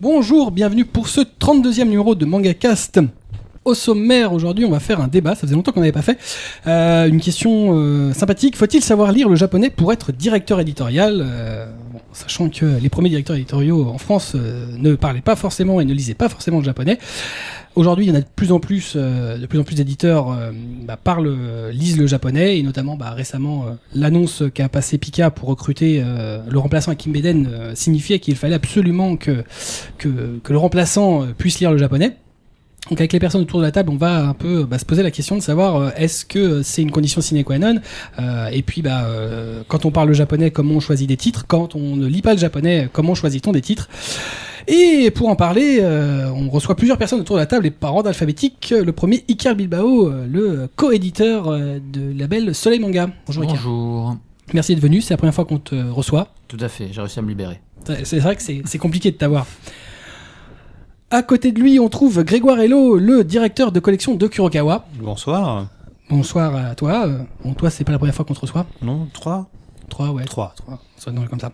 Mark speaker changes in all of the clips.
Speaker 1: bonjour, bienvenue pour ce 32e numéro de Manga Cast. Au sommaire, aujourd'hui, on va faire un débat, ça faisait longtemps qu'on n'avait pas fait. Euh, une question euh, sympathique, faut-il savoir lire le japonais pour être directeur éditorial Euh, bon, Sachant que les premiers directeurs éditoriaux en France euh, ne parlaient pas forcément et ne lisaient pas forcément le japonais. Aujourd'hui, il y en a de plus en plus, euh, de plus en plus d'éditeurs euh, bah, parlent, euh, lisent le japonais et notamment bah, récemment euh, l'annonce qu'a passé Pika pour recruter euh, le remplaçant à Kim Beden euh, signifiait qu'il fallait absolument que que, que le remplaçant euh, puisse lire le japonais. Donc avec les personnes autour de la table, on va un peu bah, se poser la question de savoir euh, est-ce que c'est une condition sine qua non Euh, et puis bah euh, quand on parle le japonais, comment on choisit des titres Quand on ne lit pas le japonais, comment choisit-on des titres et pour en parler, euh, on reçoit plusieurs personnes autour de la table et par ordre alphabétique. Le premier, Icar Bilbao, euh, le co-éditeur euh, de label Soleil Manga. Bonjour, Icar.
Speaker 2: Bonjour.
Speaker 1: Merci d'être venu, c'est la première fois qu'on te reçoit.
Speaker 2: Tout à fait, j'ai réussi à me libérer.
Speaker 1: C'est c'est vrai que c'est c'est compliqué de t'avoir. À côté de lui, on trouve Grégoire Hello, le directeur de collection de Kurokawa.
Speaker 3: Bonsoir.
Speaker 1: Bonsoir à toi. Euh, Bon, toi, c'est pas la première fois qu'on te reçoit.
Speaker 3: Non, 3
Speaker 1: Trois, ouais.
Speaker 3: 3.
Speaker 1: Trois. Ça doit être comme ça.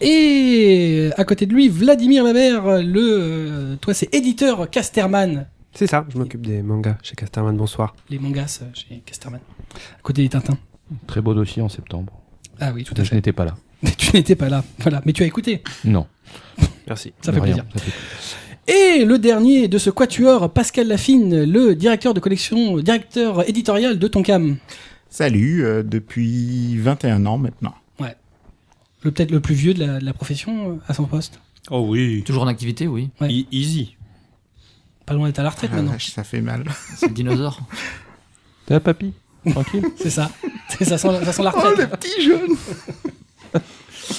Speaker 1: Et à côté de lui, Vladimir Labert, le. euh, Toi, c'est éditeur Casterman,
Speaker 4: C'est ça, je m'occupe des mangas chez Casterman, bonsoir.
Speaker 1: les mangas euh, chez Casterman. À côté des Tintins.
Speaker 5: Très beau dossier en septembre.
Speaker 1: Ah oui, tout à
Speaker 5: Je
Speaker 1: fait.
Speaker 5: n'étais pas là.
Speaker 1: Mais tu n'étais pas là. Voilà. Mais tu as écouté.
Speaker 5: Non.
Speaker 4: Merci.
Speaker 1: Ça
Speaker 5: de
Speaker 1: fait
Speaker 5: rien,
Speaker 1: plaisir.
Speaker 5: ça fait-
Speaker 1: Et le dernier de ce quatuor, Pascal Lafine, le directeur de collection, directeur éditorial de Tonkam.
Speaker 6: Salut, euh, depuis 21 ans maintenant.
Speaker 1: Le peut-être le plus vieux de la, de la profession euh, à son poste.
Speaker 3: Oh oui.
Speaker 2: Toujours en activité, oui.
Speaker 1: Ouais.
Speaker 3: E- Easy.
Speaker 1: Pas loin d'être à la retraite
Speaker 6: Ah,
Speaker 1: maintenant.
Speaker 6: vache, ça fait mal.
Speaker 2: C'est le dinosaure.
Speaker 5: T'es un papy Tranquille
Speaker 1: C'est ça. C'est ça, sent, ça sent la retraite. Oh, le petit jeune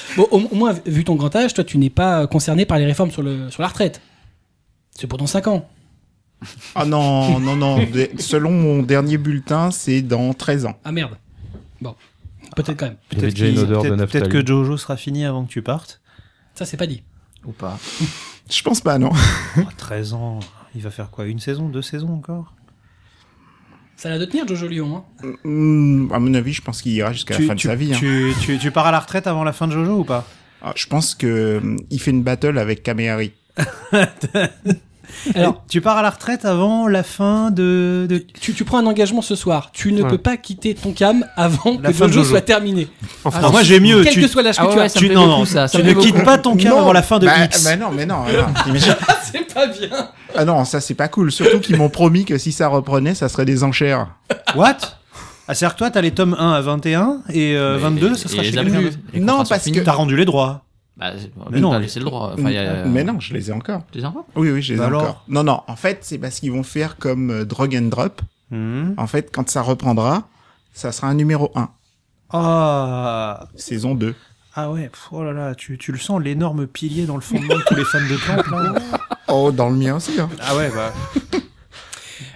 Speaker 1: Bon, au, au moins, vu ton grand âge, toi, tu n'es pas euh, concerné par les réformes sur, le, sur la retraite. C'est pour dans 5 ans.
Speaker 6: Ah non, non, non. de- Selon mon dernier bulletin, c'est dans 13 ans.
Speaker 1: Ah merde. Bon. Peut-être quand même.
Speaker 5: Il y avait déjà une
Speaker 3: qu'ils-
Speaker 5: odeur de
Speaker 3: peut-être- peut-être
Speaker 5: naphtaline.
Speaker 3: que Jojo sera fini avant que tu partes.
Speaker 1: Ça, c'est pas dit.
Speaker 2: Ou pas.
Speaker 6: Je pense pas, non.
Speaker 3: Oh, 13 ans. Il va faire quoi Une saison Deux saisons encore
Speaker 1: Ça l'a de tenir, Jojo Lyon. hein.
Speaker 6: Hum, à mon avis, je pense qu'il ira jusqu'à la fin de sa vie. hein.
Speaker 3: tu- tu- tu pars à la retraite avant la fin de Jojo ou pas
Speaker 6: Ah, je pense que hum, il fait une battle avec Kamehari.
Speaker 1: Alors,
Speaker 3: Tu pars à la retraite avant la fin de. de-
Speaker 1: tu, tu prends un engagement ce soir. Tu ne
Speaker 4: Ouais.
Speaker 1: peux pas quitter ton cam avant
Speaker 3: La
Speaker 1: que
Speaker 3: fin de
Speaker 1: Jojo,
Speaker 3: Jojo.
Speaker 1: soit terminé. Ah,
Speaker 4: En
Speaker 3: Alors,
Speaker 4: France,
Speaker 3: moi j'ai mieux.
Speaker 1: Quel
Speaker 3: Tu,
Speaker 1: que soit l'âge
Speaker 2: Ah
Speaker 1: que
Speaker 2: ouais,
Speaker 1: tu as.
Speaker 2: ouais, ça me
Speaker 3: tu-
Speaker 2: plaît
Speaker 3: non,
Speaker 2: beaucoup,
Speaker 3: non,
Speaker 2: ça. ça
Speaker 3: tu
Speaker 2: me
Speaker 3: ne
Speaker 2: plaît beaucoup.
Speaker 3: quittes pas ton cam avant la fin de
Speaker 6: bah,
Speaker 3: X.
Speaker 6: bah non, mais non. alors, t'imagines
Speaker 1: C'est pas bien.
Speaker 6: ah non, ça c'est pas cool. Surtout qu'ils m'ont promis que si ça reprenait, ça serait des enchères.
Speaker 3: What ah, C'est-à-dire que toi, t'as les tomes 1 à 21 et euh,
Speaker 2: Mais-
Speaker 3: 22, ça
Speaker 2: et
Speaker 3: sera
Speaker 2: les
Speaker 3: chez
Speaker 2: abus,
Speaker 3: quelqu'un d'autre.
Speaker 2: les
Speaker 6: Non,
Speaker 2: contrats sont
Speaker 6: parce
Speaker 2: finis.
Speaker 6: que-
Speaker 3: T'as rendu les droits.
Speaker 2: Bah, c'est-
Speaker 3: Mais
Speaker 2: non,
Speaker 3: non.
Speaker 2: laissez le droit. Enfin, il y a-
Speaker 6: Mais non, je les ai encore.
Speaker 2: Tu les as encore
Speaker 6: Oui, oui, je les ai
Speaker 3: Bah alors
Speaker 6: encore. Non, non. En fait, c'est parce qu'ils vont faire comme euh, Drug and Drop.
Speaker 3: Hmm.
Speaker 6: En fait, quand ça reprendra, ça sera un numéro 1,
Speaker 3: Ah,
Speaker 6: saison 2.
Speaker 3: Ah ouais, pff, oh là là, tu, tu le sens, l'énorme pilier dans le fondement de tous les fans de plantes, là
Speaker 6: Oh, dans le mien aussi. Hein.
Speaker 3: Ah ouais, bah.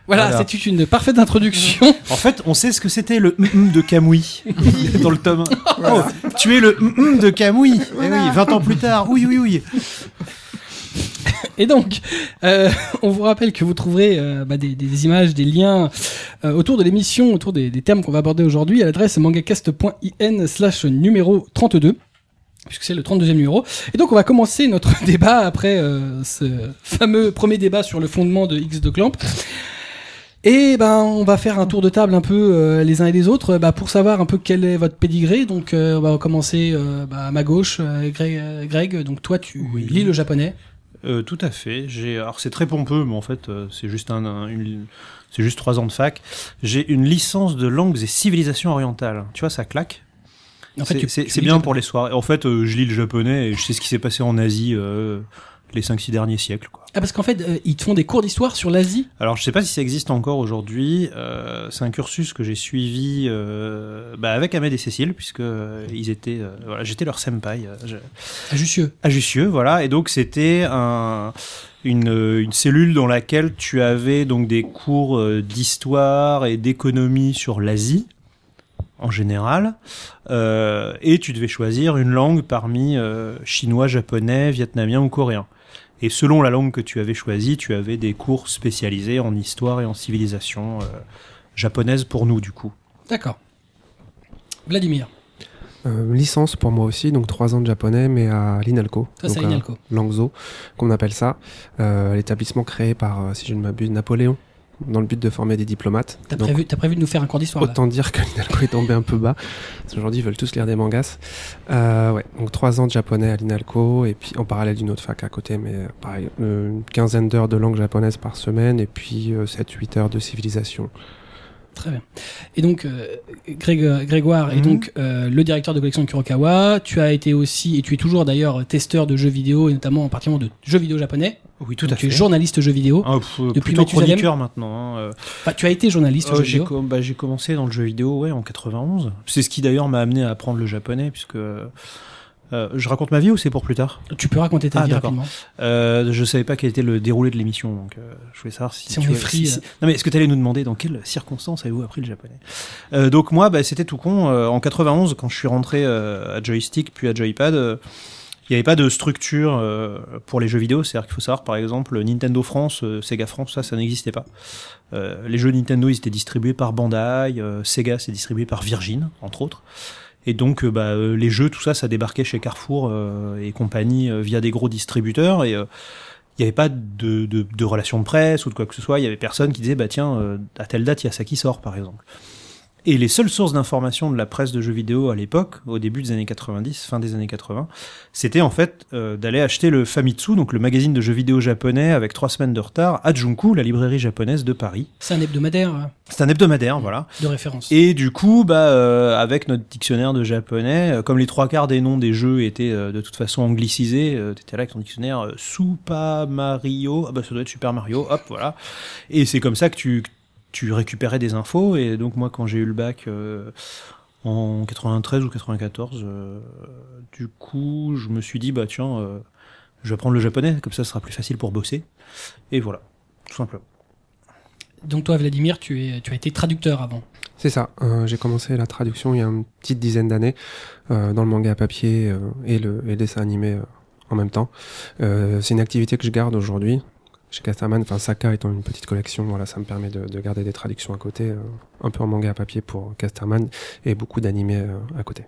Speaker 1: Voilà,
Speaker 3: Voilà.
Speaker 1: c'est une parfaite introduction.
Speaker 3: En fait, on sait ce que c'était le hum de Kamui dans le tome 1. Oh, tu es le hum hum de Kamui Eh oui, 20 ans plus tard, oui, oui, oui
Speaker 1: Et donc, euh, on vous rappelle que vous trouverez euh, bah, des, des images, des liens euh, autour de l'émission, autour des, des thèmes qu'on va aborder aujourd'hui à l'adresse mangacast.in slash numéro 32 puisque c'est le 32e numéro. Et donc on va commencer notre débat après euh, ce fameux premier débat sur le fondement de X de Clamp. Et ben on va faire un tour de table un peu euh, les uns et les autres euh, bah, pour savoir un peu quel est votre pédigré. Donc euh, on va commencer euh, bah, à ma gauche, euh, Greg, euh, Greg. Donc toi tu
Speaker 3: Oui.
Speaker 1: lis le japonais.
Speaker 3: Euh, Tout à fait, j'ai. Alors c'est très pompeux, mais en fait, euh, c'est juste un. un- une- C'est juste 3 ans de fac. J'ai une licence de langues et civilisations orientales. Tu vois, ça claque.
Speaker 1: En fait,
Speaker 3: C'est-
Speaker 1: tu-
Speaker 3: c'est
Speaker 1: tu
Speaker 3: c'est
Speaker 1: lis
Speaker 3: bien
Speaker 1: le
Speaker 3: pour les soirées. En fait, euh, je lis le japonais et je sais ce qui s'est passé en Asie euh, les 5-6 derniers siècles, quoi.
Speaker 1: Ah parce qu'en fait, euh, ils te font des cours d'histoire sur l'Asie.
Speaker 3: Alors, je sais pas si ça existe encore aujourd'hui. Euh, c'est un cursus que j'ai suivi euh, bah, avec Ahmed et Cécile, puisque euh, ils étaient, euh, voilà, j'étais leur senpai euh, je-
Speaker 1: à Jussieu.
Speaker 3: à Jussieu, voilà. Et donc, c'était un, une, euh, une cellule dans laquelle tu avais donc des cours euh, d'histoire et d'économie sur l'Asie en général, Euh, et tu devais choisir une langue parmi euh, chinois, japonais, vietnamien ou coréen. Et selon la langue que tu avais choisie, tu avais des cours spécialisés en histoire et en civilisation euh, japonaise pour nous, du coup.
Speaker 1: D'accord. Vladimir.
Speaker 4: euh, licence pour moi aussi, donc 3 ans de japonais, mais à l'INALCO.
Speaker 1: Ça, c'est
Speaker 4: donc à
Speaker 1: Inalco.
Speaker 4: Langso, qu'on appelle ça, euh, l'établissement créé par, euh, si je ne m'abuse, Napoléon, dans le but de former des diplomates.
Speaker 1: T'as
Speaker 4: Donc,
Speaker 1: prévu, t'as prévu de nous faire un cours d'histoire là.
Speaker 4: Autant dire que l'INALCO est tombé un peu bas. Parce qu'aujourd'hui, ils veulent tous lire des mangas. Euh, ouais, donc trois ans de japonais à l'INALCO, et puis en parallèle d'une autre fac à côté, mais euh, pareil, euh, une quinzaine d'heures de langue japonaise par semaine, et puis 7-8 heures de civilisation.
Speaker 1: Très bien. Et donc, euh, Grég- Grégoire est
Speaker 6: Mhm.
Speaker 1: donc euh, le directeur de collection de Kurokawa. Tu as été aussi, et tu es toujours d'ailleurs testeur de jeux vidéo, et notamment en particulier de jeux vidéo japonais.
Speaker 3: Oui, tout
Speaker 1: Donc,
Speaker 3: à
Speaker 1: tu
Speaker 3: fait.
Speaker 1: es journaliste jeux vidéo.
Speaker 3: Ah, pff,
Speaker 1: Depuis
Speaker 3: plutôt
Speaker 1: Mathusalem
Speaker 3: chroniqueur maintenant. hein, euh.
Speaker 1: Enfin, tu as été journaliste
Speaker 3: Oh,
Speaker 1: jeux
Speaker 3: j'ai
Speaker 1: vidéo.
Speaker 3: com- bah, j'ai commencé dans le jeu vidéo ouais, en 91. C'est ce qui d'ailleurs m'a amené à apprendre le japonais, puisque. euh, je raconte ma vie ou c'est pour plus tard
Speaker 1: Tu peux raconter ta
Speaker 3: Ah,
Speaker 1: vie
Speaker 3: d'accord.
Speaker 1: rapidement.
Speaker 3: euh, Je savais pas quel était le déroulé de l'émission, donc euh, je voulais savoir si.
Speaker 1: Si on
Speaker 3: tu
Speaker 1: est
Speaker 3: vois,
Speaker 1: free,
Speaker 3: si-
Speaker 1: euh.
Speaker 3: Non, mais est-ce que tu allais nous demander dans quelles circonstances avez-vous appris le japonais Euh, Donc, moi, bah, c'était tout con. euh, en 91, quand je suis rentré euh, à Joystick puis à Joypad, euh, il n'y avait pas de structure euh, pour les jeux vidéo. C'est-à-dire qu'il faut savoir, par exemple, Nintendo France, euh, Sega France, ça, ça n'existait pas. Euh, les jeux Nintendo, ils étaient distribués par Bandai, euh, Sega, c'est distribué par Virgin, entre autres. Et donc, euh, bah, euh, les jeux, tout ça, ça débarquait chez Carrefour euh, et compagnie euh, via des gros distributeurs. Et euh, il n'y avait pas de, de, de relations de presse ou de quoi que ce soit. Il y avait personne qui disait, bah tiens, euh, à telle date, il y a ça qui sort, par exemple. Et les seules sources d'information de la presse de jeux vidéo à l'époque, au début des années 90, fin des années 80, c'était en fait euh, d'aller acheter le Famitsu, donc le magazine de jeux vidéo japonais avec trois semaines de retard, à Junku, la librairie japonaise de Paris.
Speaker 1: C'est un hebdomadaire euh,
Speaker 3: C'est un hebdomadaire, voilà.
Speaker 1: de référence.
Speaker 3: Et du coup, bah, euh, avec notre dictionnaire de japonais, euh, comme les trois quarts des noms des jeux étaient euh, de toute façon anglicisés, euh, t'étais là avec ton dictionnaire euh, Super Mario, ah bah ça doit être Super Mario, hop, voilà. Et c'est comme ça que tu, que tu récupérais des infos. Et donc moi, quand j'ai eu le bac euh, en 93 ou 94, euh, du coup, je me suis dit, bah tiens, euh, je vais apprendre le japonais, comme ça ce sera plus facile pour bosser. Et voilà, tout simplement.
Speaker 1: Donc toi, Vladimir, tu, es, tu as été traducteur avant.
Speaker 4: C'est ça, euh, j'ai commencé la traduction il y a une petite dizaine d'années, euh, dans le manga à papier euh, et le et le dessin animé euh, en même temps. Euh, c'est une activité que je garde aujourd'hui. Chez Casterman, enfin Saka étant une petite collection, voilà, ça me permet de, de garder des traductions à côté, euh, un peu en manga à papier pour Casterman et beaucoup d'animés euh, à côté.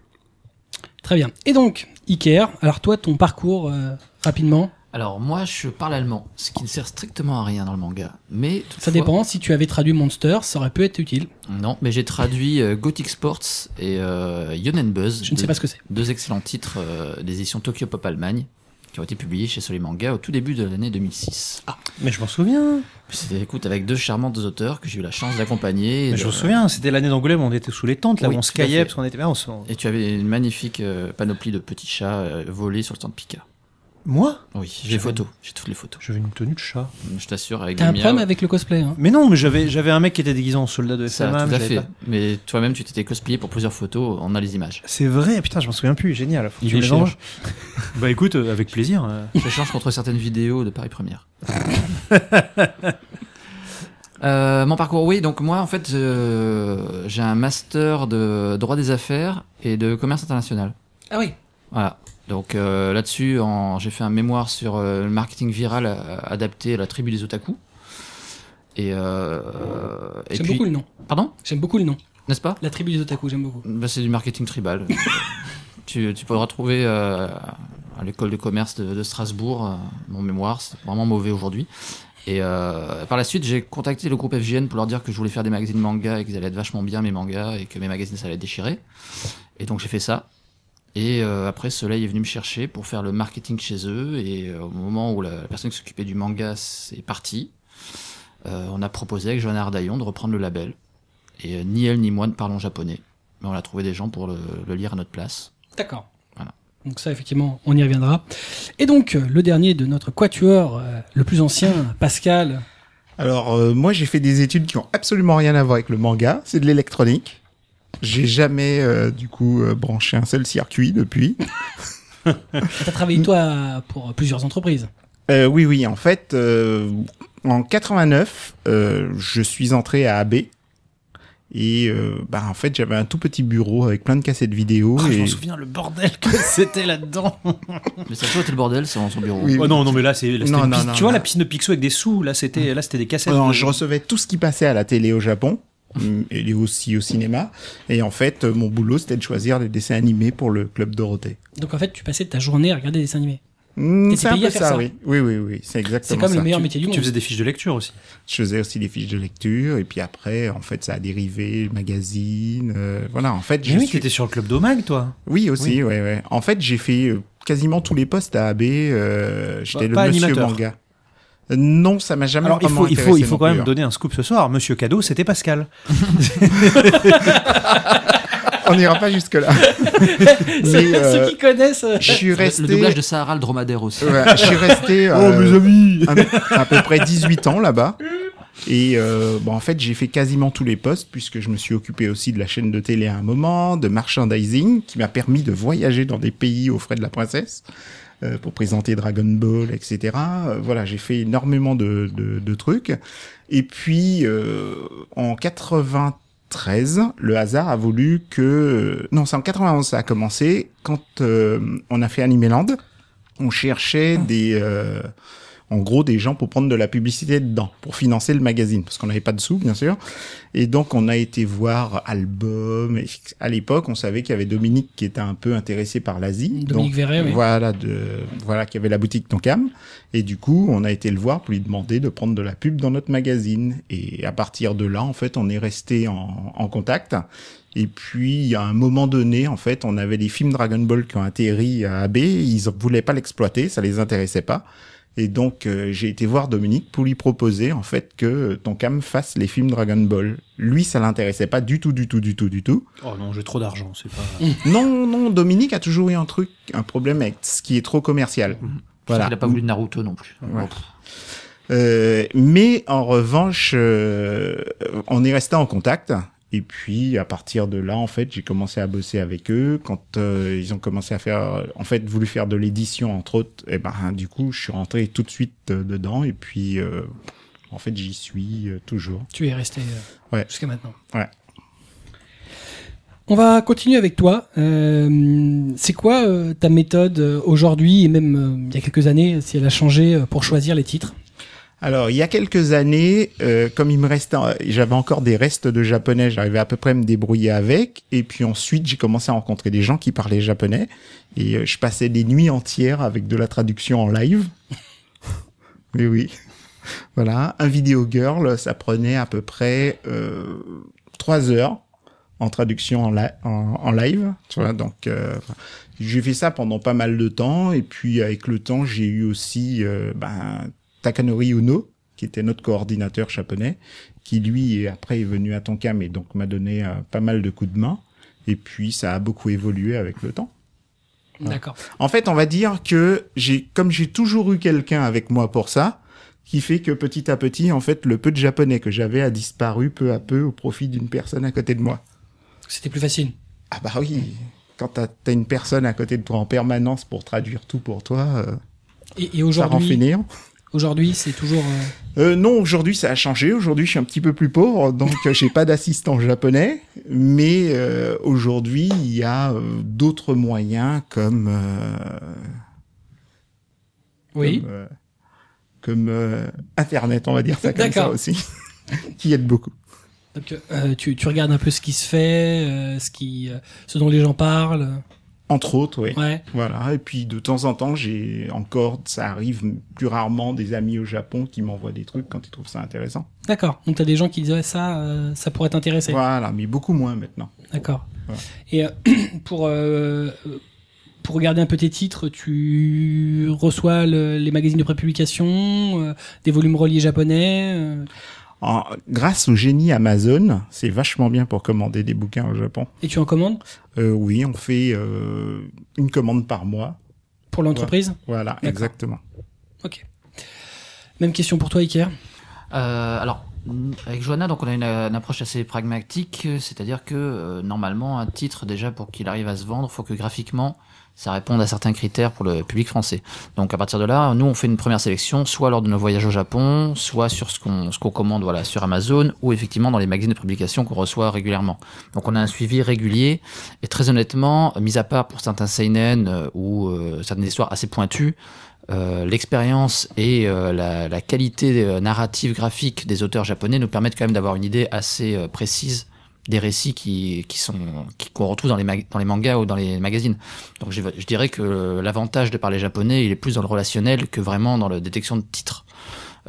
Speaker 1: Très bien. Et donc, Iker, alors toi, ton parcours euh, rapidement,
Speaker 2: Alors, moi, je parle allemand, ce qui ne sert strictement à rien dans le manga. Mais
Speaker 1: ça
Speaker 2: toutefois-
Speaker 1: dépend. Si tu avais traduit Monster, ça aurait pu être utile.
Speaker 2: Non, mais j'ai traduit euh, Gothic Sports et euh, Yonen Buzz.
Speaker 1: Je ne sais pas ce que c'est.
Speaker 2: Deux excellents titres euh, des éditions Tokyo Pop Allemagne qui ont été publiés chez Soleil Manga au tout début de l'année 2006. Ah,
Speaker 3: Mais je m'en souviens.
Speaker 2: c'était écoute avec deux charmantes auteurs que j'ai eu la chance d'accompagner. et
Speaker 3: Mais
Speaker 2: de-
Speaker 3: Bah, je me souviens, c'était l'année d'Angoulême, on était sous les tentes, là,
Speaker 2: Oui,
Speaker 3: on se
Speaker 2: tout à
Speaker 3: caillait,
Speaker 2: fait.
Speaker 3: parce qu'on était là, on se-
Speaker 2: Et tu avais une magnifique euh, panoplie de petits chats euh, volés sur le stand de Pika.
Speaker 3: Moi
Speaker 2: Oui, j'ai les photos, j'ai toutes les photos.
Speaker 3: J'avais une tenue de chat.
Speaker 2: Je t'assure, avec
Speaker 1: T'as un
Speaker 2: des
Speaker 1: problème
Speaker 2: miaou.
Speaker 1: avec le cosplay. Hein.
Speaker 3: Mais non, mais j'avais, j'avais un mec qui était déguisé en soldat de
Speaker 2: Ça,
Speaker 3: FMM.
Speaker 2: tout à
Speaker 3: hein, j'avais
Speaker 2: fait.
Speaker 3: pas-
Speaker 2: Mais toi-même, tu t'étais cosplayé pour plusieurs photos, on a les images.
Speaker 3: C'est vrai, putain, je m'en souviens plus, génial. Faut que
Speaker 7: Il
Speaker 3: tu me
Speaker 7: est
Speaker 3: les
Speaker 7: cher.
Speaker 3: envoies. bah écoute, euh, avec plaisir. euh.
Speaker 2: Je change contre certaines vidéos de Paris Première. Euh, mon parcours, oui. Donc moi, en fait, euh, j'ai un master de droit des affaires et de commerce international.
Speaker 1: Ah oui.
Speaker 2: Voilà. Donc euh, là-dessus, en- j'ai fait un mémoire sur euh, le marketing viral euh, adapté à la tribu des otaku. Et, euh, et
Speaker 1: J'aime
Speaker 2: puis-
Speaker 1: beaucoup le nom.
Speaker 2: pardon,
Speaker 1: J'aime beaucoup le nom.
Speaker 2: n'est-ce pas
Speaker 1: La tribu des otaku, j'aime beaucoup.
Speaker 2: Bah, C'est du marketing tribal. tu, tu pourras trouver euh, à l'école de commerce de, de Strasbourg euh, mon mémoire, c'est vraiment mauvais aujourd'hui. Et euh, par la suite, j'ai contacté le groupe FGN pour leur dire que je voulais faire des magazines manga et qu'ils allaient être vachement bien mes mangas et que mes magazines ça allait déchirer. Et donc j'ai fait ça. Et euh, après, Soleil est venu me chercher pour faire le marketing chez eux. Et euh, au moment où la, la personne qui s'occupait du manga est partie, euh, on a proposé avec Johanna Ardaillon de reprendre le label. Et euh, ni elle ni moi ne parlons japonais. Mais on a trouvé des gens pour le, le lire à notre place.
Speaker 1: D'accord.
Speaker 2: Voilà.
Speaker 1: Donc ça, effectivement, on y reviendra. Et donc, euh, le dernier de notre quatuor, euh, le plus ancien, Pascal.
Speaker 6: Alors, euh, moi, j'ai fait des études qui ont absolument rien à voir avec le manga. C'est de l'électronique. J'ai jamais, euh, du coup, euh, branché un seul circuit depuis.
Speaker 1: T'as travaillé, toi, pour plusieurs entreprises.
Speaker 6: Euh, oui, oui, en fait, euh, en 89, euh, je suis entré à AB. Et euh, bah, en fait, j'avais un tout petit bureau avec plein de cassettes vidéo.
Speaker 3: Ah, je
Speaker 6: et...
Speaker 3: m'en souviens le bordel que c'était là-dedans.
Speaker 2: Mais ça a toujours été le bordel, c'est dans son bureau.
Speaker 6: Oui.
Speaker 3: oh non, non, mais là, c'est, là, c'était
Speaker 6: Non,
Speaker 3: une
Speaker 6: non,
Speaker 3: piste-
Speaker 6: non,
Speaker 3: tu vois,
Speaker 6: non.
Speaker 8: euh,
Speaker 3: la piscine de Picsou avec des sous, là, c'était, là, c'était des cassettes.
Speaker 6: Euh, Non,
Speaker 3: de-
Speaker 6: je recevais tout ce qui passait à la télé au Japon. Mm, et aussi au cinéma. Et en fait, euh, mon boulot, c'était de choisir les dessins animés pour le Club Dorothée.
Speaker 1: Donc en fait, tu passais ta journée à regarder des dessins animés.
Speaker 6: Mm,
Speaker 1: T'étais
Speaker 6: C'est un
Speaker 1: payé
Speaker 6: peu
Speaker 1: à faire ça.
Speaker 6: ça, oui. Oui, oui, oui. C'est
Speaker 1: C'est
Speaker 6: exactement
Speaker 1: comme
Speaker 6: ça.
Speaker 1: le meilleur
Speaker 6: Tu-
Speaker 1: métier du monde.
Speaker 8: Tu faisais des fiches de lecture aussi.
Speaker 6: Je faisais aussi des fiches de lecture. Et puis après, en fait, ça a dérivé, magazine. euh, voilà, en fait,
Speaker 8: Mais
Speaker 6: je
Speaker 8: oui,
Speaker 6: suis-
Speaker 8: t'étais sur le club d'Omag, toi.
Speaker 6: Oui, aussi, ouais, ouais. En fait, j'ai fait euh, quasiment tous les postes à AB. euh, J'étais
Speaker 8: Pas-
Speaker 6: le
Speaker 8: pas
Speaker 6: monsieur
Speaker 8: animateur.
Speaker 6: manga. Euh, Non, ça m'a jamais
Speaker 8: Alors il
Speaker 6: vraiment
Speaker 8: faut, il faut,
Speaker 6: intéressé
Speaker 8: il faut
Speaker 6: non
Speaker 8: quand
Speaker 6: plus,
Speaker 8: même
Speaker 6: hein.
Speaker 8: donner un scoop ce soir. Monsieur Cadeau, c'était Pascal.
Speaker 6: On n'ira pas jusque-là. Mais,
Speaker 1: Ceux-
Speaker 6: euh,
Speaker 1: Ceux qui connaissent. euh,
Speaker 6: je suis
Speaker 2: Le-
Speaker 6: resté...
Speaker 2: Le doublage de Sahara, le dromadaire aussi.
Speaker 6: Ouais, je suis
Speaker 3: Oh,
Speaker 6: resté euh,
Speaker 8: amis
Speaker 6: à, à peu près 18 ans là-bas. Et euh, bon, en fait, j'ai fait quasiment tous les postes puisque je me suis occupé aussi de la chaîne de télé à un moment, de merchandising qui m'a permis de voyager dans des pays aux frais de la princesse euh, pour présenter Dragon Ball, etc. Euh, voilà, j'ai fait énormément de, de, de trucs. Et puis, euh, en 93, le hasard a voulu que... Non, c'est en 91 ça a commencé quand euh, on a fait Animeland. On cherchait des... euh, en gros des gens pour prendre de la publicité dedans, pour financer le magazine, parce qu'on n'avait pas de sous, bien sûr. Et donc, on a été voir Album. Et à l'époque, on savait qu'il y avait Dominique qui était un peu intéressé par l'Asie.
Speaker 1: Dominique
Speaker 6: Donc,
Speaker 1: Verret, oui.
Speaker 6: Voilà, de, voilà, qui avait la boutique Tonkam. Et du coup, on a été le voir pour lui demander de prendre de la pub dans notre magazine. Et à partir de là, en fait, on est resté en, en contact. Et puis, à un moment donné, en fait, on avait des films Dragon Ball qui ont atterri à AB. Ils ne voulaient pas l'exploiter, ça les intéressait pas. Et donc euh, j'ai été voir Dominique pour lui proposer en fait que euh, Tonkam fasse les films Dragon Ball. Lui, ça l'intéressait pas du tout, du tout, du tout, du tout.
Speaker 8: Oh non, j'ai trop d'argent, c'est pas.
Speaker 6: Non, non, Dominique a toujours eu un truc, un problème avec ce qui est trop commercial. Voilà.
Speaker 2: Mhm. Il a pas voulu de Naruto non plus.
Speaker 6: Ouais.
Speaker 2: Bon, pff.
Speaker 6: Euh, mais en revanche, euh, on est resté en contact. Et puis à partir de là, en fait, j'ai commencé à bosser avec eux. Quand euh, ils ont commencé à faire, en fait, voulu faire de l'édition entre autres, et ben du coup, je suis rentré tout de suite euh, dedans. Et puis, euh, en fait, j'y suis euh, toujours.
Speaker 1: Tu es resté euh,
Speaker 6: Ouais.
Speaker 1: jusqu'à maintenant.
Speaker 6: Ouais.
Speaker 1: On va continuer avec toi. Euh, c'est quoi euh, ta méthode euh, aujourd'hui et même euh, il y a quelques années, si elle a changé euh, pour choisir les titres
Speaker 6: Alors, il y a quelques années, euh, comme il me restait, euh, j'avais encore des restes de japonais, j'arrivais à peu près à me débrouiller avec. Et puis ensuite, j'ai commencé à rencontrer des gens qui parlaient japonais. Et euh, je passais des nuits entières avec de la traduction en live. Mais oui. Voilà. Un vidéo girl, ça prenait à peu près euh, trois heures en traduction en, la- en, en live. Tu vois, donc euh, j'ai fait ça pendant pas mal de temps. Et puis avec le temps, j'ai eu aussi euh, ben, Takanori Uno, qui était notre coordinateur japonais, qui lui est- après est venu à Tonkam et donc m'a donné euh, pas mal de coups de main. Et puis ça a beaucoup évolué avec le temps. Ouais.
Speaker 1: D'accord.
Speaker 6: En fait, on va dire que j'ai, comme j'ai toujours eu quelqu'un avec moi pour ça, qui fait que petit à petit, en fait, le peu de japonais que j'avais a disparu peu à peu au profit d'une personne à côté de moi.
Speaker 1: C'était plus facile.
Speaker 6: Ah bah oui, quand t'as t'as une personne à côté de toi en permanence pour traduire tout pour toi, euh,
Speaker 1: Et, et
Speaker 6: ça rend
Speaker 1: aujourd'hui,
Speaker 6: fainéant.
Speaker 1: aujourd'hui, c'est toujours. euh,
Speaker 6: Euh, non, aujourd'hui ça a changé. Aujourd'hui je suis un petit peu plus pauvre, donc euh, j'ai pas d'assistant japonais. Mais euh, aujourd'hui il y a euh, d'autres moyens comme euh,
Speaker 1: Oui.
Speaker 6: comme, euh, comme, euh, Internet, on va dire ça comme ça
Speaker 1: D'accord.
Speaker 6: aussi, qui aide beaucoup.
Speaker 1: Donc, euh, tu, tu regardes un peu ce qui se fait, euh, ce qui, euh, ce dont les gens parlent.
Speaker 6: Entre autres, oui.
Speaker 1: Ouais.
Speaker 6: Voilà. Et puis de temps en temps, j'ai encore, ça arrive plus rarement, des amis au Japon qui m'envoient des trucs quand ils trouvent ça intéressant.
Speaker 1: D'accord. Donc t'as des gens qui disent ouais, ça, euh, ça pourrait t'intéresser.
Speaker 6: Voilà, mais beaucoup moins maintenant.
Speaker 1: D'accord.
Speaker 6: Voilà.
Speaker 1: Et euh, pour euh, pour regarder un peu tes titres, tu reçois le- les magazines de prépublication, euh, des volumes reliés japonais. euh,
Speaker 6: En- grâce au génie Amazon, c'est vachement bien pour commander des bouquins au Japon.
Speaker 1: et tu en commandes
Speaker 6: Euh, oui, on fait euh, une commande par mois.
Speaker 1: pour l'entreprise.
Speaker 6: Voilà,
Speaker 1: D'accord.
Speaker 6: exactement.
Speaker 1: Même question pour toi, Iker.
Speaker 2: Euh, alors, n- avec Johanna, donc on a une, euh, une approche assez pragmatique, euh, c'est-à-dire que euh, normalement, un titre, déjà pour qu'il arrive à se vendre, faut que graphiquement, ça réponde à certains critères pour le public français. Donc à partir de là, nous, on fait une première sélection, soit lors de nos voyages au Japon, soit sur ce qu'on ce qu'on commande voilà, sur Amazon, ou effectivement dans les magazines de publication qu'on reçoit régulièrement. Donc on a un suivi régulier, et très honnêtement, mis à part pour certains seinen euh, ou euh, certaines histoires assez pointues, euh, l'expérience et euh, la, la qualité euh, narrative graphique des auteurs japonais nous permettent quand même d'avoir une idée assez euh, précise des récits qui, qui sont qui- qu'on retrouve dans les, mag- dans les mangas ou dans les magazines. Donc je, je dirais que l'avantage de parler japonais, il est plus dans le relationnel que vraiment dans la détection de titres.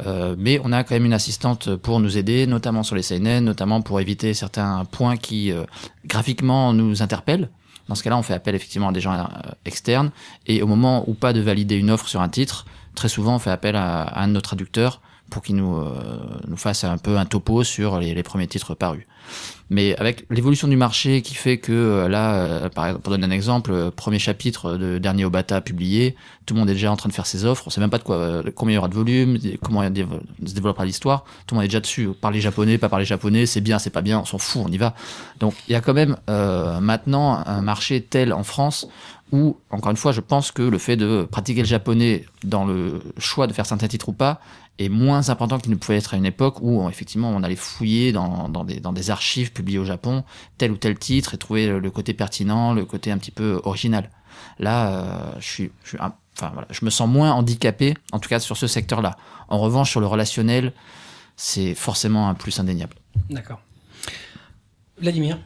Speaker 2: Euh, mais on a quand même une assistante pour nous aider, notamment sur les seinen, notamment pour éviter certains points qui euh, graphiquement nous interpellent. Dans ce cas-là, on fait appel effectivement à des gens euh, externes. Et au moment où pas de valider une offre sur un titre, très souvent on fait appel à, à un de nos traducteurs pour qu'il nous, euh, nous fasse un peu un topo sur les, les premiers titres parus. Mais avec l'évolution du marché qui fait que euh, là, euh, par exemple, pour donner un exemple, euh, premier chapitre de dernier Obata publié, tout le monde est déjà en train de faire ses offres, on sait même pas de quoi, euh, combien il y aura de volume, des- comment il y a dévo- se développera l'histoire, tout le monde est déjà dessus, parler japonais, pas parler japonais, c'est bien, c'est pas bien, on s'en fout, on y va. Donc il y a quand même euh, maintenant un marché tel en France où, encore une fois, je pense que le fait de pratiquer le japonais dans le choix de faire certains titres ou pas est moins important qu'il ne pouvait être à une époque où, euh, effectivement, on allait fouiller dans, dans, des, dans des archives publiées au Japon tel ou tel titre et trouver le- le côté pertinent, le côté un petit peu original. Là, euh, je suis, je suis un- enfin voilà, je me sens moins handicapé, en tout cas sur ce secteur-là. En revanche, sur le relationnel, c'est forcément un plus indéniable.
Speaker 1: D'accord. Vladimir.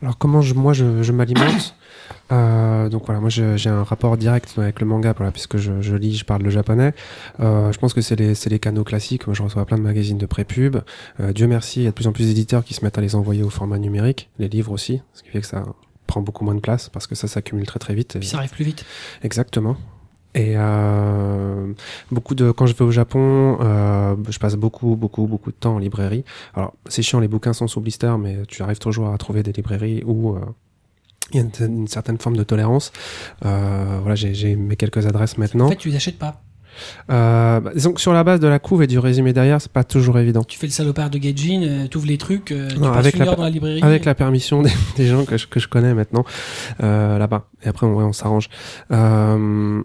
Speaker 4: Alors comment je, moi je, je m'alimente Euh, Donc voilà, moi je- j'ai un rapport direct avec le manga, voilà, puisque je, je lis, je parle le japonais. Euh, je pense que c'est les, c'est les canaux classiques. Moi je reçois plein de magazines de pré-pub. Euh, Dieu merci, il y a de plus en plus d'éditeurs qui se mettent à les envoyer au format numérique, les livres aussi, ce qui fait que ça prend beaucoup moins de place parce que ça s'accumule très très vite. Et-
Speaker 1: Puis ça arrive plus vite.
Speaker 4: Exactement. Et euh, beaucoup de quand je vais au Japon, euh, je passe beaucoup, beaucoup, beaucoup de temps en librairie. Alors c'est chiant, les bouquins sont sous blister, mais tu arrives toujours à trouver des librairies où euh, il y a une, une certaine forme de tolérance. Euh, voilà, j'ai- j'ai mes quelques adresses
Speaker 1: En
Speaker 4: maintenant.
Speaker 1: fait, tu les achètes pas.
Speaker 4: Euh, bah, disons que sur la base de la couve et du résumé derrière, c'est pas toujours évident.
Speaker 1: Tu fais le salopard de Gaijin, euh, t'ouvres les trucs, euh, tu
Speaker 4: Non,
Speaker 1: passes
Speaker 4: avec
Speaker 1: une
Speaker 4: la
Speaker 1: heure
Speaker 4: pa-
Speaker 1: dans la librairie.
Speaker 4: Avec la permission des, des gens que je, que je connais maintenant euh, là-bas. Et après, on, ouais, on s'arrange. Euh,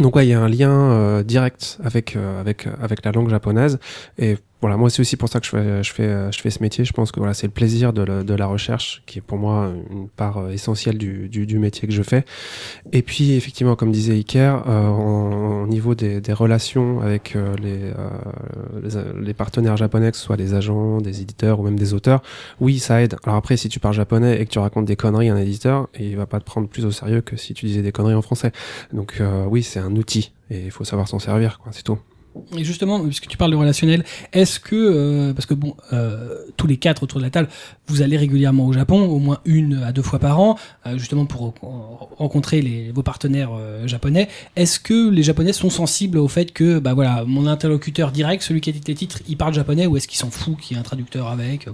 Speaker 4: donc ouais, il y a un lien euh, direct avec euh, avec euh, avec la langue japonaise. Et voilà, moi c'est aussi pour ça que je fais je fais euh, je fais ce métier. Je pense que voilà, c'est le plaisir de, le- de la recherche qui est pour moi une part euh, essentielle du, du du métier que je fais. Et puis effectivement, comme disait Iker, euh, en- au niveau des, des relations avec euh, les, euh, les les partenaires japonais, que ce soit des agents, des éditeurs ou même des auteurs. Oui, ça aide. Alors après, si tu parles japonais et que tu racontes des conneries à un éditeur, il va pas te prendre plus au sérieux que si tu disais des conneries en français. Donc euh, oui, c'est un outil et il faut savoir s'en servir, quoi. C'est tout.
Speaker 1: Et justement, puisque tu parles de relationnel, est-ce que, euh, parce que bon, euh, tous les quatre autour de la table, vous allez régulièrement au Japon, au moins une à deux fois par an, euh, justement pour re- rencontrer les, vos partenaires euh, japonais. Est-ce que les Japonais sont sensibles au fait que, bah voilà, mon interlocuteur direct, celui qui édite les titres, il parle japonais, ou est-ce qu'il s'en fout qu'il y ait un traducteur avec euh,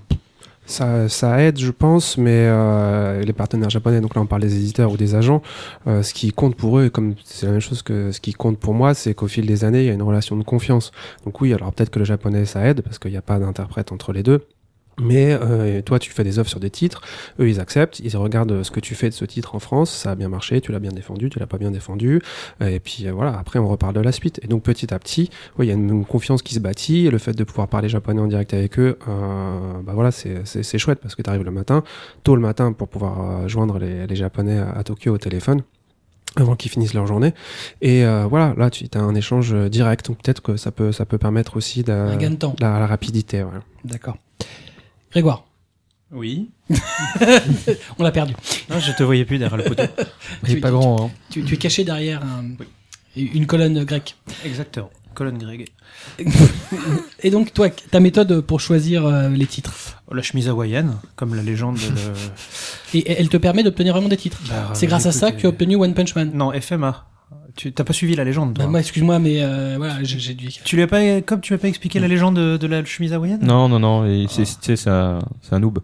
Speaker 4: Ça, ça aide, je pense, mais euh, les partenaires japonais, donc là on parle des éditeurs ou des agents, euh, ce qui compte pour eux, comme c'est la même chose que ce qui compte pour moi, c'est qu'au fil des années, il y a une relation de confiance. Donc oui, alors peut-être que le japonais ça aide, parce qu'il n'y a pas d'interprète entre les deux. Mais euh, toi, tu fais des offres sur des titres, eux, ils acceptent, ils regardent ce que tu fais de ce titre en France, ça a bien marché, tu l'as bien défendu, tu l'as pas bien défendu, et puis euh, voilà, après on reparle de la suite. Et donc petit à petit, oui, il y a une, une confiance qui se bâtit. Et le fait de pouvoir parler japonais en direct avec eux, euh, bah voilà, c'est- c'est c'est chouette parce que tu arrives le matin, tôt le matin pour pouvoir euh, joindre les, les japonais à, à Tokyo au téléphone avant qu'ils finissent leur journée. Et euh, voilà, là tu as un échange euh, direct, donc peut-être que ça peut ça peut permettre aussi de
Speaker 1: un gain de temps
Speaker 4: la, la rapidité. voilà.
Speaker 1: D'accord. Grégoire,
Speaker 8: Oui.
Speaker 1: on l'a perdu.
Speaker 8: Non, Ah, je te voyais plus derrière le poteau.
Speaker 1: Tu- tu-
Speaker 9: grand, hein.
Speaker 1: Tu, tu es caché derrière un- une colonne grecque.
Speaker 8: Exactement. Colonne Greg.
Speaker 1: Et donc, toi, ta méthode pour choisir euh, les titres
Speaker 8: La chemise hawaïenne, comme la légende. Le...
Speaker 1: Et elle te permet d'obtenir vraiment des titres.
Speaker 8: Bah,
Speaker 1: C'est grâce à
Speaker 8: écoute,
Speaker 1: ça que tu as
Speaker 8: euh,
Speaker 1: obtenu One Punch
Speaker 6: Bah.
Speaker 1: Man.
Speaker 8: Non, FMA. Tu t'as pas suivi la légende, toi. hein
Speaker 1: Bah, moi, excuse-moi, mais euh, voilà, j'ai j'ai dû.
Speaker 8: Tu lui as pas, comme tu m'as pas expliqué la légende de, de la chemise hawaïenne
Speaker 9: Non, non, non, et c'est- c'est c'est un, c'est un noob.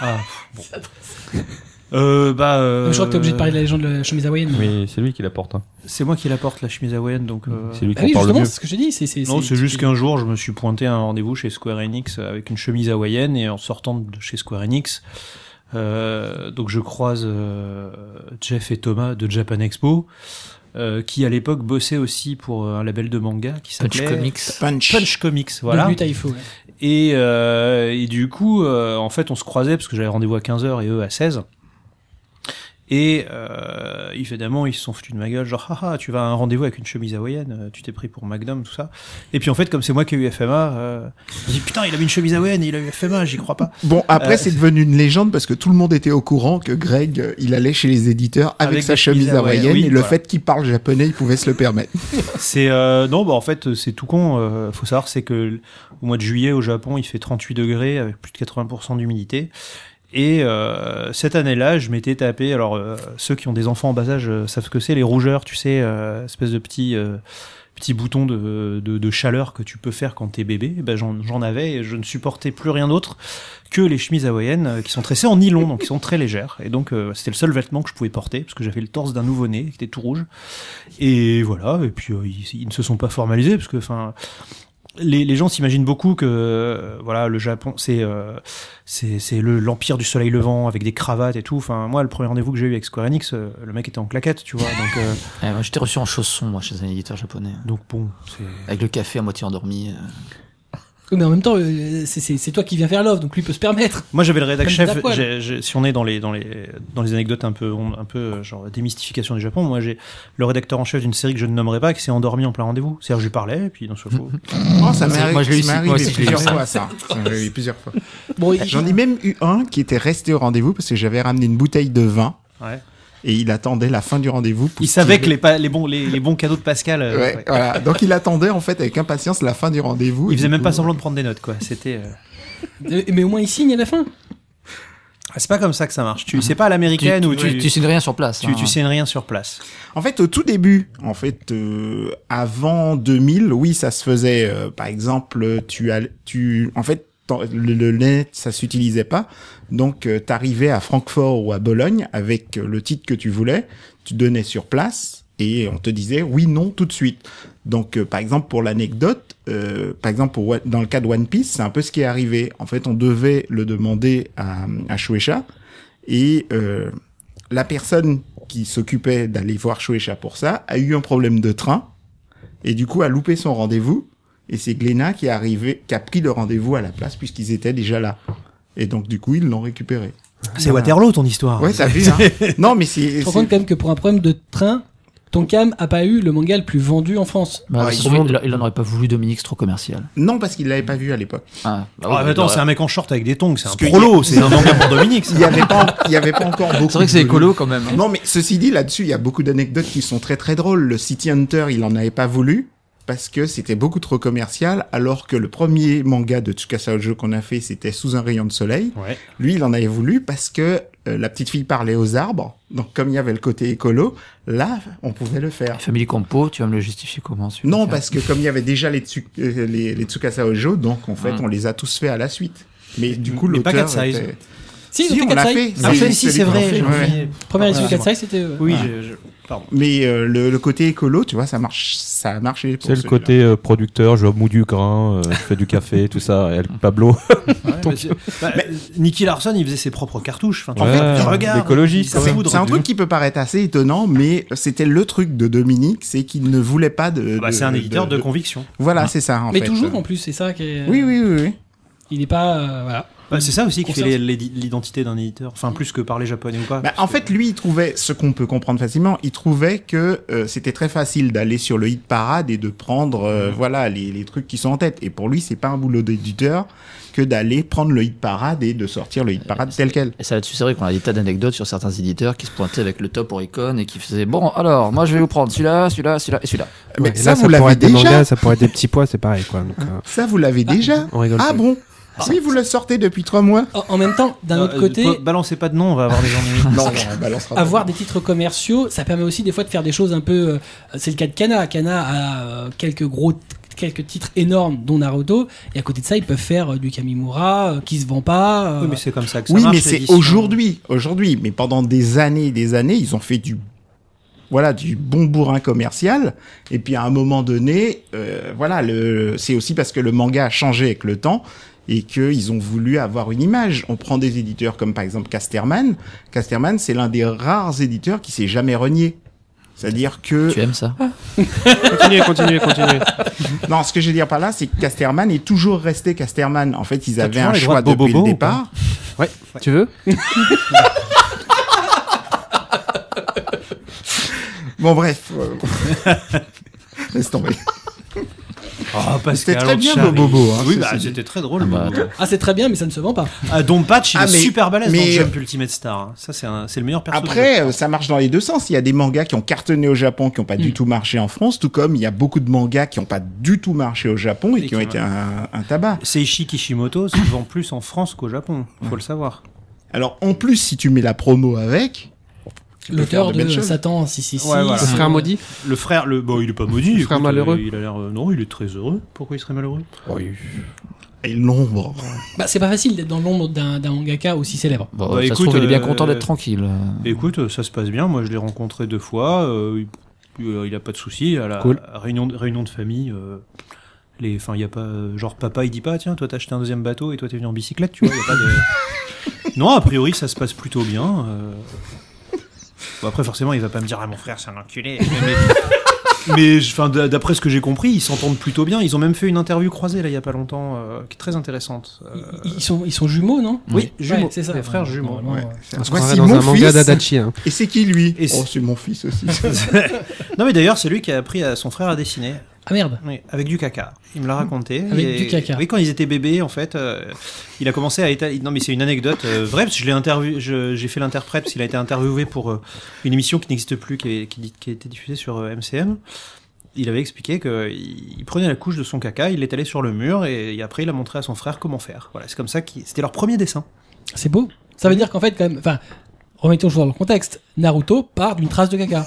Speaker 8: Ah, bon. Euh, bah. euh,
Speaker 1: Je crois que t'es obligé de parler de la légende de la chemise hawaïenne. mais-
Speaker 9: Mais c'est lui qui la porte. hein.
Speaker 8: C'est moi qui la porte, la chemise hawaïenne, donc. euh,
Speaker 9: C'est lui
Speaker 1: Bah
Speaker 9: qui en
Speaker 1: oui,
Speaker 9: parle le
Speaker 1: justement,
Speaker 9: mieux.
Speaker 1: c'est ce que je dis. c'est- c'est-
Speaker 8: Non, c'est juste
Speaker 1: tu-
Speaker 8: qu'un jour, je me suis pointé à un rendez-vous chez Square Enix avec une chemise hawaïenne et en sortant de chez Square Enix, euh, donc je croise euh, Jeff et Thomas de Japan Expo, euh, qui à l'époque bossaient aussi pour un label de manga qui
Speaker 2: Punch
Speaker 8: s'appelait
Speaker 2: Comics.
Speaker 6: Punch.
Speaker 8: Punch Comics, voilà.
Speaker 1: devenu Taifo, ouais.
Speaker 8: Et, euh, et du coup, euh, en fait, on se croisait parce que j'avais rendez-vous à 15h et eux à 16. Et, euh,
Speaker 3: évidemment, ils se sont foutus de ma gueule, genre, haha, tu vas à un rendez-vous avec une chemise hawaïenne, euh, tu t'es pris pour Magnum, tout ça. Et puis en fait, comme c'est moi qui ai eu FMA, euh, je me dis, putain, il a mis une chemise hawaïenne et il a eu FMA, j'y crois pas.
Speaker 6: Bon, après,
Speaker 3: Euh,
Speaker 6: c'est devenu une légende parce que tout le monde était au courant que Greg, euh, il allait chez les éditeurs avec,
Speaker 3: Avec
Speaker 6: sa
Speaker 3: des
Speaker 6: chemise
Speaker 3: chemises hawaïennes,
Speaker 6: hawaïenne
Speaker 3: oui,
Speaker 6: et le
Speaker 3: voilà.
Speaker 6: fait qu'il parle japonais, il pouvait se le permettre.
Speaker 3: C'est euh, non, bah en fait, c'est tout con. euh, faut savoir, c'est que l- au mois de juillet au Japon, il fait 38 degrés avec plus de 80% d'humidité. Et euh, cette année-là, je m'étais tapé. Alors, euh, ceux qui ont des enfants en bas âge euh, savent ce que c'est les rougeurs, tu sais, euh, espèce de petit euh, petit bouton de, de, de chaleur que tu peux faire quand t'es bébé. Eh Ben j'en j'en avais. Et je ne supportais plus rien d'autre que les chemises hawaïennes euh, qui sont tressées en nylon, donc qui sont très légères. Et donc, euh, c'était le seul vêtement que je pouvais porter parce que j'avais le torse d'un nouveau-né qui était tout rouge. Et voilà, et puis euh, ils, ils ne se sont pas formalisés parce que enfin les, les gens s'imaginent beaucoup que euh, voilà le Japon c'est euh, c'est c'est le l'empire du soleil levant avec des cravates et tout. Enfin moi le premier rendez-vous que j'ai eu avec Square Enix, euh, le mec était en claquette, tu vois. Donc euh,
Speaker 2: Eh, moi, j'étais reçu en chausson, moi, chez un éditeur japonais.
Speaker 3: donc bon, c'est
Speaker 2: Avec le café à moitié endormi. euh.
Speaker 1: Oui, mais en même temps, euh, c'est- c'est c'est toi qui viens faire l'offre, donc lui peut se permettre.
Speaker 3: Moi, j'avais le rédac
Speaker 1: Comme
Speaker 3: chef.
Speaker 1: Dapoil.
Speaker 3: j'ai- j'ai- si on est dans les dans les dans les anecdotes un peu on- un peu euh, genre démystification du Japon, moi j'ai le rédacteur en chef d'une série que je ne nommerai pas qui s'est endormi en plein rendez-vous. C'est-à-dire je lui parlais et puis d'un seul coup.
Speaker 6: Oh, ça m'est
Speaker 2: C'est-
Speaker 6: arri-
Speaker 2: moi, je l'ai eu
Speaker 6: ça
Speaker 2: aussi-
Speaker 6: m'est
Speaker 2: moi
Speaker 6: arrivé
Speaker 2: aussi, je l'ai eu
Speaker 6: plusieurs
Speaker 2: ça.
Speaker 6: fois, ça. Ça m'est arrivé plusieurs fois.
Speaker 1: Bon, il-
Speaker 6: J'en ai même eu un qui était resté au rendez-vous parce que j'avais ramené une bouteille de vin
Speaker 3: Ouais.
Speaker 6: et il attendait la fin du rendez-vous. pour
Speaker 3: Il savait que
Speaker 6: tirer-
Speaker 3: les pa- les bons les, les bons cadeaux de Pascal. euh,
Speaker 6: Ouais,
Speaker 3: ouais.
Speaker 6: voilà. Donc il attendait en fait avec impatience la fin du rendez-vous.
Speaker 3: Il
Speaker 6: Et
Speaker 3: faisait
Speaker 6: du
Speaker 3: même
Speaker 6: coup,
Speaker 3: pas semblant de prendre des notes, quoi. C'était. euh,
Speaker 1: euh, mais au moins il signe à la fin.
Speaker 3: ah, C'est pas comme ça que ça marche. Tu, c'est pas à
Speaker 2: Tu,
Speaker 3: l'américaine ou
Speaker 2: tu, tu signes rien sur place.
Speaker 3: tu,
Speaker 2: hein.
Speaker 3: tu signes rien sur place.
Speaker 6: En fait, au tout début, en fait, euh, avant 2000, oui, ça se faisait. euh, par exemple, tu as, tu, en fait, t'en- le, le net, ça s'utilisait pas. Donc, euh, t'arrivais à Francfort ou à Bologne avec euh, le titre que tu voulais. Tu donnais sur place et on te disait oui, non, tout de suite. Donc, euh, par exemple, pour l'anecdote, euh, par exemple, pour One- dans le cas de One Piece, c'est un peu ce qui est arrivé. En fait, on devait le demander à, à Shueisha et euh, la personne qui s'occupait d'aller voir Shueisha pour ça a eu un problème de train et du coup a loupé son rendez-vous. Et c'est Glénat qui est arrivé, qui a pris le rendez-vous à la place puisqu'ils étaient déjà là. Et donc du coup ils l'ont récupéré.
Speaker 3: C'est Waterloo ton
Speaker 2: Ah
Speaker 3: histoire.
Speaker 6: Ouais, t'as vu. Hein non, mais c'est.
Speaker 1: Je te
Speaker 6: c'est-
Speaker 1: rends compte quand même que pour un problème de train, Tonkam a pas eu le manga le plus vendu en France.
Speaker 2: Bah,
Speaker 3: Ah,
Speaker 6: Ouais,
Speaker 2: si
Speaker 6: ils
Speaker 2: tu
Speaker 6: sont-
Speaker 2: veux, il, il en aurait pas voulu, Dominique, c'est trop commercial.
Speaker 6: Non, parce qu'il l'avait pas vu à l'époque.
Speaker 2: Ah, bah
Speaker 3: Ah,
Speaker 2: ouais,
Speaker 3: mais
Speaker 2: il
Speaker 3: attends,
Speaker 2: aurait-
Speaker 3: c'est un mec en short avec des tongs, c'est un
Speaker 6: Parce que
Speaker 3: prolo, c'est un manga pour Dominique.
Speaker 6: Il y avait pas, il y avait pas encore beaucoup.
Speaker 2: C'est vrai que c'est
Speaker 6: de-
Speaker 2: écolo quand même. hein.
Speaker 6: Non, mais ceci dit, là-dessus, il y a beaucoup d'anecdotes qui sont très très drôles. Le City Hunter, il en avait pas voulu parce que c'était beaucoup trop commercial, alors que le premier manga de Tsukasa Ojo qu'on a fait, c'était Sous un rayon de soleil.
Speaker 3: Ouais.
Speaker 6: Lui, il en avait voulu parce que euh, la petite fille parlait aux arbres. Donc, comme il y avait le côté écolo, là, on pouvait le faire.
Speaker 2: Family Compo, tu vas me le justifier comment celui-là
Speaker 6: Non, parce que comme il y avait déjà les, tsu- euh, les, les Tsukasa Ojo, donc en fait,
Speaker 2: Mm.
Speaker 6: on les a tous fait à la suite. Mais du coup,
Speaker 3: Mais pas
Speaker 6: l'auteur.
Speaker 3: Cat Size.
Speaker 6: était-
Speaker 1: Si, ils ont
Speaker 6: Si,
Speaker 1: fait
Speaker 6: on
Speaker 1: Katsai.
Speaker 6: l'a fait.
Speaker 3: Ah,
Speaker 6: Oui,
Speaker 3: si, si,
Speaker 6: celui
Speaker 3: c'est
Speaker 6: qu'on
Speaker 3: vrai.
Speaker 6: fait,
Speaker 3: j'ai
Speaker 6: ouais.
Speaker 3: oublié.
Speaker 1: Première édition
Speaker 3: Excuse-moi.
Speaker 1: Katsai, c'était. euh,
Speaker 3: Oui,
Speaker 6: Ah.
Speaker 3: je- je- pardon.
Speaker 6: Mais euh, le, le côté écolo, tu vois, ça marche, ça a marché. pour
Speaker 9: C'est le
Speaker 6: celui-là.
Speaker 9: côté euh, producteur, je mou du grain, euh, je fais du café, tout ça. Et Pablo,
Speaker 3: Ouais, mais c'est- bah, euh, Nicky Larson, il faisait ses propres cartouches. Enfin, tu
Speaker 9: Ouais,
Speaker 3: fais, tu regardes,
Speaker 9: l'écologiste.
Speaker 3: il
Speaker 6: C'est
Speaker 3: foudre.
Speaker 6: c'est un truc qui peut paraître assez étonnant, mais c'était le truc de Dominique, c'est qu'il ne voulait pas de.
Speaker 3: Bah,
Speaker 6: de-
Speaker 3: c'est un éditeur de
Speaker 6: de-
Speaker 3: conviction.
Speaker 6: Voilà, c'est ça. En
Speaker 1: mais
Speaker 6: fait. euh.
Speaker 1: toujours en plus, c'est ça qui est.
Speaker 6: Oui, oui, oui. oui.
Speaker 1: Il n'est pas. euh, voilà.
Speaker 3: Bah, c'est ça aussi qui fait
Speaker 1: Concert.
Speaker 3: les- les- l'identité d'un éditeur. Enfin, plus que parler japonais ou pas.
Speaker 6: Bah,
Speaker 3: parce
Speaker 6: en
Speaker 3: que-
Speaker 6: fait, lui, il trouvait ce qu'on peut comprendre facilement. Il trouvait que euh, c'était très facile d'aller sur le hit parade et de prendre, euh,
Speaker 4: Mhm.
Speaker 6: voilà, les, les trucs qui sont en tête. Et pour lui, c'est pas un boulot d'éditeur que d'aller prendre le hit parade et de sortir le hit parade tel quel.
Speaker 2: Et ça là-dessus, c'est vrai qu'on a des tas d'anecdotes sur certains éditeurs qui se pointaient avec le top Oricon et qui faisaient Bon, alors, moi je vais vous prendre celui-là, celui-là, celui-là et celui-là.
Speaker 6: Mais
Speaker 4: Ouais, et
Speaker 6: ça,
Speaker 4: là,
Speaker 6: vous
Speaker 4: pourrait
Speaker 6: l'avez
Speaker 4: être des
Speaker 6: déjà.
Speaker 4: mangas, ça pourrait être des petits pois, c'est pareil, quoi. Donc, euh,
Speaker 6: Ça, vous l'avez déjà.
Speaker 4: on rigole.
Speaker 6: Ah
Speaker 4: plus.
Speaker 6: bon Oui, vous le sortez depuis trois mois.
Speaker 1: En, en même temps, d'un
Speaker 3: Euh,
Speaker 1: autre côté,
Speaker 3: euh, balancez pas de nom, on va avoir des ennuis.
Speaker 6: Non, non, on balancera pas.
Speaker 1: avoir des titres commerciaux, ça permet aussi des fois de faire des choses un peu. euh, c'est le cas de Kana. Kana a euh, quelques gros. t- quelques titres énormes, dont Naruto. Et à côté de ça, ils peuvent faire euh, du Kamimura, euh, qui se vend pas. euh,
Speaker 3: Oui, mais c'est comme ça que ça
Speaker 6: Oui,
Speaker 3: marche, euh.
Speaker 6: mais c'est
Speaker 3: l'édition.
Speaker 6: aujourd'hui, aujourd'hui. Mais pendant des années et des années, ils ont fait du, voilà, du bon bourrin commercial. Et puis à un moment donné, euh, voilà, le, c'est aussi parce que le manga a changé avec le temps et qu'ils ont voulu avoir une image. On prend des éditeurs comme par exemple Casterman. Casterman, c'est l'un des rares éditeurs qui s'est jamais renié. C'est-à-dire que
Speaker 2: Tu aimes ça
Speaker 3: Ah.
Speaker 4: Continuez, continuez, continuez.
Speaker 6: non, ce que je veux dire par là, c'est que Casterman est toujours resté Casterman. En fait, ils
Speaker 3: T'as
Speaker 6: avaient
Speaker 3: toujours
Speaker 6: un
Speaker 3: les droits
Speaker 6: choix
Speaker 3: de Bobobo
Speaker 6: depuis le
Speaker 3: ou pas
Speaker 6: départ.
Speaker 4: Tu veux
Speaker 6: Bon, bref. euh, Laisse tomber.
Speaker 3: Ah,
Speaker 6: C'était très bien, vos bobos. hein,
Speaker 3: oui,
Speaker 6: ceci
Speaker 3: bah,
Speaker 6: dit.
Speaker 3: c'était très drôle.
Speaker 2: Ah bah,
Speaker 3: Bobo.
Speaker 1: Ah, c'est très bien, mais ça ne se vend pas.
Speaker 3: Ah, Don Patch, il
Speaker 6: Ah,
Speaker 3: est
Speaker 6: mais-
Speaker 3: super balèze
Speaker 6: mais-
Speaker 3: dans Jump Ultimate Star. hein. Ça, c'est un- c'est le meilleur personnage.
Speaker 6: Après, euh, ça marche dans les deux sens. Il y a des mangas qui ont cartonné au Japon, qui n'ont pas
Speaker 1: Mm.
Speaker 6: du
Speaker 3: Hmm.
Speaker 6: tout marché en France, tout comme il y a beaucoup de mangas qui n'ont pas du tout marché au Japon et,
Speaker 3: Et
Speaker 6: qui ont
Speaker 3: qui-
Speaker 6: été un, un tabac.
Speaker 3: Seishi Kishimoto se vend plus en France qu'au Japon, faut le savoir.
Speaker 6: Alors, en plus, si tu mets la promo avec, tu peux faire
Speaker 1: L'auteur
Speaker 6: belles
Speaker 1: de
Speaker 6: choses.
Speaker 1: Satan, si, si, si.
Speaker 3: Ouais, voilà.
Speaker 4: Le frère maudit
Speaker 3: Le frère, le, bon, il est pas maudit.
Speaker 4: Le frère
Speaker 3: écoute,
Speaker 4: malheureux.
Speaker 3: euh, Il a l'air, euh, non, il est très heureux. Pourquoi Oh, il serait malheureux
Speaker 6: Et l'ombre.
Speaker 1: Bah, c'est pas facile d'être dans l'ombre d'un d'un mangaka aussi célèbre.
Speaker 2: Bon,
Speaker 3: Bah,
Speaker 2: ça
Speaker 3: écoute,
Speaker 2: se trouve, il est bien
Speaker 3: euh,
Speaker 2: content d'être tranquille. euh.
Speaker 3: Écoute, euh, ça se passe bien. Moi, je l'ai rencontré deux fois. euh, il, euh, il a pas de soucis. À la
Speaker 4: Cool.
Speaker 3: à la réunion, de- réunion de famille, euh, les, enfin, il y a pas, euh, genre, papa, il dit pas, tiens, toi, t'as acheté un deuxième bateau et toi, t'es venu en bicyclette, tu vois. y a pas de- non, a priori, ça se passe plutôt bien. euh. Bon, après, forcément, il va pas me dire, ah, mon frère, c'est un enculé. Mais- Mais je- 'fin, d'a- d'après ce que j'ai compris, ils s'entendent plutôt bien. Ils ont même fait une interview croisée là il y a pas longtemps, euh, qui est très intéressante. Euh,
Speaker 1: Ils, ils sont, ils sont jumeaux, non
Speaker 3: oui, jumeaux,
Speaker 1: Ouais, c'est ça.
Speaker 3: des frères jumeaux.
Speaker 1: Normalement, euh.
Speaker 6: Ouais.
Speaker 1: ouais.
Speaker 6: C'est-
Speaker 4: On se
Speaker 6: Voici
Speaker 4: croirait dans
Speaker 6: mon
Speaker 4: un manga
Speaker 6: fils.
Speaker 4: d'Adachi. hein.
Speaker 6: Et c'est qui lui
Speaker 3: Et c'est-
Speaker 6: Oh, c'est mon fils aussi.
Speaker 3: non mais d'ailleurs c'est lui qui a appris à son frère à dessiner.
Speaker 1: Ah merde
Speaker 3: Oui, avec du caca. Il me l'a raconté.
Speaker 1: Avec
Speaker 3: Et-
Speaker 1: du caca.
Speaker 3: Oui, quand ils étaient bébés, en fait, euh, il a commencé à étaler. Non, mais c'est une anecdote euh, vraie, parce que je l'ai interviewé, je- j'ai fait l'interprète, parce qu'il a été interviewé pour euh, une émission qui n'existe plus, qui, est- qui, dit- qui a été diffusée sur euh, MCM. Il avait expliqué qu'il prenait la couche de son caca, il l'étalait sur le mur, et, après, il a montré à son frère comment faire. Voilà, c'est comme ça qu'il. C'était leur premier dessin.
Speaker 1: C'est beau. Ça veut dire qu'en fait, quand même. Enfin, remettons toujours dans le contexte. Naruto part d'une trace de caca.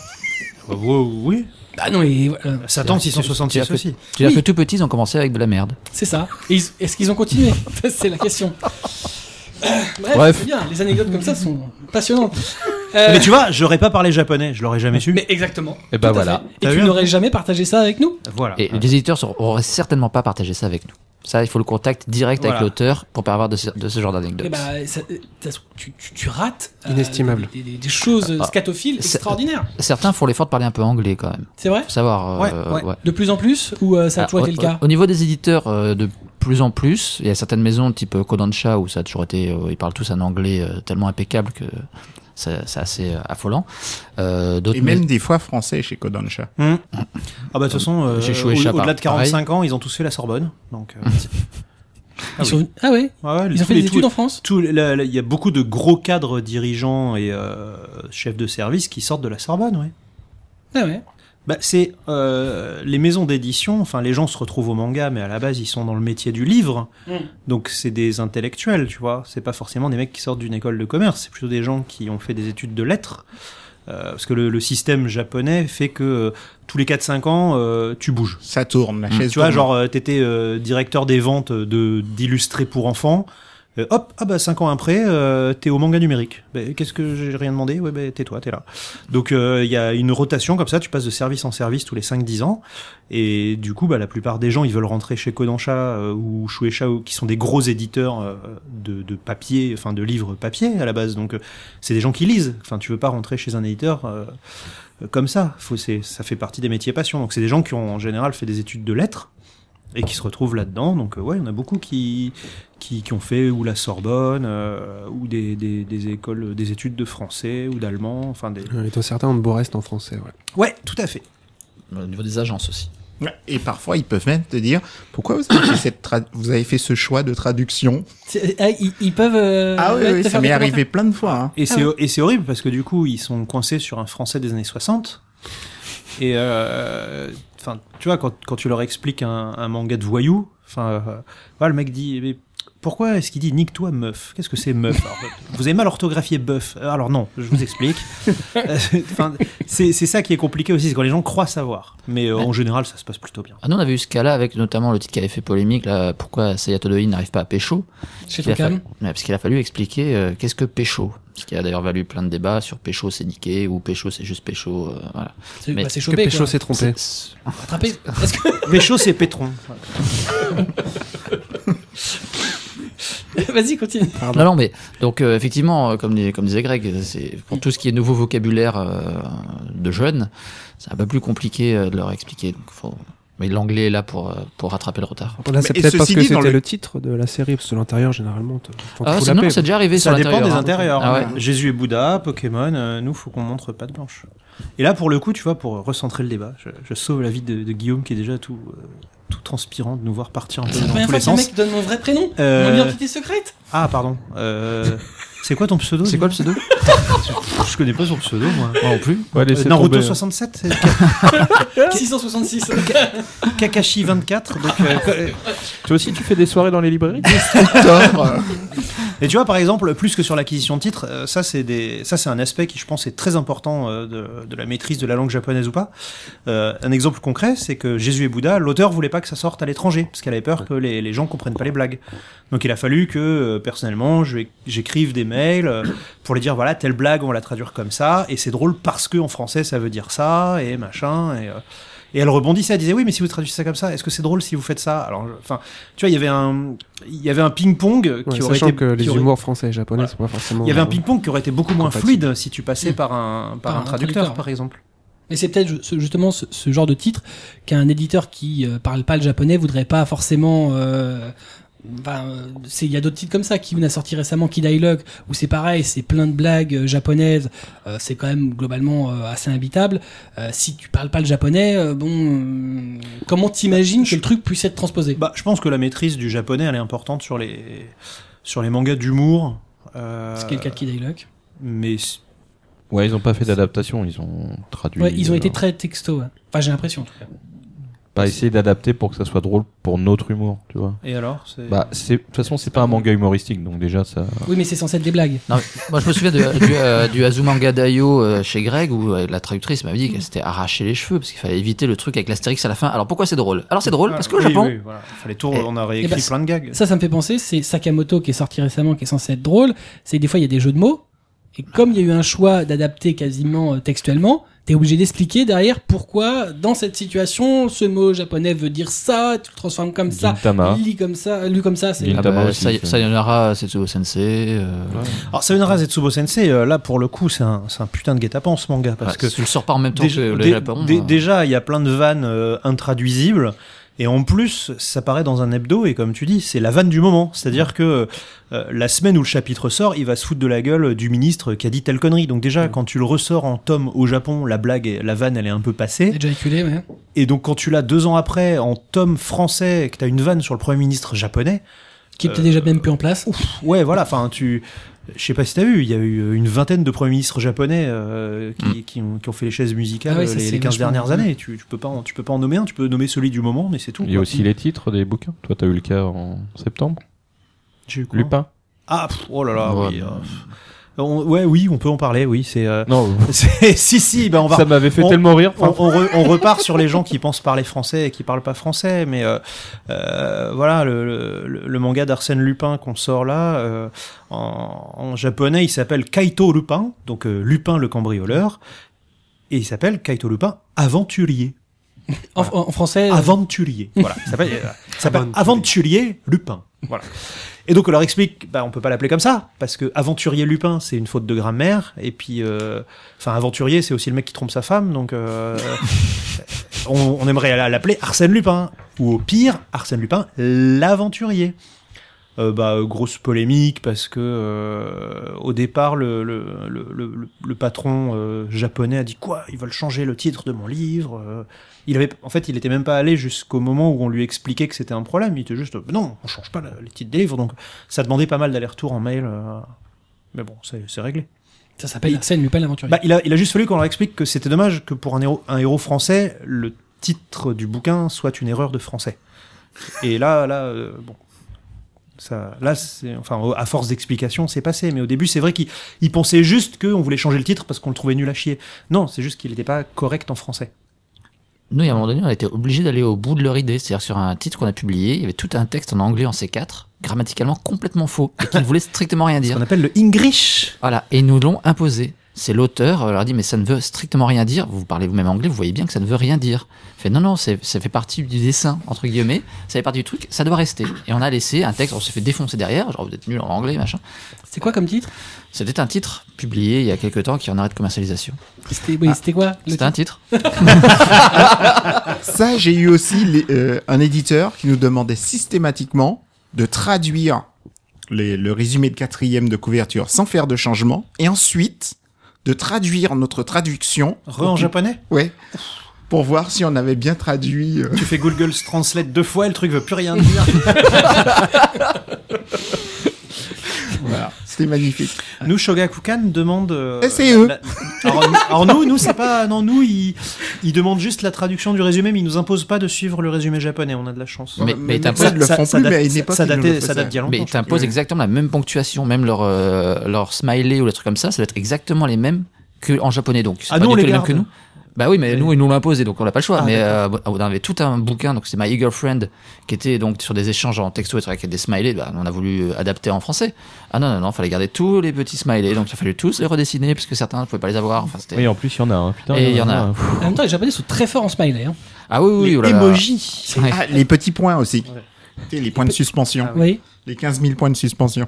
Speaker 3: oui.
Speaker 1: Bah non, et voilà,
Speaker 3: Satan
Speaker 2: Qui a
Speaker 3: 666
Speaker 2: fait-
Speaker 3: aussi.
Speaker 2: C'est-à-dire
Speaker 1: Oui.
Speaker 2: que tout petit, ils ont commencé avec de la merde.
Speaker 1: c'est ça. Et ils- Est-ce qu'ils ont continué C'est la question. Bref,
Speaker 10: Bref.
Speaker 1: c'est bien. Les anecdotes comme ça sont passionnantes. Euh,
Speaker 3: Mais tu vois, j'aurais pas parlé japonais, je l'aurais jamais su.
Speaker 1: mais exactement.
Speaker 10: Et ben
Speaker 1: Tout à
Speaker 10: voilà.
Speaker 1: fait.
Speaker 3: T'as
Speaker 1: Et
Speaker 3: vu
Speaker 1: tu
Speaker 3: un
Speaker 1: n'aurais jamais partagé ça avec nous
Speaker 3: Voilà.
Speaker 2: Et les éditeurs sont- auraient certainement pas partagé ça avec nous. Ça, il faut le contact direct
Speaker 3: Voilà.
Speaker 2: avec l'auteur pour pas avoir de ce, de ce genre
Speaker 1: Eh
Speaker 2: d'anecdote.
Speaker 1: ben, ça- ça- tu, tu- tu rates euh,
Speaker 4: Inestimable.
Speaker 1: des, des- des choses euh,
Speaker 2: Ah.
Speaker 1: scatophiles
Speaker 2: C'est-
Speaker 1: extraordinaires.
Speaker 2: Certains font l'effort de parler un peu anglais quand même.
Speaker 1: C'est vrai
Speaker 2: Faut savoir. euh,
Speaker 3: Ouais, ouais.
Speaker 1: De plus en plus Ou euh, ça a
Speaker 2: Ah,
Speaker 1: toujours
Speaker 2: au,
Speaker 1: été le cas
Speaker 2: au- au niveau des éditeurs, euh, de plus en plus, il y a certaines maisons type euh, Kodansha où ça a toujours été, euh, ils parlent tous un anglais euh, tellement impeccable que ça- c'est assez euh, affolant. Euh, D'autres
Speaker 6: Et même des fois français chez Kodansha.
Speaker 3: Hmm. Ah bah de toute façon, euh,
Speaker 2: J'ai
Speaker 3: au-
Speaker 2: choué Chapa,
Speaker 3: au-delà de 45 ans, ils ont tous fait la Sorbonne. Donc, euh,
Speaker 1: Ils sont- Ah ouais
Speaker 3: ouais, ouais,
Speaker 1: Ils ont
Speaker 3: tous
Speaker 1: fait
Speaker 3: les-
Speaker 1: des
Speaker 3: tous
Speaker 1: études en France
Speaker 3: tous les- là, là, Il y a beaucoup de gros cadres dirigeants et euh, chefs de service qui sortent de la Sorbonne, ouais.
Speaker 1: Ah ouais.
Speaker 3: Bah, c'est euh, les maisons d'édition, enfin les gens se retrouvent au manga, mais à la base ils sont dans le métier du livre,
Speaker 1: Mm.
Speaker 3: donc c'est des intellectuels, tu vois. C'est pas forcément des mecs qui sortent d'une école de commerce, c'est plutôt des gens qui ont fait des études de lettres, Euh, parce que le, le système japonais fait que euh, tous les 4-5 ans euh, tu bouges.
Speaker 6: Ça tourne, la chaise
Speaker 3: Tu vois,
Speaker 6: tourne.
Speaker 3: genre, euh, t'étais euh, directeur des ventes de d'illustrés pour enfants. Euh, hop, ah bah 5 ans après, euh, t'es au manga numérique. Ben, Qu'est-ce que j'ai rien demandé Ouais, ben tais-toi, t'es là. Donc euh, il y a une rotation comme ça, tu passes de service en service tous les 5-10 ans. Et du coup, bah, la plupart des gens, ils veulent rentrer chez Kodansha euh, ou Shueisha, ou- qui sont des gros éditeurs euh, de, de papier, enfin de livres papier à la base. Donc euh, c'est des gens qui lisent. Enfin, tu veux pas rentrer chez un éditeur euh, euh, comme ça. Faut, c'est- ça fait partie des métiers passion. Donc c'est des gens qui ont en général fait des études de lettres et qui se retrouvent là-dedans. Donc euh, ouais, il y en a beaucoup qui, qui, qui ont fait ou la Sorbonne euh, ou des, des, des écoles, des études de français ou d'allemand. Enfin des.
Speaker 4: Euh, Et dont certains ont de beaux restes en français. ouais.
Speaker 3: Ouais, tout à fait.
Speaker 2: euh, au niveau des agences aussi.
Speaker 6: Ouais. Et parfois, ils peuvent même te dire pourquoi vous avez fait, cette tra- vous avez fait ce choix de traduction.
Speaker 1: C'est- ah, ils, ils peuvent. euh,
Speaker 6: ah oui,
Speaker 1: ouais,
Speaker 6: oui,
Speaker 1: te
Speaker 6: ça
Speaker 1: faire
Speaker 6: m'est
Speaker 1: des
Speaker 6: arrivé plein de fois. hein.
Speaker 3: Et c'est
Speaker 1: ouais.
Speaker 3: et c'est horrible parce que du coup ils sont coincés sur un français des années 60. Et euh, enfin, tu vois quand, quand tu leur expliques un, un manga de voyous, enfin, euh, voilà, le mec dit eh, mais pourquoi est-ce qu'il dit nique-toi meuf Qu'est-ce que c'est meuf Alors, Vous avez mal orthographié bœuf. Euh, Alors non, je vous explique. Euh, enfin, c'est c'est ça qui est compliqué aussi, c'est quand les gens croient savoir. Mais euh, en général, ça se passe plutôt bien.
Speaker 2: Ah, nous, on avait eu ce cas-là avec notamment le titre qui avait fait polémique, là, pourquoi Sayato Doi n'arrive pas à Pécho.
Speaker 1: commentaires Chez
Speaker 2: Il a
Speaker 1: Tonkam.
Speaker 2: fallu- ouais, parce qu'il a fallu expliquer euh, qu'est-ce que Pécho. Ce qui a d'ailleurs valu plein de débats sur Pécho c'est niqué ou Pécho c'est juste Pécho. euh, voilà.
Speaker 1: C'est
Speaker 2: Mais-
Speaker 1: bah, c'est
Speaker 4: Que
Speaker 1: chopé.
Speaker 4: Pécho
Speaker 1: quoi.
Speaker 4: s'est trompé.
Speaker 2: C'est-
Speaker 1: Attrapé. Est-ce que-
Speaker 3: Pécho, c'est pétron.
Speaker 1: Vas-y, continue.
Speaker 3: Ah
Speaker 2: Non, non, mais donc euh, effectivement, euh, comme, dis- comme disait Greg, euh, c'est pour tout ce qui est nouveau vocabulaire euh, de jeunes, c'est un peu plus compliqué euh, de leur expliquer. Donc, faut- Mais l'anglais est là pour, euh, pour rattraper le retard.
Speaker 4: Là, c'est
Speaker 6: Mais- et
Speaker 4: peut-être parce
Speaker 6: ceci
Speaker 4: que
Speaker 6: dit, dans
Speaker 4: c'était le...
Speaker 6: le-
Speaker 4: titre de la série, parce que l'intérieur, généralement, te- faut-
Speaker 2: Ah,
Speaker 4: faut
Speaker 2: c'est
Speaker 4: la
Speaker 2: non,
Speaker 4: paix.
Speaker 2: c'est déjà arrivé
Speaker 3: Ça
Speaker 2: sur
Speaker 3: dépend des
Speaker 2: hein.
Speaker 3: intérieurs.
Speaker 2: Ah ouais.
Speaker 3: hein. Jésus et Bouddha, Pokémon, euh, nous, faut qu'on montre patte blanche. Et là, pour le coup, tu vois, pour recentrer le débat, je, je sauve la vie de, de Guillaume qui est déjà tout, euh, tout transpirant de nous voir partir un peu
Speaker 1: C'est la
Speaker 3: dans
Speaker 1: première
Speaker 3: tous
Speaker 1: fois
Speaker 3: les
Speaker 1: qu'un
Speaker 3: sens.
Speaker 1: mec donne mon vrai prénom,
Speaker 3: Euh,
Speaker 1: mon identité secrète.
Speaker 3: Ah, pardon. Euh, c'est quoi ton pseudo
Speaker 2: C'est quoi le pseudo
Speaker 3: Je connais pas son pseudo, moi.
Speaker 2: Moi non plus.
Speaker 9: Ouais,
Speaker 3: Euh,
Speaker 9: laissez
Speaker 3: Naruto
Speaker 9: tomber.
Speaker 3: 67 c'est
Speaker 1: 666.
Speaker 3: Kakashi 24 donc, euh, euh,
Speaker 9: Toi aussi, tu fais des soirées dans les librairies
Speaker 6: euh,
Speaker 3: et tu vois par exemple plus que sur l'acquisition de titres euh, ça c'est des ça c'est un aspect qui je pense est très important euh, de, de la maîtrise de la langue japonaise ou pas Euh, un exemple concret c'est que Jésus et Bouddha l'auteur voulait pas que ça sorte à l'étranger parce qu'elle avait peur que les, les gens comprennent pas les blagues donc il a fallu que euh, personnellement je- j'écrive des mails euh, pour les dire voilà telle blague on va la traduire comme ça et c'est drôle parce que en français ça veut dire ça et machin et euh, et elle rebondissait, elle disait oui, mais si vous traduisez ça comme ça, est-ce que c'est drôle si vous faites ça Alors, je- enfin, tu vois, il y avait un, il y avait un ping-pong
Speaker 4: Ouais,
Speaker 3: qui aurait
Speaker 4: sachant
Speaker 3: été,
Speaker 4: que les
Speaker 3: qui aurait-
Speaker 4: humours français et japonais,
Speaker 3: Voilà.
Speaker 4: c'est pas forcément.
Speaker 3: il y avait un
Speaker 4: euh,
Speaker 3: ping-pong qui aurait été beaucoup moins
Speaker 4: compatible.
Speaker 3: fluide si tu passais par un, par un, traducteur, par exemple.
Speaker 1: Mais c'est peut-être ju- ce- justement ce, ce genre de titre qu'un éditeur qui euh, parle pas le japonais voudrait pas forcément. euh, ben, euh, c'est- il y a d'autres titres comme ça qui a sorti récemment Kid I Love, où c'est pareil, c'est plein de blagues euh, japonaises. euh, c'est quand même globalement euh, assez imbitable. Euh, si tu parles pas le japonais, euh, bon, euh, comment t'imagines que le truc puisse être transposé
Speaker 3: Bah, je pense que la maîtrise du japonais, elle est importante sur les, sur les mangas d'humour. euh,
Speaker 1: C'est quel cas de Kid I Love
Speaker 3: mais c-
Speaker 9: Ouais, ils ont pas fait d'adaptation, ils ont traduit.
Speaker 1: Ouais, ils ont
Speaker 9: euh,
Speaker 1: été très texto. hein. Enfin, j'ai l'impression en tout cas.
Speaker 9: Pas essayer d'adapter pour que ça soit drôle pour notre humour, tu vois.
Speaker 3: et alors c'est-
Speaker 9: Bah, c'est de toute façon, c'est pas un manga humoristique, donc déjà ça.
Speaker 1: Oui, mais c'est censé être des blagues.
Speaker 2: Non, mais moi, je me souviens de- du, euh, du Azumanga Daioh euh, chez Greg où euh, la traductrice m'avait
Speaker 3: Mm.
Speaker 2: dit qu'elle s'était arraché les cheveux parce qu'il fallait éviter le truc avec l'astérix à la fin. Alors pourquoi c'est drôle Alors c'est drôle parce qu'au
Speaker 3: Ah, Oui,
Speaker 2: Japon, Eh,
Speaker 3: oui, voilà. Fallait tout-
Speaker 2: Et-
Speaker 3: on a réécrit
Speaker 1: et bah,
Speaker 3: plein de gags.
Speaker 1: Ça, ça me fait penser, c'est Sakamoto qui est sorti récemment, qui est censé être drôle. C'est que des fois, il y a des jeux de mots. Et comme il y a eu un choix d'adapter quasiment euh, textuellement, t'es obligé d'expliquer derrière pourquoi, dans cette situation, ce mot japonais veut dire ça, tu le transformes comme ça,
Speaker 9: Gintama.
Speaker 1: il lit comme ça, lu comme ça. C'est...
Speaker 9: Gin-
Speaker 2: Ah
Speaker 9: Notamment
Speaker 2: bah,
Speaker 9: aussi,
Speaker 2: Say-
Speaker 9: ça.
Speaker 2: Sayonara Setsuo Sensei. euh,
Speaker 3: Alors, Sayonara Zetsubo Sensei, euh, là, pour le coup, c'est un, c'est un putain de guet-apens, ce manga, parce
Speaker 2: ouais,
Speaker 3: que
Speaker 2: si tu le sors pas en même temps
Speaker 3: Déjà-
Speaker 2: que le
Speaker 3: dé-
Speaker 2: Japon.
Speaker 3: dé-
Speaker 2: euh,
Speaker 3: Déjà, il y a plein de vannes euh, intraduisibles. Et en plus, ça paraît dans un hebdo, et comme tu dis, c'est la vanne du moment. C'est-à-dire que euh, la semaine où le chapitre sort, il va se foutre de la gueule du ministre qui a dit telle connerie. Donc déjà, quand tu le ressors en tome au Japon, la blague, est- la vanne, elle est un peu passée.
Speaker 1: Déjà éculé, ouais.
Speaker 3: Et donc quand tu l'as deux ans après en tome français, et que t'as une vanne sur le premier ministre japonais,
Speaker 1: Qui est peut-être
Speaker 3: Euh,
Speaker 1: déjà même plus en place.
Speaker 3: ouais, voilà, enfin, tu... Je sais pas si t'as vu, il y a eu euh, une vingtaine de premiers ministres japonais euh,
Speaker 9: Mm.
Speaker 3: qui, qui ont, qui ont fait les chaises musicales euh,
Speaker 1: Ah oui, ça,
Speaker 3: les,
Speaker 1: c'est
Speaker 3: les 15
Speaker 1: vachement-
Speaker 3: dernières années. Tu, tu peux pas en, tu peux pas en nommer un, tu peux nommer celui du moment, mais c'est tout.
Speaker 9: Il y a
Speaker 3: quoi.
Speaker 9: aussi les titres des bouquins. Toi, t'as eu le cas en septembre.
Speaker 3: J'ai eu quoi
Speaker 9: Lupin.
Speaker 3: Ah, pff, oh là là,
Speaker 2: Ouais.
Speaker 3: oui. euh, pff. On- ouais, oui, on peut en parler, oui. C'est, euh,
Speaker 9: Non,
Speaker 3: c'est- si, si, ben on va
Speaker 9: ça m'avait fait
Speaker 3: on-
Speaker 9: tellement rire.
Speaker 3: on,
Speaker 9: enfin,
Speaker 3: on re- on repart sur les gens qui pensent parler français et qui parlent pas français, mais euh, euh, voilà, le, le- le manga d'Arsène Lupin qu'on sort là, euh, en, en japonais, il s'appelle Kaito Lupin, donc euh, Lupin le cambrioleur, et il s'appelle Kaito Lupin aventurier.
Speaker 1: En, en- en français, euh,
Speaker 3: Ah, Aventurier. Voilà, il s'appelle euh, il s'appelle Aventurier Lupin. Voilà. Et donc on leur explique, bah, on peut pas l'appeler comme ça, parce que Aventurier Lupin, c'est une faute de grammaire, et puis, euh, enfin, Aventurier, c'est aussi le mec qui trompe sa femme, donc euh, on, on aimerait la- l'appeler Arsène Lupin, ou au pire, Arsène Lupin, l'aventurier. Euh, bah, euh, grosse polémique parce que euh, au départ le, le, le, le, le patron euh, japonais a dit quoi ils veulent changer le titre de mon livre euh, il avait en fait il était même pas allé jusqu'au moment où on lui expliquait que c'était un problème il était juste euh, non on change pas le- les titres des livres donc ça demandait pas mal d'allers-retours en mail euh, mais bon c'est c'est réglé
Speaker 1: ça s'appelle Arsène Lupin l'aventurier.
Speaker 3: bah, il, a, il a juste fallu qu'on leur explique que c'était dommage que pour un héros, un héros français, le titre du bouquin soit une erreur de français. Et là, là, euh, bon. Ça, là, c'est- enfin, au- à force d'explication, c'est passé. Mais au début, c'est vrai qu'il il pensait juste qu'on voulait changer le titre parce qu'on le trouvait nul à chier. Non, c'est juste qu'il n'était pas correct en français.
Speaker 2: Nous, il y a un moment donné, on a été obligés d'aller au bout de leur idée. C'est-à-dire, sur un titre qu'on a publié, il y avait tout un texte en anglais en C4, grammaticalement complètement faux, et qui ne voulait strictement rien
Speaker 3: On
Speaker 2: dire.
Speaker 3: appelle le English.
Speaker 2: Voilà, et ils nous l'ont imposé. c'est l'auteur euh, leur dit mais ça ne veut strictement rien dire. Vous parlez vous-même anglais, vous voyez bien que ça ne veut rien dire. Il Fait non non, c'est- ça fait partie du dessin entre guillemets, ça fait partie du truc, ça doit rester. Et on a laissé un texte, on s'est fait défoncer derrière, genre vous êtes nul en anglais machin.
Speaker 1: C'est quoi comme titre
Speaker 2: C'était un titre publié il y a quelques temps qui est en arrêt de commercialisation.
Speaker 1: C'était oui, c'était quoi le
Speaker 2: C'était un titre.
Speaker 6: Ça, j'ai eu aussi les- euh, un éditeur qui nous demandait systématiquement de traduire les- le résumé de quatrième de couverture sans faire de changement, et ensuite de traduire notre traduction,
Speaker 3: Re en japonais
Speaker 6: ouais, pour voir si on avait bien traduit. euh.
Speaker 3: Tu fais Google Translate deux fois, le truc veut plus rien dire.
Speaker 6: voilà, c'était magnifique.
Speaker 3: Nous, Shogakukan demande. euh,
Speaker 6: Eh, c'est eux.
Speaker 3: la- Alors, alors nous, nous c'est pas. Non, nous, ils, ils demandent juste la traduction du résumé, mais ils nous imposent pas de suivre le résumé japonais. On a de la chance.
Speaker 2: Mais- mais t'as
Speaker 6: maintenant,
Speaker 2: pas-
Speaker 6: ils le font plus,
Speaker 3: date-
Speaker 6: mais à une époque,
Speaker 3: ça
Speaker 6: ils nous le
Speaker 3: datait- ça
Speaker 6: faisaient.
Speaker 3: date d'il y a longtemps.
Speaker 2: Mais ils t'imposent
Speaker 6: Ouais.
Speaker 2: exactement la même ponctuation, même leur, euh, leur smiley ou les trucs comme ça, ça doit être exactement les mêmes qu'en japonais donc. C'est
Speaker 3: Ah
Speaker 2: pas
Speaker 3: non,
Speaker 2: du
Speaker 3: on
Speaker 2: tout
Speaker 3: les
Speaker 2: mêmes
Speaker 3: garde.
Speaker 2: que nous. Bah oui, mais nous, ils nous l'ont imposé, donc on n'a pas le choix.
Speaker 3: Ah,
Speaker 2: mais euh, on avait tout un bouquin, donc c'est My Eager Friend, qui était donc sur des échanges en texto et trucs avec des smileys. Bah, on a voulu adapter en français. Ah non, non, non, fallait garder tous les petits smileys, donc il a fallu tous les redessiner, parce que certains ne pouvaient pas les avoir. Enfin, c'était-
Speaker 9: Oui, en plus, il y en a. hein. Putain,
Speaker 2: Et il y en a.
Speaker 9: un.
Speaker 1: En même temps, les japonais sont très forts en smiley. Hein.
Speaker 2: Ah oui, oui,
Speaker 6: les
Speaker 2: oh là là.
Speaker 6: emojis.
Speaker 2: Ouais.
Speaker 6: Ah, les petits points aussi. Tu sais, Les points de suspension.
Speaker 1: Oui.
Speaker 6: Les 15 000 points de suspension.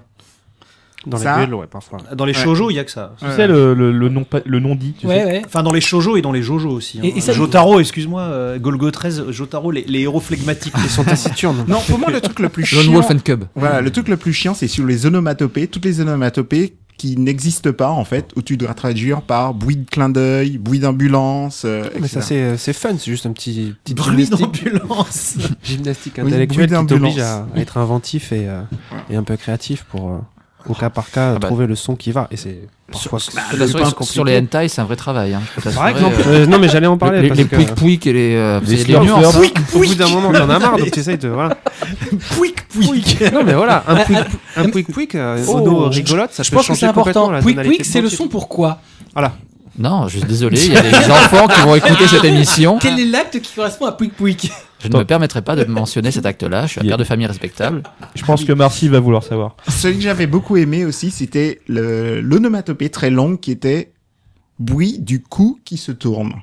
Speaker 4: Dans
Speaker 6: Ça-
Speaker 4: les bulles, ouais, parfois.
Speaker 3: Dans les
Speaker 6: Ouais.
Speaker 3: shoujo, il y a que ça.
Speaker 9: Tu sais, le, le, le nom, pa- le nom dit. Tu
Speaker 1: Ouais,
Speaker 9: sais.
Speaker 1: ouais.
Speaker 3: Enfin, dans les shoujo et dans les jojo aussi. hein.
Speaker 1: Et- et ça-
Speaker 3: Jotaro, excuse-moi, euh, Golgo 13, Jotaro, les, les héros flegmatiques.
Speaker 4: Ils sont taciturnes.
Speaker 6: Non, pour moi, le truc le plus
Speaker 2: Lone
Speaker 6: chiant.
Speaker 2: Wolf and Cub.
Speaker 6: Voilà, le truc le plus chiant, c'est sur les onomatopées, toutes les onomatopées qui n'existent pas, en fait, où tu dois traduire par bruit de clin d'œil, bruit d'ambulance, euh,
Speaker 4: Mais
Speaker 6: etc.
Speaker 4: ça, c'est c'est fun, c'est juste un petit, petit
Speaker 3: Bruit
Speaker 4: gymnastique,
Speaker 3: d'ambulance.
Speaker 4: gymnastique
Speaker 6: Oui,
Speaker 4: intellectuelle
Speaker 6: bruit
Speaker 4: qui
Speaker 6: d'ambulance.
Speaker 4: t'oblige à, à être inventif et, euh, et un peu créatif pour, euh, au cas par cas,
Speaker 2: Ah bah.
Speaker 4: trouver le son qui va. Et c'est
Speaker 2: Sur,
Speaker 4: parfois
Speaker 2: sur- bah,
Speaker 4: c'est
Speaker 2: de toute façon,
Speaker 4: pas
Speaker 2: sur- sur les
Speaker 4: compliqué.
Speaker 2: hentai, c'est un vrai travail. Hein. Ça, c'est
Speaker 4: Par
Speaker 2: vrai,
Speaker 4: exemple,
Speaker 2: euh,
Speaker 4: euh, non, mais j'allais en parler.
Speaker 2: les,
Speaker 4: parce
Speaker 2: les
Speaker 4: que,
Speaker 2: pouic pouic et les, euh,
Speaker 9: Les
Speaker 2: c'est les
Speaker 9: slurps.
Speaker 2: nuances. hein.
Speaker 4: Au bout d'un moment, t'en as marre, donc t'essayes de. Voilà.
Speaker 6: Pouic, pouic.
Speaker 4: Non, mais voilà, un pouic, un pouic, pouic, euh,
Speaker 1: Oh.
Speaker 4: mono rigolote, ça
Speaker 1: Je
Speaker 4: peut
Speaker 1: pense que
Speaker 4: changer
Speaker 1: c'est
Speaker 4: complètement
Speaker 1: important.
Speaker 4: la
Speaker 1: Pouic
Speaker 4: tonalité
Speaker 1: pouic, c'est
Speaker 4: du
Speaker 1: le
Speaker 4: morceau.
Speaker 1: son pourquoi
Speaker 2: Non, je suis désolé, il y a des enfants qui vont écouter cette émission.
Speaker 1: Quel est l'acte qui correspond à pouic pouic
Speaker 2: Je ne me permettrai pas de mentionner cet acte-là. Je suis un
Speaker 9: Yeah.
Speaker 2: père de famille respectable.
Speaker 9: Je pense que Marcy va vouloir savoir.
Speaker 6: Celui que j'avais beaucoup aimé aussi, c'était le- l'onomatopée très longue qui était bruit du cou qui se tourne.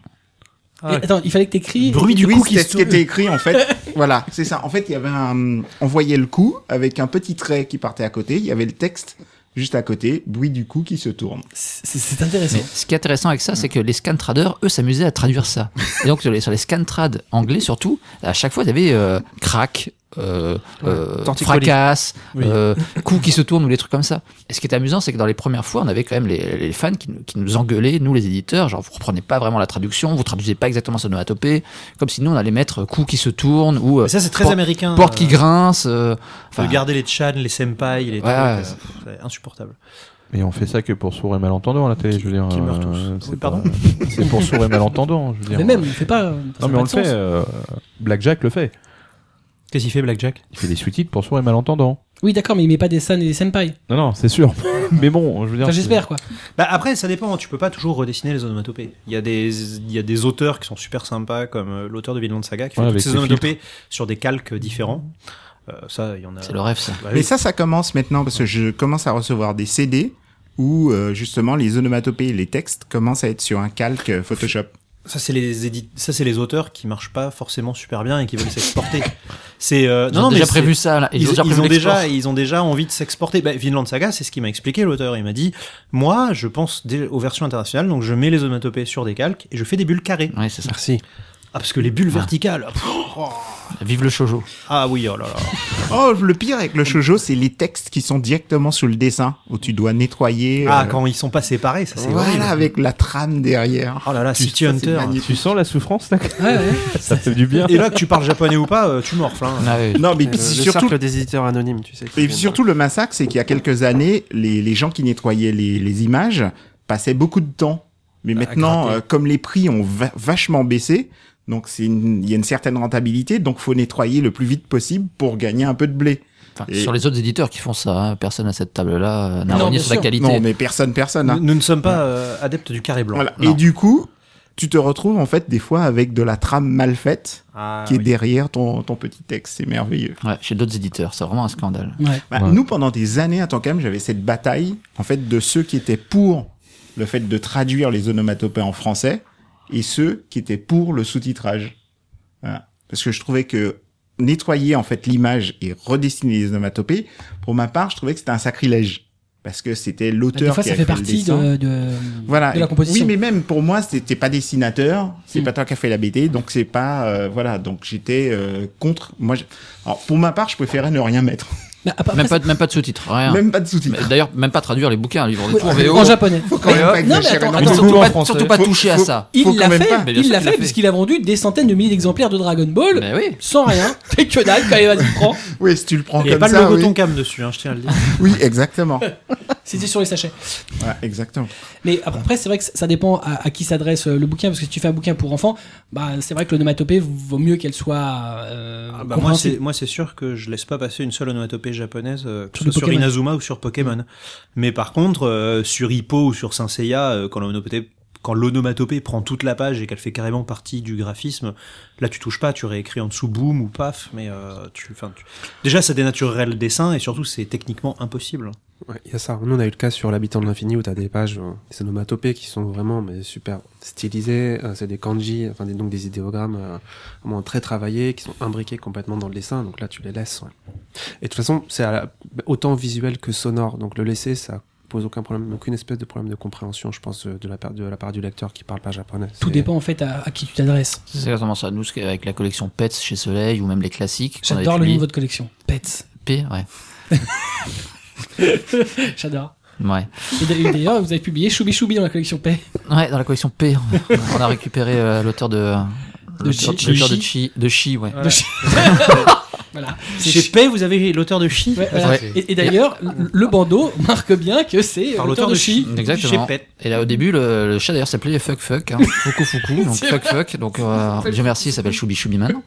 Speaker 3: Ah,
Speaker 1: Et Attends, il fallait que t'écris.
Speaker 3: Bruit du
Speaker 6: oui,
Speaker 3: cou qui
Speaker 6: c'était
Speaker 3: se
Speaker 6: ce qui était écrit, en fait. voilà, c'est ça. En fait, il y avait un, on voyait le cou avec un petit trait qui partait à côté, il y avait le texte juste à côté, bruit du cou qui se tourne.
Speaker 1: C'est c'est intéressant.
Speaker 2: Mais ce qui est intéressant avec ça, c'est que les scan-traders, eux, s'amusaient à traduire ça. Et donc, sur les, sur les scan-trad anglais, surtout, à chaque fois, il y avait euh, crack, euh, euh,
Speaker 4: torticolis.
Speaker 2: fracasse, euh, coup qui se tourne ou des trucs comme ça. Et ce qui est amusant, c'est que dans les premières fois, on avait quand même les, les fans qui, nous- qui nous engueulaient, nous les éditeurs, genre vous reprenez pas vraiment la traduction, vous traduisez pas exactement sonomatopée, comme si nous on allait mettre coup qui se tourne ou euh,
Speaker 3: Mais ça, c'est très
Speaker 2: Porte-
Speaker 3: américain.
Speaker 2: porte qui
Speaker 3: euh,
Speaker 2: grince. euh,
Speaker 3: De
Speaker 2: enfin,
Speaker 3: garder les chans, les senpai,
Speaker 2: Ouais,
Speaker 3: les trucs, euh,
Speaker 2: ouais.
Speaker 3: c'est insupportable.
Speaker 9: Mais on fait ça que pour sourds et malentendants à la télé, je veux dire.
Speaker 3: Qu'ils meurent
Speaker 9: euh,
Speaker 3: tous.
Speaker 9: c'est
Speaker 3: Oui, pardon.
Speaker 9: pas- C'est pour sourds et malentendants, je veux dire.
Speaker 1: Mais même, on fait pas. ça
Speaker 9: Non,
Speaker 1: n'a
Speaker 9: mais
Speaker 1: pas
Speaker 9: on
Speaker 1: de
Speaker 9: le fait.
Speaker 1: sens.
Speaker 9: euh, Blackjack le fait.
Speaker 3: Qu'est-ce qu'il fait, Blackjack
Speaker 9: Il fait des sous-titres pour sourds et malentendants.
Speaker 1: Oui, d'accord, mais il met pas des san et des senpai.
Speaker 9: Non, non, c'est sûr. Mais bon, je veux dire.
Speaker 1: Enfin, j'espère quoi.
Speaker 3: Bah après, ça dépend. Tu peux pas toujours redessiner les onomatopées. Il y a des, il y a des auteurs qui sont super sympas, comme euh, l'auteur de Vinland Saga, qui
Speaker 9: Ouais,
Speaker 3: fait
Speaker 9: avec
Speaker 3: toutes ses
Speaker 9: ses
Speaker 3: onomatopées sur des calques différents. Euh, ça, il y en a.
Speaker 2: c'est le rêve ça.
Speaker 3: Bah oui.
Speaker 6: Mais ça, ça commence maintenant parce que je commence à recevoir des CD où euh, justement les onomatopées et les textes commencent à être sur un calque euh, Photoshop.
Speaker 3: Ça, c'est les édit- ça c'est les auteurs qui marchent pas forcément super bien et qui veulent s'exporter. C'est euh,
Speaker 2: Ils ont déjà
Speaker 3: c'est-
Speaker 2: prévu ça. Là.
Speaker 3: Ils, ils
Speaker 2: prévu
Speaker 3: ont
Speaker 2: l'export.
Speaker 3: déjà, ils ont déjà envie de s'exporter. Bah, Vinland Saga, c'est ce qu'il m'a expliqué l'auteur. Il m'a dit, moi, je pense dé- aux versions internationales, donc je mets les onomatopées sur des calques et je fais des bulles carrées.
Speaker 2: Ouais, c'est ça.
Speaker 4: Merci.
Speaker 3: Ah, parce que les bulles verticales. pff,
Speaker 2: Vive le shoujo.
Speaker 3: Ah oui, oh là là.
Speaker 6: Oh, le pire avec le shoujo, c'est les textes qui sont directement sur le dessin où tu dois nettoyer.
Speaker 3: Ah,
Speaker 6: euh,
Speaker 3: quand ils sont pas séparés, ça c'est
Speaker 6: voilà,
Speaker 3: horrible.
Speaker 6: avec la trame derrière.
Speaker 3: Oh là là, City
Speaker 6: Ça, c'est
Speaker 3: Hunter.
Speaker 6: magnifique.
Speaker 9: Tu sens la souffrance, là
Speaker 1: Ouais, ouais.
Speaker 9: Ça fait du bien.
Speaker 3: Et là, que tu parles japonais ou pas, euh, tu morfles. hein.
Speaker 2: Ah oui.
Speaker 6: Non, mais
Speaker 4: Et
Speaker 6: puis
Speaker 4: euh, le,
Speaker 6: c'est
Speaker 4: le
Speaker 6: surtout.
Speaker 4: cercle des éditeurs anonymes, tu sais. qui
Speaker 6: Et
Speaker 4: viennent-
Speaker 6: surtout, le massacre, c'est qu'il y a quelques années, les, les gens qui nettoyaient les, les images passaient beaucoup de temps. Mais maintenant,
Speaker 4: gratter.
Speaker 6: euh, comme les prix ont va- vachement baissé, donc c'est une- il y a une certaine rentabilité, donc faut nettoyer le plus vite possible pour gagner un peu de blé.
Speaker 2: Enfin,
Speaker 6: Et-
Speaker 2: Sur les autres éditeurs qui font ça, hein, personne à cette table-là euh, n'a
Speaker 1: Non,
Speaker 2: renié
Speaker 1: bien
Speaker 2: sur la
Speaker 1: sûr.
Speaker 2: qualité.
Speaker 6: Non, mais personne, personne. hein.
Speaker 3: Nous, nous ne sommes pas euh, adeptes du carré blanc.
Speaker 6: Voilà.
Speaker 2: Non.
Speaker 6: Et du coup, tu te retrouves en fait des fois avec de la trame mal faite
Speaker 3: Ah,
Speaker 6: qui est
Speaker 3: oui.
Speaker 6: derrière ton, ton petit texte. C'est merveilleux.
Speaker 2: Ouais, chez d'autres éditeurs, c'est vraiment un scandale.
Speaker 1: Ouais.
Speaker 6: Bah,
Speaker 9: Ouais.
Speaker 6: Nous, pendant des années, à Tonkam, j'avais cette bataille, en fait, de ceux qui étaient pour le fait de traduire les onomatopées en français et ceux qui étaient pour le sous-titrage. Voilà. Parce que je trouvais que nettoyer en fait l'image et redessiner les onomatopées, pour ma part, je trouvais que c'était un sacrilège parce que c'était l'auteur
Speaker 1: Bah, Des fois,
Speaker 6: qui
Speaker 1: ça
Speaker 6: avait
Speaker 1: fait
Speaker 6: le
Speaker 1: partie
Speaker 6: dessin.
Speaker 1: de, de-
Speaker 6: voilà.
Speaker 1: de la composition.
Speaker 6: Oui, mais même pour moi, c'était pas dessinateur, c'est
Speaker 1: Mm.
Speaker 6: pas toi qui as fait la BD, donc c'est pas euh, voilà, donc j'étais euh, contre. Moi, je- alors pour ma part, je préférais ne rien mettre,
Speaker 1: Mais Bah, après-
Speaker 2: Même
Speaker 1: après,
Speaker 2: pas, de- même pas de sous-titres,
Speaker 1: Ah.
Speaker 2: rien.
Speaker 6: même pas de sous-titres.
Speaker 2: Mais D'ailleurs, même pas traduire les bouquins, les livres de
Speaker 1: c'est-
Speaker 2: cours
Speaker 1: Ouais,
Speaker 2: VO.
Speaker 1: en japonais.
Speaker 6: quand même
Speaker 1: Mais-
Speaker 6: pas
Speaker 1: non, mais
Speaker 6: exagérer
Speaker 1: attends,
Speaker 6: non
Speaker 1: attends,
Speaker 6: plus.
Speaker 1: surtout
Speaker 2: Surtout
Speaker 1: pas-
Speaker 2: pas,
Speaker 6: Faut-
Speaker 2: surtout pas
Speaker 6: faut-
Speaker 2: toucher à
Speaker 6: faut-
Speaker 2: ça.
Speaker 6: Faut
Speaker 1: il
Speaker 6: quand
Speaker 1: l'a
Speaker 6: même
Speaker 1: fait,
Speaker 6: pas.
Speaker 2: Mais bien
Speaker 1: il
Speaker 2: sûr
Speaker 1: l'a
Speaker 2: qu'il l'a
Speaker 1: fait
Speaker 2: fait.
Speaker 1: parce qu'il a vendu des centaines de milliers d'exemplaires de Dragon Ball
Speaker 2: Mais oui.
Speaker 1: sans rien. Et que dalle quand il vas-y prends.
Speaker 6: Oui, si tu le prends
Speaker 3: Il n'y a
Speaker 6: comme
Speaker 3: pas
Speaker 6: ça.
Speaker 3: le logo
Speaker 6: oui.
Speaker 3: Tonkam dessus, hein, je tiens à le dire.
Speaker 6: Oui, exactement.
Speaker 1: C'était sur les sachets.
Speaker 6: Voilà, exactement.
Speaker 1: Mais après, après, c'est vrai que ça dépend à, à qui s'adresse euh, le bouquin parce que si tu fais un bouquin pour enfants, bah c'est vrai que l'onomatopée vaut mieux qu'elle soit. euh,
Speaker 3: Ah bah moi,
Speaker 1: compréhensible.
Speaker 3: c'est, moi, c'est sûr que je laisse pas passer une seule onomatopée japonaise, euh, que
Speaker 1: Sur
Speaker 3: ce
Speaker 1: du
Speaker 3: soit sur
Speaker 1: Pokémon.
Speaker 3: Inazuma ou sur Pokémon. Mais par contre, euh, sur Hippo ou sur Saint Seiya, euh, quand l'onomatopée, quand l'onomatopée prend toute la page et qu'elle fait carrément partie du graphisme, là, tu touches pas, tu réécris en dessous boum ou paf, mais euh, tu, enfin, tu- déjà, ça dénaturerait le dessin et surtout, c'est techniquement impossible.
Speaker 4: Ouais, il y a ça. Nous, on a eu le cas sur l'habitant de l'infini où tu as des pages, euh, des onomatopées qui sont vraiment mais, super stylisées. euh, c'est des kanji, enfin des, donc des idéogrammes euh, vraiment très travaillés, qui sont imbriqués complètement dans le dessin. Donc là, tu les laisses. ouais. Et de toute façon, c'est à la- autant visuel que sonore. Donc le laisser, ça pose aucun problème, aucune espèce de problème de compréhension, je pense, euh, de la part, de la part du lecteur qui parle pas japonais.
Speaker 1: Tout
Speaker 4: C'est-
Speaker 1: dépend en fait à, à qui tu t'adresses.
Speaker 2: C'est exactement ça. Nous, ce que- avec la collection Pets chez Soleil ou même les classiques. qu'on avait
Speaker 1: J'adore le
Speaker 2: publiés.
Speaker 1: nom de votre collection. Pets.
Speaker 2: P, ouais.
Speaker 1: J'adore.
Speaker 2: Ouais.
Speaker 1: Et d'a- et d'ailleurs, vous avez publié Choubi Choubi dans la collection Pets.
Speaker 2: Ouais, dans la collection P, on a- on a récupéré euh, l'auteur de.
Speaker 1: De
Speaker 2: l'auteur-
Speaker 1: Chi.
Speaker 2: l'auteur
Speaker 1: De
Speaker 2: de Chi. De Chi, ouais.
Speaker 1: De chi- voilà. C'est
Speaker 3: Chez
Speaker 1: chi-
Speaker 3: P, vous avez l'auteur de Chi.
Speaker 1: Ouais, voilà.
Speaker 2: Ouais.
Speaker 1: Et, et d'ailleurs, le- le bandeau marque bien que c'est
Speaker 3: Par
Speaker 1: euh, l'auteur de chi.
Speaker 2: Exactement.
Speaker 3: Chez Pet.
Speaker 2: Et là, au début, le, le chat d'ailleurs s'appelait Fuck Fuck, hein. Fuku Fuku, donc
Speaker 1: C'est
Speaker 2: Fuck Fuck. Donc, euh, Dieu merci, il s'appelle Choubi Choubi maintenant.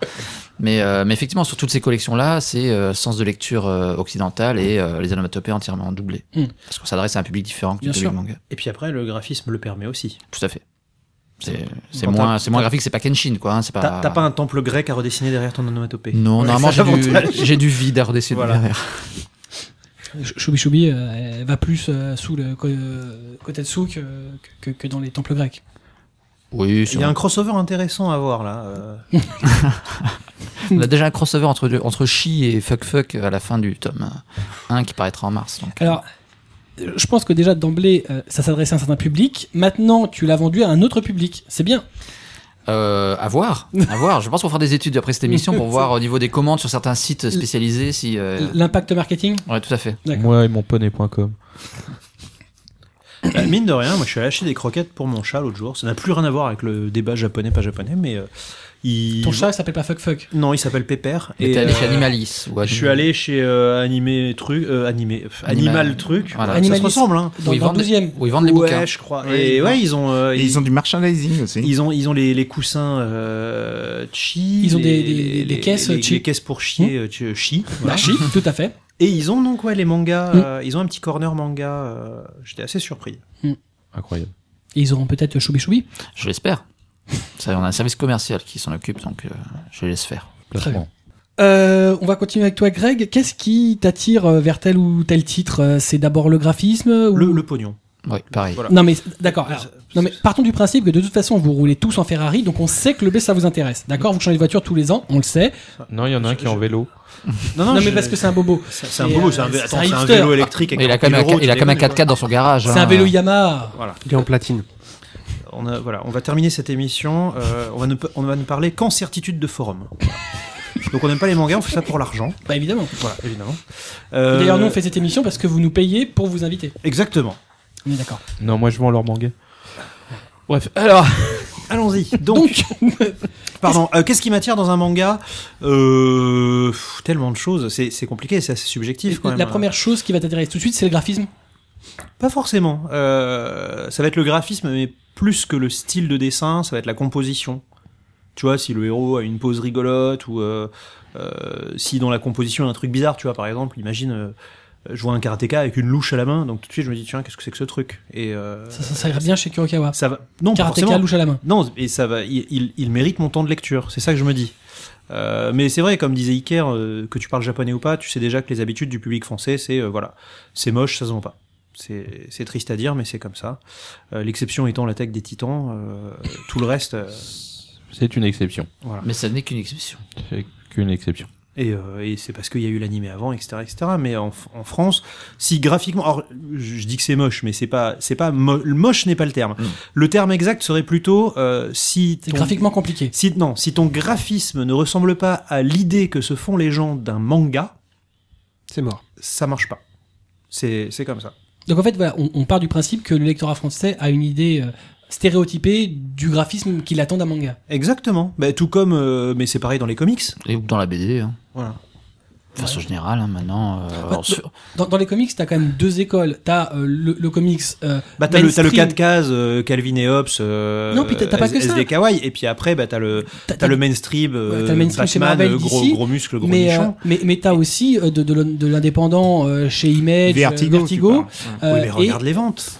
Speaker 2: Mais, euh, mais effectivement, sur toutes ces collections-là, c'est euh, sens de lecture euh, occidentale et euh, les onomatopées entièrement doublées.
Speaker 1: Hmm.
Speaker 2: Parce qu'on s'adresse à un public différent que
Speaker 1: Bien
Speaker 2: du public
Speaker 1: sûr.
Speaker 2: manga.
Speaker 3: Et puis après, le graphisme le permet aussi.
Speaker 2: Tout à fait. C'est c'est
Speaker 3: Quand
Speaker 2: moins,
Speaker 3: t'as-
Speaker 2: c'est moins graphique, c'est pas Kenshin, quoi. hein, c'est pas.
Speaker 3: T'as, t'as pas un temple grec à redessiner derrière ton onomatopée.
Speaker 2: Non,
Speaker 3: Ouais,
Speaker 2: normalement,
Speaker 3: c'est
Speaker 2: j'ai
Speaker 3: l'avantage.
Speaker 2: du, j'ai du vide à redessiner
Speaker 3: Voilà.
Speaker 2: derrière.
Speaker 1: Ch- Choubi Choubi euh, elle va plus euh, sous le co- euh, Kotetsu que, que, que dans les temples grecs.
Speaker 2: Oui,
Speaker 3: Il y a un crossover intéressant à voir là. euh.
Speaker 2: on a déjà un crossover entre, deux- entre Chi et Fuck Fuck à la fin du tome 1 qui paraîtra en mars. donc.
Speaker 1: Alors, euh, je pense que déjà d'emblée, euh, ça s'adressait à un certain public. Maintenant, tu l'as vendu à un autre public. C'est bien.
Speaker 2: Euh, à voir, à voir. Je pense qu'on fera des études après cette émission pour voir au niveau des commandes sur certains sites spécialisés si. euh,
Speaker 1: L'impact marketing
Speaker 2: Ouais, tout à fait.
Speaker 1: D'accord.
Speaker 9: Moi et mon poney.com.
Speaker 3: Euh, mine de rien, moi je suis allé acheter des croquettes pour mon chat l'autre jour. Ça n'a plus rien à voir avec le débat japonais pas japonais, mais euh, il.
Speaker 1: Ton chat s'appelle pas Fuck Fuck.
Speaker 3: Non, il s'appelle Pépère.
Speaker 2: Et t'es allé
Speaker 3: euh,
Speaker 2: chez Animalis. ou
Speaker 3: Je suis
Speaker 2: Animal-
Speaker 3: allé chez euh, animé truc, euh, animé, pff,
Speaker 2: Animal-
Speaker 3: animal truc.
Speaker 2: Voilà.
Speaker 3: Ça
Speaker 1: Animaliste.
Speaker 3: se ressemble, hein.
Speaker 1: Dans,
Speaker 2: Où ils
Speaker 1: dans le
Speaker 2: vendent des-
Speaker 1: 12e.
Speaker 2: Où ils vendent les
Speaker 3: ouais,
Speaker 2: bouquins.
Speaker 3: je crois.
Speaker 6: Ouais,
Speaker 3: et
Speaker 6: ils
Speaker 3: ouais,
Speaker 6: vendent.
Speaker 3: ils ont, euh,
Speaker 6: Et ils ont du merchandising aussi.
Speaker 3: Ils ont, ils ont les, les coussins euh, chi.
Speaker 1: Ils ont des-
Speaker 3: les-
Speaker 1: des- des-
Speaker 3: les-
Speaker 1: des caisses,
Speaker 3: les,
Speaker 1: chi.
Speaker 3: les caisses pour chier, euh, chi- chi. voilà.
Speaker 1: Bah, chi, tout à fait.
Speaker 3: Et ils ont donc ouais les mangas.
Speaker 1: Mm.
Speaker 3: euh, ils ont un petit corner manga. euh, J'étais assez surpris.
Speaker 9: Incroyable.
Speaker 1: Et ils auront peut-être Choubi Choubi.
Speaker 2: Je l'espère. Ça, on a un service commercial qui s'en occupe, donc euh, je laisse faire.
Speaker 1: Très bien.
Speaker 9: Placement.
Speaker 1: Euh, on va continuer avec toi, Greg. Qu'est-ce qui t'attire euh, vers tel ou tel titre Euh, C'est d'abord le graphisme ou...
Speaker 3: Le, le pognon.
Speaker 2: Oui, pareil.
Speaker 3: Voilà.
Speaker 1: Non mais d'accord. alors, Non mais partons du principe que de toute façon vous roulez tous en Ferrari, donc on sait que le B ça vous intéresse. D'accord, vous changez de voiture tous les ans, on le sait.
Speaker 9: Non, il y en a un qui est en vélo.
Speaker 3: Ah Non,
Speaker 1: Non,
Speaker 3: non,
Speaker 1: mais
Speaker 3: je-
Speaker 1: parce que c'est un bobo.
Speaker 3: C'est c'est un
Speaker 1: Et,
Speaker 3: bobo,
Speaker 1: euh,
Speaker 3: c'est un, vé-
Speaker 1: c'est
Speaker 3: attends,
Speaker 1: un
Speaker 3: c'est un
Speaker 1: hipster.
Speaker 3: vélo électrique. avec
Speaker 2: Il a quand
Speaker 3: 40
Speaker 2: même, un,
Speaker 3: euros,
Speaker 2: il a
Speaker 3: tu
Speaker 2: quand même un
Speaker 3: déconnes,
Speaker 2: 4x4 dans son garage.
Speaker 1: C'est
Speaker 2: hein.
Speaker 1: un vélo Yamaha.
Speaker 3: quoi. Voilà.
Speaker 4: Il est en platine.
Speaker 3: On, a- voilà, on va terminer cette émission. euh, on, va ne, on va ne parler qu'en certitude de forum. Voilà. Donc on n'aime pas les mangas, on fait ça pour l'argent.
Speaker 1: Bah évidemment.
Speaker 3: Voilà, évidemment.
Speaker 1: Et
Speaker 3: Euh,
Speaker 1: D'ailleurs nous on fait cette émission parce que vous nous payez pour vous inviter.
Speaker 3: Exactement.
Speaker 1: On est d'accord.
Speaker 9: Non, moi je vends leur manga.
Speaker 2: Bref, alors.
Speaker 3: Allons-y. Donc,
Speaker 1: Donc,
Speaker 3: pardon, euh, qu'est-ce qui m'attire dans un manga Euh, pff, Tellement de choses. C'est c'est compliqué, c'est assez subjectif quand même. hein.
Speaker 1: la première chose qui va t'intéresser tout de suite c'est le graphisme.
Speaker 3: Pas forcément. Euh, ça va être le graphisme, mais plus que le style de dessin, ça va être la composition. Tu vois, si le héros a une pose rigolote ou euh, euh, si dans la composition il y a un truc bizarre, tu vois, par exemple, imagine, euh, je vois un karatéka avec une louche à la main, donc tout de suite je me dis tiens, qu'est-ce que c'est que ce truc Et euh,
Speaker 1: Ça, ça, ça irait bien chez Kurokawa.
Speaker 3: ça va. Non, pas
Speaker 1: Karateka
Speaker 3: forcément.
Speaker 1: louche à la main.
Speaker 3: Non, et ça va. Il, il- il mérite mon temps de lecture. C'est ça que je me dis. Euh, mais c'est vrai, comme disait Iker, euh, que tu parles japonais ou pas, tu sais déjà que les habitudes du public français, c'est euh, voilà, c'est moche, ça se vend pas. C'est c'est triste à dire, mais c'est comme ça. Euh, L'exception étant l'attaque des titans, euh, tout le reste. euh,
Speaker 9: C'est une exception.
Speaker 3: voilà.
Speaker 2: Mais ça n'est qu'une exception.
Speaker 9: C'est qu'une exception.
Speaker 3: Et, euh, et c'est parce qu'il y a eu l'animé avant, etc., etc. Mais en, en France, si graphiquement, alors, je, je dis que c'est moche, mais c'est pas, c'est pas mo- moche n'est pas le terme.
Speaker 2: Mm.
Speaker 3: Le terme exact serait plutôt euh, si
Speaker 1: C'est
Speaker 3: ton-
Speaker 1: graphiquement compliqué.
Speaker 3: si non, si ton graphisme ne ressemble pas à l'idée que se font les gens d'un manga,
Speaker 4: C'est mort.
Speaker 3: ça marche pas. C'est, c'est comme ça.
Speaker 1: Donc en fait, voilà, on, on part du principe que le lectorat français a une idée euh, stéréotypée du graphisme qu'il attend d'un manga.
Speaker 3: Exactement. Bah, tout comme, euh, mais c'est pareil dans les comics.
Speaker 2: Et ou dans la BD, hein.
Speaker 3: Voilà. Bah,
Speaker 2: de façon générale, hein, maintenant. euh, alors, sur-
Speaker 1: Dans, dans les comics, t'as quand même deux écoles. T'as euh, le, le comics. euh,
Speaker 3: Bah t'as le, t'as le
Speaker 1: Mainstream.
Speaker 3: 4 cases, euh, Calvin et Hobbes, euh,
Speaker 1: Non, puis t'as- t'as pas que
Speaker 3: SD
Speaker 1: ça.
Speaker 3: Kawaii, et puis après bah t'as le
Speaker 1: t'as-
Speaker 3: t'as le mainstream, euh,
Speaker 1: Ouais, t'as le mainstream chez
Speaker 3: Batman,
Speaker 1: Marvel,
Speaker 3: euh, gros
Speaker 1: DC,
Speaker 3: gros muscle, gros
Speaker 1: mais, euh,
Speaker 3: nichon.
Speaker 1: mais mais t'as aussi euh, de, de l'in- de l'indépendant euh, chez Image, euh,
Speaker 6: Vertigo. tu
Speaker 1: Vertigo.
Speaker 6: parles. Ouais.
Speaker 1: euh,
Speaker 3: oui, mais
Speaker 1: et-
Speaker 3: regarde les ventes.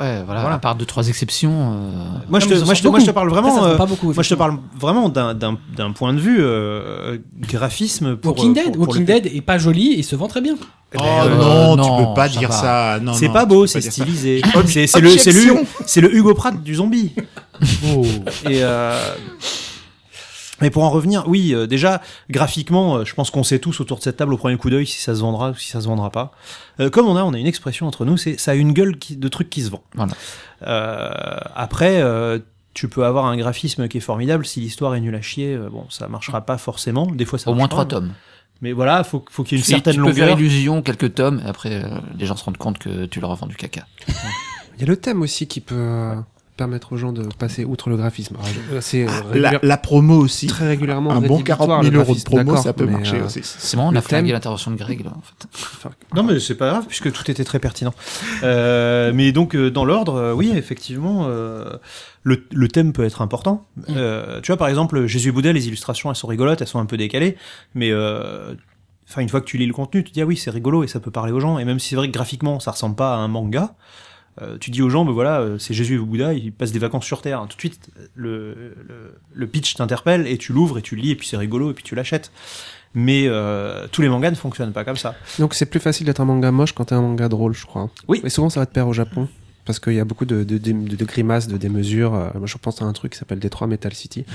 Speaker 2: Ouais, voilà,
Speaker 3: Voilà.
Speaker 2: À part deux, trois exceptions. euh,
Speaker 3: Moi je
Speaker 1: Non,
Speaker 3: te
Speaker 1: mais ça sort
Speaker 3: moi je te moi je te
Speaker 1: beaucoup.
Speaker 3: parle
Speaker 1: Ça,
Speaker 3: vraiment
Speaker 1: ça se vend
Speaker 3: euh,
Speaker 1: pas beaucoup,
Speaker 3: moi je te
Speaker 1: effectivement.
Speaker 3: parle vraiment d'un d'un d'un point de vue euh, graphisme pour
Speaker 1: Walking
Speaker 3: euh,
Speaker 1: Dead,
Speaker 3: pour- pour
Speaker 1: Walking
Speaker 3: le-
Speaker 1: Dead est pas joli et se vend très bien.
Speaker 3: Eh
Speaker 2: Oh,
Speaker 3: ben, euh,
Speaker 2: Euh,
Speaker 6: non, tu
Speaker 2: non,
Speaker 6: peux pas
Speaker 2: ça
Speaker 6: dire
Speaker 2: va.
Speaker 6: ça. Non,
Speaker 3: C'est
Speaker 6: non,
Speaker 3: pas
Speaker 6: tu
Speaker 3: beau,
Speaker 6: peux
Speaker 3: c'est
Speaker 6: dire ça.
Speaker 3: stylisé. C'est c'est le c'est le
Speaker 6: Objection.
Speaker 3: c'est le Hugo Pratt du zombie.
Speaker 2: Oh.
Speaker 3: Et euh, Mais pour en revenir, oui, euh, déjà graphiquement, euh, je pense qu'on sait tous autour de cette table au premier coup d'œil si ça se vendra ou si ça se vendra pas. Euh, comme on a, on a une expression entre nous, c'est ça a une gueule qui- de truc qui se vend.
Speaker 2: Voilà.
Speaker 3: Euh, après, euh, tu peux avoir un graphisme qui est formidable si l'histoire est nulle à chier. euh, bon, ça marchera pas forcément. Des fois, ça
Speaker 2: au moins
Speaker 3: marche
Speaker 2: trois
Speaker 3: pas.
Speaker 2: tomes.
Speaker 3: Mais voilà, faut faut qu'il y ait une
Speaker 2: Si,
Speaker 3: certaine
Speaker 2: tu peux
Speaker 3: longueur.
Speaker 2: faire illusion, quelques tomes, et après, euh, les gens se rendent compte que tu leur as vendu caca.
Speaker 4: Il y a le thème aussi qui peut euh, permettre aux gens de passer outre le graphisme. Alors, je- C'est euh,
Speaker 6: La,
Speaker 4: régulière-
Speaker 6: la promo aussi.
Speaker 4: très régulièrement.
Speaker 6: Un bon
Speaker 4: rédhibitoire,
Speaker 6: 40 000
Speaker 4: le
Speaker 6: euros de
Speaker 4: graphisme,
Speaker 6: promo,
Speaker 4: d'accord,
Speaker 6: ça peut
Speaker 4: mais,
Speaker 6: marrant,
Speaker 4: euh,
Speaker 6: aussi.
Speaker 2: C'est marrant, on a
Speaker 4: Le
Speaker 2: flingué
Speaker 4: thème-
Speaker 2: l'intervention de Greg, là, en fait.
Speaker 3: Non, mais c'est pas grave, puisque tout était très pertinent. Euh, mais donc, euh, dans l'ordre, euh, oui, effectivement, euh, le, le thème peut être important. Euh, tu vois, par exemple, Jésus Bouddha, les illustrations, elles sont rigolotes, elles sont un peu décalées, mais... euh, Enfin, une fois que tu lis le contenu, tu te dis ah oui c'est rigolo et ça peut parler aux gens. Et même si c'est vrai que graphiquement ça ressemble pas à un manga, euh, tu dis aux gens ben voilà euh, c'est Jésus et Bouddha, ils passent des vacances sur Terre. Tout de suite le, le, le pitch t'interpelle et tu l'ouvres et tu le lis et puis c'est rigolo et puis tu l'achètes. Mais euh, tous les mangas ne fonctionnent pas comme ça.
Speaker 4: Donc c'est plus facile d'être un manga moche quand t'es un manga drôle, je crois.
Speaker 3: Oui.
Speaker 4: Et souvent ça va te perdre au Japon. Parce qu'il y a beaucoup de, de, de- de grimaces, de démesures. Euh, Moi, je pense à un truc qui s'appelle Détroit Metal City,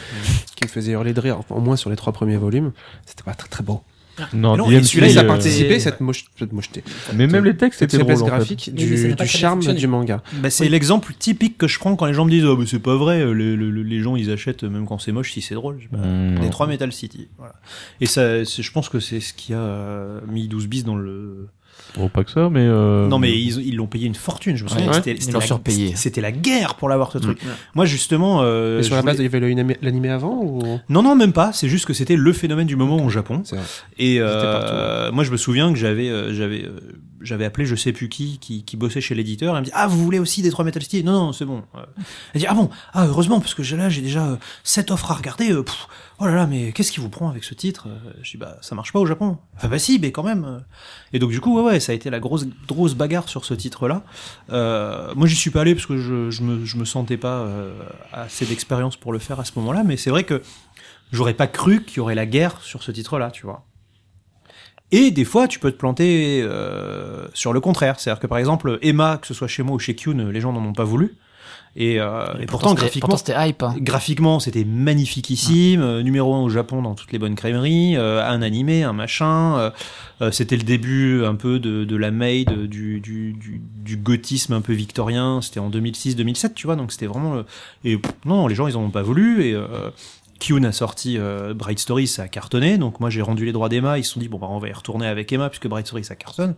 Speaker 4: qui me faisait hurler de rire, enfin, au moins sur les trois premiers volumes. C'était pas très très beau.
Speaker 1: Ah,
Speaker 9: Non,
Speaker 3: non,
Speaker 9: DMC,
Speaker 3: et celui-là, il a
Speaker 9: euh,
Speaker 3: participé.
Speaker 4: Anticiper cette, moche, cette mocheté.
Speaker 9: Mais même les textes
Speaker 4: Cette
Speaker 9: étaient drôles.
Speaker 4: faiblesse
Speaker 9: en fait.
Speaker 4: graphique
Speaker 1: Oui, mais ça n'a pas
Speaker 4: du, du
Speaker 1: très bien
Speaker 4: charme
Speaker 1: fonctionné.
Speaker 4: du manga.
Speaker 3: Bah, c'est l'exemple typique que je prends quand les gens me disent oh, mais c'est pas vrai, les, les- les gens ils achètent même quand c'est moche si c'est drôle. Je dis, Bah,
Speaker 9: Mmh,
Speaker 3: Les
Speaker 9: non.
Speaker 3: trois Metal City. Voilà. Et ça, c'est- je pense que c'est ce qui a euh, mis 12 bis dans le.
Speaker 9: Oh, pas que ça, mais. euh,
Speaker 3: Non mais ils ils l'ont payé une fortune. Je me souviens.
Speaker 2: Ouais,
Speaker 3: que
Speaker 2: ouais.
Speaker 3: C'était
Speaker 2: Ils
Speaker 3: c'était
Speaker 2: l'ont
Speaker 3: la-
Speaker 2: surpayé.
Speaker 3: C'était la guerre pour l'avoir ce truc.
Speaker 2: Mmh.
Speaker 3: Moi justement. euh,
Speaker 4: Mais
Speaker 3: je
Speaker 4: sur la base,
Speaker 3: voulais-
Speaker 4: il y avait l'animé- l'animé avant ou...
Speaker 3: Non non même pas. C'est juste que c'était le phénomène du moment au Japon.
Speaker 4: C'est vrai.
Speaker 3: Et euh,
Speaker 4: Ils étaient partout,
Speaker 3: moi, je me souviens que j'avais, euh, j'avais, euh, j'avais appelé, je sais plus qui, qui, qui bossait chez l'éditeur. Elle me dit Ah, vous voulez aussi des trois Metal City Non, non, c'est bon. Euh, Elle dit Ah bon Ah, heureusement, parce que j'ai- là, j'ai déjà euh, sept offres à regarder. euh, pff, oh là là, mais qu'est-ce qui vous prend avec ce titre Euh, Je dis Bah, ça marche pas au Japon. Enfin, bah si, mais quand même. Et donc, du coup, ouais, ouais, ça a été la grosse, grosse bagarre sur ce titre-là. Euh, moi, j'y suis pas allé parce que je, je, me, je me sentais pas euh, assez d'expérience pour le faire à ce moment-là. Mais c'est vrai que j'aurais pas cru qu'il y aurait la guerre sur ce titre-là, tu vois. Et des fois, tu peux te planter euh, sur le contraire. C'est-à-dire que par exemple, Emma, que ce soit chez moi ou chez Kyun, les gens n'en ont pas voulu. Et, euh, et pourtant,
Speaker 2: c'était-
Speaker 3: graphiquement,
Speaker 2: pourtant, c'était hype. hein.
Speaker 3: graphiquement, c'était magnifiquissime. euh, numéro un au Japon dans toutes les bonnes crèmeries. euh, un animé, un machin. euh, euh, c'était le début un peu de, de la maid, euh, du, du, du, du gothisme un peu victorien. C'était en 2006-2007, tu vois. Donc c'était vraiment. euh, et pff, non, les gens, ils en ont pas voulu. Et. Euh, Kyun a sorti euh, Bright Story, ça a cartonné. Donc moi j'ai rendu les droits d'Emma. Ils se sont dit bon bah on va y retourner avec Emma puisque Bright Story ça cartonne.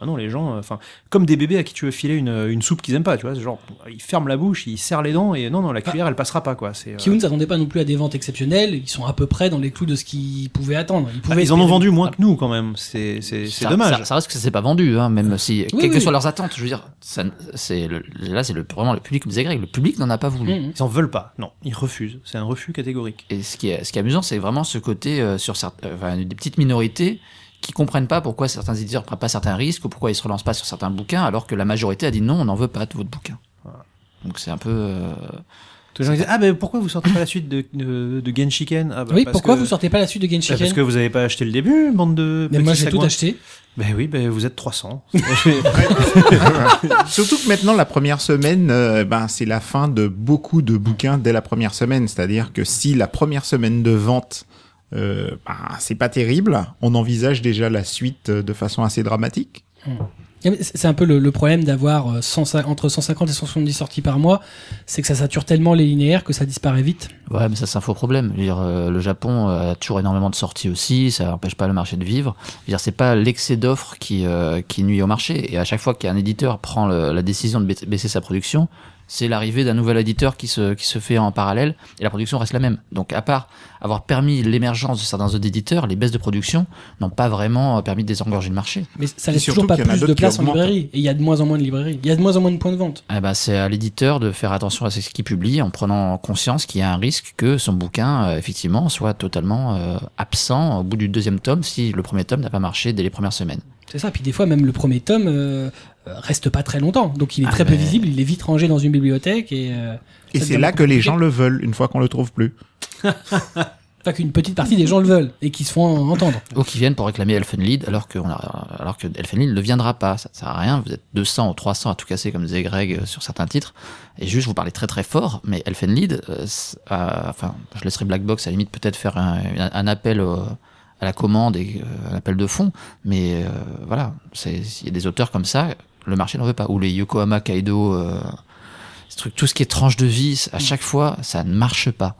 Speaker 3: Ah non les gens, enfin comme des bébés à qui tu veux filer une, une soupe qu'ils aiment pas, tu vois, c'est genre ils ferment la bouche, ils serrent les dents et non non la
Speaker 8: Ah.
Speaker 3: cuillère elle passera pas quoi. C'est euh,
Speaker 1: Qui ne s'attendait pas non plus à des ventes exceptionnelles. Ils sont à peu près dans les clous de ce qu'ils pouvaient attendre. Ils,
Speaker 3: ah,
Speaker 1: pouvaient
Speaker 3: ils en ont
Speaker 1: espérer-
Speaker 3: vendu moins que nous quand même. C'est c'est c'est
Speaker 2: Ça-
Speaker 3: dommage.
Speaker 2: Ça, ça reste que ça s'est pas vendu, hein, même si,
Speaker 1: Oui,
Speaker 2: quelles que
Speaker 1: oui.
Speaker 2: soient leurs attentes, je veux dire, ça, c'est le- là, c'est le, vraiment le public, comme disait Greg, le public n'en a pas voulu.
Speaker 1: Mmh, mmh.
Speaker 3: Ils en veulent pas. Non, ils refusent. C'est un refus catégorique.
Speaker 2: Et ce qui est, ce qui est amusant, c'est vraiment ce côté euh, sur certains, enfin, des petites minorités qui comprennent pas pourquoi certains éditeurs prennent pas certains risques ou pourquoi ils se relancent pas sur certains bouquins alors que la majorité a dit non, on n'en veut pas de votre bouquin. Donc c'est un peu euh,
Speaker 8: Tous les gens qui disent, ah ben pourquoi vous sortez pas la suite de, de, de Genshiken Ah, bah,
Speaker 1: oui,
Speaker 8: parce
Speaker 1: pourquoi
Speaker 8: que-
Speaker 1: vous sortez pas la suite de
Speaker 8: Bah,
Speaker 1: Genshiken
Speaker 8: Parce que vous avez pas acheté le début, bande de.
Speaker 1: Mais
Speaker 8: petits
Speaker 1: moi j'ai tout
Speaker 8: sagouins.
Speaker 1: acheté.
Speaker 8: Ben oui, ben vous êtes 300.
Speaker 6: Surtout que maintenant, la première semaine, euh, ben, c'est la fin de beaucoup de bouquins dès la première semaine. C'est-à-dire que si la première semaine de vente, euh, ben, c'est pas terrible, on envisage déjà la suite euh, de façon assez dramatique.
Speaker 1: Eh ben, C'est c'est un peu le, le problème d'avoir euh, 100 entre 150 et 170 sorties par mois, c'est que ça sature tellement les linéaires que ça disparaît vite.
Speaker 2: Ouais, mais ça, c'est un faux problème. Je veux dire, euh, le Japon euh, a toujours énormément de sorties aussi, ça n'empêche pas le marché de vivre. Je veux dire, c'est pas l'excès d'offres qui, euh, qui nuit au marché. Et à chaque fois qu'un éditeur prend le- la décision de ba- baisser sa production, c'est l'arrivée d'un nouvel éditeur qui se, qui se fait en parallèle et la production reste la même. Donc, à part avoir permis l'émergence de certains autres éditeurs, les baisses de production n'ont pas vraiment euh, permis de désengorger le marché.
Speaker 1: Mais ça
Speaker 6: Et
Speaker 1: laisse
Speaker 6: surtout
Speaker 1: toujours pas
Speaker 6: qu'il y en a
Speaker 1: plus de
Speaker 6: d'autres qui
Speaker 1: place en
Speaker 6: augmentent. hein.
Speaker 1: librairie. Et il y a de moins en moins de librairies. Il y a de moins en moins de points de vente.
Speaker 2: Eh ben, c'est à l'éditeur de faire attention à ce qu'il publie en prenant conscience qu'il y a un risque que son bouquin, euh, effectivement, soit totalement euh, absent au bout du deuxième tome si le premier tome n'a pas marché dès les premières semaines.
Speaker 1: C'est ça. Puis des fois, même le premier tome euh, euh, reste pas très longtemps. Donc il est
Speaker 2: Ah,
Speaker 1: très peu
Speaker 2: mais-
Speaker 1: visible, il est vite rangé dans une bibliothèque. Et, euh,
Speaker 6: Et
Speaker 1: ça
Speaker 6: c'est
Speaker 1: devient
Speaker 6: là
Speaker 1: beaucoup
Speaker 6: que les
Speaker 1: compliqué.
Speaker 6: gens le veulent, une fois qu'on le trouve plus.
Speaker 1: Enfin, qu'une petite partie des gens le veulent et qui se font en- entendre.
Speaker 2: Ou qui viennent pour réclamer Elfenlied alors que, on a- alors que Elfenlied ne viendra pas. Ça sert à rien. Vous êtes 200 ou 300 à tout casser, comme disait Greg euh, sur certains titres. Et juste, vous parlez très très fort, mais Elfenlied, euh, c'est- euh, enfin, je laisserai Black Box à la limite peut-être faire un, un appel euh, à la commande et euh, un appel de fond. Mais euh, voilà, c'est- s'il y a des auteurs comme ça, le marché n'en veut pas. Ou les Yokohama Kaido. euh, ce truc, tout ce qui est tranche de vie, à chaque fois, ça ne marche pas.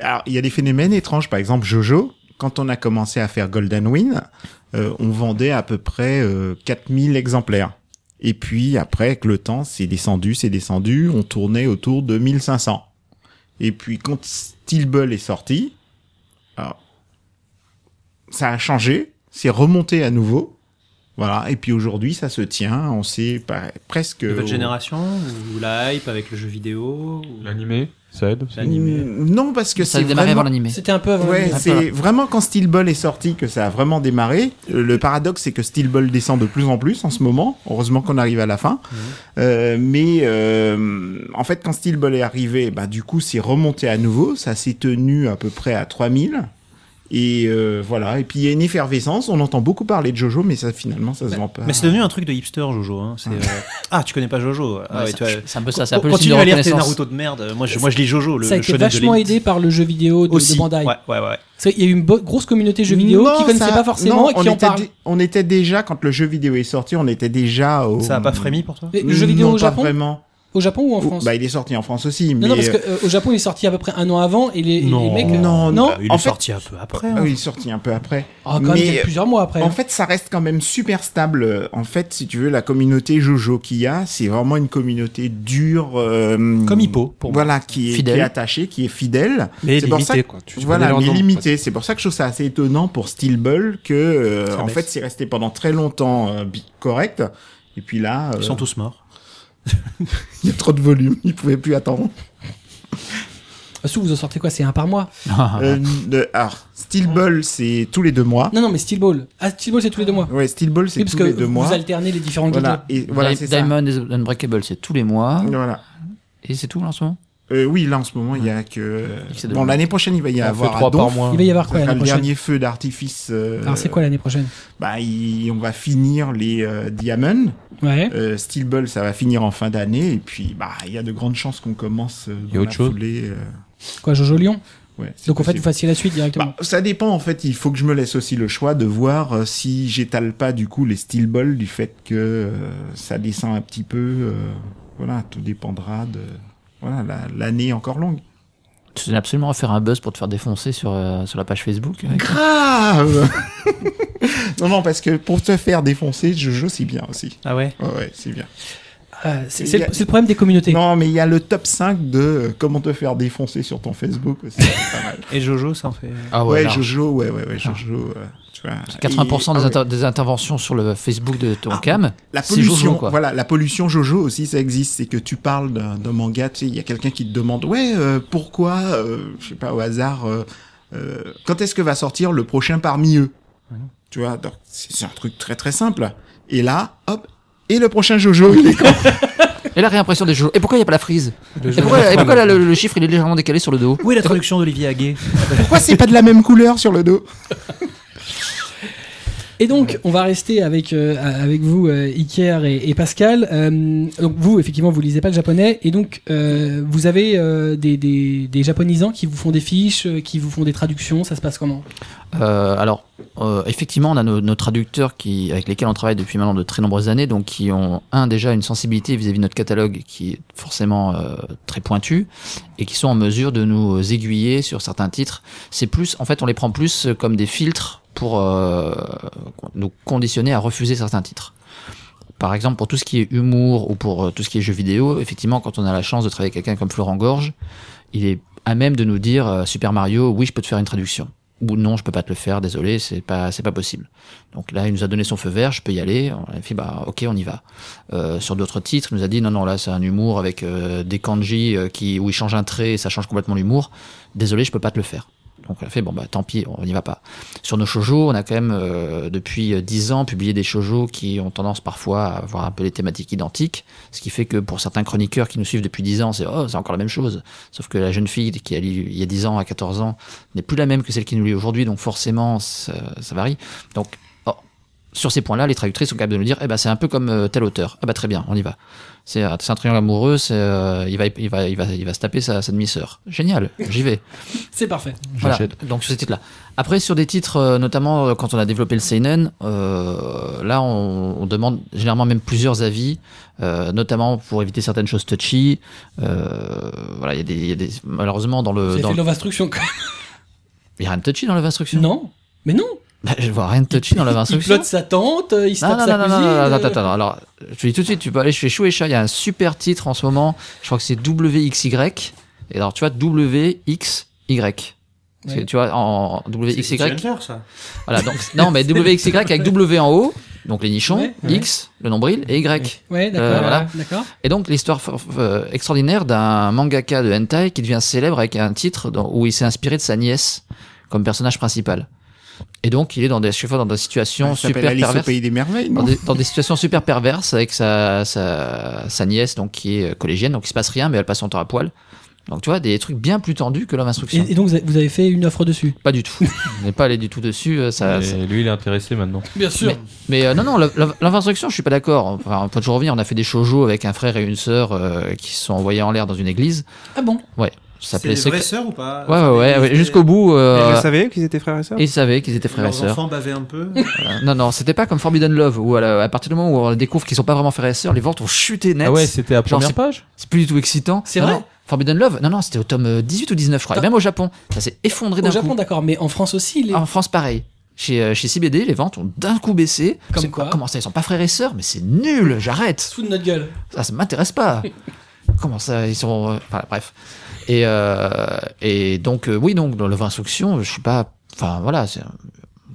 Speaker 6: Alors, il y a des phénomènes étranges. Par exemple, Jojo, quand on a commencé à faire Golden Wing, euh, on vendait à peu près euh, 4000 exemplaires. Et puis, après, avec le temps, c'est descendu, c'est descendu. On tournait autour de 1500. Et puis, quand Steel Bull est sorti, alors, ça a changé. C'est remonté à nouveau. Voilà. Et puis, aujourd'hui, ça se tient. On sait pas- presque...
Speaker 8: De votre
Speaker 6: au-
Speaker 8: génération Ou la hype avec le jeu vidéo ou-
Speaker 9: L'animé, ça aide. aussi.
Speaker 8: L'animé.
Speaker 6: Non, parce que
Speaker 2: Ça a
Speaker 6: c'est
Speaker 2: démarré avant
Speaker 6: vraiment...
Speaker 2: l'animé.
Speaker 1: C'était un peu avant.
Speaker 6: Ouais,
Speaker 1: le-
Speaker 6: c'est vraiment quand Steel Ball est sorti que ça a vraiment démarré. Euh, Le paradoxe, c'est que Steel Ball descend de plus en plus en ce moment. Heureusement qu'on arrive à la fin.
Speaker 1: Mhm.
Speaker 6: Euh, mais euh, en fait, quand Steel Ball est arrivé, bah, du coup, c'est remonté à nouveau. Ça s'est tenu à peu près à 3000. Et euh, voilà. Et puis, il y a une effervescence. On entend beaucoup parler de Jojo, mais ça, finalement,
Speaker 1: Bah,
Speaker 6: ça se vend pas.
Speaker 8: Mais c'est devenu un truc de hipster, Jojo. Hein. C'est, euh, Ah, tu connais pas Jojo ah,
Speaker 2: Ouais,
Speaker 8: ouais,
Speaker 2: ça-
Speaker 8: tu vois,
Speaker 2: c'est un peu ça, c'est un peu le signe
Speaker 8: Continue
Speaker 2: de
Speaker 8: à lire tes
Speaker 2: reconnaissance.
Speaker 8: Naruto de merde. euh, Moi, je, moi, je lis Jojo, le,
Speaker 1: ça a
Speaker 8: le
Speaker 1: été
Speaker 8: shonen de
Speaker 1: vachement
Speaker 8: l'élite.
Speaker 1: aidé par le jeu vidéo de, de
Speaker 8: Aussi. Ouais,
Speaker 1: Bandai.
Speaker 8: ouais, ouais.
Speaker 1: Parce qu'il y a eu une bo- grosse communauté jeux vidéo
Speaker 6: Non,
Speaker 1: qui connaissait
Speaker 6: ça-
Speaker 1: pas forcément
Speaker 6: non,
Speaker 1: et
Speaker 6: on
Speaker 1: qui en
Speaker 6: était
Speaker 1: parle.
Speaker 6: dé- On était déjà, quand le jeu vidéo est sorti, on était déjà au.
Speaker 8: Ça a pas frémi pour toi
Speaker 1: Mais Le jeu vidéo
Speaker 6: Non,
Speaker 1: au
Speaker 6: pas
Speaker 1: Japon,
Speaker 6: vraiment.
Speaker 1: au Japon ou en France
Speaker 6: Bah, il est sorti en France aussi. mais
Speaker 1: Non, non, parce que euh, au Japon, il est sorti à peu près un an avant et les, les mecs. euh,
Speaker 6: non,
Speaker 1: non.
Speaker 8: Bah, Il
Speaker 6: En
Speaker 8: est
Speaker 6: fait-
Speaker 8: sorti un peu après.
Speaker 6: Ah
Speaker 8: hein.
Speaker 6: oui, il est sorti un peu après.
Speaker 1: Ah, quand même,
Speaker 6: Mais,
Speaker 1: il y a plusieurs mois après.
Speaker 6: En
Speaker 1: hein.
Speaker 6: fait, ça reste quand même super stable. Euh, En fait, si tu veux, la communauté Jojo qu'il y a, c'est vraiment une communauté dure. euh,
Speaker 8: Comme Hippo, pour moi.
Speaker 6: Voilà, qui est, qui
Speaker 2: Fidèle.
Speaker 6: est attachée, qui est fidèle.
Speaker 4: Mais
Speaker 6: C'est pour ça
Speaker 4: limité,
Speaker 6: que-
Speaker 4: quoi. Tu- tu connais
Speaker 6: voilà,
Speaker 4: leur
Speaker 6: mais
Speaker 4: nom, en fait.
Speaker 6: limitée. C'est pour ça que je trouve ça assez étonnant pour Steel Ball que, euh,
Speaker 8: Ça
Speaker 6: en
Speaker 8: baisse.
Speaker 6: fait, c'est resté pendant très longtemps euh, bi- correct. Et puis là, euh,
Speaker 8: Ils sont tous morts.
Speaker 6: il y a trop de volume, ils pouvaient plus attendre.
Speaker 1: Sous, vous en sortez quoi C'est un par mois
Speaker 8: Ah
Speaker 6: Euh, le- alors, Steel Ball, c'est tous les deux mois.
Speaker 1: Non, non, mais Steel Ball. Ah, Steel Ball, c'est tous les deux mois.
Speaker 6: Ouais, Steel Ball, c'est
Speaker 1: Oui, parce
Speaker 6: tous
Speaker 1: que
Speaker 6: les deux
Speaker 1: vous
Speaker 6: mois.
Speaker 1: alternez les différentes
Speaker 6: Voilà, et voilà,
Speaker 2: Di-
Speaker 6: c'est ça.
Speaker 2: Diamond is Unbreakable, c'est tous les mois.
Speaker 6: Voilà.
Speaker 2: Et c'est tout en ce moment
Speaker 6: Euh, oui, là en ce moment, il y a que.
Speaker 2: Et que c'est
Speaker 6: Bon,
Speaker 2: de-
Speaker 6: l'année prochaine, il va y
Speaker 9: On fait
Speaker 6: avoir à
Speaker 9: trois par
Speaker 6: Donf.
Speaker 9: mois.
Speaker 1: Il va y avoir
Speaker 6: Ça
Speaker 1: quoi
Speaker 6: sera
Speaker 1: l'année
Speaker 6: le
Speaker 1: prochaine
Speaker 6: dernier feu d'artifice. euh,
Speaker 1: Alors, c'est quoi l'année prochaine
Speaker 6: Bah, il- on va finir les euh, Diamond.
Speaker 1: Ouais.
Speaker 6: Euh, Steel Ball, ça va finir en fin d'année. Et puis, bah, il y a de grandes chances qu'on commence. euh,
Speaker 9: y a
Speaker 6: dans
Speaker 9: autre
Speaker 6: la
Speaker 9: chose
Speaker 6: foulée, euh,
Speaker 1: Quoi, Jojo Lyon
Speaker 6: ouais, c'est
Speaker 1: Donc, en fait, vous
Speaker 6: possible.
Speaker 1: fassiez la suite directement.
Speaker 6: Bah, ça dépend en fait. Il faut que je me laisse aussi le choix de voir euh, si j'étale pas du coup les Steel Ball du fait que euh, ça descend un petit peu. euh, voilà, tout dépendra de voilà la- l'année encore longue.
Speaker 2: Tu tenais absolument à faire un buzz pour te faire défoncer sur, euh, sur la page Facebook. mec.
Speaker 6: Grave Non, non, parce que pour te faire défoncer, Jojo, c'est bien aussi.
Speaker 8: Ah ouais
Speaker 6: Ouais, ouais, c'est bien.
Speaker 1: Ah, c'est
Speaker 6: il
Speaker 1: c'est
Speaker 6: y a-
Speaker 1: le c'est le problème des communautés.
Speaker 6: Non, mais il y a le top 5 de euh, comment te faire défoncer sur ton Facebook aussi. C'est pas mal.
Speaker 8: Et Jojo, ça en fait.
Speaker 2: Ah
Speaker 6: ouais,
Speaker 2: large.
Speaker 6: Jojo, ouais, ouais,
Speaker 2: Ah.
Speaker 6: ouais, Jojo. euh, tu vois.
Speaker 2: 80%
Speaker 6: Et-
Speaker 2: des,
Speaker 6: ah
Speaker 2: inter-
Speaker 6: ouais.
Speaker 2: des interventions sur le Facebook de ton
Speaker 6: Ah,
Speaker 2: cam.
Speaker 6: La
Speaker 2: c'est
Speaker 6: pollution,
Speaker 2: Jojo, quoi.
Speaker 6: voilà, la pollution Jojo aussi, ça existe. C'est que tu parles d'un d'un manga, tu sais, il y a quelqu'un qui te demande, ouais, euh, pourquoi, euh, je sais pas, au hasard, euh, euh, quand est-ce que va sortir le prochain parmi eux Tu vois, donc c'est c'est un truc très très simple. Et là, hop, et le prochain Jojo, il est quand
Speaker 2: Et la réimpression des Jojo. Et pourquoi il n'y a pas la frise
Speaker 4: Le
Speaker 2: Et
Speaker 8: euh,
Speaker 4: jeu-
Speaker 2: pourquoi, et pourquoi là, le, le chiffre il est légèrement décalé sur le dos
Speaker 3: Où est la traduction d'Olivier Aguet
Speaker 6: Pourquoi c'est pas de la même couleur sur le dos
Speaker 1: Et donc, on va rester avec, euh, avec vous, euh, Iker et, et Pascal. Euh, donc, vous, effectivement, vous lisez pas le japonais. Et donc, euh, vous avez euh, des, des, des japonisants qui vous font des fiches, euh, qui vous font des traductions. Ça se passe comment
Speaker 2: Euh, alors, euh, effectivement, on a nos, nos traducteurs qui, avec lesquels on travaille depuis maintenant de très nombreuses années, donc qui ont, un, déjà une sensibilité vis-à-vis de notre catalogue qui est forcément euh, très pointue et qui sont en mesure de nous aiguiller sur certains titres. C'est plus, en fait, on les prend plus comme des filtres pour euh, nous conditionner à refuser certains titres. Par exemple, pour tout ce qui est humour ou pour euh, tout ce qui est jeux vidéo, effectivement, quand on a la chance de travailler avec quelqu'un comme Florent Gorge, il est à même de nous dire euh, Super Mario, oui, je peux te faire une traduction ou non, je peux pas te le faire, désolé, c'est pas, c'est pas possible. Donc là, il nous a donné son feu vert, je peux y aller. On a fait, bah, ok, on y va. Euh, sur d'autres titres, il nous a dit, non, non, là, c'est un humour avec euh, des kanji euh, qui, où il change un trait, et ça change complètement l'humour. Désolé, je peux pas te le faire. Donc on a fait, bon, bah, tant pis, on n'y va pas. Sur nos shoujo, on a quand même, euh, depuis dix ans, publié des shoujo qui ont tendance parfois à avoir un peu les thématiques identiques. Ce qui fait que pour certains chroniqueurs qui nous suivent depuis dix ans, c'est, oh, c'est encore la même chose. Sauf que la jeune fille qui a lu il y a dix ans à 14 ans, n'est plus la même que celle qui nous lit aujourd'hui, donc forcément, ça, ça varie. Donc, oh, sur ces points-là, les traductrices sont capables de nous dire, eh ben, c'est un peu comme euh, tel auteur. Ah bah très bien, on y va. C'est un c'est un triangle amoureux, c'est, euh, il, va, il, va, il, va, il va se taper sa, sa demi-sœur. Génial, j'y vais.
Speaker 1: C'est parfait.
Speaker 2: Voilà,
Speaker 9: J'achète.
Speaker 2: donc sur ces titres-là. Après, sur des titres, euh, notamment euh, quand on a développé le Seinen, euh, là, on, on demande généralement même plusieurs avis, euh, notamment pour éviter certaines choses touchy. Euh, voilà, il y, a des- il y a des... Malheureusement, dans
Speaker 1: Vous
Speaker 2: le...
Speaker 1: avez
Speaker 2: Euh, dans
Speaker 1: fait de
Speaker 2: le-
Speaker 1: Love Instruction, quoi.
Speaker 2: Il y a rien de touchy dans Love Instruction
Speaker 1: Non Mais non
Speaker 2: bah, je vois rien de touchy dans la
Speaker 1: Il
Speaker 2: instruction.
Speaker 1: plotte sa tante, euh, il se
Speaker 2: Non, non,
Speaker 1: tape sa
Speaker 2: non, non,
Speaker 1: cousine.
Speaker 2: non, non,
Speaker 1: euh,
Speaker 2: attends, attends, alors, je te dis tout de suite, tu peux aller chez Chou et Chat, il y a un super titre en ce moment, je crois que c'est WXY, et alors tu vois, WXY. Parce que
Speaker 1: Ouais.
Speaker 2: Tu vois, en
Speaker 8: C'est
Speaker 2: WXY,
Speaker 8: Hunter, ça.
Speaker 2: voilà, donc, non, mais WXY avec W en haut, donc les nichons,
Speaker 1: Ouais, ouais.
Speaker 2: X, le nombril, et Y.
Speaker 1: Ouais, d'accord.
Speaker 2: Euh, voilà.
Speaker 1: D'accord.
Speaker 2: Et donc l'histoire f- f- euh, extraordinaire d'un mangaka de hentai qui devient célèbre avec un titre dans- où il s'est inspiré de sa nièce comme personnage principal. Et donc il est dans des, à chaque fois dans des situations
Speaker 6: Ah, Ça s'appelle
Speaker 2: super
Speaker 6: Alice au
Speaker 2: perverses,
Speaker 6: pays des merveilles,
Speaker 2: dans
Speaker 6: non
Speaker 2: des, dans des situations super perverses avec sa, sa, sa nièce donc qui est euh, collégienne, donc il se passe rien mais elle passe son temps à poil. Donc tu vois des trucs bien plus tendus que l'homme instruction.
Speaker 1: Et, et donc, vous avez- vous avez fait une offre dessus
Speaker 2: Pas du tout. On n'est pas allé du tout dessus. euh, Ça, ça-
Speaker 9: Et lui, il est intéressé maintenant.
Speaker 1: Bien sûr.
Speaker 2: Mais euh, non, non, la- la- l'instruction, je suis pas d'accord. Enfin, on peut toujours revenir. On a fait des shoujo avec un frère et une sœur euh, qui se sont envoyés en l'air dans une église.
Speaker 1: Ah bon
Speaker 2: Ça
Speaker 3: C'est
Speaker 2: s'appelait
Speaker 3: les vraies
Speaker 2: Secret.
Speaker 3: sœurs ou pas
Speaker 2: Ouais, ouais, ouais, ouais, jusqu'au bout.
Speaker 4: Et
Speaker 2: euh,
Speaker 4: vous savez qu'ils étaient frères et sœurs
Speaker 2: ils savaient qu'ils étaient frères et
Speaker 3: Leurs
Speaker 2: sœurs.
Speaker 3: enfants bavaient un peu.
Speaker 2: Voilà. Non, non, c'était pas comme Forbidden Love où à, la- à partir du moment où on découvre qu'ils sont pas vraiment frères et sœurs, les ventes ont chuté net.
Speaker 9: Ah ouais, c'était à
Speaker 2: Genre,
Speaker 9: première
Speaker 2: c'est-
Speaker 9: page
Speaker 2: c'est plus du tout excitant.
Speaker 1: C'est
Speaker 2: Non,
Speaker 1: vrai
Speaker 2: non, Forbidden Love, non, non, c'était au tome euh, 18 ou 19, je crois. Et
Speaker 1: T'as-
Speaker 2: même au Japon, ça s'est effondré
Speaker 1: Au
Speaker 2: d'un
Speaker 1: Japon,
Speaker 2: coup. Ah.
Speaker 1: d'accord. Mais en France aussi, les...
Speaker 2: En France, pareil. Chez, euh, chez CBD, les ventes ont d'un coup baissé.
Speaker 1: Comme
Speaker 2: C'est-
Speaker 1: quoi
Speaker 2: Comment ça, ils sont pas frères et sœurs Mais c'est nul, j'arrête.
Speaker 1: se foutent de notre gueule.
Speaker 2: ça, ça m'intéresse pas. Comment ça, ils sont. euh, Enfin, bref. Et, euh, et donc, euh, oui, donc, dans le vrai instruction, je suis pas. Enfin, voilà, c'est.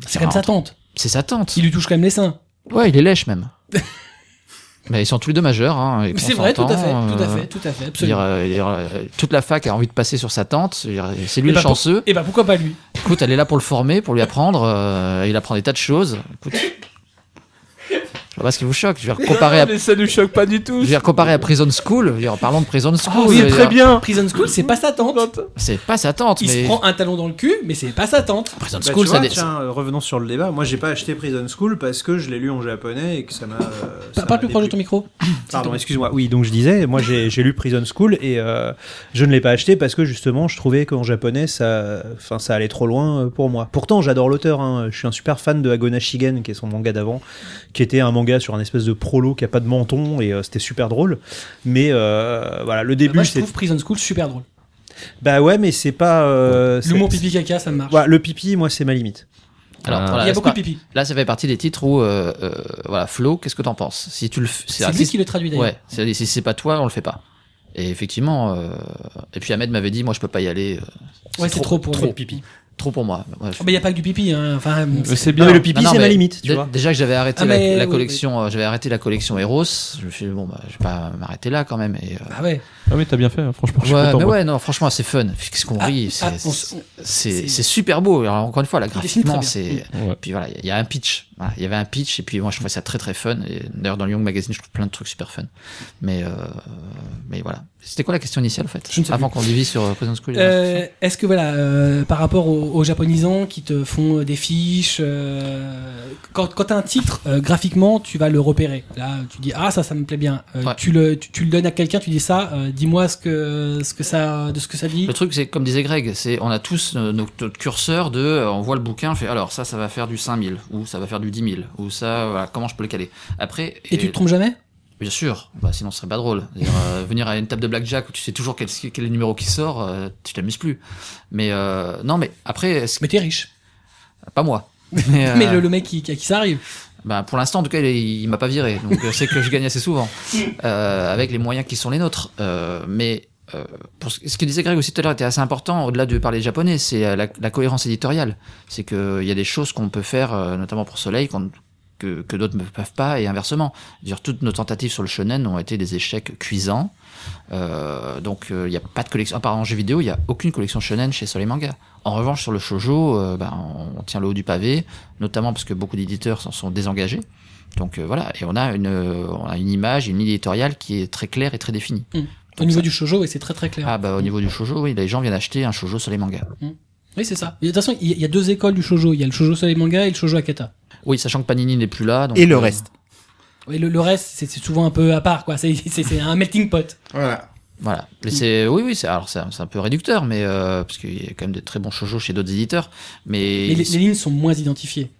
Speaker 1: C'est quand même sa tante.
Speaker 2: C'est sa tante.
Speaker 1: Qui lui touche quand même les seins.
Speaker 2: Ouais, il est lèche même. Mais ils sont tous les deux majeurs. Hein, et
Speaker 1: Mais
Speaker 2: qu'on
Speaker 1: C'est vrai, tout à fait,
Speaker 2: s'entend,
Speaker 1: tout à
Speaker 2: euh,
Speaker 1: fait, tout à fait,
Speaker 2: je veux dire,
Speaker 1: absolument.
Speaker 2: euh, je veux dire, euh, toute la fac a envie de passer sur sa tante. Je veux dire, C'est lui
Speaker 1: Et
Speaker 2: le
Speaker 1: bah, pour-
Speaker 2: chanceux.
Speaker 1: Et bah pourquoi pas lui
Speaker 2: Écoute, elle est là pour le former, pour lui apprendre. euh, il apprend des tas de choses. Écoute. Je vois pas ce qui vous choque. Je vais comparer à.
Speaker 9: ça nous choque pas du
Speaker 2: Je
Speaker 9: tout.
Speaker 2: veux dire, comparer à Prison School, je veux dire, parlons de
Speaker 1: Ah,
Speaker 2: Prison School. je veux dire,
Speaker 9: bien.
Speaker 1: Prison School, c'est pas sa tante.
Speaker 2: C'est pas sa tante,
Speaker 1: Il
Speaker 2: mais.
Speaker 1: se prend un talon dans le cul, mais c'est pas sa tante.
Speaker 2: Prison
Speaker 3: Bah,
Speaker 2: School,
Speaker 3: tu vois,
Speaker 2: ça dé-
Speaker 3: tiens, euh, revenons sur le débat. Moi, j'ai pas acheté Prison School parce que je l'ai lu en japonais et que ça m'a. euh, ça
Speaker 1: Parle plus
Speaker 3: m'a
Speaker 1: proche de
Speaker 3: déplu.
Speaker 1: ton micro.
Speaker 3: Pardon,
Speaker 1: ton-
Speaker 3: excuse-moi. Oui, donc je disais, moi j'ai j'ai lu Prison School et euh, je ne l'ai pas acheté parce que justement je trouvais qu'en japonais ça, enfin ça allait trop loin euh, pour moi. Pourtant j'adore l'auteur, hein. je suis un super fan de Agona Shigen qui est son manga d'avant, qui était un manga sur un espèce de prolo qui a pas de menton et euh, c'était super drôle. Mais euh, voilà,
Speaker 1: Bah, Moi,
Speaker 3: le début
Speaker 1: je
Speaker 3: c'est,
Speaker 1: trouve Prison School super drôle.
Speaker 3: bah ouais, mais c'est pas. euh, c'est-
Speaker 1: L'humour pipi caca, ça me marche.
Speaker 3: Voilà, le pipi, moi c'est ma limite.
Speaker 2: Alors,
Speaker 9: Ah.
Speaker 2: voilà,
Speaker 1: Il y a
Speaker 2: c'est
Speaker 1: beaucoup de
Speaker 2: pas-
Speaker 1: pipi.
Speaker 2: Là, ça fait partie des titres où, euh, euh, voilà, Flo, qu'est-ce que t'en penses Si tu le, f-
Speaker 1: C'est lui
Speaker 2: si-
Speaker 1: qui le traduit d'ailleurs.
Speaker 2: ouais, c'est- si c'est pas toi, on le fait pas. Et effectivement, euh, et puis Ahmed m'avait dit, moi, je peux pas y aller. euh,
Speaker 1: Ouais, c'est trop pour
Speaker 2: trop,
Speaker 1: moi.
Speaker 2: pipi, trop pour moi. Moi, je-
Speaker 1: Oh, Mais il y a pas que du pipi, hein. Enfin,
Speaker 9: C'est
Speaker 3: Non,
Speaker 9: bien.
Speaker 3: mais le pipi
Speaker 2: Non, non,
Speaker 3: c'est ma
Speaker 2: mais
Speaker 3: limite, tu
Speaker 2: dé-
Speaker 3: vois.
Speaker 2: Déjà que j'avais arrêté
Speaker 1: Ah,
Speaker 2: la,
Speaker 1: mais
Speaker 2: la
Speaker 1: oui,
Speaker 2: collection, euh, j'avais arrêté la collection Eros. Je me suis dit, bon, bah, je vais pas m'arrêter là quand même. Et, euh,
Speaker 1: ah ouais.
Speaker 9: Ah oui, t'as bien fait, hein. franchement, je suis
Speaker 2: ouais,
Speaker 9: content.
Speaker 2: mais
Speaker 9: moi.
Speaker 2: ouais, non, franchement, c'est fun. Qu'est-ce qu'on
Speaker 1: Ah,
Speaker 2: rit
Speaker 1: ah,
Speaker 2: c'est-
Speaker 1: on s- on-
Speaker 2: c'est
Speaker 1: C'est-
Speaker 2: c'est super beau. Alors, encore une fois, la
Speaker 1: dessine très
Speaker 2: graphiquement, c'est.
Speaker 9: bien. Mm. Ouais.
Speaker 2: Puis voilà, il y a un pitch. Voilà, Il y avait un pitch, et puis moi, je trouvais ça très très fun. Et D'ailleurs, dans le Young Magazine, je trouve plein de trucs super fun. Mais, euh, mais voilà. C'était quoi la question initiale, en fait
Speaker 1: Je ne sais
Speaker 2: Avant qu'on divise sur euh, Prison School. et
Speaker 1: Euh, Est-ce que voilà, euh, par rapport aux, aux japonisants qui te font euh, des fiches, euh, quand, quand t'as un titre euh, graphiquement, tu vas le repérer. Là, tu dis ah ça, ça me plaît bien. Euh,
Speaker 2: Ouais.
Speaker 1: Tu le, tu, tu le donnes à quelqu'un, tu dis ça, euh, dis-moi ce que, ce que ça, de ce que ça dit.
Speaker 2: Le truc, c'est comme disait Greg, c'est on a tous euh, notre, notre curseur de, euh, on voit le bouquin, on fait alors ça, ça va faire du 5000 ou ça va faire du 10 000 ou ça, voilà, comment je peux le caler. Après,
Speaker 1: Et, tu te trompes jamais
Speaker 2: bien sûr, bah, sinon ce serait pas drôle. C'est-à-dire, euh, venir à une table de blackjack où tu sais toujours quel, quel est le numéro qui sort, euh, tu t'amuses plus. Mais euh, non, mais après, est-ce que-
Speaker 1: Mais t'es riche.
Speaker 2: pas moi. Mais, euh,
Speaker 1: Mais le, le mec qui, qui, qui ça arrive.
Speaker 2: bah, pour l'instant, en tout cas, il, il m'a pas viré. Donc, euh, c'est que je gagne assez souvent. Euh, avec les moyens qui sont les nôtres. Euh, mais euh, pour ce ce que disait Greg aussi tout à l'heure était assez important, au-delà de parler japonais, c'est euh, la, la cohérence éditoriale. C'est qu'il y a des choses qu'on peut faire, euh, notamment pour Soleil, qu'on- que, que d'autres ne peuvent pas, et inversement. Je veux Dire, toutes nos tentatives sur le shonen ont été des échecs cuisants. Euh, donc, euh, il n'y a pas de collection, à part en jeu vidéo, il n'y a aucune collection shonen chez Soleil Manga. En revanche, sur le shojo, euh, ben, on, on tient le haut du pavé, notamment parce que beaucoup d'éditeurs s'en sont désengagés. Donc euh, voilà, et on a une, euh, on a une image, une ligne éditoriale qui est très claire et très définie.
Speaker 1: Au niveau
Speaker 2: ça-
Speaker 1: du shojo, et c'est très très clair.
Speaker 2: Ah bah au niveau du shojo, oui, les gens viennent acheter un shojo sur les mangas.
Speaker 1: Oui, c'est ça. Et De toute façon, il y, a- il y a deux écoles du shojo. Il y a le shojo soleil manga et le shojo akata.
Speaker 2: Oui, sachant que Panini n'est plus là. Donc,
Speaker 6: Et le
Speaker 2: euh,
Speaker 6: reste.
Speaker 1: Et le, le reste, c'est c'est souvent un peu à part, quoi. C'est- C'est c'est un melting pot.
Speaker 6: Voilà.
Speaker 2: Voilà. Mais c'est, oui, oui, c'est, alors c'est un, c'est un peu réducteur, mais euh, parce qu'il y a quand même des très bons shojo chez d'autres éditeurs, mais
Speaker 1: Mais les,
Speaker 2: ils,
Speaker 1: les lignes sont moins identifiées.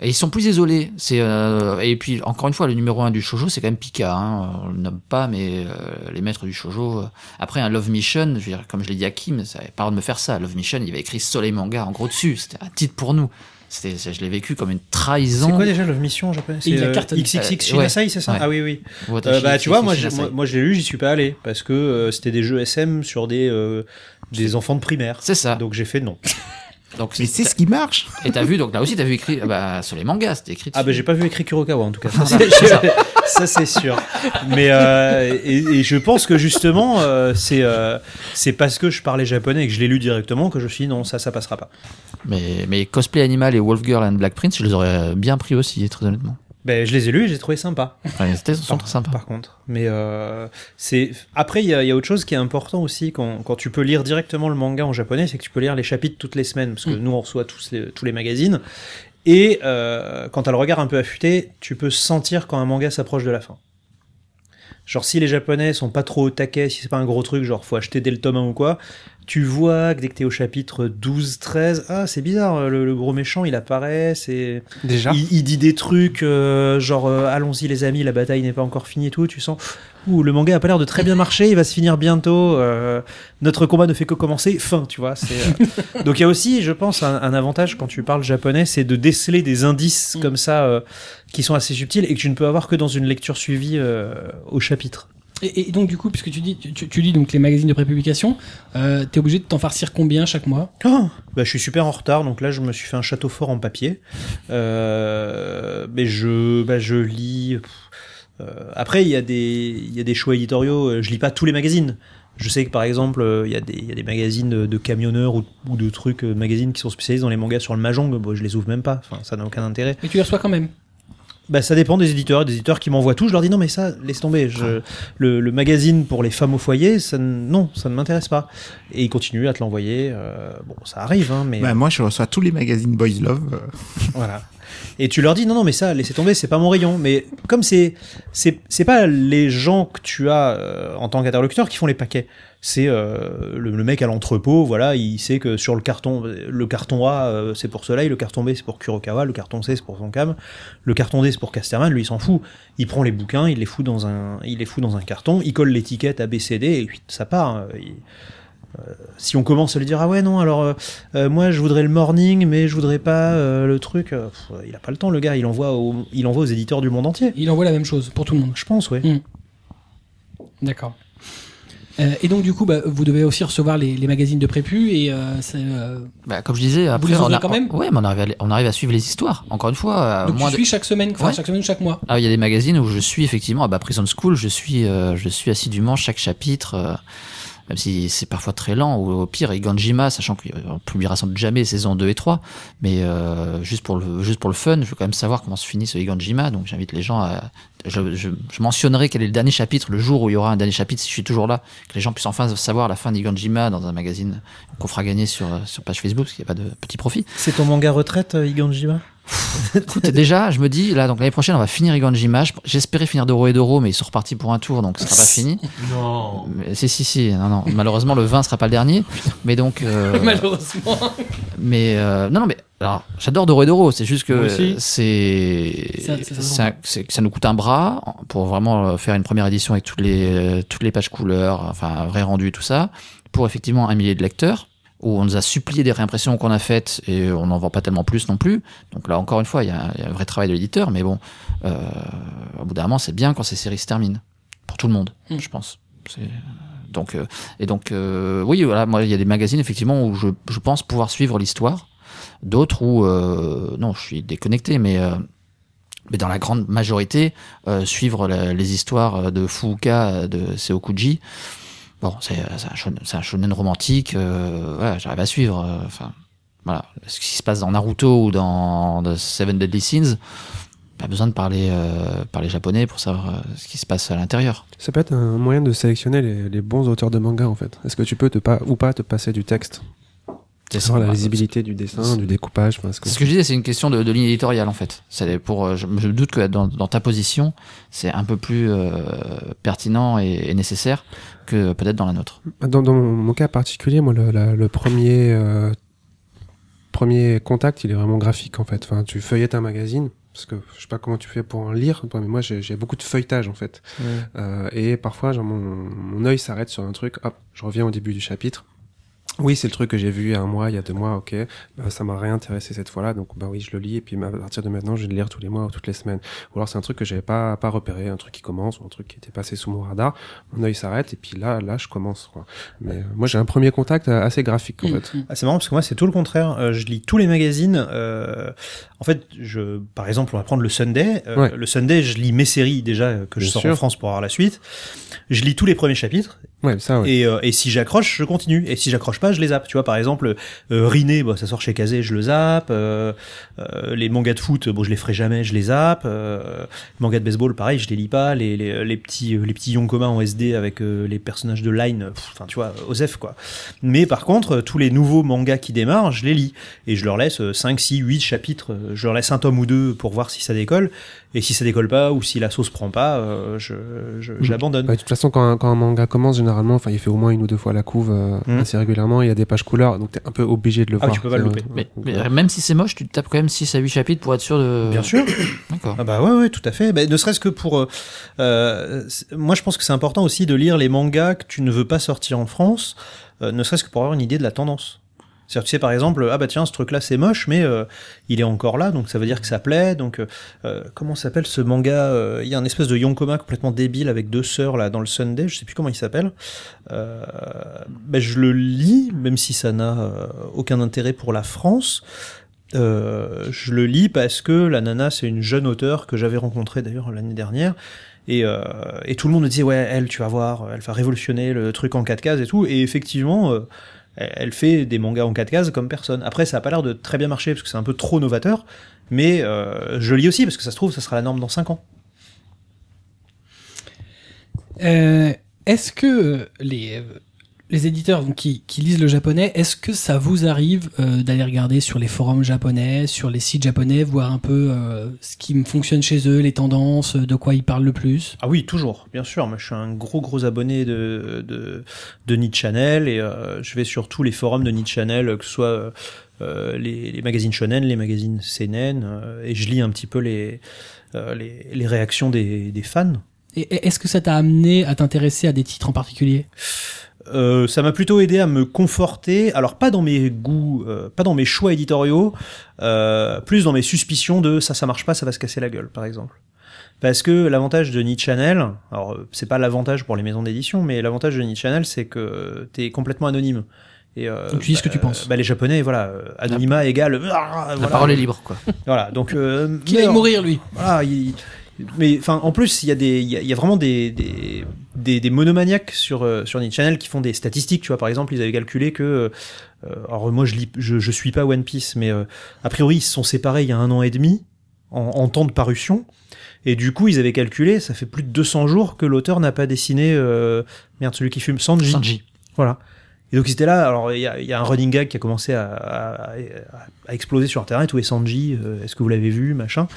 Speaker 2: et ils sont plus isolés. C'est euh, et puis encore une fois, le numéro un du shojo, c'est quand même Pika. Hein, on le nomme pas, mais euh, les maîtres du shojo. euh. Après un Love Mission, je veux dire, comme je l'ai dit à Kim, ça avait pas de me faire ça. Love Mission, il avait écrit Soleil Manga en gros dessus. C'était un titre pour nous. C'était, je l'ai vécu comme une trahison.
Speaker 3: C'est quoi déjà Love Mission en japonais
Speaker 1: Il y a
Speaker 3: euh,
Speaker 1: Carton.
Speaker 3: XXX
Speaker 2: Euh, ouais.
Speaker 3: Shinasai, c'est ça
Speaker 2: Ouais.
Speaker 3: Ah oui, oui.
Speaker 2: Watashi
Speaker 3: Euh, bah, tu vois, moi, j'ai-
Speaker 2: Shinasai.
Speaker 3: moi, moi, je l'ai lu, j'y suis pas allé parce que euh, c'était des jeux SM sur des, euh, des enfants de primaire.
Speaker 2: C'est ça.
Speaker 3: Donc j'ai fait non.
Speaker 2: Donc,
Speaker 6: Mais c'est ce qui marche.
Speaker 2: Et t'as vu, donc là aussi, t'as vu écrit, ah bah, sur les mangas, c'était écrit.
Speaker 3: Ah bah
Speaker 2: dessus.
Speaker 3: j'ai pas vu écrit Kurokawa en tout cas. Ça,
Speaker 2: Voilà,
Speaker 3: c'est-
Speaker 2: c'est ça.
Speaker 3: ça, c'est sûr. Mais euh, et, et je pense que justement euh, c'est euh, c'est parce que je parlais japonais et que je l'ai lu directement que je me suis dit non ça ça passera pas.
Speaker 2: mais, mais Cosplay Animal et Wolf Girl and Black Prince, je les aurais bien pris aussi, très honnêtement.
Speaker 3: Ben je les ai lus et j'ai trouvé sympa.
Speaker 2: Enfin, les tests sont très sympas.
Speaker 3: Par contre, mais euh, c'est après il y, a- il y a autre chose qui est important aussi quand, quand tu peux lire directement le manga en japonais, c'est que tu peux lire les chapitres toutes les semaines parce que nous on reçoit tous les, tous les magazines et euh, quand t'as le regard un peu affûté, tu peux sentir quand un manga s'approche de la fin. Genre si les japonais sont pas trop au taquet, si c'est pas un gros truc, genre faut acheter dès le tome 1 ou quoi, tu vois que dès que t'es au chapitre 12, 13, ah c'est bizarre, le, le gros méchant il apparaît, c'est
Speaker 4: Déjà
Speaker 3: il, il dit des trucs euh, genre euh, allons-y les amis, la bataille n'est pas encore finie et tout. Tu sens ouh le manga a pas l'air de très bien marcher, il va se finir bientôt. euh, notre combat ne fait que commencer. Fin, tu vois. c'est, euh. Donc il y a aussi, je pense, un, un avantage quand tu parles japonais, c'est de déceler des indices
Speaker 1: Mm.
Speaker 3: comme ça euh, qui sont assez subtils et que tu ne peux avoir que dans une lecture suivie euh, au chapitre.
Speaker 1: Et, et donc du coup, puisque tu dis, tu, tu lis donc les magazines de prépublication, euh, t'es obligé de t'en farcir combien chaque mois
Speaker 3: Bah, je suis super en retard, donc là je me suis fait un château fort en papier. Euh, mais je, bah, je lis. pff, euh, après, il y, a des- il y a des choix éditoriaux. euh, Je lis pas tous les magazines. Je sais que par exemple, euh, il y, a des- il y a des magazines de, de camionneurs ou, ou de trucs, euh, magazines qui sont spécialisés dans les mangas sur le Mahjong. Bon, je les ouvre même pas. Enfin, ça n'a aucun intérêt.
Speaker 1: Mais tu les reçois quand même.
Speaker 3: Bah, ça dépend des éditeurs. Des éditeurs qui m'envoient tout, je leur dis non, mais ça, laisse tomber. Je, le, le magazine pour les femmes au foyer, ça, ne- non, ça ne m'intéresse pas. Et ils continuent à te l'envoyer. euh, bon, ça arrive, hein, mais.
Speaker 6: Bah, moi, je reçois tous les magazines Boys Love. euh,
Speaker 3: Voilà. Et tu leur dis non non mais ça laissez tomber c'est pas mon rayon mais comme c'est c'est c'est pas les gens que tu as euh, en tant qu'interlocuteur qui font les paquets c'est euh, le, le mec à l'entrepôt voilà il sait que sur le carton le carton A euh, c'est pour Soleil le carton B c'est pour Kurokawa le carton C c'est pour Zonkam le carton D c'est pour Casterman lui il s'en fout il prend les bouquins il les fout dans un il les fout dans un carton il colle l'étiquette A B C D et puis ça part hein. Il- euh, si on commence à lui dire ah ouais non alors euh, euh, moi je voudrais le morning mais je voudrais pas euh, le truc euh, pff, il a pas le temps le gars il envoie au- il envoie aux éditeurs du monde entier
Speaker 1: Il envoie la même chose pour tout le monde.
Speaker 3: je pense ouais
Speaker 1: D'accord. Euh, et donc du coup, bah, vous devez aussi recevoir les, les magazines de prépu et euh, c'est, euh,
Speaker 2: Bah, comme je disais, après,
Speaker 1: les
Speaker 2: on,
Speaker 1: ouvrez
Speaker 2: a-
Speaker 1: quand même
Speaker 2: ouais, mais on arrive, à, les- on arrive à suivre les histoires. Encore une fois, euh,
Speaker 1: donc
Speaker 2: moins
Speaker 1: tu
Speaker 2: de-
Speaker 1: suis chaque semaine, enfin,
Speaker 2: Ouais.
Speaker 1: chaque semaine ou chaque mois.
Speaker 2: Ah, il y a des magazines où je suis effectivement, ah bah Prison School, je suis, euh, je suis assidûment chaque chapitre. euh, même si c'est parfois très lent, ou au pire, et Ganjima, sachant qu'on publiera sans doute jamais saison 2 et 3, mais euh, juste, pour le, juste pour le fun, je veux quand même savoir comment se finit ce Ganjima, donc j'invite les gens à... Je, je, je mentionnerai quel est le dernier chapitre, le jour où il y aura un dernier chapitre, si je suis toujours là, que les gens puissent enfin savoir la fin d'Iganjima dans un magazine qu'on fera gagner sur, euh, sur page Facebook, parce qu'il n'y a pas de petit profit.
Speaker 3: C'est ton manga retraite, euh, Iganjima
Speaker 2: Écoute, déjà, je me dis, là, donc l'année prochaine, on va finir Iganjima. Je- J'espérais finir Doro et Doro, mais ils sont repartis pour un tour, donc ce sera pas fini.
Speaker 9: Non.
Speaker 2: Mais- si, si, si, non, non. Malheureusement, le 20 sera pas le dernier. Mais donc. euh,
Speaker 1: Malheureusement.
Speaker 2: mais. euh, non, non, mais. Alors, j'adore Doro et Doro, c'est juste que
Speaker 1: Moi aussi.
Speaker 2: euh, c'est.
Speaker 1: Ça- ça- ça-
Speaker 2: c'est un- c'est- Ça nous coûte un bras pour vraiment euh, faire une première édition avec toutes les, euh, toutes les pages couleurs, enfin, un vrai rendu, tout ça, pour effectivement un millier de lecteurs où on nous a supplié des réimpressions qu'on a faites et on n'en vend pas tellement plus non plus. Donc là, encore une fois, il y a, il y a un vrai travail de l'éditeur, mais bon, euh, au bout d'un moment, c'est bien quand ces séries se terminent. Pour tout le monde,
Speaker 1: Mm.
Speaker 2: je pense. C'est- Donc, euh, et donc, euh, oui, voilà, moi, il y a des magazines, effectivement, où je, je pense pouvoir suivre l'histoire. D'autres où, euh, non, je suis déconnecté, mais, euh, mais dans la grande majorité, euh, suivre la- les histoires euh, de Fuuka, de Seokuji, bon, c'est euh, c'est un, shonen- c'est un shonen romantique, euh, voilà, j'arrive à suivre. euh, Enfin, voilà, ce qui se passe dans Naruto ou dans The Seven Deadly Sins, pas besoin de parler, euh, parler japonais pour savoir euh, ce qui se passe à l'intérieur.
Speaker 4: Ça peut être un moyen de sélectionner les, les bons auteurs de manga en fait. Est-ce que tu peux te pas ou pas te passer du texte
Speaker 2: C'est
Speaker 4: Sans la lisibilité du dessin, du découpage, enfin, ce que
Speaker 2: C'est ce que je disais, c'est une question de, de ligne éditoriale en fait. C'est pour, euh, je je me doute que dans, dans ta position, c'est un peu plus euh, pertinent et, et nécessaire que peut-être dans la nôtre.
Speaker 4: Dans, dans mon, mon cas particulier, moi, le, la- le premier, euh, premier contact, il est vraiment graphique, en fait. Enfin, tu feuillettes un magazine, parce que je sais pas comment tu fais pour en lire, toi, mais moi, j'ai j'ai beaucoup de feuilletage, en fait. Euh, et parfois, genre, mon, mon œil s'arrête sur un truc, hop, je reviens au début du chapitre. Oui, c'est le truc que j'ai vu il y a un mois, il y a deux mois, ok. Bah, ça m'a réintéressé cette fois-là, donc bah oui, je le lis, et puis à partir de maintenant, je vais le lire tous les mois ou toutes les semaines. Ou alors c'est un truc que j'avais pas, pas repéré, un truc qui commence, ou un truc qui était passé sous mon radar. Mon œil s'arrête, et puis là, là, je commence, quoi. Mais euh, moi, j'ai un premier contact euh, assez graphique, en
Speaker 1: Mm.
Speaker 4: fait.
Speaker 3: Ah, c'est marrant parce que moi c'est tout le contraire. Euh, je lis tous les magazines. euh, en fait, je, par exemple, on va prendre le Sunday. Euh,
Speaker 4: Ouais.
Speaker 3: Le Sunday, je lis mes séries déjà euh, que je
Speaker 4: Bien
Speaker 3: sors en
Speaker 4: sûr.
Speaker 3: France pour avoir la suite. Je lis tous les premiers chapitres
Speaker 4: Ouais, ça, ouais.
Speaker 3: et, euh, et si j'accroche, je continue. Et si j'accroche pas, je les zappe. Tu vois, par exemple, euh, Riné, bah, ça sort chez Kazé, je le zappe. Euh, euh, les mangas de foot, bon, je les ferai jamais, je les zappe. Euh, les mangas de baseball, pareil, je les lis pas. Les, les, les petits euh, les petits yonkoma en SD avec euh, les personnages de Line, euh, pff, enfin, tu vois, Osef, quoi. Mais par contre, euh, tous les nouveaux mangas qui démarrent, je les lis. Et je leur laisse euh, 5, 6, 8 chapitres. Euh, Je leur laisse un tome ou deux pour voir si ça décolle. Et si ça décolle pas ou si la sauce prend pas, euh, je- je- j'abandonne.
Speaker 4: Ouais, de toute façon, quand un, quand un manga commence, généralement, enfin, il fait au moins une ou deux fois la couve euh,
Speaker 3: Mm.
Speaker 4: assez régulièrement. Il y a des pages couleurs, donc t'es un peu obligé de le
Speaker 3: Ah,
Speaker 4: voir.
Speaker 3: tu peux pas le
Speaker 4: C'est-
Speaker 3: louper.
Speaker 4: ouais.
Speaker 2: Mais, mais même si c'est moche, tu te tapes quand même 6 à 8 chapitres pour être sûr de.
Speaker 3: Bien sûr.
Speaker 2: D'accord.
Speaker 3: Ah bah ouais, ouais, tout à fait. Bah, ne serait-ce que pour... euh, euh, c'est- moi, je pense que c'est important aussi de lire les mangas que tu ne veux pas sortir en France, euh, ne serait-ce que pour avoir une idée de la tendance. C'est-à-dire, tu sais, par exemple, ah bah tiens, ce truc-là, c'est moche, mais euh, il est encore là, donc ça veut dire que ça plaît. Donc, euh, euh, comment s'appelle ce manga euh, Il y a un espèce de yonkoma complètement débile avec deux sœurs, là, dans le Sunday, je sais plus comment il s'appelle. Euh, bah, je le lis, même si ça n'a euh, aucun intérêt pour la France. Euh, je le lis parce que la nana, c'est une jeune auteure que j'avais rencontrée d'ailleurs l'année dernière. Et, euh, et tout le monde me disait, ouais, elle, tu vas voir, elle va révolutionner le truc en 4 cases et tout. Et effectivement, euh, elle elle fait des mangas en 4 cases comme personne. Après, ça a pas l'air de très bien marcher parce que c'est un peu trop novateur. Mais euh, je lis aussi parce que ça se trouve, ça sera la norme dans 5 ans.
Speaker 1: Euh, est-ce que euh, les, euh, les éditeurs donc, qui, qui lisent le japonais, est-ce que ça vous arrive euh, d'aller regarder sur les forums japonais, sur les sites japonais, voir un peu euh, ce qui me fonctionne chez eux, les tendances, euh, de quoi ils parlent le plus
Speaker 3: Ah oui, toujours, bien sûr. Moi, je suis un gros, gros abonné de, de, de Need Channel et euh, je vais sur tous les forums de Need Channel, que ce soit euh, euh, les, les magazines shonen, les magazines seinen, euh, et je lis un petit peu les, euh, les, les réactions des, des fans.
Speaker 1: Et et est-ce que ça t'a amené à t'intéresser à des titres en particulier
Speaker 3: Euh, ça m'a plutôt aidé à me conforter, alors pas dans mes goûts, euh, pas dans mes choix éditoriaux, euh, plus dans mes suspicions de ça, ça marche pas, ça va se casser la gueule, par exemple. Parce que l'avantage de Niche Channel, alors euh, c'est pas l'avantage pour les maisons d'édition, mais l'avantage de Niche Channel, c'est que euh, t'es complètement anonyme. Et, euh,
Speaker 1: Donc tu dis ce
Speaker 3: bah,
Speaker 1: que tu penses.
Speaker 3: Bah, les Japonais, voilà, euh, anonymat égale. ah,
Speaker 2: La
Speaker 3: voilà.
Speaker 2: parole est libre, quoi.
Speaker 3: Voilà, donc. euh,
Speaker 1: Qu'il aille
Speaker 3: merde.
Speaker 1: mourir lui
Speaker 3: Voilà, il- mais enfin, en plus, il y a des, il y, a- il y a vraiment des, des, des, des monomaniaques sur, euh, sur Channel qui font des statistiques, tu vois. Par exemple, ils avaient calculé que. euh, alors, moi, je, lis, je, je suis pas One Piece, mais euh, a priori, ils se sont séparés il y a un an et demi en, en temps de parution. Et du coup, ils avaient calculé, ça fait plus de 200 jours que l'auteur n'a pas dessiné. euh, merde, celui qui fume, Sanji.
Speaker 2: Sanji.
Speaker 3: Voilà. Et donc ils étaient là, alors il y, a- il y a un running gag qui a commencé à, à- à- à exploser sur Internet, où est Sanji, euh, est-ce que vous l'avez vu, machin.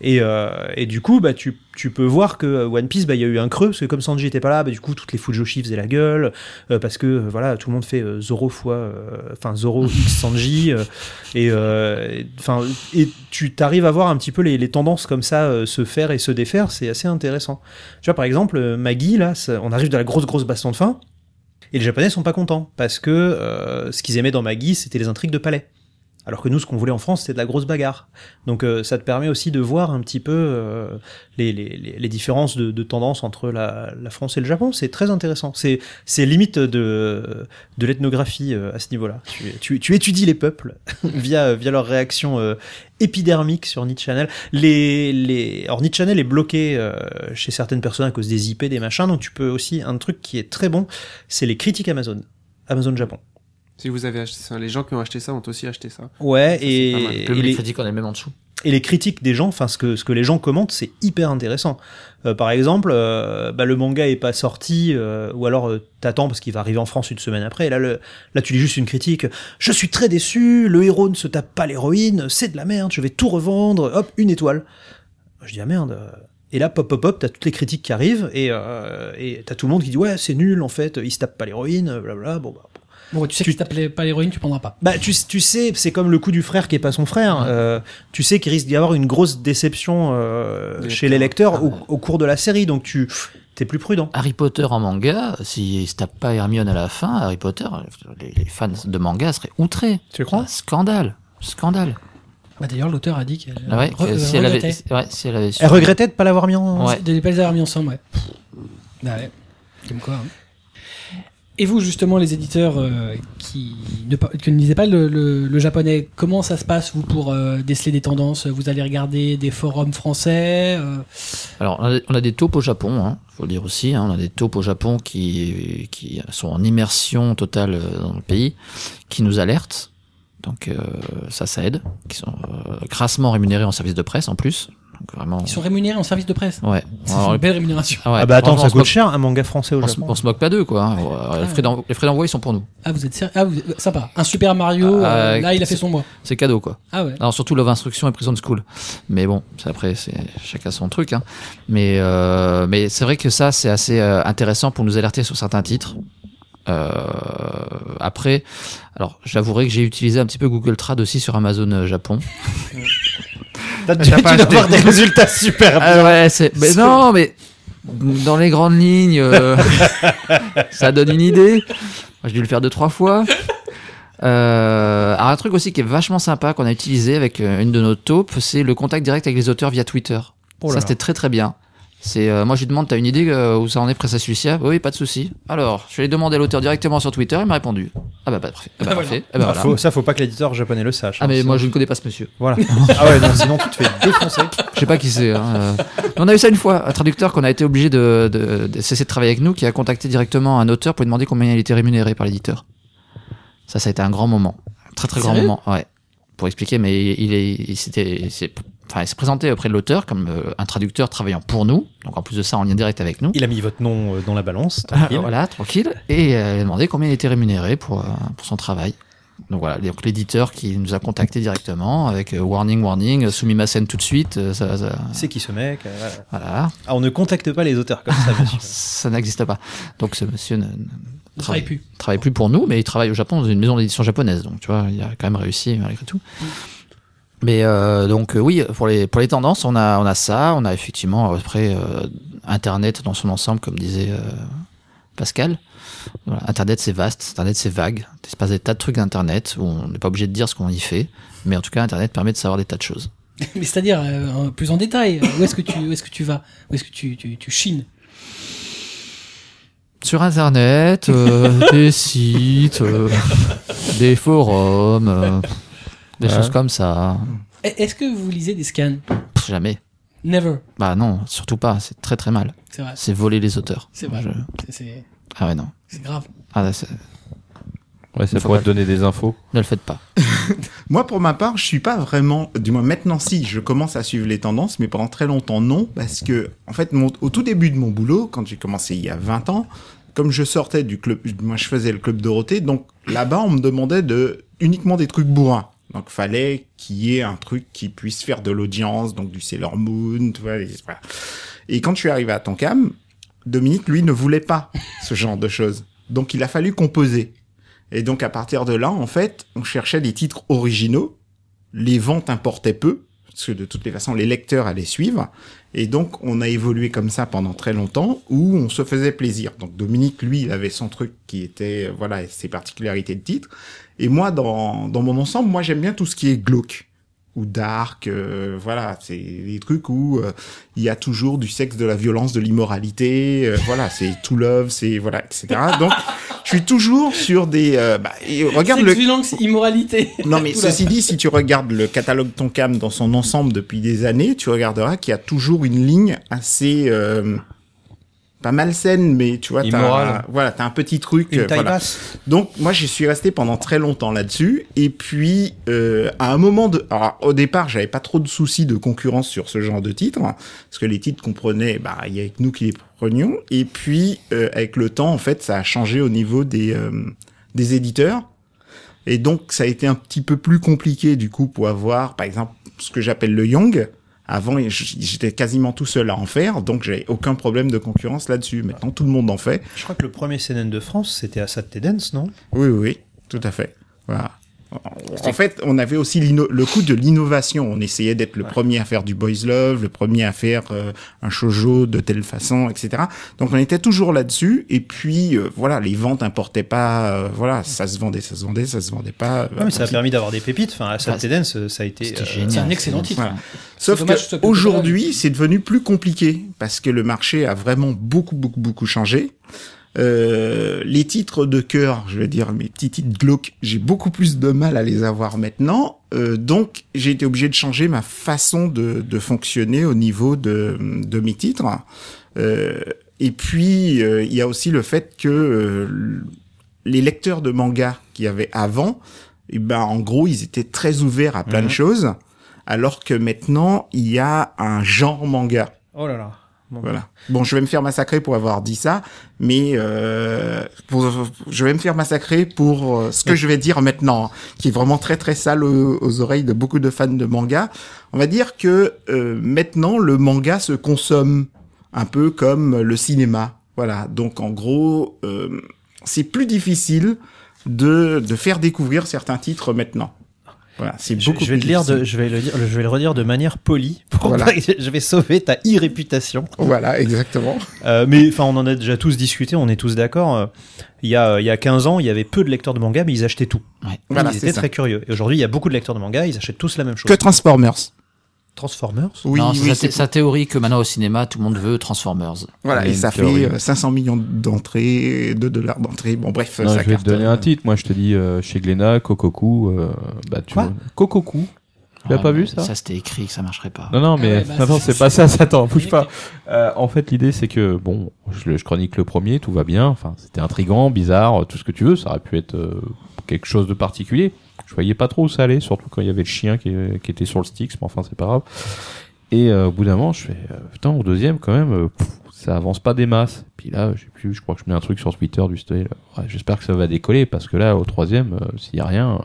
Speaker 3: Et, euh, et du coup, bah, tu, tu peux voir que euh, One Piece, bah, il y a eu un creux, parce que comme Sanji était pas là, bah, du coup, toutes les Fujoshi faisaient la gueule, euh, parce que euh, voilà, tout le monde fait euh, Zoro fois, euh, enfin Zoro X Sanji, euh, et euh, et- enfin, et tu t'arrives à voir un petit peu les, les tendances comme ça euh, se faire et se défaire, c'est assez intéressant. Tu vois, par exemple, euh, Maggie, là, ça- on arrive de la grosse, grosse baston de fin, et les Japonais sont pas contents parce que euh, ce qu'ils aimaient dans Maggie, c'était les intrigues de palais. Alors que nous, ce qu'on voulait en France, c'était de la grosse bagarre. Donc euh, ça te permet aussi de voir un petit peu euh, les, les- les- les différences de, de tendance entre la, la France et le Japon. C'est très intéressant. C'est c'est limite de, de l'ethnographie euh, à ce niveau-là. Tu, tu- tu étudies les peuples via, via leurs réactions euh, épidermiques sur Niche Channel. Les, les... Alors Niche Channel est bloqué euh, chez certaines personnes à cause des IP, des machins. Donc tu peux aussi... Un truc qui est très bon, c'est les critiques Amazon. Amazon Japon.
Speaker 4: Si vous avez acheté ça, les gens qui ont acheté ça ont aussi acheté ça.
Speaker 3: Ouais,
Speaker 4: c'est
Speaker 3: et,
Speaker 4: pas mal.
Speaker 3: et
Speaker 2: Même les
Speaker 3: les,
Speaker 2: critiques, on est même en dessous.
Speaker 3: et les critiques des gens, enfin ce que, ce que les gens commentent, c'est hyper intéressant. Euh, par exemple, euh, bah, le manga est pas sorti, euh, ou alors euh, t'attends parce qu'il va arriver en France une semaine après, et là, le, là tu lis juste une critique, je suis très déçu, le héros ne se tape pas l'héroïne, c'est de la merde, je vais tout revendre, hop, une étoile. Je dis ah merde. euh. Et là, pop, pop, pop, t'as toutes les critiques qui arrivent, et euh, et t'as tout le monde qui dit ouais, c'est nul en fait, il se tape pas l'héroïne, blablabla, bon bah.
Speaker 1: Bon, tu sais
Speaker 3: Tu-
Speaker 1: que si t'appelais pas l'héroïne, tu prendras pas.
Speaker 3: Bah, tu, tu sais, c'est comme le coup du frère qui est pas son frère. Euh, tu sais qu'il risque d'y avoir une grosse déception euh,
Speaker 4: Des
Speaker 3: chez les lecteurs au, au cours de la série, donc tu t'es plus prudent.
Speaker 2: Harry Potter en manga, s'il se tape pas Hermione à la fin, Harry Potter, les, les fans de manga seraient outrés.
Speaker 3: Tu
Speaker 2: Ah, scandale. Scandale. Ah
Speaker 1: Bah, D'ailleurs, l'auteur a dit qu'elle
Speaker 2: Ouais,
Speaker 1: re-
Speaker 2: que
Speaker 1: euh,
Speaker 2: si, elle avait,
Speaker 1: regrettait
Speaker 2: ouais, si elle avait su-
Speaker 3: Elle regrettait de pas l'avoir mis en.
Speaker 2: Ouais.
Speaker 1: de ne pas les avoir mis ensemble. Ouais. Bah ouais, comme quoi. hein. Et vous, justement, les éditeurs euh, qui ne, par- qui ne lisaient pas le, le- le japonais, comment ça se passe, vous, pour euh, déceler des tendances Vous allez regarder des forums français euh,
Speaker 2: Alors, on a, on a des taupes au Japon, hein, faut le dire aussi. hein, on a des taupes au Japon qui, qui sont en immersion totale euh, dans le pays, qui nous alertent. Donc, euh, ça, ça aide. Qui sont euh, grassement rémunérés en service de presse, en plus. Donc, vraiment.
Speaker 1: Ils sont rémunérés en service de presse.
Speaker 2: Ouais.
Speaker 1: C'est
Speaker 2: Alors,
Speaker 1: une belle rémunération.
Speaker 2: ouais,
Speaker 3: Ah bah attends,
Speaker 2: franchement,
Speaker 3: ça
Speaker 2: on se
Speaker 3: coûte
Speaker 2: moque-
Speaker 3: cher un manga français au
Speaker 2: On se,
Speaker 3: Japon.
Speaker 2: on se moque pas d'eux, quoi. hein. Euh, les frais d'en- Les frais d'envoi, ils sont pour nous.
Speaker 1: Ah, vous êtes sérieux Ah, vous êtes- sympa. Un Super Mario,
Speaker 2: Ah,
Speaker 1: euh,
Speaker 2: euh,
Speaker 1: là, il a fait
Speaker 2: c'est-
Speaker 1: son mois.
Speaker 2: C'est cadeau, quoi.
Speaker 1: Ah ouais.
Speaker 2: Alors surtout Love Instruction et Prison School. Mais bon, c'est après, c'est chacun son truc. hein. Mais, euh, mais c'est vrai que ça, c'est assez euh, intéressant pour nous alerter sur certains titres. Euh, après, alors j'avouerai que j'ai utilisé un petit peu Google Trad aussi sur Amazon euh, Japon.
Speaker 3: T'as- tu
Speaker 8: pas
Speaker 3: tu dois
Speaker 8: acheté.
Speaker 3: avoir des résultats super.
Speaker 2: Ah ouais, c'est. Mais non, mais dans les grandes lignes, euh, ça donne une idée. Moi, J'ai dû le faire deux trois fois. Euh, alors un truc aussi qui est vachement sympa qu'on a utilisé avec euh, une de nos taupes, c'est le contact direct avec les auteurs via Twitter.
Speaker 3: Oh là
Speaker 2: ça
Speaker 3: là.
Speaker 2: c'était très très bien. C'est euh, moi je lui demande t'as une idée euh, où ça en est Pressa Sucia Oui pas de souci. Alors je l'ai demandé à l'auteur directement sur Twitter, il m'a répondu. Ah bah, bah, parfait. Ah bah, parfait. Ah bah,
Speaker 3: Ah,
Speaker 2: voilà.
Speaker 3: faut- ça, faut pas que l'éditeur japonais le sache.
Speaker 2: Ah
Speaker 3: hein,
Speaker 2: mais
Speaker 3: sinon-
Speaker 2: moi je ne connais pas ce monsieur.
Speaker 3: Voilà. ah ouais, non, sinon tu te fais défoncer.
Speaker 2: Je sais pas qui c'est. hein, euh. Mais On a eu ça une fois, un traducteur qu'on a été obligé de, de- de cesser de travailler avec nous, qui a contacté directement un auteur pour lui demander combien il était rémunéré par l'éditeur. Ça, ça a été un grand moment. Un très très grand
Speaker 1: Sérieux
Speaker 2: moment, ouais. Pour expliquer, mais il, est- il s'était- il s'est enfin, il s'est présenté auprès de l'auteur comme euh, un traducteur travaillant pour nous, donc en plus de ça en lien direct avec nous.
Speaker 3: Il a mis votre nom euh, dans la balance. tranquille.
Speaker 2: Ah, Voilà, tranquille. Et euh, il a demandé combien il était rémunéré pour, euh, pour son travail. Donc voilà, donc l'éditeur qui nous a contacté directement avec euh, warning, warning, soumis ma scène tout de suite. euh, ça- ça-
Speaker 3: C'est qui ce mec euh, voilà.
Speaker 2: voilà.
Speaker 3: Ah, on ne contacte pas les auteurs comme ça, monsieur.
Speaker 2: Ça n'existe pas. Donc ce monsieur ne, ne-
Speaker 1: Il travaille plus.
Speaker 2: travaille plus pour nous, mais il travaille au Japon dans une maison d'édition japonaise. Donc tu vois, il a quand même réussi malgré tout. Mais euh, donc euh, oui, pour les pour les tendances, on a on a ça, on a effectivement après euh, Internet dans son ensemble, comme disait euh, Pascal. Voilà, Internet c'est vaste, Internet c'est vague. Il se passe des tas de trucs d'Internet où on n'est pas obligé de dire ce qu'on y fait, mais en tout cas Internet permet de savoir des tas de choses.
Speaker 1: Mais c'est-à-dire, euh, plus en détail, où est-ce que tu, où est-ce que tu vas Où est-ce que tu, tu, tu chines
Speaker 2: Sur Internet, euh, des sites, euh, des forums, euh, des choses comme ça.
Speaker 1: Est- Est-ce que vous lisez des scans
Speaker 2: Pff, jamais.
Speaker 1: Never.
Speaker 2: Bah non, surtout pas, c'est très très mal.
Speaker 1: C'est vrai.
Speaker 2: C'est voler les auteurs.
Speaker 1: C'est vrai.
Speaker 2: Je-
Speaker 1: C'est- C'est
Speaker 2: Ah ouais, non.
Speaker 1: c'est grave.
Speaker 2: Ah, là, c'est-
Speaker 9: Ouais, ça
Speaker 2: Faut
Speaker 9: pourrait
Speaker 2: pas-
Speaker 9: te donner des infos.
Speaker 2: ne le faites pas.
Speaker 6: Moi, pour ma part, je suis pas vraiment, du moins maintenant, si je commence à suivre les tendances, mais pendant très longtemps, non, parce que, en fait, mon- au tout début de mon boulot, quand j'ai commencé il y a 20 ans, comme je sortais du club, moi, je faisais le club Dorothée, donc là-bas, on me demandait de uniquement des trucs bourrins. Donc, fallait qu'il y ait un truc qui puisse faire de l'audience, donc du Sailor Moon, tu vois. les- voilà. Et quand je suis arrivé à Tonkam, Dominique, lui, ne voulait pas ce genre de choses. Donc, il a fallu composer. Et donc à partir de là, en fait, on cherchait des titres originaux. Les ventes importaient peu, parce que de toutes les façons, les lecteurs allaient suivre. Et donc on a évolué comme ça pendant très longtemps, où on se faisait plaisir. Donc Dominique, lui, il avait son truc qui était, euh, voilà, ses particularités de titres. Et moi, dans, dans mon ensemble, moi j'aime bien tout ce qui est glauque ou dark, euh, voilà, c'est des trucs où euh, il y a toujours du sexe, de la violence, de l'immoralité, euh, voilà, c'est tout love, c'est voilà, etc. Donc, je suis toujours sur des, euh, bah, et regarde le,
Speaker 1: Violence, immoralité.
Speaker 6: non, mais
Speaker 1: Tout là.
Speaker 6: ceci dit, si tu regardes le catalogue Tonkam dans son ensemble depuis des années, tu regarderas qu'il y a toujours une ligne assez. euh, pas malsaine, mais tu vois, t'as un,
Speaker 8: Immorale.
Speaker 6: voilà, t'as un petit truc.
Speaker 3: Une
Speaker 6: euh,
Speaker 3: taille
Speaker 6: voilà.
Speaker 3: basse.
Speaker 6: Donc, moi, je suis resté pendant très longtemps là-dessus. Et puis, euh, à un moment de. Alors, au départ, j'avais pas trop de soucis de concurrence sur ce genre de titres. hein, parce que les titres qu'on prenait, bah, il y avait que nous qui les prenions. Et puis, euh, avec le temps, en fait, ça a changé au niveau des, euh, des éditeurs. Et donc, ça a été un petit peu plus compliqué, du coup, pour avoir, par exemple, ce que j'appelle le Young. Avant, j- j'étais quasiment tout seul à en faire, donc j'avais aucun problème de concurrence là-dessus. Maintenant, tout le monde en fait.
Speaker 3: Je crois que le premier CNN de France, c'était à Sat Dance, non
Speaker 6: Oui, oui, oui, tout à fait. Voilà. En fait, on avait aussi l'inno- le coup de l'innovation. On essayait d'être le premier à faire du boys love, le premier à faire euh, un shoujo de telle façon, etc. Donc on était toujours là-dessus. Et puis euh, voilà, les ventes importaient pas. euh, voilà, ça se vendait, ça se vendait, ça se vendait pas. euh,
Speaker 3: Ouais, Ah, mais ça a
Speaker 6: Voilà.
Speaker 3: permis d'avoir des pépites. Enfin, à Sat
Speaker 6: Bah,
Speaker 2: Ah, c'est-
Speaker 3: Dance, ça a été.
Speaker 2: C'était
Speaker 3: euh,
Speaker 2: génial.
Speaker 1: c'est un excellent titre.
Speaker 6: Voilà. Sauf
Speaker 1: dommage que ce soit
Speaker 6: que
Speaker 1: plus
Speaker 6: aujourd'hui, c'est devenu plus compliqué parce que le marché a vraiment beaucoup, beaucoup, beaucoup changé. Euh, les titres de cœur, je veux dire mes petits titres glauques, j'ai beaucoup plus de mal à les avoir maintenant. Euh, donc, j'ai été obligé de changer ma façon de, de fonctionner au niveau de, de mes titres. Euh, et puis, euh, il y a aussi le fait que euh, les lecteurs de manga qu'il y avait avant, eh ben, en gros, ils étaient très ouverts à plein de
Speaker 3: Mhm.
Speaker 6: choses, alors que maintenant, il y a un genre manga.
Speaker 3: Oh là là. Bon.
Speaker 6: Voilà. Bon, je vais me faire massacrer pour avoir dit ça, mais euh, pour- je vais me faire massacrer pour euh, ce que je vais dire maintenant, qui est vraiment très très sale aux, aux oreilles de beaucoup de fans de manga. On va dire que euh, maintenant le manga se consomme un peu comme le cinéma. Voilà. Donc en gros, euh, c'est plus difficile de, de faire découvrir certains titres maintenant. Voilà, c'est
Speaker 3: Je,
Speaker 6: beaucoup.
Speaker 3: je vais te
Speaker 6: plus
Speaker 3: lire, de-
Speaker 6: difficile.
Speaker 3: je vais le dire, je vais le redire de manière polie. Pour
Speaker 6: Voilà.
Speaker 3: pas que je vais sauver ta irréputation.
Speaker 6: Voilà, exactement.
Speaker 3: Euh, mais enfin, on en a déjà tous discuté. On est tous d'accord. euh, Il y a, euh, il y a 15 ans, il y avait peu de lecteurs de manga, mais ils achetaient tout.
Speaker 2: Ouais.
Speaker 6: Voilà,
Speaker 3: ils
Speaker 6: c'est
Speaker 3: étaient
Speaker 6: ça.
Speaker 3: très curieux. Et aujourd'hui, il y a beaucoup de lecteurs de manga, ils achètent tous la même chose.
Speaker 6: Que Transformers.
Speaker 3: Transformers.
Speaker 6: Oui,
Speaker 2: Non, c'est
Speaker 6: oui,
Speaker 2: sa,
Speaker 6: c'est
Speaker 2: sa théorie que maintenant au cinéma, tout le monde veut Transformers.
Speaker 6: Voilà,
Speaker 9: Il y
Speaker 6: et
Speaker 9: a une
Speaker 6: ça fait
Speaker 9: théorie.
Speaker 6: euh, 500 millions d'entrées, 2 dollars d'entrées. Bon, bref,
Speaker 9: Non,
Speaker 6: ça
Speaker 9: je vais te
Speaker 6: cartonne.
Speaker 9: donner un titre. Moi, je te dis euh, chez Glénat, Cococu. euh, bah, tu
Speaker 3: Quoi
Speaker 9: vois. Cococu. Tu l'as
Speaker 2: Ouais,
Speaker 9: pas
Speaker 2: mais
Speaker 9: vu ça
Speaker 2: Ça, c'était écrit que ça marcherait pas.
Speaker 9: Non, non,
Speaker 1: Ah ouais,
Speaker 9: mais
Speaker 1: bah,
Speaker 9: non, non,
Speaker 1: c'est-
Speaker 9: c'est pas ça. ça, Attends, bouge pas. Euh, en fait, l'idée, c'est que bon, je, le- je chronique le premier, tout va bien. Enfin, c'était intrigant, bizarre, tout ce que tu veux. Ça aurait pu être euh, quelque chose de particulier. Je voyais pas trop où ça allait, surtout quand il y avait le chien qui, qui était sur le Styx, mais enfin, c'est pas grave. Et euh, au bout d'un moment, je fais euh, putain, au deuxième, quand même, euh, pff, ça avance pas des masses. Puis là, j'ai plus, je crois que je mets un truc sur Twitter du style. euh, ouais, J'espère que ça va décoller parce que là, au troisième, euh, s'il y a rien. euh,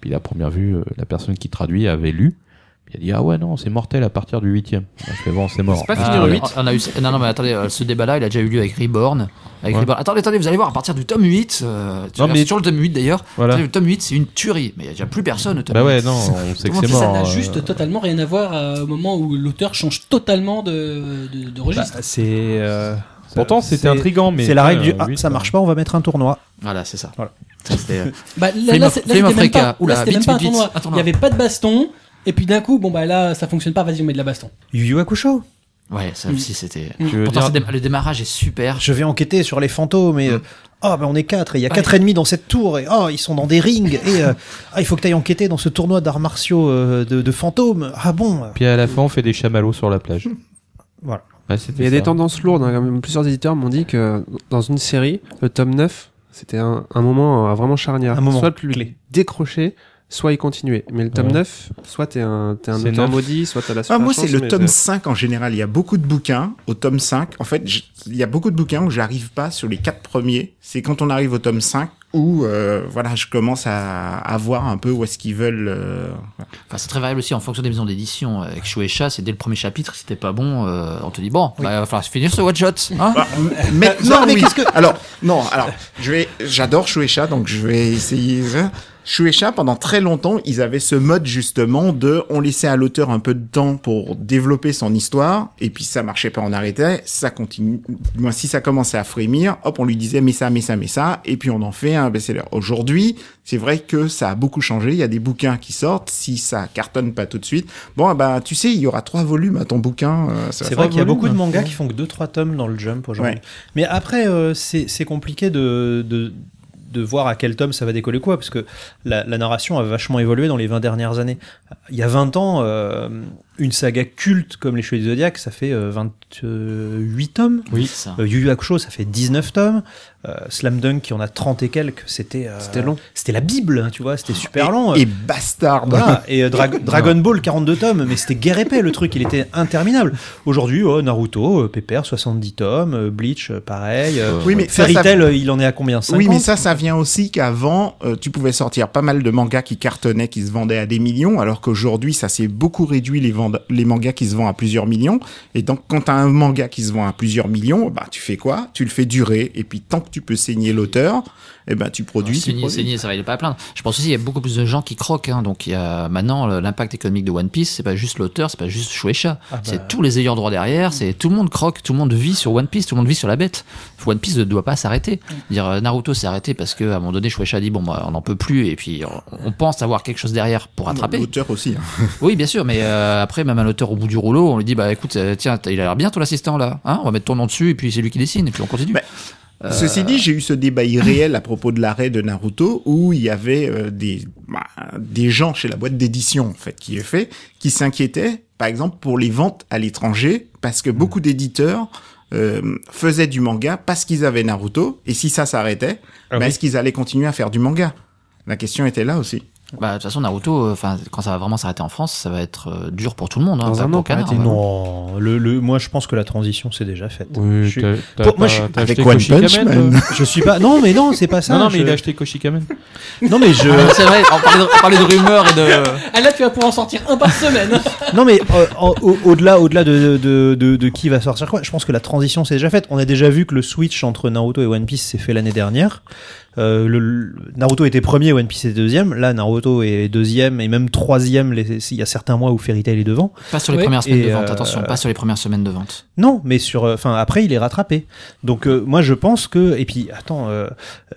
Speaker 9: puis la première vue, euh, la personne qui traduit avait lu. Puis elle a dit ah ouais non, c'est mortel à partir du huitième. Là, Je fais bon, c'est mort.
Speaker 2: Ah, on- on a eu- Non, non, mais attendez, euh, ce débat-là, il a déjà eu lieu avec Reborn. Avec
Speaker 9: Ouais.
Speaker 2: Reborn. Attendez, attendez, vous allez voir, à partir du tome 8, euh, tu
Speaker 9: Non,
Speaker 2: regardes
Speaker 9: mais-
Speaker 2: sur le tome 8 d'ailleurs,
Speaker 9: Voilà.
Speaker 2: le tome 8, c'est une tuerie. Mais il n'y a déjà plus personne au tome
Speaker 9: Bah
Speaker 2: 8.
Speaker 9: ouais, non, on sait que c'est
Speaker 1: Ça
Speaker 9: mort.
Speaker 1: n'a
Speaker 9: euh,
Speaker 1: juste totalement rien à voir euh, au moment où l'auteur change totalement de, de, de
Speaker 3: Bah,
Speaker 1: registre.
Speaker 3: c'est. euh,
Speaker 9: Pourtant,
Speaker 3: c'est-
Speaker 9: c'était intriguant, mais.
Speaker 3: C'est la règle
Speaker 9: ouais,
Speaker 3: du ah,
Speaker 9: oui,
Speaker 3: ça marche pas, on va mettre un tournoi.
Speaker 2: Voilà, c'est ça.
Speaker 3: Voilà.
Speaker 2: Ça, c'était, euh,
Speaker 1: Bah, là,
Speaker 2: Flame
Speaker 1: là,
Speaker 2: of-
Speaker 1: c'est-
Speaker 2: Flame
Speaker 1: là, c'était
Speaker 2: of
Speaker 1: même
Speaker 2: Reka.
Speaker 1: pas,
Speaker 2: Oula,
Speaker 1: là, c'était
Speaker 2: vite,
Speaker 1: même pas un
Speaker 2: vite, vite.
Speaker 1: tournoi.
Speaker 2: Un
Speaker 1: Il
Speaker 2: tournoi.
Speaker 1: n'y avait pas de baston. Et puis d'un coup, bon bah là, ça fonctionne pas. Vas-y, on met de la baston.
Speaker 3: Yu Yu Hakusho.
Speaker 2: Ouais, ça aussi, c'était.
Speaker 9: Tu veux
Speaker 2: Pourtant,
Speaker 9: dire-
Speaker 2: ça dé- le démarrage est super.
Speaker 3: Je vais enquêter sur les fantômes et.
Speaker 2: Mm.
Speaker 3: euh, Ah, ben on est quatre, et il y a
Speaker 2: Ouais.
Speaker 3: quatre ennemis dans cette tour, et oh, ils sont dans des rings, et euh, ah, il faut que tu ailles enquêter dans ce tournoi d'arts martiaux euh, de, de fantômes. Ah bon
Speaker 9: Puis à la fin, on fait des chamallows sur la plage.
Speaker 3: Hmm. Voilà.
Speaker 9: Ouais, c'était
Speaker 4: Il y a des
Speaker 9: ça.
Speaker 4: tendances lourdes. hein. Même Plusieurs éditeurs m'ont dit que dans une série, le tome 9, c'était un, un moment euh, vraiment charnière.
Speaker 3: Un moment
Speaker 4: soit tu le
Speaker 3: clé.
Speaker 4: décrochais, soit il continuait. Mais le tome
Speaker 9: Ouais.
Speaker 4: 9, soit t'es un, t'es un
Speaker 9: C'est
Speaker 4: auteur
Speaker 9: neuf.
Speaker 4: maudit, soit t'as la
Speaker 6: Ah,
Speaker 4: super
Speaker 6: moi,
Speaker 4: chance,
Speaker 6: c'est le
Speaker 4: mais
Speaker 6: tome 5 en général. Il y a beaucoup de bouquins au tome 5. En fait, j- il y a beaucoup de bouquins où j'arrive pas sur les quatre premiers. C'est quand on arrive au tome 5 où euh, voilà, je commence à, à voir un peu où est-ce qu'ils veulent. euh, voilà.
Speaker 2: Enfin, c'est très variable aussi en fonction des maisons d'édition. euh, Avec Shueisha, c'est dès le premier chapitre, si t'es pas bon, euh, on te dit bon, bah, il va falloir finir ce one shot.
Speaker 9: Ah.
Speaker 2: hein.
Speaker 6: Bah, m- maintenant,
Speaker 3: Euh, mais
Speaker 6: oui.
Speaker 3: qu'est-ce que-
Speaker 6: Alors, non, alors, je vais, j'adore Shueisha, donc je vais essayer. ça. Shueisha, pendant très longtemps, ils avaient ce mode justement de, on laissait à l'auteur un peu de temps pour développer son histoire, et puis ça marchait pas, on arrêtait, ça continue. Moi, si ça commençait à frémir, hop, on lui disait mais ça, mais ça, mais ça, et puis on en fait un best-seller. Aujourd'hui, c'est vrai que ça a beaucoup changé. Il y a des bouquins qui sortent, si ça cartonne pas tout de suite, bon, bah, tu sais, il y aura trois volumes à ton bouquin. euh, ça va
Speaker 3: C'est
Speaker 6: faire
Speaker 3: vrai qu'il y a
Speaker 6: volume.
Speaker 3: beaucoup de mangas qui font que 2-3 tomes dans le Jump aujourd'hui.
Speaker 6: Ouais.
Speaker 3: Mais après, euh, c'est c'est compliqué de, de, de voir à quel tome ça va décoller quoi, parce que la, la narration a vachement évolué dans les 20 dernières années. Il y a 20 ans, euh, une saga culte comme Les Chevaliers du Zodiac, ça fait euh, 28 tomes.
Speaker 2: Oui, ça.
Speaker 3: Euh, Yu Yu Hakusho, ça fait 19 tomes. Euh, Slam Dunk, qui en a 30 et quelques, c'était euh,
Speaker 4: C'était long.
Speaker 3: C'était la Bible, hein, tu vois, c'était super long.
Speaker 6: Et, et bastard.
Speaker 3: Voilà, et euh, Dra- Dragon Ball 42 tomes, mais c'était guerre épais le truc, il était interminable. Aujourd'hui, oh, Naruto, euh, Pépère 70 tomes, euh, Bleach euh, pareil, euh,
Speaker 6: Oui, mais ça,
Speaker 3: Fairy
Speaker 6: ça-
Speaker 3: Tail euh, il en est à combien 50
Speaker 6: Oui, mais ça, ça vient aussi qu'avant, euh, tu pouvais sortir pas mal de mangas qui cartonnaient, qui se vendaient à des millions, alors qu'aujourd'hui, ça s'est beaucoup réduit les, vend- les mangas qui se vendent à plusieurs millions. Et donc, quand t'as un manga qui se vend à plusieurs millions, bah, tu fais quoi Tu le fais durer, et puis tant que tu peux saigner l'auteur, eh ben, tu produis. tu
Speaker 2: Ah, Saigner,
Speaker 6: produis.
Speaker 2: saigner, ça va, il est pas à plaindre. Je pense aussi qu'il y a beaucoup plus de gens qui croquent. hein. Donc il y a maintenant le- l'impact économique de One Piece, c'est pas juste l'auteur, c'est pas juste Shueisha, c'est tous les ayants droit derrière, c'est tout le monde croque, tout le monde vit sur One Piece, tout le monde vit sur la bête. One Piece ne doit pas s'arrêter. Dire euh, Naruto s'est arrêté parce que à un moment donné Shueisha a dit bon bah, on n'en peut plus et puis on, on pense avoir quelque chose derrière pour rattraper.
Speaker 6: L'auteur aussi. hein.
Speaker 2: Oui bien sûr, mais euh, après même un auteur au bout du rouleau, on lui dit bah écoute euh, tiens t'as- il a l'air bien ton assistant là, hein on va mettre ton nom dessus et puis c'est lui qui dessine et puis on continue.
Speaker 6: Bah,
Speaker 3: Euh,
Speaker 6: Ceci dit, j'ai eu ce débat irréel à propos de l'arrêt de Naruto où il y avait euh, des bah, des gens chez la boîte d'édition en fait qui est fait qui s'inquiétaient par exemple pour les ventes à l'étranger parce
Speaker 3: Hmm.
Speaker 6: que beaucoup d'éditeurs euh, faisaient du manga parce qu'ils avaient Naruto et si ça s'arrêtait,
Speaker 3: Ah
Speaker 6: bah,
Speaker 3: oui.
Speaker 6: est-ce qu'ils allaient continuer à faire du manga La question était là aussi.
Speaker 2: Bah, de toute façon, Naruto, enfin, quand ça va vraiment s'arrêter en France, ça va être euh, dur pour tout le monde. Hein,
Speaker 4: Dans
Speaker 2: pas
Speaker 4: un
Speaker 2: pour
Speaker 4: an,
Speaker 2: Canard,
Speaker 3: Arrêtez,
Speaker 2: voilà.
Speaker 3: non, le, le- moi je pense que la transition c'est déjà faite.
Speaker 9: Oui,
Speaker 3: Je suis-
Speaker 9: t'as- t'as
Speaker 3: Pour- moi,
Speaker 9: pas-
Speaker 3: je suis-
Speaker 9: t'as
Speaker 6: avec
Speaker 9: acheté
Speaker 6: One Punch
Speaker 9: Koshikamen,
Speaker 6: Man.
Speaker 9: toi
Speaker 3: Je suis pas, non mais non, c'est pas ça.
Speaker 9: Non, non, mais
Speaker 3: je-
Speaker 9: il a acheté Koshikamen.
Speaker 3: non mais je,
Speaker 2: Ah, C'est vrai, on parlait, de, on parlait de rumeurs et de.
Speaker 1: Ah, là, tu vas pouvoir en sortir un par semaine.
Speaker 3: Non mais euh, en- au- au-delà au-delà de, de, de, de qui va sortir quoi, je pense que la transition c'est déjà faite. On a déjà vu que le switch entre Naruto et One Piece s'est fait l'année dernière. Euh, le, le- Naruto était premier, One Piece est deuxième. Là Naruto est deuxième et même troisième. les- Il y a certains mois où Fairy Tail est devant.
Speaker 2: Pas sur les
Speaker 3: Oui,
Speaker 2: premières semaines
Speaker 3: et,
Speaker 2: de vente,
Speaker 3: euh,
Speaker 2: attention, pas sur les premières semaines de vente.
Speaker 3: Non, mais sur, euh, enfin après il est rattrapé. Donc euh, moi je pense que et puis attends, euh,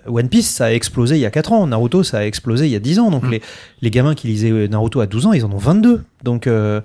Speaker 3: One Piece ça a explosé il y a 4 ans, Naruto ça a explosé il y a 10 ans. Donc
Speaker 4: Mm.
Speaker 3: les les gamins qui lisaient euh, Naruto à 12 ans, ils en ont 22. Donc euh,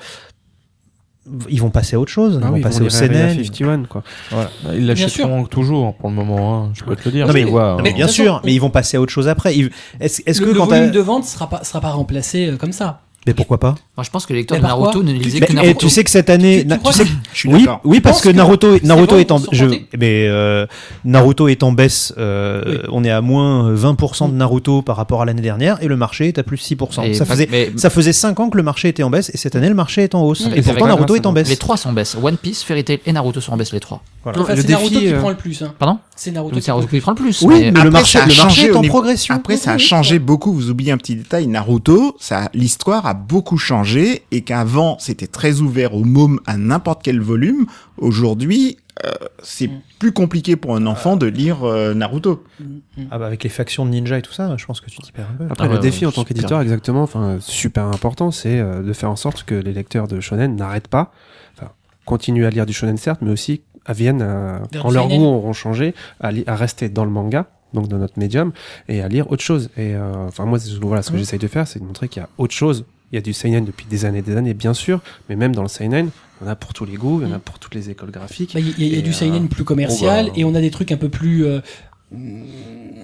Speaker 3: ils vont passer à autre chose, ils
Speaker 4: Ah oui,
Speaker 3: vont
Speaker 4: ils
Speaker 3: passer
Speaker 4: vont
Speaker 3: au
Speaker 4: lire Area
Speaker 3: CNN.
Speaker 4: 51, quoi.
Speaker 9: Bah, Ils
Speaker 1: l'achèteront
Speaker 9: l'achèteront toujours pour le moment, hein, je peux te le dire.
Speaker 3: Non, je mais- les
Speaker 9: vois, euh,
Speaker 3: Mais
Speaker 1: hein.
Speaker 3: bien
Speaker 1: De toute
Speaker 3: sûr,
Speaker 1: façon,
Speaker 3: mais ils vont passer à autre chose après. Ils- Est-ce est-ce
Speaker 1: le
Speaker 3: que
Speaker 1: le
Speaker 3: quand
Speaker 1: volume
Speaker 3: t'as-
Speaker 1: de vente sera pas, sera pas remplacé euh, comme ça.
Speaker 3: mais pourquoi pas
Speaker 2: Moi, je pense que les lecteurs
Speaker 1: Mais
Speaker 2: de
Speaker 1: par
Speaker 2: Naruto
Speaker 1: quoi
Speaker 2: ne lisaient
Speaker 3: Mais-
Speaker 2: que
Speaker 3: et
Speaker 2: Naruto.
Speaker 3: tu sais que cette année,
Speaker 1: Tu- tu
Speaker 3: na- tu
Speaker 1: crois
Speaker 3: sais
Speaker 1: que-
Speaker 6: Je suis
Speaker 3: Oui,
Speaker 6: d'accord.
Speaker 3: oui, parce
Speaker 1: penses
Speaker 3: que
Speaker 1: que
Speaker 3: Naruto,
Speaker 1: c'est
Speaker 3: Naruto
Speaker 1: bon,
Speaker 3: est en,
Speaker 1: ils sont
Speaker 3: je,
Speaker 1: portés
Speaker 3: mais euh, Naruto est en baisse. euh,
Speaker 1: Oui.
Speaker 3: On est à moins 20% de Naruto par rapport à l'année dernière et le marché est à plus 6%.
Speaker 2: Et-
Speaker 3: ça faisait
Speaker 2: mais-
Speaker 3: ça faisait 5 ans que le marché était en baisse et cette année le marché est en hausse.
Speaker 1: Avec-
Speaker 3: Et pourtant
Speaker 2: avec-
Speaker 3: Naruto est en baisse.
Speaker 2: Les trois sont en baisse. One Piece, Fairy Tail et Naruto sont en baisse, les trois.
Speaker 3: Voilà.
Speaker 1: Enfin,
Speaker 4: le
Speaker 1: c'est Naruto
Speaker 4: défi,
Speaker 1: qui
Speaker 4: euh,
Speaker 1: prend le plus. hein.
Speaker 2: Pardon
Speaker 1: C'est Naruto
Speaker 2: Donc,
Speaker 1: qui
Speaker 2: c'est
Speaker 1: prend le
Speaker 2: Naruto
Speaker 1: plus.
Speaker 2: qui prend le plus.
Speaker 3: Oui,
Speaker 2: mais-
Speaker 3: mais le
Speaker 6: Après,
Speaker 3: marché,
Speaker 6: ça a
Speaker 3: le marché
Speaker 6: changé
Speaker 3: est
Speaker 6: au
Speaker 3: en
Speaker 6: niveau-
Speaker 3: progression.
Speaker 6: Après, ça a
Speaker 1: Oui, oui,
Speaker 6: changé
Speaker 1: oui.
Speaker 6: beaucoup. Vous oubliez un petit détail. Naruto, ça, l'histoire a beaucoup changé et qu'avant, c'était très ouvert au môme à n'importe quel volume. Aujourd'hui, euh, c'est plus compliqué pour un enfant de lire euh, Naruto.
Speaker 3: Ah bah, avec les factions de ninja et tout ça, je pense que tu t'y perds un peu.
Speaker 4: Après,
Speaker 2: Ah
Speaker 4: le
Speaker 2: ouais,
Speaker 4: défi
Speaker 2: ouais,
Speaker 4: en tant
Speaker 2: super.
Speaker 4: qu'éditeur, exactement, enfin, super important, c'est euh, de faire en sorte que les lecteurs de shonen n'arrêtent pas, enfin, continuent à lire du shonen certes, mais aussi à viennent, à-
Speaker 1: Vers
Speaker 4: quand
Speaker 1: le
Speaker 4: leurs
Speaker 1: seinen.
Speaker 4: goûts auront changé, à, li- à rester dans le manga, donc dans notre médium, et à lire autre chose. Et euh, enfin, moi, c'est- voilà, ce que j'essaye de faire, c'est de montrer qu'il y a autre chose. Il y a du seinen depuis des années, et des années, bien sûr, mais même dans le seinen, on a pour tous les goûts, il y en a pour toutes les écoles graphiques.
Speaker 1: Bah, Il y, a- il y a
Speaker 4: Et,
Speaker 1: du
Speaker 4: euh,
Speaker 1: seinen plus commercial
Speaker 4: bon, bah,
Speaker 1: et on a des trucs un peu plus euh,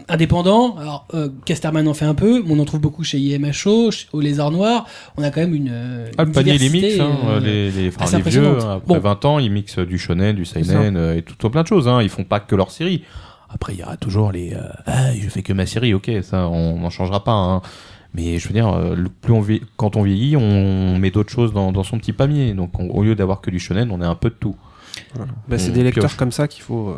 Speaker 1: indépendants. Alors, euh, Casterman en fait un peu, mais on en trouve beaucoup chez IMHO, chez- au Lézard Noir. On a quand même une. euh,
Speaker 9: Ah, le
Speaker 1: une
Speaker 9: panier il les
Speaker 1: diversité,
Speaker 9: mixe, hein,
Speaker 1: euh,
Speaker 9: les, les, enfin,
Speaker 1: assez
Speaker 9: les vieux,
Speaker 1: impressionnante.
Speaker 9: hein, après
Speaker 1: Bon.
Speaker 9: 20 ans, ils mixent du shonen, du seinen euh, et tout tout plein de choses. Hein. Ils font pas que leur série. Après, il y aura toujours les euh, ah, je fais que ma série, ok, ça, on n'en changera pas. hein. Mais je veux dire, euh, le plus on vie- quand on vieillit, on met d'autres choses dans, dans son petit panier. Donc, on- au lieu d'avoir que du shonen, on a un peu de tout.
Speaker 4: Bah, c'est
Speaker 9: On
Speaker 4: des lecteurs
Speaker 9: pioche.
Speaker 4: comme ça qu'il faut euh,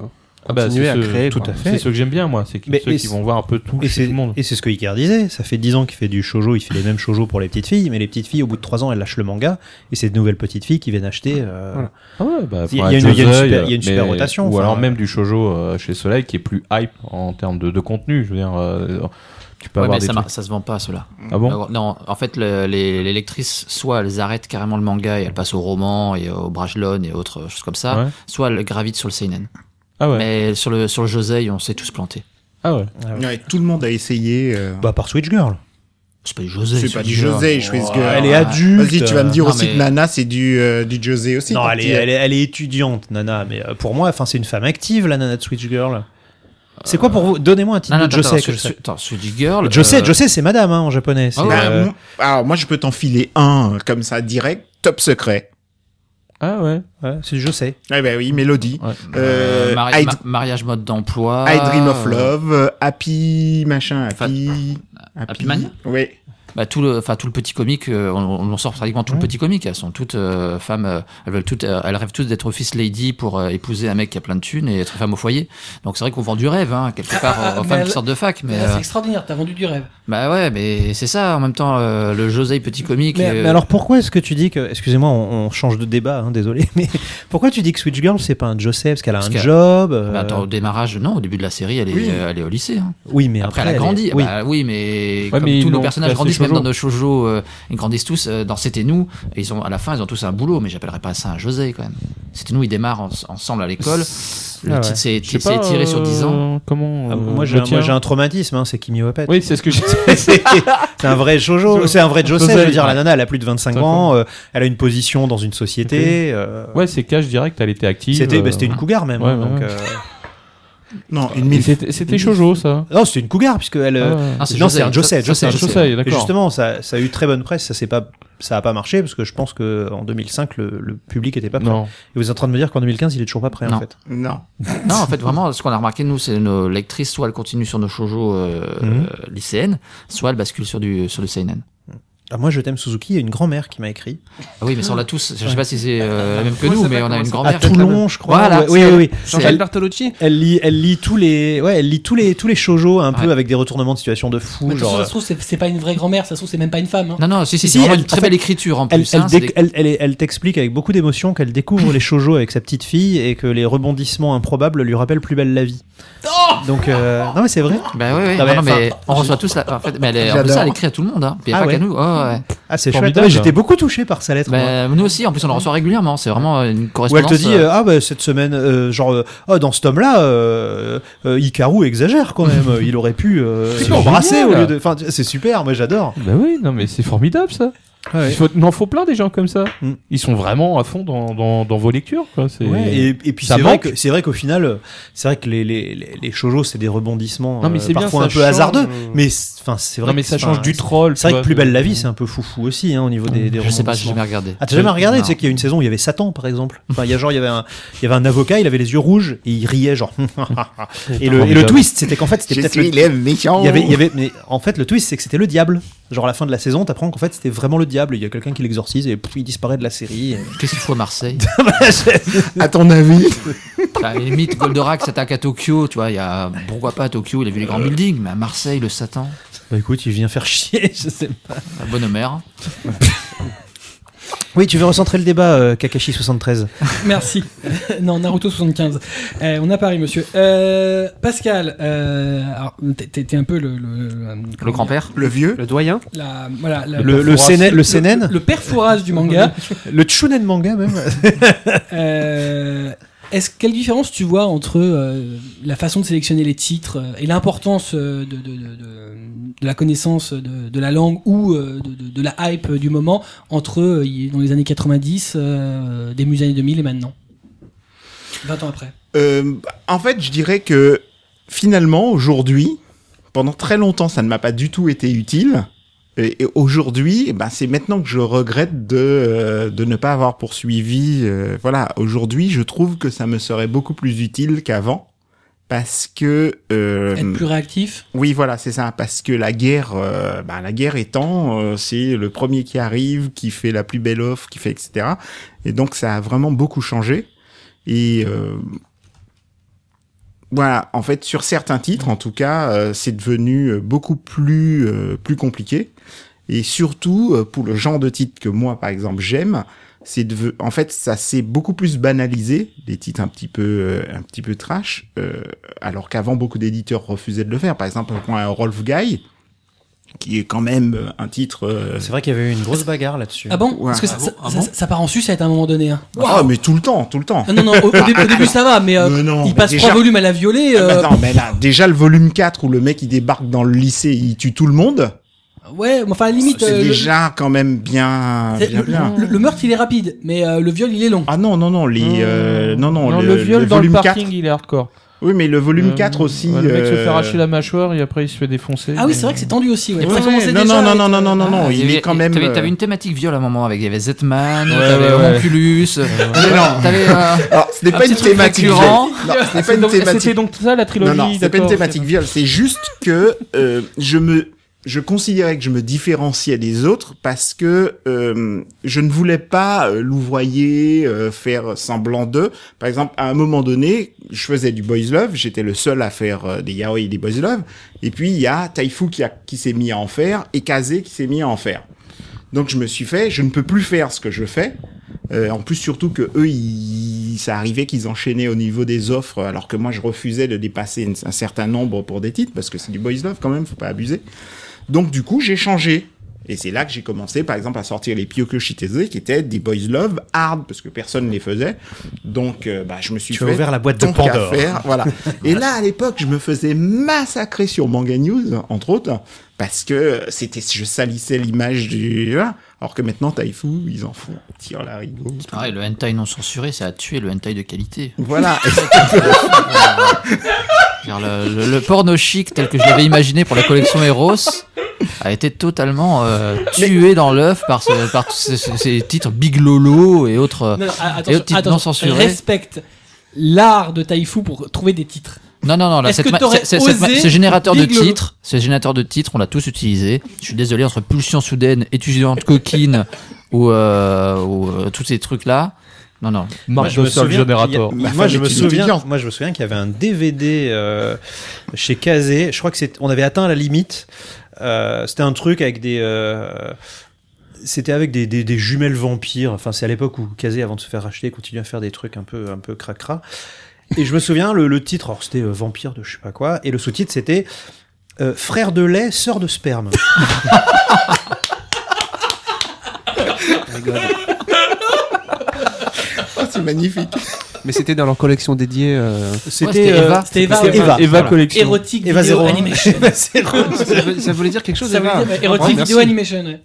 Speaker 9: Ah bah,
Speaker 4: continuer
Speaker 9: c'est
Speaker 4: à
Speaker 9: ce-
Speaker 4: créer.
Speaker 3: tout
Speaker 4: quoi.
Speaker 3: à fait.
Speaker 9: C'est ce que j'aime bien, moi, c'est que
Speaker 3: Mais-
Speaker 9: ceux
Speaker 3: et
Speaker 9: qui
Speaker 3: c'est-
Speaker 9: vont voir un peu tout,
Speaker 3: Et
Speaker 9: chez
Speaker 3: c'est
Speaker 9: tout le monde.
Speaker 3: et c'est ce que Icar disait, ça fait 10 ans qu'il fait du shoujo, il fait les mêmes shoujo pour les petites filles, mais les petites filles, au bout de 3 ans, elles lâchent le manga, et c'est de nouvelles petites filles qui viennent acheter... euh,
Speaker 4: Voilà.
Speaker 9: Ah ouais, bah,
Speaker 3: Il y a-
Speaker 9: faudra
Speaker 3: il y a une- il y a une
Speaker 9: Josei,
Speaker 3: super-
Speaker 9: euh,
Speaker 3: il y a une super rotation,
Speaker 9: Ou
Speaker 3: enfin,
Speaker 9: alors
Speaker 3: euh,
Speaker 9: même du shojo euh, chez Soleil qui est plus hype en termes de, de contenu. Je veux dire, euh, tu peux
Speaker 2: Ouais,
Speaker 9: avoir
Speaker 2: mais
Speaker 9: des
Speaker 2: ça,
Speaker 9: trucs.
Speaker 2: mar- ça se vend pas, cela.
Speaker 9: Ah bon
Speaker 2: Non, en fait, le- les, les lectrices, soit elles arrêtent carrément le manga et elles passent au roman et au brajlon et autres choses comme ça,
Speaker 9: Ouais.
Speaker 2: soit elles gravitent sur le seinen.
Speaker 9: Ah ouais.
Speaker 2: Mais sur le, sur le josei, on s'est tous plantés.
Speaker 9: Ah ouais.
Speaker 6: Ouais, tout le monde a essayé. euh,
Speaker 3: Bah, par Switch Girl.
Speaker 2: C'est pas du Oh, josei.
Speaker 6: c'est pas du José, je fais ce
Speaker 3: Ah, elle
Speaker 6: que.
Speaker 3: est adulte.
Speaker 6: Vas-y, tu vas me dire
Speaker 2: Non,
Speaker 6: aussi
Speaker 2: mais-
Speaker 6: que Nana, c'est du, euh, du José aussi.
Speaker 3: Non,
Speaker 6: quand
Speaker 3: elle est,
Speaker 6: il-
Speaker 3: elle, est, elle est étudiante, Nana, mais euh, pour moi, enfin, c'est une femme active, la Nana de Switch Girl. C'est quoi pour vous Donnez-moi un titre
Speaker 2: Non, non,
Speaker 3: de José.
Speaker 2: attends,
Speaker 3: que
Speaker 2: attends,
Speaker 3: je sais.
Speaker 2: Su- attends, Suzy Girl.
Speaker 3: José,
Speaker 2: euh,
Speaker 3: José, c'est madame hein, en japonais. c'est,
Speaker 2: Ah ouais.
Speaker 6: Bah,
Speaker 3: euh,
Speaker 6: m- Alors, moi, je peux t'en filer un, euh, comme ça, direct, top secret.
Speaker 9: Ah ouais.
Speaker 3: ouais, c'est du José.
Speaker 6: Eh ben oui, Mélodie.
Speaker 9: Ouais.
Speaker 2: euh,
Speaker 6: Euh,
Speaker 2: mari-
Speaker 6: I-
Speaker 2: ma- mariage mode d'emploi.
Speaker 6: I Dream of
Speaker 2: euh,
Speaker 6: Love, euh, Happy, machin, Happy.
Speaker 2: Happy Mania
Speaker 6: Oui.
Speaker 2: bah, tout le enfin tout le petit comique euh, on, on en sort pratiquement tout le petit comique elles sont toutes euh, femmes euh, elles veulent toutes euh, elles rêvent toutes d'être fils lady pour euh, épouser un mec qui a plein de thunes et être femme au foyer donc c'est vrai qu'on vend du rêve hein, quelque part
Speaker 1: Ah, ah,
Speaker 2: aux
Speaker 1: mais
Speaker 2: femmes
Speaker 1: elle-
Speaker 2: qui sortent de fac mais
Speaker 1: Mais là,
Speaker 2: euh,
Speaker 1: Ah, c'est extraordinaire, t'as vendu du rêve.
Speaker 2: bah ouais mais c'est ça en même temps euh, le José petit comique
Speaker 3: Mais,
Speaker 2: euh,
Speaker 3: mais alors pourquoi est-ce que tu dis que. Excusez-moi, on, on change de débat, hein, désolé, mais pourquoi tu dis que Switch Girl, c'est pas un José Parce qu'elle a
Speaker 2: Parce
Speaker 3: un
Speaker 2: qu'elle-
Speaker 3: job. euh,
Speaker 2: bah, attends, au démarrage non au début de la série elle est
Speaker 6: Oui.
Speaker 2: euh, elle est au lycée hein.
Speaker 3: Oui, mais
Speaker 2: après,
Speaker 3: après.
Speaker 2: elle a grandi
Speaker 3: est- oui.
Speaker 2: Bah oui mais
Speaker 9: Ouais,
Speaker 2: comme
Speaker 9: mais
Speaker 2: tous
Speaker 9: ils
Speaker 2: nos
Speaker 9: l'ont
Speaker 2: personnages
Speaker 9: classé
Speaker 2: grandissent même
Speaker 9: shoujo.
Speaker 2: dans nos shoujo euh, ils grandissent tous euh, dans C'était nous et ils ont à la fin ils ont tous un boulot mais j'appellerais pas ça un José quand même C'était nous ils démarrent en- ensemble à l'école Le
Speaker 3: Ah ouais.
Speaker 2: titre s'est
Speaker 9: Je sais
Speaker 2: s'est
Speaker 9: pas,
Speaker 2: étiré sur 10 ans.
Speaker 9: euh, Comment
Speaker 3: Ah,
Speaker 9: euh,
Speaker 3: moi, j'ai
Speaker 9: le
Speaker 3: un, moi,
Speaker 9: tien
Speaker 3: j'ai un traumatisme, hein, c'est Kimi Wapet.
Speaker 9: Oui, c'est ce que j'ai
Speaker 3: c'est c'est un vrai Jojo, c'est un vrai José.
Speaker 9: José,
Speaker 3: Je veux dire,
Speaker 9: ouais.
Speaker 3: la nana, elle a plus de 25
Speaker 9: D'accord.
Speaker 3: ans, euh, elle a une position dans une société. euh,
Speaker 9: Ouais, c'est cash direct, elle était active.
Speaker 3: C'était bah,
Speaker 9: euh,
Speaker 3: c'était une cougar même.
Speaker 9: ouais,
Speaker 3: hein,
Speaker 9: ouais,
Speaker 3: donc,
Speaker 9: ouais.
Speaker 3: euh,
Speaker 6: Non, une
Speaker 9: et
Speaker 6: mille.
Speaker 9: C'était c'était Shoujo, ça.
Speaker 3: Non, c'était une cougar, puisque elle. euh,
Speaker 9: Ah,
Speaker 3: non, c'est un José.
Speaker 2: Ça, c'est José. hein.
Speaker 9: un Josei,
Speaker 3: Et
Speaker 9: d'accord.
Speaker 3: justement, ça, ça a eu très bonne presse, ça n'a pas, ça a pas marché, parce que je pense que en 2005, le, le public était pas prêt.
Speaker 9: Non.
Speaker 3: Et vous êtes en train de me dire qu'en 2015, il est toujours pas prêt, en
Speaker 2: Non.
Speaker 3: fait.
Speaker 6: Non.
Speaker 2: Non, en fait, vraiment, ce qu'on a remarqué, nous, c'est nos lectrices, soit elles continuent sur nos shoujo euh,
Speaker 3: Mhm.
Speaker 2: euh, lycéennes, soit elles basculent sur, du, sur le seinen.
Speaker 3: Ah, moi, je t'aime Suzuki, il y a une grand-mère qui m'a écrit.
Speaker 2: Ah oui, mais ça, on l'a tous. Je sais pas si c'est euh, la même que
Speaker 4: Comment
Speaker 2: nous,
Speaker 4: ça
Speaker 2: mais
Speaker 4: s'appelle,
Speaker 2: on a une
Speaker 4: comment
Speaker 3: À
Speaker 9: Ah,
Speaker 2: grand-mère.
Speaker 3: Toulon, je crois.
Speaker 2: Voilà,
Speaker 3: Ouais, oui, oui, oui.
Speaker 4: Jean-Jacques Bartolucci
Speaker 3: Elle lit, elle lit tous les, ouais, elle lit tous les, tous les shoujo un peu
Speaker 2: Ouais.
Speaker 3: avec des retournements de situation de fou,
Speaker 1: Mais de toute façon,
Speaker 3: genre.
Speaker 1: ça se trouve, c'est c'est pas une vraie grand-mère, ça se trouve, c'est même pas une femme. hein.
Speaker 2: Non, non, si, si,
Speaker 3: Si,
Speaker 2: c'est vraiment
Speaker 3: elle-
Speaker 2: une très
Speaker 3: en
Speaker 2: belle
Speaker 3: fait,
Speaker 2: écriture en
Speaker 3: Elle,
Speaker 2: plus.
Speaker 3: elle,
Speaker 2: hein, c'est
Speaker 3: déc-
Speaker 2: des-
Speaker 3: elle, elle, elle t'explique avec beaucoup d'émotion qu'elle découvre les shoujo avec sa petite fille et que les rebondissements improbables lui rappellent plus belle la vie.
Speaker 2: Oh
Speaker 3: Donc euh, non mais c'est vrai.
Speaker 2: Bah oui, oui,
Speaker 3: Non, mais
Speaker 2: non, non, mais
Speaker 3: enfin,
Speaker 2: on reçoit tous la. En fait, mais elle est- en
Speaker 6: J'adore.
Speaker 2: plus, ça, elle écrit à tout le monde. Hein. Puis il y a
Speaker 3: Ah
Speaker 2: pas
Speaker 3: ouais.
Speaker 2: qu'à nous. Oh, ouais.
Speaker 3: Ah c'est chouette.
Speaker 9: Formidable.
Speaker 3: Ouais, J'étais beaucoup touché par sa lettre. moi.
Speaker 2: Bah, nous aussi, en plus, on le reçoit régulièrement. C'est vraiment une
Speaker 3: Où elle
Speaker 2: correspondance.
Speaker 3: te dit
Speaker 2: euh,
Speaker 3: euh, ah bah cette semaine euh, genre euh, oh, dans ce tome là euh, euh, Hikaru exagère quand même il aurait pu euh,
Speaker 9: C'est
Speaker 3: embrasser au
Speaker 9: génial.
Speaker 3: lieu de enfin tu- c'est super moi j'adore
Speaker 9: Bah oui, non, mais c'est formidable, ça. Il faut- il en faut plein des gens comme ça.
Speaker 3: Ah Mm.
Speaker 9: Ils sont vraiment à fond dans, dans, dans vos lectures. Quoi. C'est-
Speaker 3: Ouais, et, et puis
Speaker 9: ça
Speaker 3: c'est vrai
Speaker 9: manque.
Speaker 3: que c'est vrai qu'au final euh, c'est vrai que les les les, les shoujo c'est des rebondissements
Speaker 9: Non, mais
Speaker 3: euh,
Speaker 9: c'est bien,
Speaker 3: parfois
Speaker 9: ça
Speaker 3: un peu
Speaker 9: change.
Speaker 3: hasardeux
Speaker 4: Euh.
Speaker 3: mais c'est- enfin c'est vrai
Speaker 9: Non, mais
Speaker 3: que-
Speaker 9: ça
Speaker 3: enfin,
Speaker 9: change du
Speaker 3: c'est-
Speaker 9: troll.
Speaker 3: c'est
Speaker 9: tu
Speaker 3: vrai que
Speaker 9: vois,
Speaker 3: plus
Speaker 9: de-
Speaker 3: belle la vie c'est un peu foufou aussi hein, au niveau des, des
Speaker 2: Je sais pas, j'ai
Speaker 3: rebondissements.
Speaker 2: jamais regardé.
Speaker 3: Ah, t'as jamais regardé,
Speaker 2: Non.
Speaker 3: tu sais qu'il y a une saison où il y avait Satan, par exemple. Enfin, il y a genre, il y avait un, il y avait un avocat, il avait les yeux rouges, et il riait, genre. et, le, et le
Speaker 9: Formidable.
Speaker 3: twist, c'était qu'en fait, c'était
Speaker 6: Je
Speaker 3: peut-être
Speaker 6: suis
Speaker 3: le,
Speaker 6: les méchants.
Speaker 3: il y avait, il y avait, mais en fait, le twist, c'est que c'était le diable. Genre, à la fin de la saison, t'apprends qu'en fait, c'était vraiment le diable. Il y a quelqu'un qui l'exorcise et pff, il disparaît de la série.
Speaker 2: Qu'est-ce qu'il faut à Marseille
Speaker 6: À ton avis
Speaker 2: Bah, limite, Goldorak s'attaque à Tokyo, tu vois, il y a, pourquoi pas à Tokyo, il a vu les grands buildings, mais à Marseille, le Satan,
Speaker 3: Bah écoute, il vient faire chier, je sais pas.
Speaker 2: la bonne mère.
Speaker 3: Oui, tu veux recentrer le débat, euh, Kakashi73.
Speaker 1: Merci. non, Naruto 75. Euh, on a Paris, monsieur. Euh, Pascal, euh, alors, t'es- t'es t'es un peu le. Le,
Speaker 2: Le grand-père
Speaker 6: Le vieux
Speaker 4: Le doyen
Speaker 1: la- voilà, la-
Speaker 3: Le, le, sénen, le sénen,
Speaker 1: le père Fouras du manga.
Speaker 3: le tchunen manga même.
Speaker 1: Euh, Est-ce quelle différence tu vois entre euh, la façon de sélectionner les titres euh, et l'importance euh, de, de, de- de- de la connaissance de, de la langue ou euh, de, de- de la hype euh, du moment entre euh, y- dans les années 90, euh, début des années 2000 et maintenant 20 ans après.
Speaker 6: Euh, En fait, je dirais que finalement, aujourd'hui, pendant très longtemps, ça ne m'a pas du tout été utile. Et, et aujourd'hui, eh ben, c'est maintenant que je regrette de, euh, de ne pas avoir poursuivi. euh, voilà, aujourd'hui, je trouve que ça me serait beaucoup plus utile qu'avant. Parce que... euh,
Speaker 1: Être plus réactif.
Speaker 6: oui, voilà, c'est ça. Parce que la guerre, euh, bah, la guerre étant, euh, c'est le premier qui arrive, qui fait la plus belle offre, qui fait etc. Et donc ça a vraiment beaucoup changé. Et euh, voilà, en fait, sur certains titres, en tout cas, euh, c'est devenu euh, beaucoup plus euh, plus compliqué. Et surtout euh, pour le genre de titre que moi, par exemple, j'aime, c'est de, en fait, ça s'est beaucoup plus banalisé les titres un petit peu euh, un petit peu trash. euh, alors qu'avant beaucoup d'éditeurs refusaient de le faire. Par exemple, on prend un Rolf Guy, qui est quand même euh, un titre. euh,
Speaker 3: C'est vrai qu'il y avait eu une grosse bagarre là-dessus.
Speaker 1: Ah bon
Speaker 6: Ouais.
Speaker 1: Parce que ça,
Speaker 2: Ah bon,
Speaker 1: ça-
Speaker 2: ah
Speaker 1: ça-
Speaker 2: bon
Speaker 1: ça part en sucette à un moment donné. hein.
Speaker 6: Ah, mais tout le temps, tout le temps.
Speaker 1: Non, non, non, au, au dé- au début ça va, mais, euh,
Speaker 6: Mais non,
Speaker 1: il
Speaker 6: mais
Speaker 1: passe
Speaker 6: déjà-
Speaker 1: trois volumes à la violée.
Speaker 6: Ah
Speaker 1: euh,
Speaker 6: bah non, mais là, déjà le volume 4 où le mec il débarque dans le lycée, il tue tout le monde.
Speaker 1: ouais, enfin, à la limite.
Speaker 6: C'est
Speaker 1: euh, le-
Speaker 6: déjà quand même bien,
Speaker 1: c'est-
Speaker 6: bien,
Speaker 1: le,
Speaker 6: bien.
Speaker 1: le- le meurtre il est rapide, mais euh, le viol il est long.
Speaker 6: Ah non, non, non, les, euh, non, non,
Speaker 9: Hmm. le, viol dans le
Speaker 6: volume
Speaker 9: parking,
Speaker 6: 4.
Speaker 9: il est hardcore.
Speaker 6: Oui, mais le volume 4
Speaker 9: Euh,
Speaker 6: aussi.
Speaker 9: ouais, le mec se fait
Speaker 6: euh,
Speaker 9: arracher la mâchoire et après il se fait défoncer.
Speaker 1: Ah oui, c'est vrai que c'est tendu aussi. Ouais.
Speaker 6: ouais,
Speaker 1: Ça
Speaker 6: ouais,
Speaker 1: commençait
Speaker 6: non,
Speaker 1: déjà
Speaker 6: non,
Speaker 1: à
Speaker 6: non,
Speaker 1: être,
Speaker 6: non, non,
Speaker 1: euh,
Speaker 6: non, non, non,
Speaker 2: Ah,
Speaker 6: il
Speaker 2: y
Speaker 6: est
Speaker 2: avait-
Speaker 6: quand même.
Speaker 2: T'avais
Speaker 6: euh,
Speaker 2: t'avais une thématique viol à un moment avec. Il y avait Zetman,
Speaker 9: Ouais,
Speaker 2: t'avais
Speaker 9: ouais, ouais.
Speaker 2: Homunculus,
Speaker 6: non.
Speaker 2: t'avais. euh,
Speaker 6: Alors, Ah, ce
Speaker 9: Ah,
Speaker 6: n'est
Speaker 2: un
Speaker 6: pas une
Speaker 2: petit truc
Speaker 6: thématique. viol.
Speaker 2: récurrent.
Speaker 6: Non, ce n'est pas une
Speaker 9: Donc,
Speaker 6: thématique.
Speaker 9: C'était donc ça la
Speaker 6: Non,
Speaker 9: trilogie.
Speaker 6: non, c'est pas une
Speaker 9: d'accord.
Speaker 6: thématique viol. C'est juste que euh, je me, je considérais que je me différenciais des autres parce que euh, je ne voulais pas euh, louvoyer, euh, faire semblant d'eux. Par exemple, à un moment donné, je faisais du boys love. J'étais le seul à faire euh, des yaoi et des boys love. Et puis il y a Taifu qui, a, qui s'est mis à en faire et Kazé qui s'est mis à en faire. Donc je me suis fait, je ne peux plus faire ce que je fais. Euh, en plus, surtout que eux, ils, ça arrivait qu'ils enchaînaient au niveau des offres, alors que moi, je refusais de dépasser une- un certain nombre pour des titres, parce que c'est du boys love quand même, faut pas abuser. Donc, du coup, j'ai changé. Et c'est là que j'ai commencé, par exemple, à sortir les Pyokyo Shiteze, qui étaient des boys love hard, parce que personne ne les faisait. Donc, euh, bah, je me suis
Speaker 3: Tu as
Speaker 6: fait
Speaker 3: ouvert la boîte de
Speaker 6: tant qu'à
Speaker 3: Pandore.
Speaker 6: faire, voilà. Et là, à l'époque, je me faisais massacrer sur Manga News, entre autres, parce que c'était, je salissais l'image du, hein, alors que maintenant, Taifu, ils en font, tire la rigo.
Speaker 2: Ah, et le hentai non censuré, ça a tué le hentai de qualité.
Speaker 6: Voilà.
Speaker 2: Car le, le- le porno chic tel que je l'avais imaginé pour la collection Eros a été totalement euh, tué dans l'œuf par, ce- par tous ces, ces- ces titres Big Lolo et autres. euh.
Speaker 1: Non, non, a-
Speaker 2: Et autres
Speaker 1: attention,
Speaker 2: titres non
Speaker 1: attention,
Speaker 2: censurés.
Speaker 1: respecte l'art de Taifu pour trouver des titres.
Speaker 2: Non, non, non, là,
Speaker 1: Est-ce
Speaker 2: cette
Speaker 1: que
Speaker 2: ma-
Speaker 1: t'aurais
Speaker 2: c'est- c'est- cette ma-
Speaker 1: osé
Speaker 2: ce générateur de
Speaker 1: Big Lolo
Speaker 2: titres, ce générateur de titres, on l'a tous utilisé. Je suis désolé, entre Pulsion Soudaine, étudiante coquine ou, euh, ou, euh, tous ces trucs-là. Non, non.
Speaker 3: Moi,
Speaker 9: Marc
Speaker 3: je me
Speaker 9: Dossol,
Speaker 3: souviens
Speaker 9: Générateur.
Speaker 3: qu'il y a-
Speaker 6: Ma
Speaker 3: Moi,
Speaker 6: femme
Speaker 3: je
Speaker 6: est
Speaker 3: me
Speaker 6: une
Speaker 3: souviens.
Speaker 6: étudiante.
Speaker 3: Moi, je me souviens qu'il y avait un DVD euh, chez Kazé. Je crois que c'est. On avait atteint la limite. Euh, c'était un truc avec des. euh, c'était avec des, des- des jumelles vampires. Enfin, c'est à l'époque où Kazé, avant de se faire racheter, continuait à faire des trucs un peu un peu cracra. Et je me souviens le, le titre. Alors, c'était euh, vampire de je sais pas quoi. Et le sous-titre, c'était euh, frère de lait, sœur de sperme.
Speaker 6: Oh, c'est magnifique.
Speaker 4: Mais c'était dans leur collection dédiée. euh,
Speaker 2: Ah, c'était
Speaker 3: euh,
Speaker 2: Eva.
Speaker 1: C'était Eva,
Speaker 3: c'était
Speaker 1: ouais.
Speaker 3: Eva.
Speaker 9: Eva
Speaker 3: Voilà.
Speaker 9: Collection.
Speaker 1: Érotique
Speaker 3: Eva
Speaker 1: vidéo
Speaker 3: 01.
Speaker 1: animation.
Speaker 3: C'est vrai.
Speaker 9: ça, veut- ça voulait dire quelque chose
Speaker 1: Ça veut dire bah, érotique
Speaker 4: Merci.
Speaker 1: vidéo animation. ouais.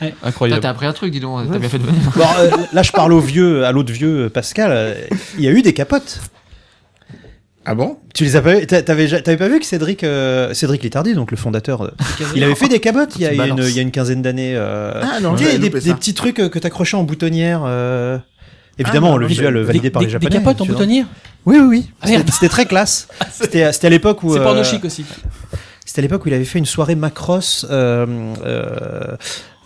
Speaker 2: Toi, t'as
Speaker 9: Incroyable.
Speaker 2: appris un truc, dis donc. T'as bien fait de venir.
Speaker 3: Bon, euh, là, je parle au vieux, à l'autre vieux, euh, Pascal. euh, Il y a eu des capotes.
Speaker 6: Ah bon
Speaker 3: Tu les as pas, t'a- t'avais, ja- t'avais pas vu que Cédric, euh, Cédric Littardi, donc le fondateur, euh, il avait fait des capotes il y a,
Speaker 2: Tu
Speaker 3: une,
Speaker 2: balances.
Speaker 3: il y a une quinzaine d'années. euh,
Speaker 6: Ah non,
Speaker 3: tu sais,
Speaker 6: j'avais
Speaker 3: des,
Speaker 6: loupé
Speaker 3: des
Speaker 6: ça.
Speaker 3: petits trucs euh, que t'accrochais en boutonnière. euh, évidemment,
Speaker 6: Ah non,
Speaker 3: le
Speaker 6: non,
Speaker 3: visuel
Speaker 6: j'avais-
Speaker 3: validé
Speaker 1: Des-
Speaker 3: par
Speaker 1: des-
Speaker 3: les japonais.
Speaker 1: Des capotes en
Speaker 3: tu vois.
Speaker 1: boutonnière
Speaker 3: Oui, oui, oui.
Speaker 1: Ah, merde. Ah,
Speaker 3: C'était, c'était très classe. C'était, c'était à l'époque où.
Speaker 1: C'est
Speaker 3: euh,
Speaker 1: porno chic aussi.
Speaker 3: c'était à l'époque où il avait fait une soirée Macross euh, euh,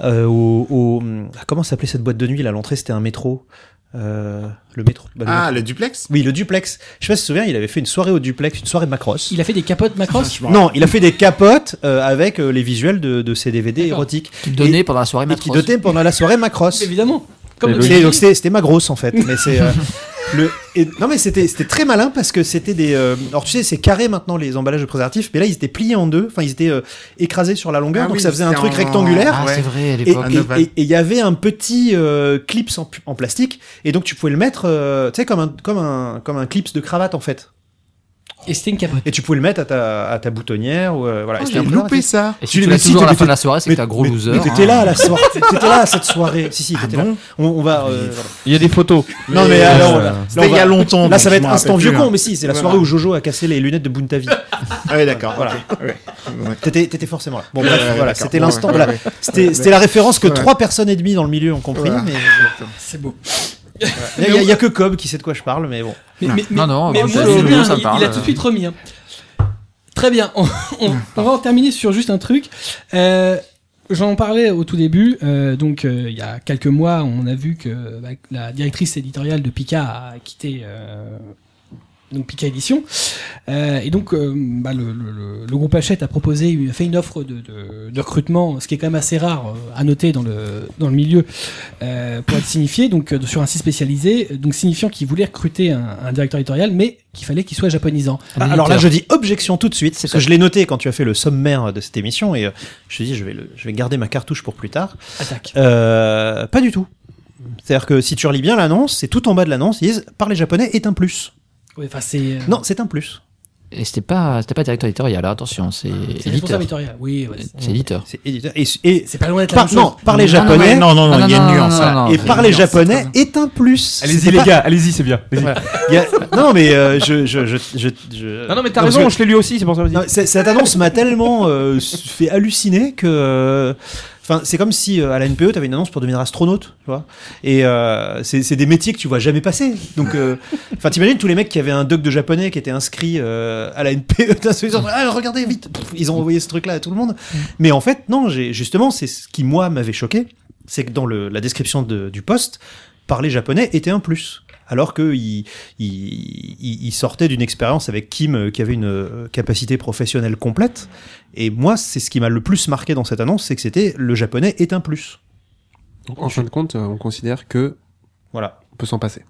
Speaker 3: euh, au, au- hum, ah, Comment s'appelait cette boîte de nuit là À l'entrée, c'était un métro. Euh, le métro. bah, le
Speaker 6: Ah,
Speaker 3: métro.
Speaker 6: le duplex
Speaker 3: Oui, le duplex. Je sais pas si tu te souviens, il avait fait une soirée au duplex, une soirée Macross.
Speaker 1: Il a fait des capotes Macross
Speaker 6: Ah, Je me rappelle.
Speaker 3: Oh, Non, il a fait des capotes euh, avec euh, les visuels de, de ses DVD
Speaker 1: D'accord.
Speaker 3: érotiques
Speaker 2: Qui donnait pendant la soirée
Speaker 3: et qui
Speaker 2: Matros.
Speaker 3: dotaient pendant la soirée Macross.
Speaker 1: Évidemment. Comme
Speaker 9: C'est
Speaker 3: C'est- donc C'était c'était ma grosse en fait, mais c'est euh, le et- non mais c'était c'était très malin parce que c'était des euh, alors tu sais c'est carré maintenant les emballages de préservatifs mais là ils étaient pliés en deux, enfin ils étaient euh, écrasés sur la longueur
Speaker 6: Ah
Speaker 3: donc
Speaker 6: oui,
Speaker 3: ça faisait un
Speaker 6: c'était
Speaker 3: truc
Speaker 6: en-
Speaker 3: rectangulaire.
Speaker 2: Ah,
Speaker 6: Ouais.
Speaker 2: c'est vrai, à
Speaker 3: Et et-
Speaker 2: l'époque.
Speaker 6: un
Speaker 3: et-
Speaker 6: ovale.
Speaker 3: et il y avait un petit euh, clips en, pu- en plastique et donc tu pouvais le mettre euh, tu sais comme un comme un comme un clips de cravate en fait.
Speaker 1: Et c'était une capote.
Speaker 3: Et tu pouvais le mettre à ta, à ta boutonnière. Ou, euh, voilà. Et
Speaker 6: Oh, J'ai
Speaker 3: c'était un peu
Speaker 6: loupé ça.
Speaker 2: Et
Speaker 3: Tu
Speaker 2: si tu
Speaker 3: l'as
Speaker 2: l'as
Speaker 3: dit,
Speaker 2: toujours à
Speaker 3: mais
Speaker 2: la fin
Speaker 3: t'es-
Speaker 2: de la soirée, c'est que t'es un gros
Speaker 3: mais-
Speaker 2: loser.
Speaker 3: Mais t'étais
Speaker 2: hein.
Speaker 3: là à la soirée. t'étais là à cette soirée. Si, si,
Speaker 6: Ah
Speaker 3: t'étais là. On, on va. euh, voilà.
Speaker 9: Il y a des photos.
Speaker 3: Non, mais alors.
Speaker 9: euh,
Speaker 3: là, on
Speaker 6: C'était il y
Speaker 3: va-
Speaker 6: a longtemps.
Speaker 3: Là,
Speaker 6: donc
Speaker 3: ça va
Speaker 6: je
Speaker 3: être
Speaker 6: m'en
Speaker 3: instant
Speaker 6: rappelle
Speaker 3: vieux
Speaker 6: plus, hein.
Speaker 3: con, mais si, c'est la
Speaker 6: Voilà.
Speaker 3: soirée où Jojo a cassé les lunettes de Buntavi.
Speaker 6: Ah ouais, d'accord.
Speaker 3: Voilà.
Speaker 6: ok, ouais. Ouais.
Speaker 3: T'étais t'étais forcément là. Bon,
Speaker 6: Ouais,
Speaker 3: bref,
Speaker 6: ouais,
Speaker 3: voilà,
Speaker 6: d'accord.
Speaker 3: c'était
Speaker 6: Ouais,
Speaker 3: l'instant.
Speaker 6: ouais,
Speaker 3: voilà.
Speaker 6: ouais.
Speaker 3: C'était c'était la référence que trois personnes et demie dans le milieu ont compris.
Speaker 6: Voilà.
Speaker 3: mais
Speaker 1: C'est beau.
Speaker 3: Il y a- il y, a- il y a que Cobb qui sait de quoi je parle, mais bon.
Speaker 1: Mais, mais-
Speaker 2: Non, non,
Speaker 1: mais
Speaker 2: bah,
Speaker 1: moi,
Speaker 2: c'est-
Speaker 1: c'est
Speaker 2: c'est
Speaker 1: bien,
Speaker 2: bon, ça me
Speaker 1: il,
Speaker 2: parle.
Speaker 1: il a tout de suite remis. hein. Très bien, on, on- on va en terminer sur juste un truc. Euh, J'en parlais au tout début, euh, donc euh, il y a quelques mois, on a vu que bah, la directrice éditoriale de Pika a quitté euh, donc Pika Édition. Euh, et donc, euh, bah, le, le- le- le groupe Hachette a proposé, une- a fait une offre de, de- de recrutement, ce qui est quand même assez rare euh, à noter dans le, dans le milieu, euh, pour être signifié, donc euh, sur un site spécialisé, donc signifiant qu'il voulait recruter un, un directeur éditorial, mais qu'il fallait qu'il soit japonisant.
Speaker 2: Un
Speaker 3: Ah, alors là,
Speaker 2: éditeur.
Speaker 3: je dis objection tout de suite, parce
Speaker 2: ça.
Speaker 3: que je l'ai noté quand tu as fait le sommaire de cette émission, et euh, je te dis, je vais, le- je vais garder ma cartouche pour plus tard.
Speaker 1: Attaque.
Speaker 3: Euh, pas du tout. C'est-à-dire que si tu relis bien l'annonce, c'est tout en bas de l'annonce, ils disent parler japonais est un plus.
Speaker 1: Ouais, Enfin, c'est euh,
Speaker 3: Non, c'est un plus.
Speaker 2: Et c'était pas, c'était pas directeur éditorial, là, attention, c'est
Speaker 1: c'est
Speaker 2: éditeur.
Speaker 1: responsable éditorial. Oui, ouais,
Speaker 2: C'est
Speaker 1: c'est-
Speaker 2: éditeur.
Speaker 3: C'est éditeur. Et, et
Speaker 1: c'est pas loin d'être la
Speaker 3: par-
Speaker 1: même chose.
Speaker 3: non, parler
Speaker 2: Non, non,
Speaker 3: japonais
Speaker 6: Non, non, Ah, non, il y a une nuance.
Speaker 2: Ah, non,
Speaker 6: là.
Speaker 2: non,
Speaker 3: et
Speaker 2: non.
Speaker 3: parler
Speaker 6: c'est-
Speaker 3: japonais est un plus.
Speaker 9: Allez-y,
Speaker 3: C'était
Speaker 9: les
Speaker 3: pas-
Speaker 9: gars, allez-y, c'est bien. Vas-y.
Speaker 3: Il y a- Non, mais euh, je, je, je, je, je-
Speaker 9: Non, non, mais t'as
Speaker 3: Non,
Speaker 9: raison,
Speaker 3: parce
Speaker 9: je l'ai lu aussi, c'est pour ça que je
Speaker 3: que- non,
Speaker 9: dis.
Speaker 3: c'est- cette annonce m'a tellement euh, fait halluciner que. euh, Enfin, c'est comme si euh, à la NPE, t'avais une annonce pour devenir astronaute, tu vois. Et euh, c'est c'est des métiers que tu vois jamais passer. Donc, euh, enfin, t'imagines tous les mecs qui avaient un doc de japonais qui était inscrit euh, à la NPE. d'un seul, ils ont fait, ah, regardez vite, Pff, ils ont envoyé ce truc-là à tout le monde. Mais en fait, non. j'ai- Justement, c'est ce qui moi m'avait choqué, c'est que dans le- la description de- du poste, parler japonais était un plus. Alors qu'il il, il- il sortait d'une expérience avec Kim euh, qui avait une euh, capacité professionnelle complète. Et moi, c'est ce qui m'a le plus marqué dans cette annonce, c'est que c'était le japonais est un plus.
Speaker 4: Donc, en fin de compte, euh, on considère que
Speaker 3: Voilà.
Speaker 4: on peut s'en passer.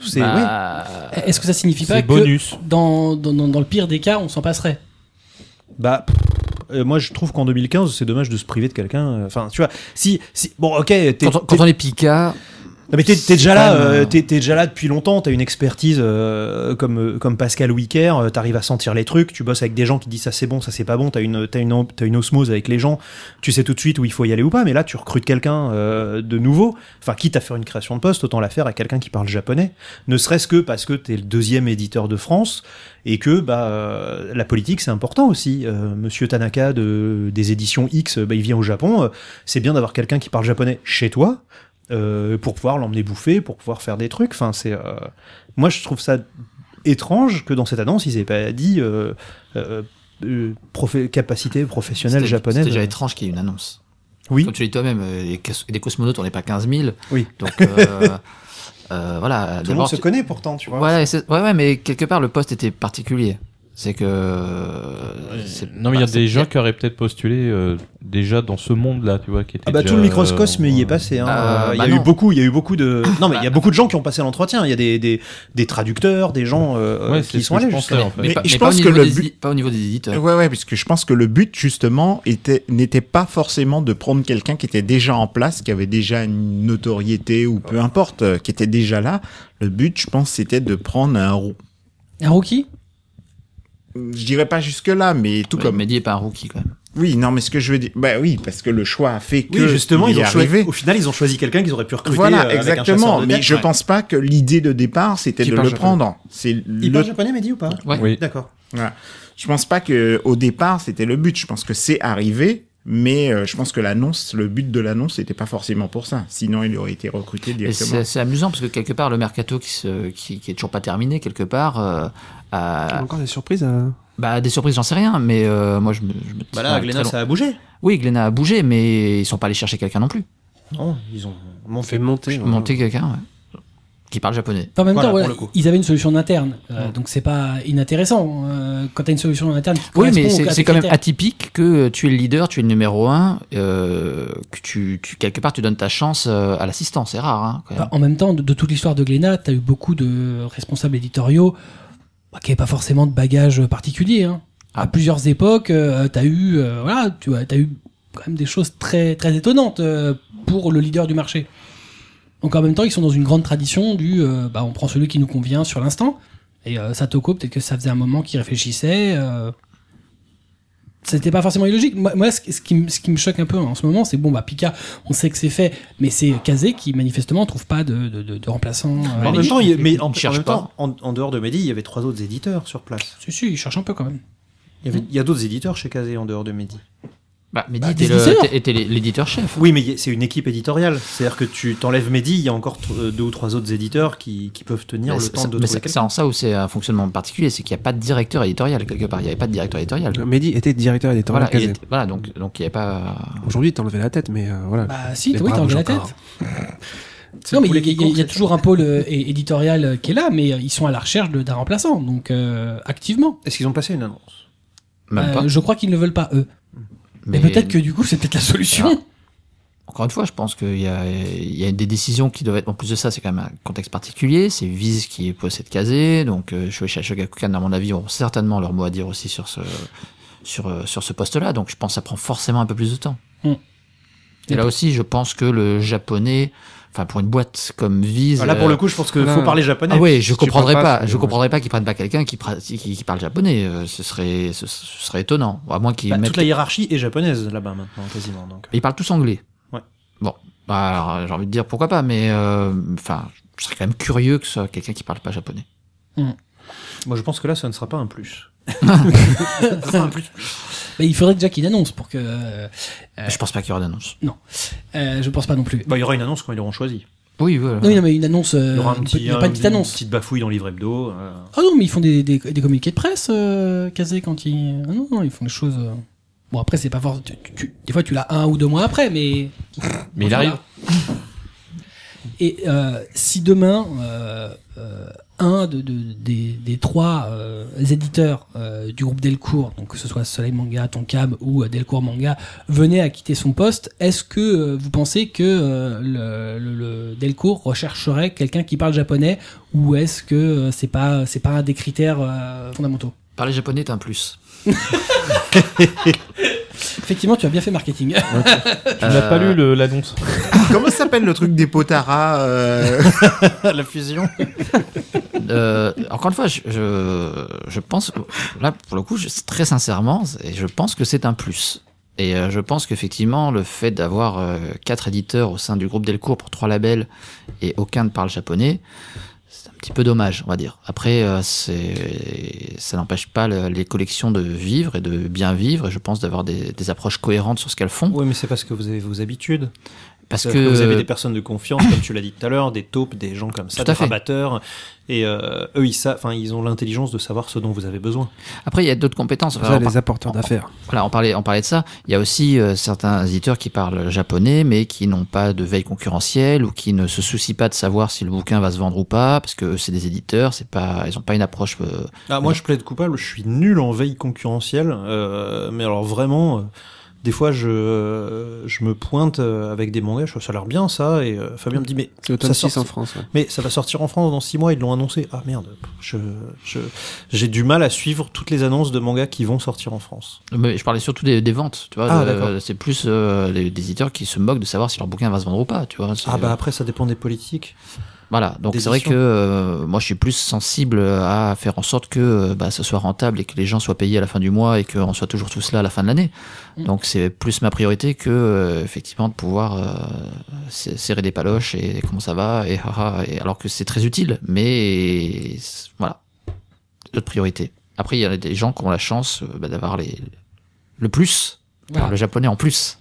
Speaker 3: C'est oui.
Speaker 2: Bah,
Speaker 1: Est-ce que ça signifie pas
Speaker 9: C'est
Speaker 1: que
Speaker 9: bonus.
Speaker 1: dans, dans, dans- dans le pire des cas, on s'en passerait
Speaker 3: Bah, pff, euh, moi, je trouve qu'en 2015, c'est dommage de se priver de quelqu'un. euh, Enfin, tu vois, si, si, bon, ok, t'es,
Speaker 2: Quand on,
Speaker 3: t'es-
Speaker 2: quand on est Pika,
Speaker 3: Non, mais t'es, t'es déjà là,
Speaker 2: Fan,
Speaker 3: euh,
Speaker 2: euh,
Speaker 3: t'es, t'es déjà là depuis longtemps. T'as une expertise euh, comme euh, comme Pascal Wicker. euh, T'arrives à sentir les trucs. Tu bosses avec des gens qui disent ça c'est bon, ça c'est pas bon. T'as une t'as une t'as une osmose avec les gens. Tu sais tout de suite où il faut y aller ou pas. Mais là, tu recrutes quelqu'un euh, de nouveau. Enfin, quitte à faire une création de poste, autant la faire à quelqu'un qui parle japonais. Ne serait-ce que parce que t'es le deuxième éditeur de France et que bah euh, la politique c'est important aussi. Euh, Monsieur Tanaka de des éditions X, euh, bah, il vient au Japon. euh, c'est bien d'avoir quelqu'un qui parle japonais chez toi euh, pour pouvoir l'emmener bouffer, pour pouvoir faire des trucs. Enfin, c'est euh, moi je trouve ça étrange que dans cette annonce ils aient pas dit euh, euh, euh, profé- capacité professionnelle
Speaker 2: c'était c'était
Speaker 3: japonaise.
Speaker 2: déjà étrange qu'il y ait une annonce.
Speaker 3: Oui.
Speaker 2: Comme tu l'as dit toi-même, euh, les cos- les cosmonautes, on n'est pas 15 000.
Speaker 3: Oui.
Speaker 2: Donc, euh, euh, voilà.
Speaker 3: Tout le monde
Speaker 2: d'abord,
Speaker 3: se
Speaker 2: tu-
Speaker 3: connaît pourtant, tu vois.
Speaker 2: Ouais, c'est- ouais, ouais, mais quelque part, le poste était particulier. C'est que. euh, c'est-
Speaker 9: Non, mais il y a
Speaker 2: bah, c'est-
Speaker 9: des gens qui auraient peut-être postulé euh, déjà dans ce monde-là, tu vois, qui était
Speaker 3: Ah bah tout le microcosme y est passé. hein.
Speaker 2: Euh,
Speaker 3: il y
Speaker 2: bah
Speaker 3: a eu
Speaker 2: non.
Speaker 3: beaucoup, il y a eu beaucoup de. Non mais il y a
Speaker 2: Bah.
Speaker 3: beaucoup de gens qui ont passé l'entretien. Il y a des, des, des traducteurs, des gens euh,
Speaker 9: Ouais,
Speaker 3: qui
Speaker 9: c'est
Speaker 3: sont
Speaker 9: ce que
Speaker 3: allés
Speaker 9: je
Speaker 3: jusqu'à-
Speaker 9: pensais en fait.
Speaker 2: Mais,
Speaker 6: Mais
Speaker 2: pas,
Speaker 6: je
Speaker 2: mais pas
Speaker 6: pense
Speaker 2: au
Speaker 6: que
Speaker 2: niveau
Speaker 6: le
Speaker 2: des-
Speaker 6: but-
Speaker 2: pas au niveau des éditeurs.
Speaker 6: Ouais, ouais, parce que je pense que le but, justement, était, n'était pas forcément de prendre quelqu'un qui était déjà en place, qui avait déjà une notoriété ou peu importe, euh, qui était déjà là. Le but, je pense, c'était de prendre un roux.
Speaker 1: Un rookie
Speaker 6: Je dirais pas jusque-là, mais tout
Speaker 2: Ouais,
Speaker 6: comme.
Speaker 2: Mehdi est pas un rookie, quand même.
Speaker 6: Oui, non, mais ce que je veux dire. Bah oui, parce que le choix a fait que.
Speaker 3: Oui, justement,
Speaker 6: il
Speaker 3: ils
Speaker 6: est
Speaker 3: ont choisi.
Speaker 6: arrivé.
Speaker 3: Au final, ils ont choisi quelqu'un qu'ils auraient pu recruter. euh,
Speaker 6: Voilà,
Speaker 3: avec un chasseur
Speaker 6: exactement.
Speaker 3: de
Speaker 6: Mais
Speaker 3: tête.
Speaker 6: je
Speaker 3: Ouais.
Speaker 6: pense pas que l'idée de départ, c'était
Speaker 4: Qui
Speaker 6: de
Speaker 4: parle
Speaker 6: le
Speaker 4: japonais.
Speaker 6: prendre. C'est
Speaker 3: Il
Speaker 6: le
Speaker 3: parle japonais, Mehdi ou pas
Speaker 2: Ouais.
Speaker 9: Oui.
Speaker 3: D'accord.
Speaker 6: Je pense pas que au départ c'était le but. Je pense que c'est arrivé, mais euh, je pense que l'annonce, le but de l'annonce, n'était pas forcément pour ça. Sinon, il aurait été recruté
Speaker 2: Et
Speaker 6: directement.
Speaker 2: C'est c'est amusant parce que quelque part, le mercato qui, se, qui, qui est toujours pas terminé, quelque part, euh, a-
Speaker 4: Encore des surprises euh. à...
Speaker 2: bah, des surprises, j'en sais rien, mais euh, moi je me. Je me
Speaker 3: Bah là,
Speaker 2: très
Speaker 3: Glénat,
Speaker 2: long-
Speaker 3: ça a bougé.
Speaker 2: Oui, Glénat a bougé, mais ils sont pas allés chercher quelqu'un non plus.
Speaker 3: Non, ils ont monté.
Speaker 4: fait monter. voilà.
Speaker 2: Monter quelqu'un ouais, qui parle japonais.
Speaker 1: En même
Speaker 3: Voilà,
Speaker 1: temps,
Speaker 3: pour
Speaker 1: voilà,
Speaker 3: le coup.
Speaker 1: ils avaient une solution en interne, euh, donc c'est pas inintéressant. euh, quand t'as une solution en interne qui
Speaker 2: Mm. Oui, mais
Speaker 1: correspond
Speaker 2: c'est
Speaker 1: à
Speaker 2: c'est
Speaker 1: tes
Speaker 2: quand même
Speaker 1: critères.
Speaker 2: atypique que tu es le leader, tu es le numéro un, euh, que tu, tu- quelque part tu donnes ta chance euh, à l'assistant, c'est rare. hein, quand même.
Speaker 1: Bah, en même temps, de, de toute l'histoire de Glénat, t'as eu beaucoup de responsables éditoriaux bah, qui n'avaient pas forcément de bagage particulier. hein.
Speaker 2: Ah.
Speaker 1: À plusieurs époques, euh, t'as eu, euh, voilà, tu as, eu quand même des choses très, très étonnantes euh, pour le leader du marché. Donc en même temps, ils sont dans une grande tradition du, euh, bah, on prend celui qui nous convient sur l'instant. Et euh, Satoko, peut-être que ça faisait un moment qu'il réfléchissait. euh, C'était pas forcément illogique. Moi, moi, ce, ce qui, me- ce qui me choque un peu en ce moment, c'est bon, bah, Pika, on sait que c'est fait, mais c'est Kazé qui, manifestement, trouve pas de, de, de- de remplaçant. euh,
Speaker 3: En
Speaker 2: Mais
Speaker 3: même
Speaker 2: il-
Speaker 3: temps, il-
Speaker 2: il-
Speaker 3: mais
Speaker 2: il
Speaker 3: en, en
Speaker 2: cherche
Speaker 3: même
Speaker 2: pas.
Speaker 3: temps, en- en dehors de Mehdi, il y avait trois autres éditeurs sur place.
Speaker 1: Si, si, il cherche un peu quand même.
Speaker 3: Il y, avait- il y a d'autres éditeurs chez Kazé en dehors de Mehdi.
Speaker 2: Bah, mais
Speaker 1: Bah,
Speaker 2: dis, t'es
Speaker 1: des
Speaker 2: le-
Speaker 1: éditeurs.
Speaker 2: t'es- t'es l'é- l'éditeur chef.
Speaker 3: Oui, mais il y a- c'est une équipe éditoriale. C'est-à-dire que tu t'enlèves Mehdi, il y a encore t- euh, deux ou trois autres éditeurs qui, qui peuvent tenir
Speaker 2: Mais
Speaker 3: le
Speaker 2: c'est-
Speaker 3: temps
Speaker 2: ça-
Speaker 3: de
Speaker 2: mais
Speaker 3: trouver
Speaker 2: c'est
Speaker 3: quelqu'un.
Speaker 2: c'est en ça où c'est un fonctionnement particulier, c'est qu'il n'y a pas de directeur éditorial quelque part. Il n'y avait pas de directeur éditorial.
Speaker 4: Mehdi était directeur éditorieur
Speaker 2: Ah, Voilà,
Speaker 4: de
Speaker 2: il
Speaker 4: Kazé.
Speaker 2: était- voilà, donc donc il n'y avait pas.
Speaker 4: Aujourd'hui, t'as enlevé la tête, mais euh, voilà.
Speaker 1: Bah, si,
Speaker 4: Les
Speaker 1: oui, t'as
Speaker 4: bravos
Speaker 1: enlevé la tête.
Speaker 4: encore.
Speaker 1: Non, mais il y a- il y, a- il y a toujours un pôle euh, é- éditorial euh, qui est là, mais euh, ils sont à la recherche de- d'un remplaçant, donc euh, activement.
Speaker 3: Est-ce qu'ils ont passé une annonce
Speaker 2: Même
Speaker 1: Euh,
Speaker 2: pas.
Speaker 1: je crois qu'ils ne veulent pas, eux. Mais, peut-être que du coup, c'est peut-être la solution.
Speaker 2: Encore une fois, je pense qu'il y a, il y a des décisions qui doivent être. En plus de ça, c'est quand même un contexte particulier. C'est Viz qui est possède Kazé. Donc, euh, Shueisha et Shogakukan, à mon avis, auront certainement leur mot à dire aussi sur ce, sur, euh, sur ce poste-là. Donc, je pense que ça prend forcément un peu plus de temps.
Speaker 1: Hmm.
Speaker 2: Et là aussi, je pense que le japonais, enfin, pour une boîte comme Viz.
Speaker 3: Ah, Là, pour
Speaker 2: euh,
Speaker 3: le coup, je pense qu'il
Speaker 4: là,
Speaker 3: faut parler japonais.
Speaker 2: ah oui, je
Speaker 4: tu
Speaker 2: comprendrais
Speaker 4: parles
Speaker 2: pas,
Speaker 4: pas, c'est-
Speaker 2: je comprendrais pas qu'ils prennent pas quelqu'un qui, pra- qui, qui parle japonais. Euh, Ce serait, ce, ce serait étonnant. À moins qu'ils
Speaker 3: Bah,
Speaker 2: mettent
Speaker 3: toute la hiérarchie est japonaise là-bas maintenant, quasiment. Donc.
Speaker 2: Ils parlent tous anglais.
Speaker 3: Ouais.
Speaker 2: Bon, bah, alors euh, j'ai envie de dire pourquoi pas, mais euh, enfin, je serais quand même curieux que ce soit quelqu'un qui parle pas japonais.
Speaker 9: Euh.
Speaker 3: Moi, je pense que là, ça ne sera pas un plus.
Speaker 1: Mais il faudrait déjà qu'ils annoncent pour que. euh,
Speaker 2: Je pense pas qu'il y aura d'annonce.
Speaker 1: euh, je pense pas non plus.
Speaker 3: Bah, il y aura une annonce quand ils l'auront choisi.
Speaker 2: Oui, voilà.
Speaker 1: Non, oui, non, mais une annonce. euh,
Speaker 3: Il y aura un
Speaker 1: on
Speaker 3: petit,
Speaker 1: peut- y a pas
Speaker 3: un-
Speaker 1: une petite annonce.
Speaker 3: petite bafouille dans livre hebdo. euh.
Speaker 1: Ah non, mais ils font des, des, des communiqués de presse, euh, Kazé, quand ils. Ah non, non, ils font des choses. euh. Bon, après, c'est pas fort. tu- tu- tu- des fois, tu l'as un ou deux mois après, mais.
Speaker 9: Mais il arrive.
Speaker 1: Et euh, si demain, euh, euh, un de, de- des, des trois euh, éditeurs euh, du groupe Delcourt, donc que ce soit Soleil Manga, Tonkam ou euh, Delcourt Manga, venait à quitter son poste, est-ce que euh, vous pensez que euh, le, le- le Delcourt rechercherait quelqu'un qui parle japonais ou est-ce que euh, c'est pas c'est pas un des critères euh, fondamentaux
Speaker 2: Parler japonais est un plus.
Speaker 1: Effectivement, tu as bien fait marketing.
Speaker 9: Tu n'as
Speaker 1: Euh,
Speaker 9: pas lu le- l'annonce.
Speaker 6: Comment s'appelle le truc des potaras euh,
Speaker 2: La fusion. euh, encore une fois, je, je, je pense, là pour le coup, je, très sincèrement, et je pense que c'est un plus. Et euh, je pense qu'effectivement, le fait d'avoir euh, quatre éditeurs au sein du groupe Delcourt pour trois labels et aucun ne parle japonais, c'est un petit peu dommage, on va dire. Après, euh, c'est, ça n'empêche pas le- les collections de vivre et de bien vivre, et je pense d'avoir des, des approches cohérentes sur ce qu'elles font.
Speaker 3: Oui, mais c'est parce que vous avez vos habitudes.
Speaker 2: Parce
Speaker 3: Parce
Speaker 2: que,
Speaker 3: que, vous avez des personnes de confiance, comme tu l'as dit tout à l'heure, des taupes, des gens comme ça,
Speaker 2: Tout à
Speaker 3: des
Speaker 2: fait.
Speaker 3: rabatteurs. Et euh, eux, ils, sa- enfin, ils ont l'intelligence de savoir ce dont vous avez besoin.
Speaker 2: après, il y a d'autres compétences.
Speaker 4: Ça,
Speaker 2: Enfin, on par-
Speaker 4: les apporteurs d'affaires.
Speaker 2: Voilà, on parlait, on parlait de ça. Il y a aussi euh, certains éditeurs qui parlent japonais, mais qui n'ont pas de veille concurrentielle ou qui ne se soucient pas de savoir si le bouquin va se vendre ou pas, parce que eux, c'est des éditeurs, c'est pas, ils ont pas une approche. euh,
Speaker 3: Ah, moi, je plaide coupable, je suis nul en veille concurrentielle. euh, mais alors, vraiment, euh, des fois, je, euh, je me pointe euh, avec des mangas, je trouve ça a l'air bien, ça. Et euh, Fabien me dit, mais
Speaker 4: C'est le tome
Speaker 3: ça
Speaker 4: 6
Speaker 3: sort-
Speaker 4: en France. ouais.
Speaker 3: Mais ça va sortir en France dans six mois, ils l'ont annoncé. Ah merde, je, je, j'ai du mal à suivre toutes les annonces de mangas qui vont sortir en France.
Speaker 2: Mais je parlais surtout des, des ventes, tu vois.
Speaker 3: Ah,
Speaker 2: euh,
Speaker 3: d'accord.
Speaker 2: c'est plus euh, les, des éditeurs qui se moquent de savoir si leur bouquin va se vendre ou pas, tu vois. c'est-
Speaker 3: Ah bah après, ça dépend des politiques.
Speaker 2: Voilà, donc
Speaker 3: Des
Speaker 2: c'est vrai
Speaker 3: éditions.
Speaker 2: que euh, moi je suis plus sensible à faire en sorte que euh, bah, ce soit rentable et que les gens soient payés à la fin du mois et qu'on soit toujours tous là à la fin de l'année.
Speaker 1: Mm.
Speaker 2: Donc c'est plus ma priorité que euh, effectivement de pouvoir euh, se- serrer des paloches et comment ça va et haha, et alors que c'est très utile, mais c'est- voilà, d'autres priorités. Après il y a des gens qui ont la chance euh, bah, d'avoir les le plus,
Speaker 1: Voilà.
Speaker 2: d'avoir le japonais en plus.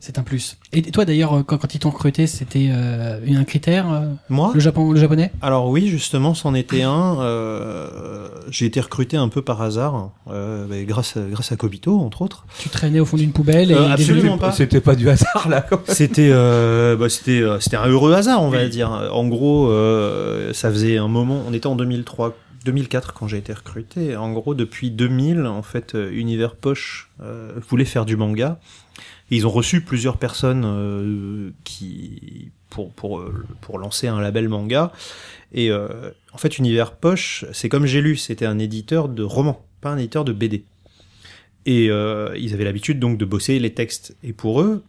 Speaker 1: C'est un plus. Et toi, d'ailleurs, euh, quand, quand ils t'ont recruté, c'était euh, un critère, euh,
Speaker 3: Moi,
Speaker 1: le, Japon, le japonais
Speaker 3: Alors oui, justement, c'en était un. Euh, j'ai été recruté un peu par hasard, euh, mais grâce à, grâce à Kobito, entre autres.
Speaker 1: Tu traînais au fond d'une poubelle et
Speaker 3: Euh,
Speaker 1: des-
Speaker 3: absolument. pas.
Speaker 9: C'était pas du hasard là. quoi.
Speaker 3: C'était euh, bah, c'était euh, c'était un heureux hasard, on va dire. En gros, euh, ça faisait un moment. On était en 2003. 2004 quand j'ai été recruté. En gros, depuis 2000, en fait, euh, Univers Poche euh, voulait faire du manga. Et ils ont reçu plusieurs personnes euh, qui pour pour euh, pour lancer un label manga. Et euh, en fait, Univers Poche, c'est comme j'ai lu, c'était un éditeur de romans, pas un éditeur de BD. Et euh, ils avaient l'habitude donc de bosser les textes. Et pour eux,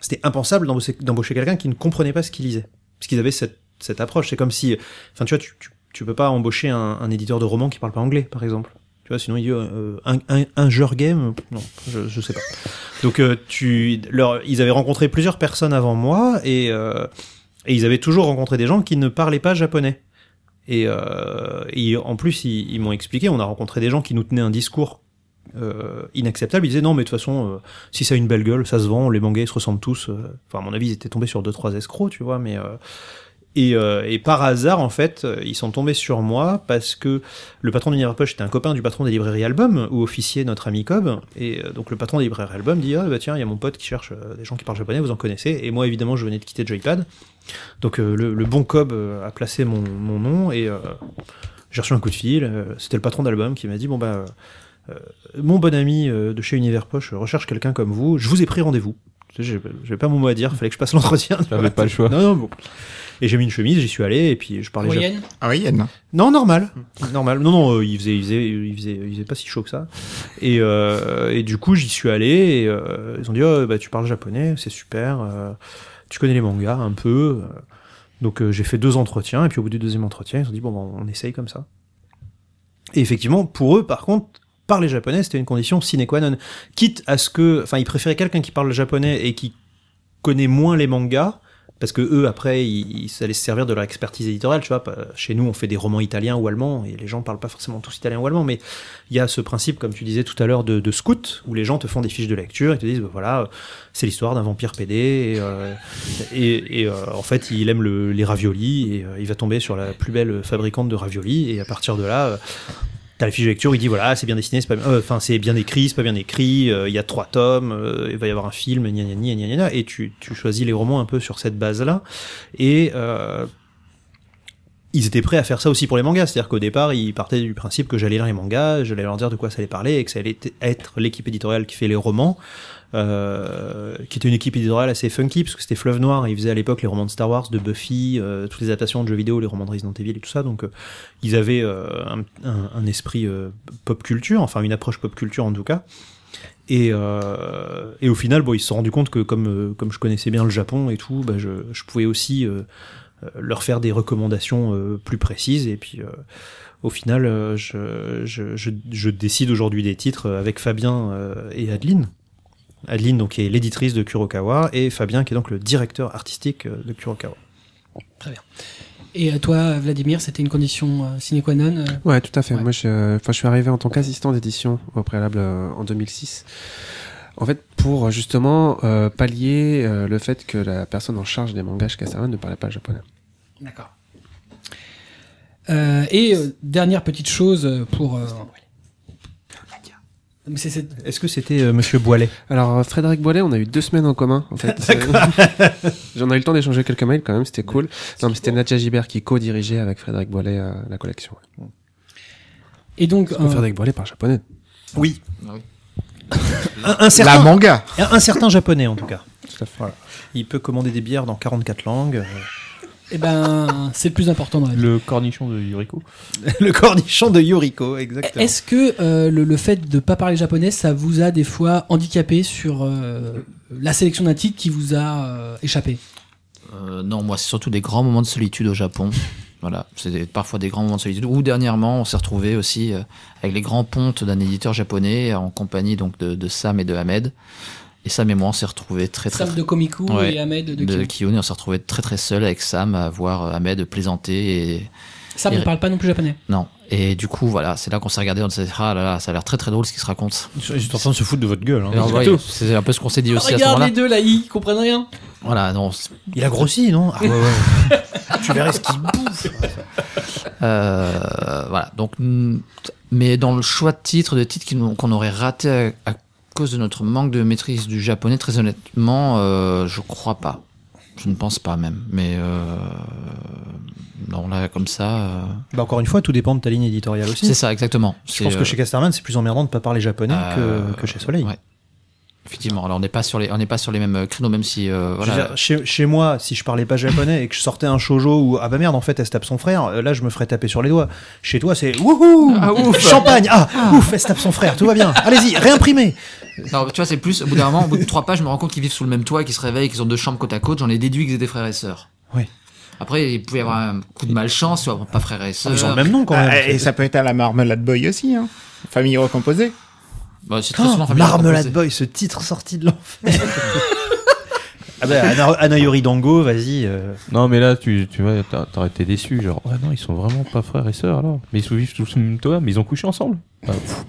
Speaker 3: c'était impensable d'embaucher d'embaucher quelqu'un qui ne comprenait pas ce qu'il lisait, parce qu'ils avaient cette cette approche. C'est comme si, enfin, tu vois, tu, tu tu peux pas embaucher un, un éditeur de roman qui parle pas anglais, par exemple. Tu vois, sinon il dit euh, un, un, un genre game, non, je, je sais pas. Donc euh, tu, leur, ils avaient rencontré plusieurs personnes avant moi et, euh, et ils avaient toujours rencontré des gens qui ne parlaient pas japonais. Et, euh, et en plus, ils, ils m'ont expliqué, on a rencontré des gens qui nous tenaient un discours euh, inacceptable. Ils disaient non, mais de toute façon, euh, si ça a une belle gueule, ça se vend, les mangas ils se ressemblent tous. Euh, Enfin, à mon avis, ils étaient tombés sur deux trois escrocs, tu vois, mais. euh, et, euh, et par hasard, en fait, euh, ils sont tombés sur moi parce que le patron d'Univers Poche était un copain du patron des librairies Album, où officiait notre ami Cobb. Et euh, donc le patron des librairies Album dit Ah bah tiens, il y a mon pote qui cherche euh, des gens qui parlent japonais, vous en connaissez. Et moi, évidemment, je venais de quitter Joypad. Donc euh, le, le bon Cobb euh, a placé mon, mon nom et euh, j'ai reçu un coup de fil. Euh, C'était le patron d'Album qui m'a dit Bon bah. euh, mon bon ami euh, de chez Univers Poche recherche quelqu'un comme vous, je vous ai pris rendez-vous. Tu sais, J'ai j'ai pas mon mot à dire, fallait que je passe l'entretien.
Speaker 9: J'avais pas le choix.
Speaker 3: Non, non, bon. Et j'ai mis une chemise, j'y suis allé, et puis je parlais. japonais.
Speaker 1: Moyenne
Speaker 6: Ah oui, Yann.
Speaker 3: Non, normal. Normal. Non, non, euh, il, faisait, il, faisait, il, faisait, il faisait pas si chaud que ça. Et, euh, et du coup, j'y suis allé, et euh, ils ont dit oh, bah, Tu parles japonais, c'est super, euh, tu connais les mangas un peu. euh. Donc euh, j'ai fait deux entretiens, et puis au bout du deuxième entretien, ils ont dit Bon, bah, on essaye comme ça. Et effectivement, pour eux, par contre, parler japonais, c'était une condition sine qua non. Quitte à ce que. Enfin, ils préféraient quelqu'un qui parle japonais et qui connaît moins les mangas, parce que eux, après, ils, ils allaient se servir de leur expertise éditoriale. Tu vois, pas- chez nous, on fait des romans italiens ou allemands, et les gens parlent pas forcément tous italien ou allemand, mais il y a ce principe, comme tu disais tout à l'heure, de, de scout, où les gens te font des fiches de lecture et te disent bah, voilà, euh, c'est l'histoire d'un vampire PD, et, euh, et- et, euh, en fait, il aime le- les raviolis, et euh, il va tomber sur la plus belle fabricante de raviolis, et à partir de là. euh, T'as la fiche de lecture, il dit voilà, c'est bien dessiné, c'est pas, bien- euh, enfin c'est bien écrit, c'est pas bien écrit. euh, Il y a trois tomes, euh, il va y avoir un film, gna gna gna gna gna, gna. Et tu, tu choisis les romans un peu sur cette base-là. Et euh, ils étaient prêts à faire ça aussi pour les mangas, c'est-à-dire qu'au départ ils partaient du principe que j'allais lire les mangas, j'allais leur dire de quoi ça allait parler et que ça allait t- être l'équipe éditoriale qui fait les romans, euh, qui était une équipe éditoriale assez funky parce que c'était Fleuve Noir, et ils faisaient à l'époque les romans de Star Wars, de Buffy, euh, toutes les adaptations de jeux vidéo, les romans de Resident Evil et tout ça, donc euh, ils avaient euh, un, un- un esprit euh, pop culture, enfin une approche pop culture en tout cas. Et, euh, et au final, bon, ils se sont rendus compte que comme, euh, comme je connaissais bien le Japon et tout, bah, je, je pouvais aussi euh, euh, leur faire des recommandations euh, plus précises. Et puis, euh, au final, euh, je, je, je, je décide aujourd'hui des titres euh, avec Fabien euh, et Adeline. Adeline, donc, qui est l'éditrice de Kurokawa, et Fabien, qui est donc le directeur artistique euh, de Kurokawa.
Speaker 1: Et à toi, Vladimir, c'était une condition euh, sine qua non euh,
Speaker 4: Ouais, tout à fait.
Speaker 1: Ouais.
Speaker 4: Moi, je, euh, 'fin, je suis arrivé en tant qu'assistant d'édition au préalable euh, en 2006. En fait, pour euh, justement euh, pallier euh, le fait que la personne en charge des mangas chez Kassaman ne parlait pas japonais.
Speaker 1: D'accord. Euh, et euh, dernière petite chose euh, pour. euh, mais c'est cette-
Speaker 3: Est-ce que c'était Monsieur Boilet
Speaker 4: Alors, euh, Frédéric Boilet, on a eu deux semaines en commun, en fait. J'en ai eu le temps d'échanger quelques mails quand même, c'était cool. Non, mais c'était Nadja Gibert qui co-dirigeait avec Frédéric Boilet euh, la collection.
Speaker 1: Et donc,
Speaker 4: Parce que
Speaker 1: euh,
Speaker 4: Frédéric Boilet parle japonais.
Speaker 3: Oui.
Speaker 2: Ah oui.
Speaker 3: Un, un certain,
Speaker 6: La manga.
Speaker 3: un, un certain japonais, en tout cas.
Speaker 4: Tout à fait.
Speaker 3: Il peut commander des bières dans 44 langues. euh,
Speaker 1: eh ben, c'est le plus important dans la vie.
Speaker 9: Le cornichon de Yuriko.
Speaker 3: le cornichon de Yuriko, exactement.
Speaker 1: Est-ce que euh, le, le fait de ne pas parler japonais, ça vous a des fois handicapé sur euh, la sélection d'un titre qui vous a euh, échappé
Speaker 2: Euh, non, moi, c'est surtout des grands moments de solitude au Japon. Voilà, c'est des- parfois des grands moments de solitude. Ou dernièrement, on s'est retrouvé aussi euh, avec les grands pontes d'un éditeur japonais en compagnie donc de, de Sam et de Ahmed. Et Sam et moi, on s'est retrouvés très très,
Speaker 1: Sam de Komiku
Speaker 2: Ouais.
Speaker 1: et Ahmed de,
Speaker 2: de
Speaker 1: Kim.
Speaker 2: Kiyun, et on s'est retrouvés très très seuls avec Sam à voir euh, Ahmed plaisanter et
Speaker 1: Sam ne
Speaker 2: Et-
Speaker 1: parle pas non plus japonais.
Speaker 2: non. Et du coup, voilà, c'est là qu'on s'est regardé, on s'est dit ah là là, ça a l'air très très drôle ce qu'il se raconte.
Speaker 3: Ils sont en train de se foutre de votre gueule. hein.
Speaker 2: Alors, ouais, c'est un peu ce qu'on s'est dit aussi à ce
Speaker 1: Regarde
Speaker 2: moment-là.
Speaker 1: les deux là, ils comprennent rien.
Speaker 2: Voilà, non, c'est-
Speaker 3: Il a grossi, non Ah ouais, ouais. Tu verrais ce qu'il bouffe.
Speaker 2: Euh, voilà. Donc, mm, mais dans le choix de titres, de titres qui nous- qu'on aurait raté à, à cause de notre manque de maîtrise du japonais, très honnêtement, euh, je crois pas. Je ne pense pas même. Mais euh, non, là, comme ça, euh,
Speaker 3: Bah encore une fois, tout dépend de ta ligne éditoriale aussi.
Speaker 2: c'est ça exactement.
Speaker 3: Je pense que chez Casterman, c'est plus emmerdant de pas parler japonais
Speaker 2: Euh,
Speaker 3: que, que chez Soleil.
Speaker 2: ouais. effectivement. Alors, on n'est pas sur les, on n'est pas sur les mêmes créneaux, même si euh,
Speaker 3: Je veux
Speaker 2: voilà.
Speaker 3: dire, chez, chez moi, si je parlais pas japonais et que je sortais un shoujo ou ah bah merde, en fait, elle se tape son frère, euh, là, je me ferais taper sur les doigts. Chez toi, c'est wouhou Champagne Ah, ouf, elle se tape son frère, tout va bien. Allez-y, réimprimez
Speaker 2: Non, tu vois, c'est plus au bout d'un moment, au bout de trois pages, je me rends compte qu'ils vivent sous le même toit, qu'ils se réveillent, qu'ils ont deux chambres côte à côte. J'en ai déduit qu'ils étaient frères et sœurs.
Speaker 3: Oui.
Speaker 2: Après, il pouvait y avoir un coup de malchance, ou avoir pas frère et sœur.
Speaker 3: Ils ont le même nom quand même.
Speaker 6: Ah, et ça peut être à la Marmelade Boy aussi, hein. Famille recomposée.
Speaker 2: Bah, c'est très
Speaker 3: Oh,
Speaker 2: souvent familial
Speaker 3: Marmelade
Speaker 2: proposé.
Speaker 3: Boy, ce titre sorti de l'enfer. ah bah, Ana- Anayori Dango, vas-y. euh.
Speaker 9: Non, mais là, tu, tu vois, t'as- t'aurais été déçu. Genre, ouais, non, ils sont vraiment pas frères et sœurs alors. Mais ils survivent tous sous le même toit, mais ils ont couché ensemble. Ah, pff.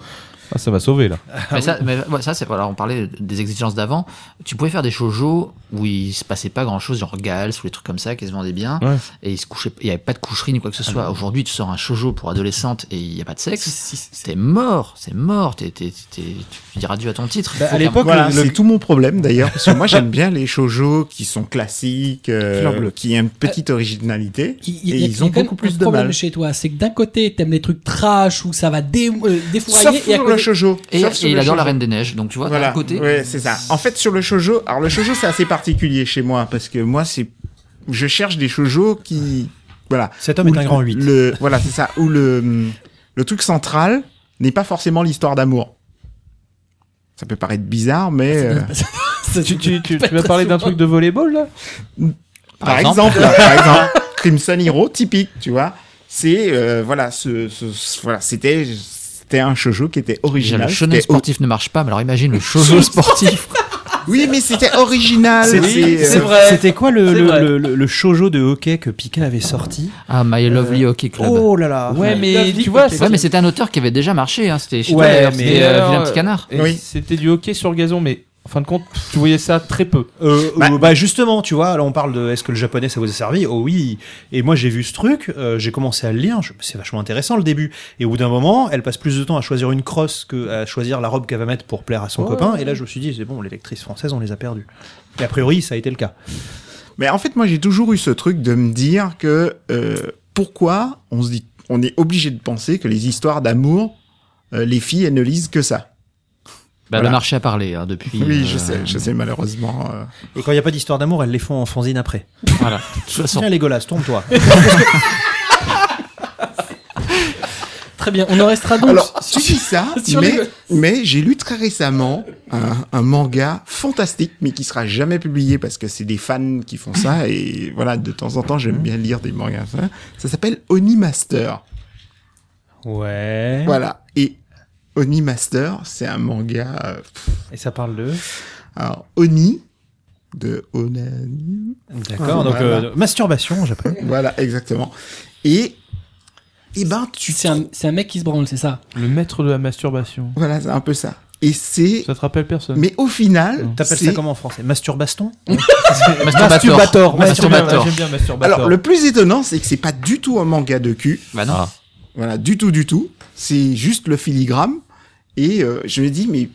Speaker 9: Ah, ça m'a sauvé là.
Speaker 2: Mais ça, mais ouais, ça, c'est voilà, on parlait des exigences d'avant. Tu pouvais faire des shoujo où il se passait pas grand chose, genre Gals ou les trucs comme ça qui se vendaient bien,
Speaker 9: Ouais.
Speaker 2: et il se couchait, il y avait pas de coucherie ni quoi que
Speaker 3: Ah
Speaker 2: ce soit. Aujourd'hui, tu sors un shoujo pour adolescente et il y a pas de sexe. T'es mort, c'est mort. T'es, t'es, t'es- tu diras adieu à ton titre.
Speaker 3: Bah, à l'époque,
Speaker 6: Voilà,
Speaker 3: le- le-
Speaker 6: c'est tout mon problème d'ailleurs, parce que moi j'aime bien les shoujo qui sont classiques, euh,
Speaker 1: Fleur bleue.
Speaker 6: qui ont une petite originalité,
Speaker 1: Il- il-
Speaker 6: et
Speaker 1: il y a- il y
Speaker 6: ils
Speaker 1: a
Speaker 6: ont
Speaker 1: quand même
Speaker 6: beaucoup
Speaker 1: un
Speaker 6: plus de
Speaker 1: problème
Speaker 6: mal.
Speaker 1: chez toi, c'est que d'un côté, t'aimes les trucs trash où ça va dé, euh, défourailler,
Speaker 6: Sauf
Speaker 1: et à
Speaker 6: sur le
Speaker 1: côté-
Speaker 6: shoujo.
Speaker 2: Et,
Speaker 6: Sauf sur
Speaker 2: et il
Speaker 6: le
Speaker 2: adore la
Speaker 6: shoujo.
Speaker 2: Reine des Neiges. Donc tu vois, d'un
Speaker 6: Voilà,
Speaker 2: côté,
Speaker 6: ouais, c'est ça. En fait, sur le shoujo, alors le shoujo c'est assez particulier chez moi, parce que moi c'est, je cherche des shoujo qui, voilà,
Speaker 3: Cet homme
Speaker 6: Où
Speaker 3: est un grand 8.
Speaker 6: Le, voilà, c'est ça. Où le, le truc central n'est pas forcément l'histoire d'amour. Ça peut paraître bizarre, mais euh,
Speaker 9: tu, tu, tu, tu vas parler d'un truc de volleyball là
Speaker 6: par, exemple, là, par exemple, Crimson Hero, typique, tu vois. C'est euh, voilà, ce, ce- ce- voilà, c'était c'était un shoujo qui était
Speaker 2: déjà, le
Speaker 6: original.
Speaker 2: shonen
Speaker 6: c'était o-
Speaker 2: sportif ne marche pas. Mais alors imagine le shoujo sportif.
Speaker 6: Oui, mais c'était original.
Speaker 3: C'est-
Speaker 6: c'est, euh,
Speaker 3: Ah, c'est- C'était quoi le,
Speaker 1: C'est
Speaker 3: le,
Speaker 1: vrai.
Speaker 3: le- le- le shoujo de hockey que Pika avait sorti
Speaker 2: Ah, My Lovely
Speaker 6: Euh,
Speaker 2: Hockey Club.
Speaker 3: Oh là là
Speaker 9: Ouais, mais
Speaker 1: David
Speaker 9: tu vois,
Speaker 1: Coquet.
Speaker 2: Ouais, mais c'était un auteur qui avait déjà marché, hein. c'était chez
Speaker 3: Ouais,
Speaker 2: toi, d'ailleurs,
Speaker 3: mais
Speaker 2: c'était, euh,
Speaker 9: alors,
Speaker 2: Vilain Petit Canard.
Speaker 9: Et
Speaker 6: Oui.
Speaker 9: C'était du hockey sur gazon, mais en fin de compte, tu voyais ça très peu.
Speaker 3: Euh, euh, bah,
Speaker 6: Bah-
Speaker 3: justement, tu vois, là on parle de est-ce que le japonais ça vous a servi Oh oui. Et moi j'ai vu ce truc, euh, j'ai commencé à le lire, je- c'est vachement intéressant le début. Et au bout d'un moment, elle passe plus de temps à choisir une crosse que à choisir la robe qu'elle va mettre pour plaire à son
Speaker 9: Ouais.
Speaker 3: copain. Et là je me suis dit, c'est bon, les lectrices françaises on les a perdues. Et a priori ça a été le cas.
Speaker 6: Mais en fait, moi, j'ai toujours eu ce truc de me dire que euh, pourquoi on se dit, on est obligé de penser que les histoires d'amour, euh, les filles, elles ne lisent que ça.
Speaker 2: Bah, Le
Speaker 6: euh, Voilà.
Speaker 2: marché a parlé hein, depuis.
Speaker 6: Oui, je
Speaker 2: euh,
Speaker 6: sais, je sais malheureusement. euh.
Speaker 3: Et quand il n'y a pas d'histoire d'amour, elles les font en fanzine après.
Speaker 2: Voilà. De toute façon,
Speaker 3: Tiens les golas, tombe-toi.
Speaker 1: Très bien, on en restera donc.
Speaker 6: Alors, tu dis ça,
Speaker 1: sur
Speaker 6: mais,
Speaker 1: les-
Speaker 6: mais j'ai lu très récemment un, un manga fantastique, mais qui sera jamais publié parce que c'est des fans qui font ça. Et voilà, de temps en temps, j'aime bien lire des mangas. Ça, ça s'appelle Oni Master.
Speaker 3: Ouais.
Speaker 6: Voilà. Et Oni Master, c'est un manga. euh, pff,
Speaker 3: Et ça parle de.
Speaker 6: alors, Oni de Onani.
Speaker 3: D'accord.
Speaker 6: Ah,
Speaker 3: donc
Speaker 6: voilà.
Speaker 3: euh, masturbation en japonais.
Speaker 6: Voilà, exactement. Et, et ben, tu.
Speaker 1: C'est un, c'est un mec qui se branle, c'est ça.
Speaker 9: Le maître de la masturbation.
Speaker 6: Voilà, c'est un peu ça. Et c'est.
Speaker 9: Ça te rappelle personne
Speaker 6: Mais au final.
Speaker 3: T'appelles
Speaker 6: c'est-
Speaker 3: ça comment en français Masturbaston
Speaker 2: Masturbator.
Speaker 9: Masturbator.
Speaker 2: Masturbator.
Speaker 9: Ah, J'aime bien masturbator.
Speaker 6: Alors, le plus étonnant, c'est que c'est pas du tout un manga de cul.
Speaker 2: Bah non.
Speaker 9: Ah.
Speaker 6: Voilà, du tout, du tout. C'est juste le filigrane. Et euh, je me dis, mais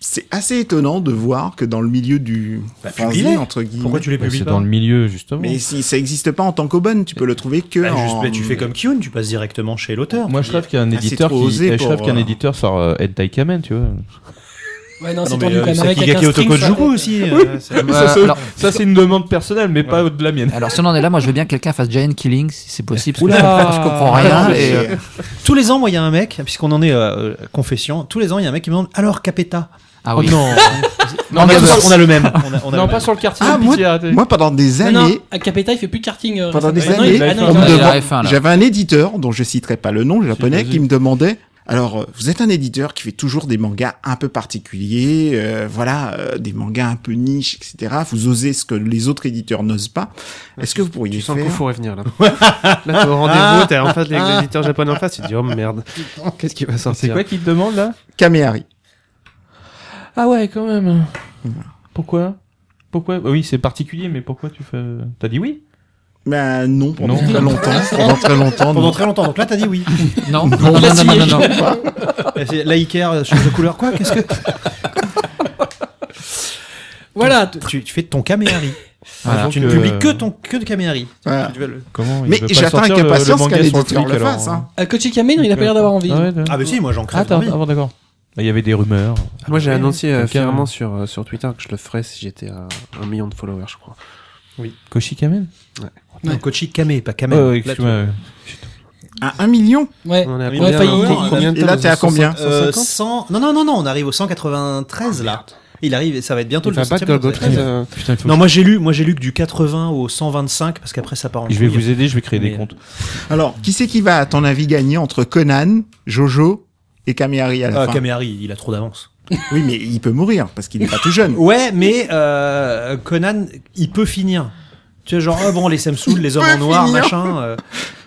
Speaker 6: c'est assez étonnant de voir que dans le milieu du
Speaker 3: Bah,
Speaker 6: fanzine,
Speaker 3: publie-les.
Speaker 6: entre guillemets.
Speaker 3: Pourquoi tu les
Speaker 9: Bah,
Speaker 3: publies
Speaker 9: c'est
Speaker 3: pas
Speaker 9: dans le milieu justement.
Speaker 6: Mais si ça existe pas en tant qu'aubonne, tu peux le trouver que
Speaker 3: Bah, juste,
Speaker 6: en.
Speaker 3: bah, tu fais comme Kyun, tu passes directement chez l'auteur.
Speaker 9: Moi, je rêve
Speaker 6: Ah,
Speaker 9: qu'un
Speaker 6: c'est
Speaker 9: éditeur
Speaker 6: trop
Speaker 9: qui,
Speaker 6: osé
Speaker 9: eh, je
Speaker 6: pour,
Speaker 9: rêve qu'un
Speaker 6: euh,
Speaker 9: éditeur sort euh, Hentai Kamen, tu vois.
Speaker 1: Ouais, non,
Speaker 3: Ah
Speaker 1: c'est
Speaker 3: non, mais,
Speaker 1: tendu
Speaker 3: euh,
Speaker 1: quand même. Avec
Speaker 3: Saki
Speaker 1: avec un
Speaker 3: Gaki
Speaker 1: string, ça-
Speaker 3: Otokojuku aussi. euh, c'est-
Speaker 2: Euh,
Speaker 9: c'est-
Speaker 2: alors,
Speaker 9: Ça, c'est une demande personnelle, mais pas de la mienne.
Speaker 2: alors, si on en est là, moi, je veux bien que quelqu'un fasse Giant Killing, si c'est possible. parce que
Speaker 9: Oula.
Speaker 2: je comprends
Speaker 6: Ah,
Speaker 2: rien.
Speaker 6: mais-
Speaker 2: et, euh,
Speaker 3: Tous les ans, moi, il y a un mec, puisqu'on en est euh, euh, confession, tous les ans, il y a un mec qui me demande alors Capeta.
Speaker 6: Oh
Speaker 2: Ah oui. Non,
Speaker 3: non, on,
Speaker 2: mais
Speaker 3: a
Speaker 2: alors,
Speaker 3: tous- on a le même. On a- on a
Speaker 9: Non,
Speaker 3: le
Speaker 9: pas
Speaker 3: même.
Speaker 9: sur le quartier.
Speaker 6: Ah,
Speaker 9: pitié, arrêtez.
Speaker 6: Moi, pendant des
Speaker 1: Non,
Speaker 6: années.
Speaker 1: non, à Capeta, il fait plus de karting. euh,
Speaker 6: Pendant
Speaker 1: récemment.
Speaker 6: des
Speaker 1: Ah non,
Speaker 6: années,
Speaker 1: il- ah non,
Speaker 9: il
Speaker 6: on
Speaker 1: il-
Speaker 6: me
Speaker 2: a- il a
Speaker 6: demande-
Speaker 2: F1, là.
Speaker 6: j'avais un éditeur dont je citerai pas le nom, japonais,
Speaker 9: vas-y.
Speaker 6: qui me demandait. Alors, euh, vous êtes un éditeur qui fait toujours des mangas un peu particuliers, euh, voilà, euh, des mangas un peu niche, etc. Vous osez ce que les autres éditeurs n'osent pas. Est-ce que vous pourriez
Speaker 4: Tu sens le
Speaker 6: faire
Speaker 4: coup, faut revenir là. là, t'es au rendez-vous, t'es en face de l'éditeur japonais en face, tu te dis oh merde, qu'est-ce qui va sortir
Speaker 9: C'est quoi qui te demande là
Speaker 6: Kamehari
Speaker 9: Ah ouais, quand même. Pourquoi Pourquoi Bah Oui, c'est particulier, mais pourquoi tu fais T'as dit oui
Speaker 6: Ben non, pendant
Speaker 9: Non.
Speaker 6: très longtemps, pendant très longtemps.
Speaker 3: Pendant
Speaker 6: non.
Speaker 3: très longtemps. Donc là, t'as dit oui.
Speaker 2: Non, non, non, non, non, non, non.
Speaker 3: C'est La Iker, change de couleur, quoi Qu'est-ce que
Speaker 1: Voilà.
Speaker 3: tu, tu fais ton Kamehari.
Speaker 9: Voilà.
Speaker 3: tu ne
Speaker 9: Donc,
Speaker 3: publies
Speaker 9: euh,
Speaker 3: que ton que de Kamehari.
Speaker 6: Voilà.
Speaker 3: Tu vas le-
Speaker 9: Comment il
Speaker 6: Mais
Speaker 9: veut pas
Speaker 6: j'attends
Speaker 9: sortir
Speaker 6: avec
Speaker 9: le- le
Speaker 6: impatience
Speaker 9: manga
Speaker 6: qu'un
Speaker 9: sur le
Speaker 6: éditeur
Speaker 9: truc,
Speaker 6: le
Speaker 9: alors,
Speaker 6: fasse. hein.
Speaker 1: Euh, Kochikame, non, il a pas l'air d'avoir envie.
Speaker 9: Ah ouais, d'accord.
Speaker 3: Ah, bah si, moi, j'en crève
Speaker 9: Attends,
Speaker 3: d'envie.
Speaker 9: ah bon, d'accord. Il y avait des rumeurs.
Speaker 4: Moi, j'ai annoncé euh,
Speaker 9: Quelqu'un-
Speaker 4: fièrement sur, euh, sur Twitter que je le ferais si j'étais à un million de followers, je crois.
Speaker 9: Koshi Kamen
Speaker 3: Non,
Speaker 1: Ouais.
Speaker 3: Kochi Kame, pas Kame.
Speaker 9: Oh,
Speaker 3: Là,
Speaker 9: excuse-moi.
Speaker 3: tu-
Speaker 9: euh,
Speaker 6: À un million.
Speaker 1: Ouais.
Speaker 4: On est à
Speaker 1: Ouais, Eh, failli.
Speaker 4: combien,
Speaker 3: Et
Speaker 4: combien de
Speaker 6: là,
Speaker 4: temps
Speaker 6: t'es à combien
Speaker 3: Euh,
Speaker 4: 150
Speaker 3: 100... Non, non, non, non, on arrive au 193 là. Il arrive et ça va être bientôt
Speaker 4: Il
Speaker 3: le
Speaker 4: va battre
Speaker 3: 200e,
Speaker 4: Golgo
Speaker 3: ça va être-
Speaker 4: 13. euh,
Speaker 9: Putain, il faut
Speaker 3: Non,
Speaker 9: que
Speaker 3: moi j'ai lu, moi j'ai lu que du 80 au 125 parce qu'après ça part en
Speaker 9: je... je vais
Speaker 3: couille.
Speaker 9: vous aider, je vais créer des
Speaker 3: Mais-
Speaker 9: comptes.
Speaker 6: Alors, qui c'est qui va, à ton avis, gagner entre Conan, Jojo et Kamehari à la
Speaker 3: Ah,
Speaker 6: fin
Speaker 3: Camehari, il a trop d'avance.
Speaker 6: Oui, mais il peut mourir parce qu'il n'est pas tout jeune.
Speaker 3: Ouais, mais euh, Conan, il peut finir. Tu vois, genre, ah bon, les Samsung, les hommes en noir,
Speaker 6: finir.
Speaker 3: machin. euh.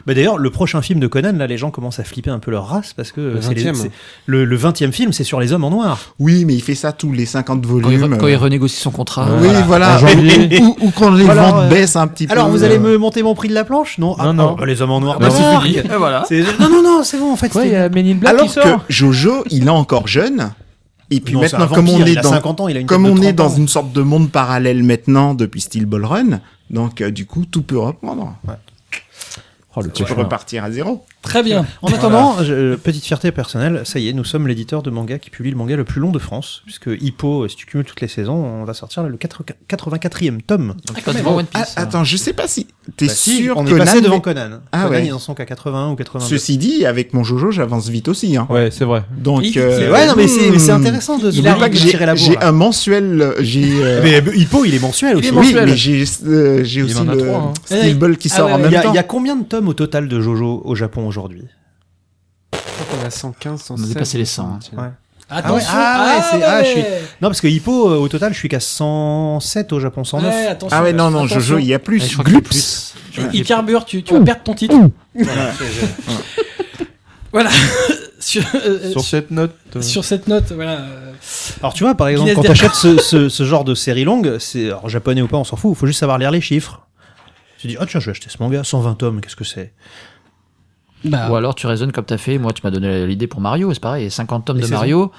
Speaker 3: Bah, D'ailleurs, le prochain film de Conan, là, les gens commencent à flipper un peu leur race parce que
Speaker 4: Le
Speaker 3: c'est les-
Speaker 4: 20e.
Speaker 3: c'est-
Speaker 6: hein.
Speaker 3: le, le 20e film, c'est sur les hommes en noir.
Speaker 6: Oui, mais il fait ça tous les 50
Speaker 2: Quand, il,
Speaker 6: volumes.
Speaker 2: re- quand il
Speaker 6: euh,
Speaker 2: renégocie son contrat. euh,
Speaker 6: Oui, voilà.
Speaker 9: En janvier.
Speaker 6: ou, ou quand les
Speaker 3: Alors,
Speaker 6: ventes
Speaker 3: euh,
Speaker 6: baissent un petit peu.
Speaker 3: Alors, vous allez
Speaker 6: euh,
Speaker 3: me monter mon prix de la planche Non,
Speaker 9: Non, non.
Speaker 3: bah, les hommes en noir,
Speaker 6: Ah,
Speaker 9: Non,
Speaker 3: bah, c'est
Speaker 9: non.
Speaker 3: fini.
Speaker 2: Et voilà.
Speaker 3: C'est- Non, non, non, c'est bon, en fait.
Speaker 9: Ouais, il y
Speaker 3: c'était-
Speaker 9: a Men in Black
Speaker 6: Alors
Speaker 9: qui sort.
Speaker 6: que Jojo, il est encore jeune. Et puis
Speaker 3: Non, c'est un
Speaker 6: maintenant, comme on
Speaker 3: vampire,
Speaker 6: est
Speaker 3: il a
Speaker 6: dans
Speaker 3: 50 ans, il a une
Speaker 6: comme
Speaker 3: tête
Speaker 6: on
Speaker 3: de
Speaker 6: est
Speaker 3: 30
Speaker 6: dans
Speaker 3: ans.
Speaker 6: une sorte de monde parallèle maintenant depuis Steel Ball Run, donc euh, du coup tout peut reprendre.
Speaker 9: Oh, le
Speaker 6: Tu peux
Speaker 9: cauchemar.
Speaker 6: repartir à zéro.
Speaker 1: Très bien.
Speaker 3: En attendant, je- euh, petite fierté personnelle, ça y est, nous sommes l'éditeur de manga qui publie le manga le plus long de France, puisque Hippo, euh, si tu cumules toutes les saisons, on va sortir le 4- 84e tome.
Speaker 2: Donc, il passe devant One Piece.
Speaker 6: Ah, attends, je sais pas si t'es
Speaker 3: Bah si,
Speaker 6: sûr
Speaker 3: on
Speaker 6: Conan,
Speaker 3: est passé devant
Speaker 6: mais-
Speaker 3: Conan.
Speaker 6: Ah
Speaker 3: Conan,
Speaker 6: ouais.
Speaker 3: ils en sont qu'à 81 ou 82.
Speaker 6: Ceci dit, avec mon Jojo, j'avance vite aussi. Hein.
Speaker 9: Ouais, c'est vrai.
Speaker 6: Donc
Speaker 1: Oui,
Speaker 3: C'est-
Speaker 6: euh,
Speaker 3: ouais, non, mais c'est
Speaker 6: hmm,
Speaker 3: mais c'est intéressant de
Speaker 6: Il
Speaker 3: de
Speaker 6: est pas que j'ai
Speaker 3: tirer la bourre.
Speaker 6: j'ai un mensuel, euh, j'ai euh,
Speaker 3: Mais euh, Hippo, il est mensuel aussi.
Speaker 6: oui, mais j'ai euh, j'ai
Speaker 9: Il
Speaker 6: aussi
Speaker 9: en a
Speaker 6: le
Speaker 9: trois, hein.
Speaker 6: Steel Ball qui
Speaker 1: Ah
Speaker 6: sort
Speaker 1: ouais,
Speaker 6: en
Speaker 1: ouais,
Speaker 3: Il
Speaker 6: même
Speaker 3: y, a,
Speaker 6: temps.
Speaker 3: il y a combien de tomes au total de Jojo au Japon aujourd'hui
Speaker 4: Je crois qu'on a 115, 116.
Speaker 2: On a dépassé les 100, hein.
Speaker 4: Ouais.
Speaker 1: Attention.
Speaker 3: ah ouais, c'est- ah, je suis-
Speaker 1: ouais.
Speaker 3: Non, parce que Hippo, euh, au total, je suis qu'à 107 au Japon, 109.
Speaker 1: Ouais, attention.
Speaker 6: Ah ouais, non, non,
Speaker 1: Attention.
Speaker 6: Jojo, il y a
Speaker 2: Ouais,
Speaker 6: plus.
Speaker 2: je crois qu'il y a
Speaker 6: Glups.
Speaker 2: plus. Je crois qu'il y
Speaker 1: Il
Speaker 2: a
Speaker 1: carbure, tu, tu vas perdre ton titre. Voilà. Sur, euh,
Speaker 9: Sur
Speaker 1: sur,
Speaker 9: cette note. euh,
Speaker 1: sur cette note, voilà. euh,
Speaker 3: Alors tu vois, par exemple,
Speaker 1: Finesse
Speaker 3: quand
Speaker 1: derrière.
Speaker 3: t'achètes ce, ce, ce genre de série longue, c'est alors, japonais ou pas, on s'en fout, il faut juste savoir lire les chiffres. Tu dis, ah tiens, je vais acheter ce manga, 120 tomes, qu'est-ce que c'est
Speaker 1: Bah,
Speaker 6: Ah.
Speaker 2: Ou alors tu raisonnes comme t'as fait, moi tu m'as donné l'idée pour Mario, c'est pareil, 50 tomes
Speaker 3: Les
Speaker 2: de
Speaker 3: saisons.
Speaker 2: Mario.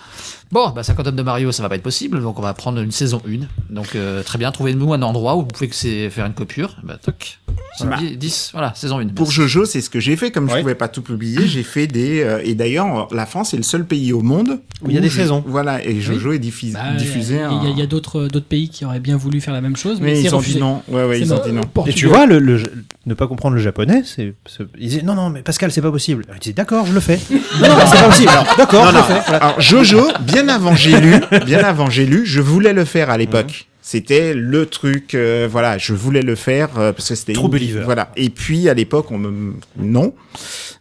Speaker 2: Bon, bah 50 tomes de Mario ça va pas être possible, donc on va prendre une saison 1. Donc euh, très bien, trouvez-nous un endroit où vous pouvez que c'est- faire une coupure. Bah toc,
Speaker 6: Voilà.
Speaker 2: 10, 10, voilà, saison 1.
Speaker 6: Pour Jojo, c'est ce que j'ai fait. Comme je
Speaker 3: Ouais.
Speaker 6: pouvais pas tout publier, j'ai fait des. euh, et d'ailleurs, la France est le seul pays au monde
Speaker 3: Où il y a des
Speaker 6: je-
Speaker 3: saisons.
Speaker 6: Voilà, et Jojo est diffusé.
Speaker 1: bah,
Speaker 6: diffusé
Speaker 1: Il y a-
Speaker 6: en-
Speaker 1: il y a, il y a d'autres d'autres pays qui auraient bien voulu faire la même chose, mais,
Speaker 6: mais
Speaker 1: c'est
Speaker 6: ils ont
Speaker 1: refusé.
Speaker 6: dit non. Ouais, ouais,
Speaker 1: C'est
Speaker 6: ils ont
Speaker 1: mort. Euh,
Speaker 6: dit non.
Speaker 3: Et
Speaker 1: Portugal.
Speaker 3: tu vois, le, le- je- ne pas comprendre le japonais, c'est... c'est- Ils disaient, non, non, mais Pascal, c'est pas possible. Il disait, d'accord, je le fais. non, non, c'est pas possible. Alors, d'accord,
Speaker 6: Non,
Speaker 3: je
Speaker 6: non.
Speaker 3: le fais. Voilà.
Speaker 6: Alors Jojo, bien avant j'ai lu, bien avant j'ai lu, je voulais le faire à
Speaker 2: Mhm.
Speaker 6: l'époque. C'était le truc, euh, voilà, je voulais le faire euh, parce que c'était
Speaker 3: True
Speaker 6: une-
Speaker 3: believer.
Speaker 6: Voilà. Et puis à l'époque, on me non.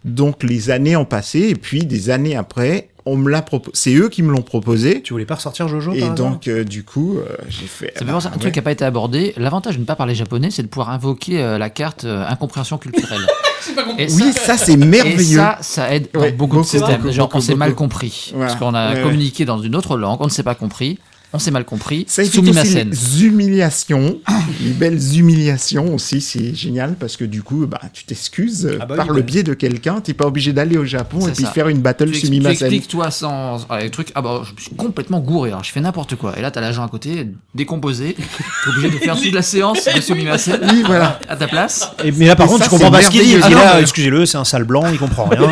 Speaker 6: Donc les années ont passé et puis des années après, on me l'a proposé. C'est eux qui me l'ont proposé.
Speaker 3: Tu voulais pas ressortir Jojo
Speaker 6: Et
Speaker 3: par hasard
Speaker 6: donc euh, du coup, euh, j'ai fait.
Speaker 2: Ça fait
Speaker 6: bah,
Speaker 2: penser à un
Speaker 6: ouais.
Speaker 2: truc qui n'a pas été abordé. L'avantage de ne pas parler japonais, c'est de pouvoir invoquer euh, la carte euh, incompréhension culturelle. Et
Speaker 6: Oui, ça c'est
Speaker 2: Et
Speaker 6: merveilleux.
Speaker 2: ça, ça aide dans
Speaker 6: Ouais,
Speaker 2: beaucoup,
Speaker 6: beaucoup,
Speaker 2: de systèmes.
Speaker 6: beaucoup,
Speaker 2: Genre,
Speaker 6: beaucoup,
Speaker 2: on s'est mal
Speaker 6: beaucoup.
Speaker 2: compris.
Speaker 6: Voilà.
Speaker 2: Parce qu'on a
Speaker 6: Ouais, ouais.
Speaker 2: communiqué dans une autre langue, on ne s'est pas compris, on s'est mal compris.
Speaker 6: Ça évite
Speaker 2: Soumis ma
Speaker 6: aussi
Speaker 2: scène.
Speaker 6: les humiliations, les belles humiliations aussi, c'est génial parce que du coup, bah, tu t'excuses euh,
Speaker 3: Ah bah oui,
Speaker 6: par le
Speaker 3: ouais.
Speaker 6: biais de quelqu'un, t'es pas obligé d'aller au Japon
Speaker 2: C'est
Speaker 6: et puis
Speaker 2: ça.
Speaker 6: faire une battle
Speaker 2: Tu, ex- tu
Speaker 6: Sumimasen.
Speaker 2: expliques toi sans avec le truc ah bah je suis complètement gouré alors je fais n'importe quoi et là t'as l'agent à côté décomposé t'es obligé de faire toute la séance de Sumimasen
Speaker 6: Oui, voilà.
Speaker 2: à ta place
Speaker 3: Et- Mais là, par
Speaker 6: Et
Speaker 3: contre,
Speaker 6: ça,
Speaker 3: tu comprends pas
Speaker 6: c'est
Speaker 3: ce qu'il dit. Il dit,
Speaker 6: merveilleux.
Speaker 3: là,
Speaker 6: Ah, non,
Speaker 3: excusez-le, c'est un sale blanc, il comprend rien.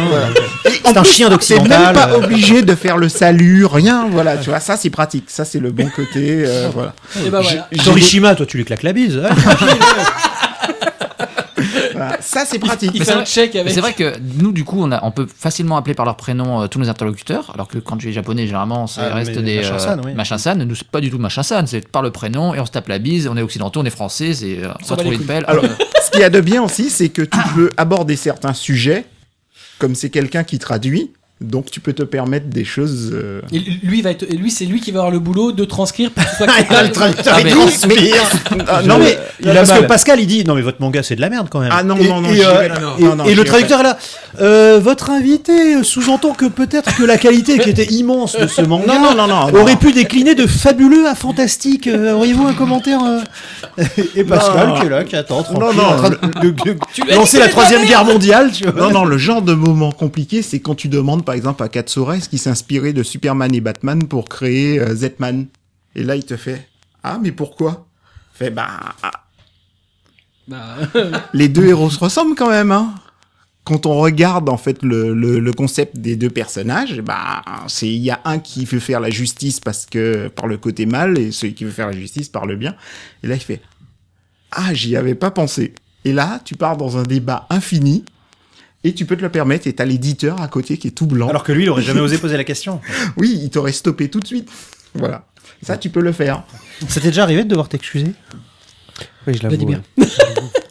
Speaker 6: Et en
Speaker 3: C'est un
Speaker 6: plus,
Speaker 3: chien
Speaker 2: Ah,
Speaker 6: T'es
Speaker 3: d'occidental.
Speaker 6: même pas
Speaker 3: euh.
Speaker 6: obligé de faire le salut, rien, voilà,
Speaker 3: Ah.
Speaker 6: tu vois, ça c'est pratique, ça c'est le bon côté, euh, voilà.
Speaker 1: Et bah voilà.
Speaker 6: J'ai-
Speaker 3: Torishima, toi, tu lui claques la bise. hein.
Speaker 6: voilà, Ça c'est pratique.
Speaker 1: Il
Speaker 2: Mais
Speaker 1: fait
Speaker 2: c'est
Speaker 1: un
Speaker 2: vrai-
Speaker 1: check
Speaker 2: Mais
Speaker 1: avec.
Speaker 2: c'est vrai que nous du coup on, a, on peut facilement appeler par leur prénom euh, tous nos interlocuteurs alors que quand tu es japonais généralement ça
Speaker 3: Ah,
Speaker 2: reste
Speaker 3: mais
Speaker 2: des
Speaker 3: machin san, oui.
Speaker 2: machin-san nous c'est pas du tout machin-san c'est par le prénom et on se tape la bise on est occidentaux on est français c'est euh, on
Speaker 1: s'en
Speaker 2: va
Speaker 1: bat les
Speaker 2: trouver une
Speaker 1: couilles.
Speaker 2: pelle Euh,
Speaker 6: Alors,
Speaker 2: hop,
Speaker 6: ce qu'il y a de bien aussi, c'est que tu peux aborder certains sujets, comme c'est quelqu'un qui traduit, donc tu peux te permettre des choses... euh,
Speaker 1: Et lui va être, et lui c'est lui qui va avoir le boulot de transcrire pour que ce soit
Speaker 6: Ah, le
Speaker 1: capable.
Speaker 6: traducteur,
Speaker 2: Ah,
Speaker 6: il
Speaker 2: mais-
Speaker 6: transpire. Ah, non, mais.
Speaker 3: Non, parce que Pascal, il dit non mais votre manga c'est de la merde quand même.
Speaker 6: Ah non,
Speaker 3: Et-
Speaker 6: non, non,
Speaker 3: Et,
Speaker 6: j'y
Speaker 3: euh,
Speaker 6: vais, non,
Speaker 3: et-
Speaker 6: non, non,
Speaker 3: et
Speaker 6: j'y
Speaker 3: le
Speaker 6: vais.
Speaker 3: traducteur est là. Euh, votre invité sous-entend que peut-être que la qualité qui était immense de ce manga
Speaker 6: Non, non, non, non. non.
Speaker 3: aurait pu décliner de fabuleux à fantastique. Euh, Auriez-vous un commentaire euh Et Pascal
Speaker 6: Non.
Speaker 3: qui est là, qui attend tranquille,
Speaker 6: Non, non,
Speaker 3: en train de, de- de- lancer la troisième guerre mondiale. Tu vois.
Speaker 6: Non, non, le genre de moment compliqué, c'est quand tu demandes, par exemple, à Katsura est-ce qu'il s'est inspiré de Superman et Batman pour créer euh, Z-Man. Et là, il te fait Ah, mais pourquoi Fait, bah, ah,
Speaker 1: Bah,
Speaker 6: les deux héros se ressemblent quand même, hein. Quand on regarde, en fait, le, le, le concept des deux personnages, bah, c'est, il y a un qui veut faire la justice parce que, par le côté mal, et celui qui veut faire la justice par le bien. Et là, il fait, ah, j'y avais pas pensé. Et là, tu pars dans un débat infini, et tu peux te le permettre, et t'as l'éditeur à côté qui est tout blanc.
Speaker 3: Alors que lui, il aurait jamais osé poser la question.
Speaker 6: Oui, il t'aurait stoppé tout de suite. Voilà. Ça, tu peux le faire.
Speaker 3: Ça t'est déjà arrivé de devoir t'excuser
Speaker 4: Oui, je l'avoue.
Speaker 1: Vladimir.
Speaker 4: ouais.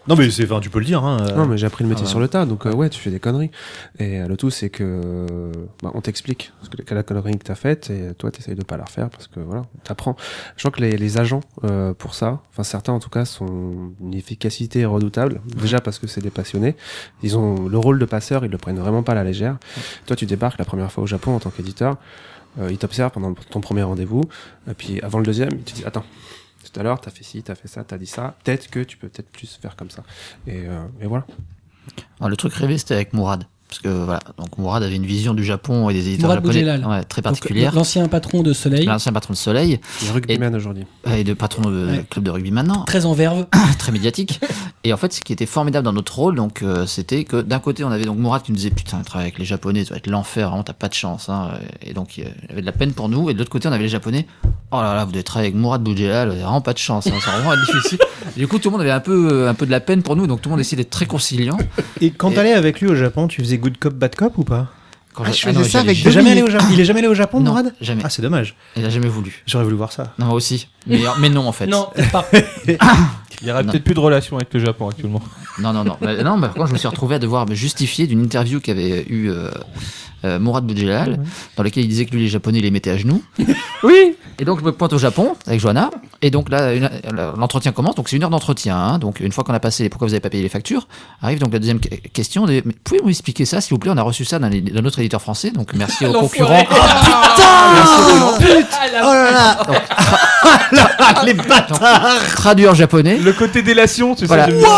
Speaker 3: Non, mais c'est, enfin, tu peux le dire. Hein, euh,
Speaker 4: Non, mais j'ai appris le métier
Speaker 3: Ah,
Speaker 4: sur le tas, donc euh, ouais, tu fais des conneries. Et euh, le tout, c'est que euh, bah, on t'explique ce que, la connerie que t'as faite, et toi, t'essayes de pas la refaire parce que voilà, on t'apprend. Je crois que les, les agents euh, pour ça, enfin certains en tout cas, sont une efficacité redoutable. Déjà parce que c'est des passionnés, ils ont le rôle de passeur, ils le prennent vraiment pas à la légère. Toi, tu débarques la première fois au Japon en tant qu'éditeur, euh, ils t'observent pendant ton premier rendez-vous, et puis avant le deuxième, ils te disent attends. Tout à l'heure, t'as fait ci, t'as fait ça, t'as dit ça. Peut-être que tu peux peut-être plus faire comme ça. Et, euh, et voilà.
Speaker 2: Alors, le truc rêvé, c'était avec Mourad. Parce que voilà, donc Mourad avait une vision du Japon et des éditeurs
Speaker 1: Mourad
Speaker 2: japonais
Speaker 1: Boudjelal.
Speaker 2: ouais, très
Speaker 1: Donc,
Speaker 2: particulière.
Speaker 1: L'ancien patron de Soleil,
Speaker 2: L'ancien patron de Soleil
Speaker 4: Il est rugbyman aujourd'hui.
Speaker 2: euh, et de patron de
Speaker 1: Ouais.
Speaker 2: club de rugby maintenant.
Speaker 1: très en verve.
Speaker 2: très médiatique. Et en fait, ce qui était formidable dans notre rôle, donc, euh, c'était que d'un côté, on avait donc Mourad qui nous disait putain, travailler avec les Japonais, ça va être l'enfer, vraiment, t'as pas de chance. hein. Et donc, il avait de la peine pour nous. Et de l'autre côté, on avait les Japonais. Oh là là, vous devez travailler avec Mourad Boudjelal, vraiment pas de chance. hein, ça va vraiment être difficile. Et du coup, tout le monde avait un peu, euh, un peu de la peine pour nous. Donc, tout le monde essayait d'être très conciliant.
Speaker 3: Et quand
Speaker 2: Et-
Speaker 3: t'allais avec lui au Japon, tu faisais good cop, bad cop ou pas
Speaker 2: Quand
Speaker 6: Ah,
Speaker 2: j'ai-
Speaker 6: je
Speaker 2: non,
Speaker 6: faisais ça
Speaker 2: j'allais
Speaker 6: avec
Speaker 3: Il est
Speaker 2: jamais-
Speaker 6: deux-
Speaker 3: jamais allé au
Speaker 6: Dominique.
Speaker 3: Japon, il est jamais allé au Japon,
Speaker 2: Non,
Speaker 3: Mourad
Speaker 2: jamais.
Speaker 3: Ah, c'est dommage.
Speaker 2: Il a jamais voulu.
Speaker 3: J'aurais voulu voir ça.
Speaker 2: Non, moi aussi. Mais, mais non, en fait.
Speaker 1: Non, pas.
Speaker 9: Il y aurait
Speaker 2: Non.
Speaker 9: peut-être plus de relation avec le Japon actuellement.
Speaker 2: Non, non, non. Bah, non, bah, par contre, je me suis retrouvé à devoir me justifier d'une interview qu'avait eu euh, euh, Mourad Boudjelal, dans laquelle il disait que lui, les Japonais, il les mettait à genoux. Oui Et donc, je me pointe au Japon avec Johanna. Et donc, là, une- l'entretien commence. Donc, c'est une heure d'entretien. hein. Donc, une fois qu'on a passé les pourquoi vous n'avez pas payé les factures, arrive donc la deuxième que- question. des- Mais Pouvez-vous expliquer ça, s'il vous plaît On a reçu ça d'un d'un autre éditeur français. Donc, merci aux concurrents.
Speaker 1: Ah,
Speaker 3: les bâtards
Speaker 2: Traduire japonais.
Speaker 9: Le côté délation, tu
Speaker 2: Voilà.
Speaker 9: sais. j'aime
Speaker 3: Wow,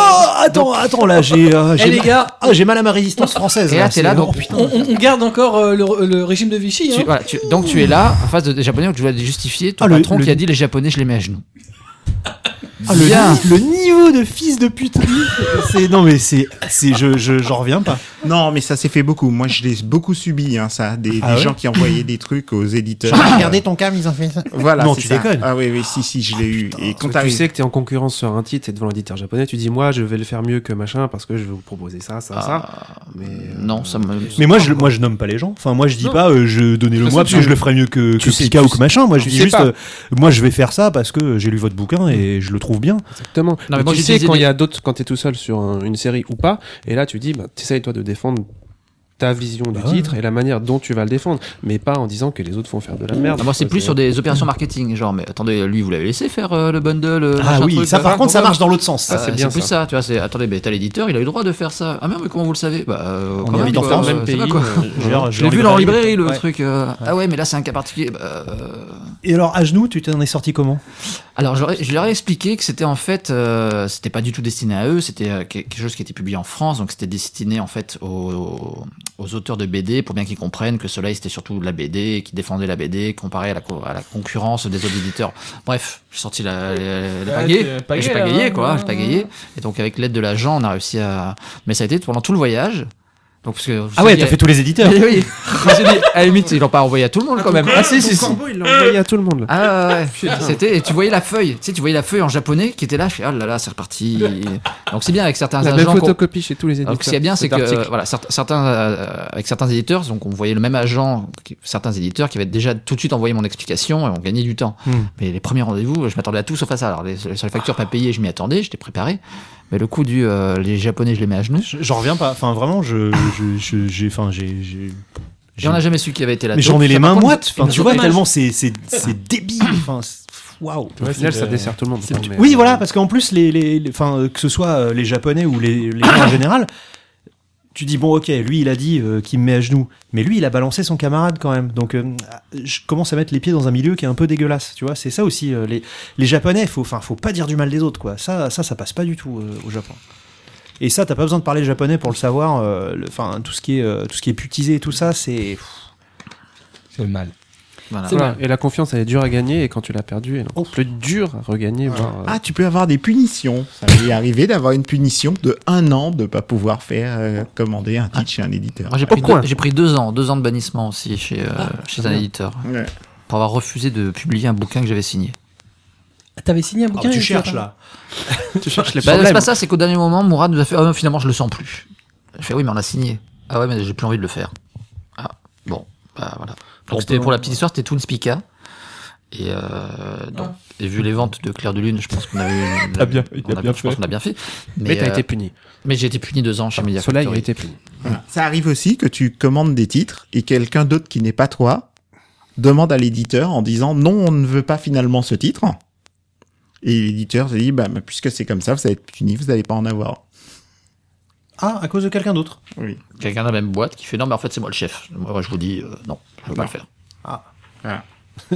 Speaker 3: Attends, attends, là, j'ai. euh,
Speaker 1: Eh
Speaker 3: j'ai
Speaker 1: les
Speaker 3: mal-
Speaker 1: gars,
Speaker 3: Ah, j'ai mal à ma résistance française.
Speaker 2: Et là, t'es
Speaker 3: c'est-
Speaker 2: là, donc-
Speaker 3: oh, putain.
Speaker 1: on, on- on garde encore euh, le, le régime de Vichy.
Speaker 2: Tu-
Speaker 1: hein.
Speaker 2: voilà, tu- donc tu es là en face de- des japonais où tu dois justifier ton
Speaker 3: Ah, le-
Speaker 2: patron
Speaker 3: le-
Speaker 2: qui a dit les japonais je les mets à genoux.
Speaker 3: Ah, le,
Speaker 2: Bien.
Speaker 3: ni- le niveau de fils de pute c'est Non, mais c'est. c'est je, je, j'en reviens pas.
Speaker 6: Non, mais ça s'est fait beaucoup. Moi, je l'ai beaucoup subi, hein, ça. Des,
Speaker 3: Ah
Speaker 6: des
Speaker 3: ouais
Speaker 6: gens qui envoyaient des trucs aux éditeurs.
Speaker 3: Regardez ton cam, ils ont fait ça.
Speaker 6: Voilà,
Speaker 3: Non,
Speaker 6: c'est
Speaker 3: tu
Speaker 6: ça.
Speaker 3: déconnes.
Speaker 6: Ah oui, oui, si, si, je l'ai eu. Et quand
Speaker 4: Parce que tu
Speaker 6: t'arrives-
Speaker 4: sais que tu es en concurrence sur un titre et devant l'éditeur japonais, tu dis moi je vais le faire mieux que machin parce que je vais vous proposer ça, ça, ça.
Speaker 2: Ah,
Speaker 4: Mais, euh,
Speaker 2: non, ça me.
Speaker 3: Mais moi je, moi, je nomme pas les gens. Enfin, moi, je dis
Speaker 2: Non.
Speaker 3: pas, euh, je donnez-le
Speaker 9: De toute
Speaker 3: moi parce
Speaker 9: façon,
Speaker 3: que je
Speaker 9: tu-
Speaker 3: le ferai mieux que,
Speaker 6: tu
Speaker 3: que
Speaker 6: sais-
Speaker 3: Pika
Speaker 6: tu
Speaker 3: ou que machin. Moi, je
Speaker 6: tu
Speaker 3: dis
Speaker 6: sais
Speaker 3: juste,
Speaker 6: pas.
Speaker 3: euh, moi, je vais faire ça parce que j'ai lu votre bouquin et je le trouve bien.
Speaker 4: Exactement.
Speaker 2: mais
Speaker 4: Mais
Speaker 2: moi,
Speaker 4: tu
Speaker 2: j'ai
Speaker 4: sais
Speaker 2: utilisé
Speaker 4: quand il
Speaker 2: des-
Speaker 4: y a d'autres, quand tu es tout seul sur un- une série ou pas, et là tu dis, bah, t'essayes toi de défendre ta vision du
Speaker 3: Bah
Speaker 2: Ah.
Speaker 3: ouais.
Speaker 4: titre et la manière dont tu vas le défendre, mais pas en disant que les autres font faire de la merde.
Speaker 2: Ah, moi, c'est
Speaker 4: Parce
Speaker 2: plus
Speaker 4: que-
Speaker 2: sur des opérations marketing. Genre, mais attendez, lui, vous l'avez laissé faire euh, le bundle. euh,
Speaker 3: Ah
Speaker 2: machin
Speaker 3: oui,
Speaker 2: truc,
Speaker 3: ça,
Speaker 2: bah,
Speaker 3: par
Speaker 2: bah,
Speaker 3: contre, ça
Speaker 2: pourquoi-
Speaker 3: marche dans l'autre sens.
Speaker 4: Ah,
Speaker 2: Euh,
Speaker 4: c'est
Speaker 2: c'est
Speaker 4: bien,
Speaker 2: plus
Speaker 4: ça.
Speaker 2: ça, tu vois. C'est attendez, mais t'as l'éditeur, il a eu le droit de faire ça. Ah merde, mais comment vous le savez Bah, euh, quand
Speaker 3: On
Speaker 2: même,
Speaker 3: habite en
Speaker 2: quoi,
Speaker 3: France,
Speaker 2: euh,
Speaker 4: même
Speaker 2: c'est
Speaker 4: pays,
Speaker 2: pas quoi.
Speaker 3: J'ai-
Speaker 4: euh,
Speaker 3: j'ai
Speaker 2: Je l'ai vu dans la librairie le
Speaker 3: Ouais.
Speaker 2: truc. euh, Ah ouais, mais là c'est un cas particulier. Bah, euh,
Speaker 3: Et alors, à genoux, tu t'en es sorti comment
Speaker 2: Alors j'aurais- je leur ai expliqué que c'était en fait, euh, c'était pas du tout destiné à eux, c'était euh, quelque chose qui était publié en France, donc c'était destiné en fait aux, aux auteurs de BD pour bien qu'ils comprennent que Soleil c'était surtout de la BD, qui défendait la BD comparé à la, co- à la concurrence des autres éditeurs. Bref, j'ai sorti la, la, la
Speaker 9: Ah,
Speaker 2: pagaie,
Speaker 9: t'es
Speaker 2: et
Speaker 9: pagaie,
Speaker 2: j'ai
Speaker 9: là,
Speaker 2: pagayé
Speaker 9: hein,
Speaker 2: quoi,
Speaker 9: ouais,
Speaker 2: j'ai pagayé. Et donc avec l'aide de l'agent, on a réussi à. Mais ça a été pendant tout le voyage. Donc parce que
Speaker 3: Ah ouais, t'as fait tous les éditeurs.
Speaker 2: Oui, oui. Je me suis dit, à la limite, ils l'ont pas envoyé à tout le monde quand même. Ah si, si, si.
Speaker 4: Il l'a envoyé à tout le monde là.
Speaker 2: Ah ouais, ouais, c'était et tu voyais la feuille, tu sais, tu voyais la feuille en japonais qui était là, je fais oh là là, c'est reparti. Donc c'est bien avec certains
Speaker 4: la même
Speaker 2: agents. qu'on-
Speaker 4: photocopie chez tous les éditeurs.
Speaker 2: Alors que ce qui est bien, c'est
Speaker 4: cet
Speaker 2: que
Speaker 4: article.
Speaker 2: euh, voilà, certes- certains euh, avec certains éditeurs, donc on voyait le même agent, qui- certains éditeurs qui avaient déjà tout de suite envoyé mon explication et on gagnait du temps.
Speaker 3: Hmm.
Speaker 2: Mais les premiers rendez-vous, je m'attendais à tout sauf à ça. Alors les- sur les factures pas payées, je m'y attendais, j'étais préparé. Mais le coup du euh, les japonais, je les mets à genoux.
Speaker 3: Je- J'en reviens pas. Enfin, vraiment, je, je- je- j'ai, enfin, j'ai, j'ai-
Speaker 2: J'en ai jamais su qui avait été là.
Speaker 3: mais j'en ai les mains moites. Enfin,
Speaker 1: mais
Speaker 3: tu vois,
Speaker 1: dommage.
Speaker 3: tellement c'est, c'est, c'est débile. Enfin, c'est- waouh.
Speaker 4: Au final, ça dessert tout le monde. Enfin, mais- euh,
Speaker 3: Oui, voilà,
Speaker 2: bah,
Speaker 3: parce qu'en plus, les, les, les- enfin, euh, que ce soit euh, les Japonais ou les, les gens en général, tu dis, bon, ok, lui, il a dit euh, qu'il me met à genoux, mais lui, il a balancé son camarade quand même. Donc, euh, je commence à mettre les pieds dans un milieu qui est un peu dégueulasse, tu vois. C'est ça aussi, euh, les, les Japonais, faut, enfin, faut pas dire du mal des autres, quoi. Ça, ça, ça passe pas du tout euh, au Japon. Et ça, t'as pas besoin de parler japonais pour le savoir. euh, le- Enfin, tout ce qui est, euh, tout ce qui est putisé et tout ça, c'est.
Speaker 9: C'est le mal.
Speaker 2: Voilà.
Speaker 4: Voilà. Et la confiance, elle est dure à gagner, et quand tu l'as perdue, elle est
Speaker 2: Oh.
Speaker 4: encore plus dure à regagner. voire, euh,
Speaker 6: Ah, tu peux avoir des punitions. Ça m'est arrivé d'avoir une punition de un an de pas pouvoir faire euh, commander un titre chez un éditeur.
Speaker 2: Moi j'ai
Speaker 4: Au
Speaker 2: pris,
Speaker 4: coin.
Speaker 2: deux, j'ai pris deux ans, deux ans de bannissement aussi chez, euh, chez un
Speaker 4: bien.
Speaker 2: éditeur
Speaker 6: Ouais.
Speaker 2: pour avoir refusé de publier un bouquin que j'avais signé.
Speaker 1: T'avais signé un
Speaker 3: Ah,
Speaker 1: bouquin
Speaker 3: tu
Speaker 1: et
Speaker 3: cherches
Speaker 1: pas-
Speaker 3: là.
Speaker 4: tu cherches les
Speaker 2: Bah, c'est pas ça, c'est qu'au dernier moment, Mourad nous a fait Ah non, finalement, je le sens plus. Je fais Oui, mais on a signé. Ah ouais, mais j'ai plus envie de le faire. Ah, bon, bah voilà. Donc, c'était pour la petite histoire, c'était Toonspika. Et, euh, donc, et vu les ventes de Claire de Lune, je pense qu'on a eu. une-
Speaker 9: T'as bien- il
Speaker 2: on
Speaker 9: a bien
Speaker 2: je pense
Speaker 9: fait.
Speaker 2: qu'on a bien fait.
Speaker 4: Mais t'as
Speaker 2: euh,
Speaker 4: été puni.
Speaker 2: mais j'ai été puni deux ans chez Media
Speaker 4: Soleil a
Speaker 2: Factory.
Speaker 4: été puni.
Speaker 6: Voilà. Ça arrive aussi que tu commandes des titres et quelqu'un d'autre qui n'est pas toi demande à l'éditeur en disant non, on ne veut pas finalement ce titre. Et l'éditeur se dit bah mais puisque c'est comme ça, vous allez être puni, vous n'allez pas en avoir.
Speaker 3: Ah, à cause de quelqu'un d'autre.
Speaker 6: Oui.
Speaker 2: Quelqu'un dans la même boîte qui fait non, mais en fait, c'est moi le chef. Moi, je vous dis euh, non, je ne veux pas le faire.
Speaker 6: Et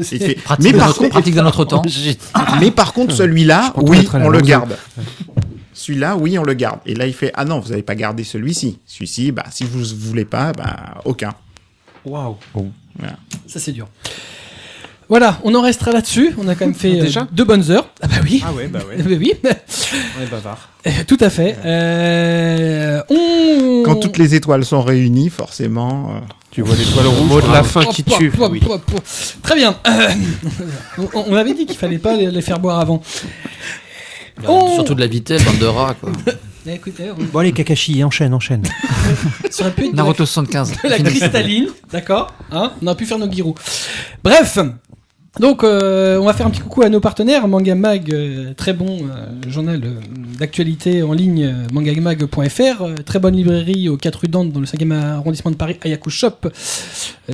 Speaker 6: il fait,
Speaker 2: Pratique
Speaker 6: mais
Speaker 2: d'un
Speaker 6: par
Speaker 2: autre-
Speaker 6: contre,
Speaker 2: pratique d'un
Speaker 4: Oh,
Speaker 2: autre temps.
Speaker 6: mais par contre celui-là,
Speaker 4: pense qu'on
Speaker 6: oui,
Speaker 4: mettra la
Speaker 6: on le
Speaker 4: rose.
Speaker 6: garde. Celui-là, oui, on le garde. Et là, il fait ah non, vous n'allez pas garder celui-ci. Celui-ci, bah si vous voulez pas, bah aucun.
Speaker 3: Waouh.
Speaker 1: Ça, c'est dur. Voilà, on en restera là-dessus. On a quand même fait euh,
Speaker 4: Déjà
Speaker 1: deux bonnes heures. Ah bah oui.
Speaker 3: Ah ouais, bah ouais.
Speaker 1: Oui, oui.
Speaker 3: On est bavard.
Speaker 1: tout à fait. Euh, on...
Speaker 6: Quand toutes les étoiles sont réunies, forcément. euh,
Speaker 9: Tu vois l'étoile rouge.
Speaker 4: Mot de la fin
Speaker 1: Oh,
Speaker 4: qui
Speaker 1: pouah,
Speaker 4: tue.
Speaker 1: pouah, pouah, pouah. Très bien. Euh, on, on avait dit qu'il fallait pas les, les faire boire avant. Oh.
Speaker 2: Euh, Surtout de la vitesse, bande de rats, quoi.
Speaker 1: Mais écoutez,
Speaker 3: Bon allez, Kakashi, enchaîne, enchaîne.
Speaker 1: on- ça aurait pu être de la-
Speaker 2: Naruto 75.
Speaker 1: de la cristalline, d'accord hein On a pu faire nos guirous. Bref, donc euh, on va faire un petit coucou à nos partenaires, Manga Mag, euh, très bon euh, journal euh, d'actualité en ligne, euh, mangamag.fr, euh, très bonne librairie aux 4 rue d'Ante dans le 5e arrondissement de Paris, Ayaku Shop, euh,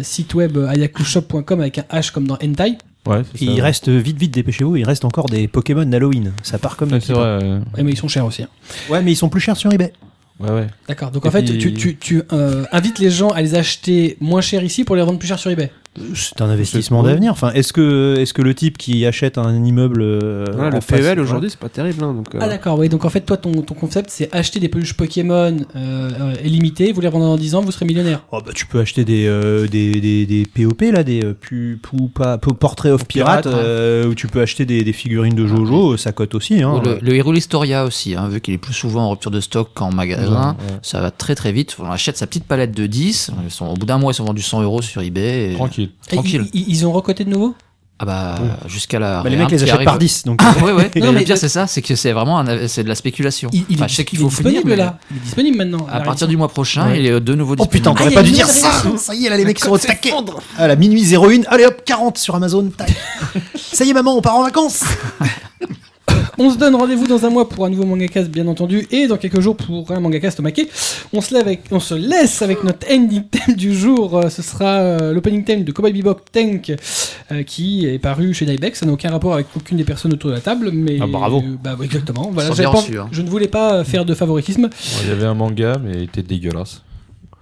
Speaker 1: site web euh, ayakushop.com avec un H comme dans Hentai.
Speaker 9: Ouais, c'est
Speaker 3: Il
Speaker 9: ça.
Speaker 3: reste, vite, vite, dépêchez-vous, il reste encore des Pokémon d'Halloween. Ça part comme
Speaker 9: Ouais,
Speaker 3: des
Speaker 9: c'est vrai. euh,
Speaker 1: Ouais, mais ils sont chers aussi. hein.
Speaker 3: Ouais, mais ils sont plus chers sur eBay.
Speaker 9: Ouais, ouais.
Speaker 1: D'accord. Donc
Speaker 9: Et
Speaker 1: en fait,
Speaker 9: puis-
Speaker 1: tu, tu, tu euh, invites les gens à les acheter moins cher ici pour les revendre plus cher sur eBay.
Speaker 3: Euh, C'est un investissement
Speaker 9: C'est-
Speaker 3: d'avenir. Enfin, est-ce que, est-ce que le type qui achète un immeuble. euh,
Speaker 4: Voilà,
Speaker 3: en
Speaker 4: Ah, le
Speaker 3: face-
Speaker 4: PEL aujourd'hui, c'est pas terrible. hein, donc, euh,
Speaker 1: Ah d'accord. Oui. Donc en fait, toi, ton, ton concept, c'est acheter des peluches Pokémon euh, euh, illimitées, vous les revendez dans 10 ans, vous serez millionnaire.
Speaker 3: Oh, bah, tu peux acheter des, euh, des, des, des POP, là, des euh, pu, pou- pa- po- Portrait of Pirate,
Speaker 2: Pirate,
Speaker 3: euh, où tu peux acheter des, des figurines de Jojo, ça cote aussi. Hein.
Speaker 2: Ou le, le Hero Historia aussi, hein, vu qu'il est plus souvent en rupture de stock qu'en magasin, ça va très très vite. On achète sa petite palette de 10, ils sont, au bout d'un mois ils sont vendus 100 euros sur eBay. et-
Speaker 9: Tranquille.
Speaker 1: Et
Speaker 2: Tranquille.
Speaker 1: ils- ils, ils ont recoté de nouveau
Speaker 2: Ah bah, jusqu'à la.
Speaker 3: Bah, les
Speaker 2: réhum
Speaker 3: mecs les
Speaker 2: qui
Speaker 3: achètent
Speaker 2: arrive.
Speaker 3: par 10, donc
Speaker 2: ouais, ouais. Non,
Speaker 1: Non,
Speaker 2: mais
Speaker 1: mais
Speaker 2: le pire,
Speaker 1: le-
Speaker 2: c'est ça, c'est que c'est vraiment un- c'est de la spéculation.
Speaker 1: il, il
Speaker 2: Enfin,
Speaker 1: est,
Speaker 2: Bah, je sais qu'il
Speaker 1: il est
Speaker 2: faut
Speaker 1: disponible
Speaker 2: finir, mais
Speaker 1: là. Il est disponible maintenant.
Speaker 2: À
Speaker 1: la
Speaker 2: partir
Speaker 1: réédition.
Speaker 2: du mois prochain,
Speaker 1: Ouais.
Speaker 2: il est de nouveau
Speaker 3: Oh
Speaker 2: disponible.
Speaker 3: putain,
Speaker 1: Ah, il
Speaker 3: t'aurais
Speaker 1: y a
Speaker 3: pas
Speaker 1: une
Speaker 3: dû dire
Speaker 1: nouvelle
Speaker 3: ça
Speaker 1: réédition.
Speaker 3: Ça y est, là, les mecs sont au taquet À Ah, la minuit 01, allez hop, 40 sur Amazon, tac. Ça y est, maman, on part en vacances
Speaker 1: On se donne rendez-vous dans un mois pour un nouveau mangakast bien entendu et dans quelques jours pour un mangakast au maquet. On se, lève avec, on se laisse avec notre ending theme du jour. Euh, Ce sera euh, l'opening theme de Cowboy Bebop Tank euh, qui est paru chez Dybex. Ça n'a aucun rapport avec aucune des personnes autour de la table. Mais,
Speaker 9: Ah, bravo.
Speaker 1: euh, bah, ouais, exactement. Voilà,
Speaker 2: Ils sont
Speaker 1: j'avais
Speaker 2: bien
Speaker 1: pas-
Speaker 2: reçus, hein.
Speaker 1: Je ne voulais pas euh, faire de favoritisme.
Speaker 9: Ouais, Il y avait un manga, mais il était dégueulasse.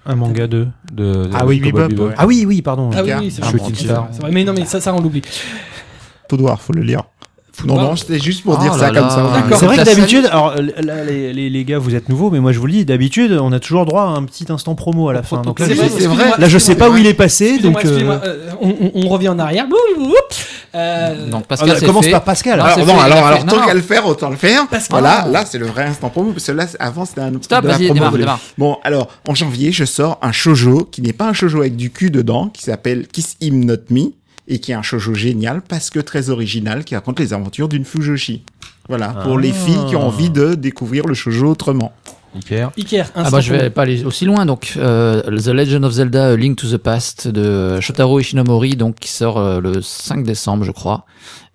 Speaker 3: Un manga 2.
Speaker 9: De, de-
Speaker 6: Ah oui,
Speaker 9: de Cowboy
Speaker 6: Bebop, ouais.
Speaker 3: Ah oui, oui, pardon.
Speaker 1: Ah oui,
Speaker 6: Regarde,
Speaker 1: oui, c'est
Speaker 6: un
Speaker 1: vrai.
Speaker 9: shooting
Speaker 1: C'est
Speaker 9: star.
Speaker 1: vrai, c'est vrai. Mais non, mais ça, ça on l'oublie.
Speaker 6: Foudoir, faut le lire. Non, non, c'était juste pour
Speaker 2: Oh
Speaker 6: dire
Speaker 2: là
Speaker 6: ça
Speaker 2: là.
Speaker 6: comme ça.
Speaker 1: D'accord.
Speaker 3: C'est vrai que
Speaker 2: La
Speaker 3: d'habitude, alors euh, là, les, les- les gars, vous êtes nouveaux, mais moi je vous le dis, d'habitude, on a toujours droit à un petit instant promo à la fin. Donc là,
Speaker 1: C'est
Speaker 3: je
Speaker 1: vrai,
Speaker 3: sais-
Speaker 6: c'est vrai.
Speaker 1: excusez-moi,
Speaker 3: là, je sais pas où il est passé,
Speaker 1: Excusez-moi,
Speaker 3: donc. euh,
Speaker 1: excusez-moi, euh, on, on- on revient en arrière. Ouh, ouh, ouh. Euh,
Speaker 2: Donc
Speaker 3: ah,
Speaker 2: Pascal,
Speaker 3: bah,
Speaker 2: c'est
Speaker 3: commence
Speaker 2: fait.
Speaker 3: par Pascal.
Speaker 2: Ah,
Speaker 6: Alors,
Speaker 2: c'est
Speaker 6: non,
Speaker 2: fait, il
Speaker 6: alors,
Speaker 2: a
Speaker 6: alors,
Speaker 2: fait- non,
Speaker 6: tant
Speaker 2: non.
Speaker 6: qu'à le faire, autant le faire.
Speaker 1: Parce que-
Speaker 6: voilà, là, c'est le vrai instant promo. Parce que là, c'est- avant, c'était un.
Speaker 2: Stop,
Speaker 6: de la
Speaker 2: vas-y,
Speaker 6: promo
Speaker 2: démarre,
Speaker 6: volée.
Speaker 2: démarre.
Speaker 6: Bon, alors, en janvier, je sors un shoujo qui n'est pas un shoujo avec du cul dedans, qui s'appelle Kiss Him Not Me, et qui est un shoujo génial parce que très original, qui raconte les aventures d'une Fujoshi. Voilà, pour les
Speaker 2: Ah.
Speaker 6: filles qui ont envie de découvrir le shoujo autrement.
Speaker 9: Hyper.
Speaker 1: Iker,
Speaker 2: Ah
Speaker 1: instant
Speaker 2: bah je
Speaker 1: promo.
Speaker 2: vais pas aller aussi loin donc euh, The Legend of Zelda A Link to the Past de Shotaro Ishinomori donc qui sort euh, le 5 décembre je crois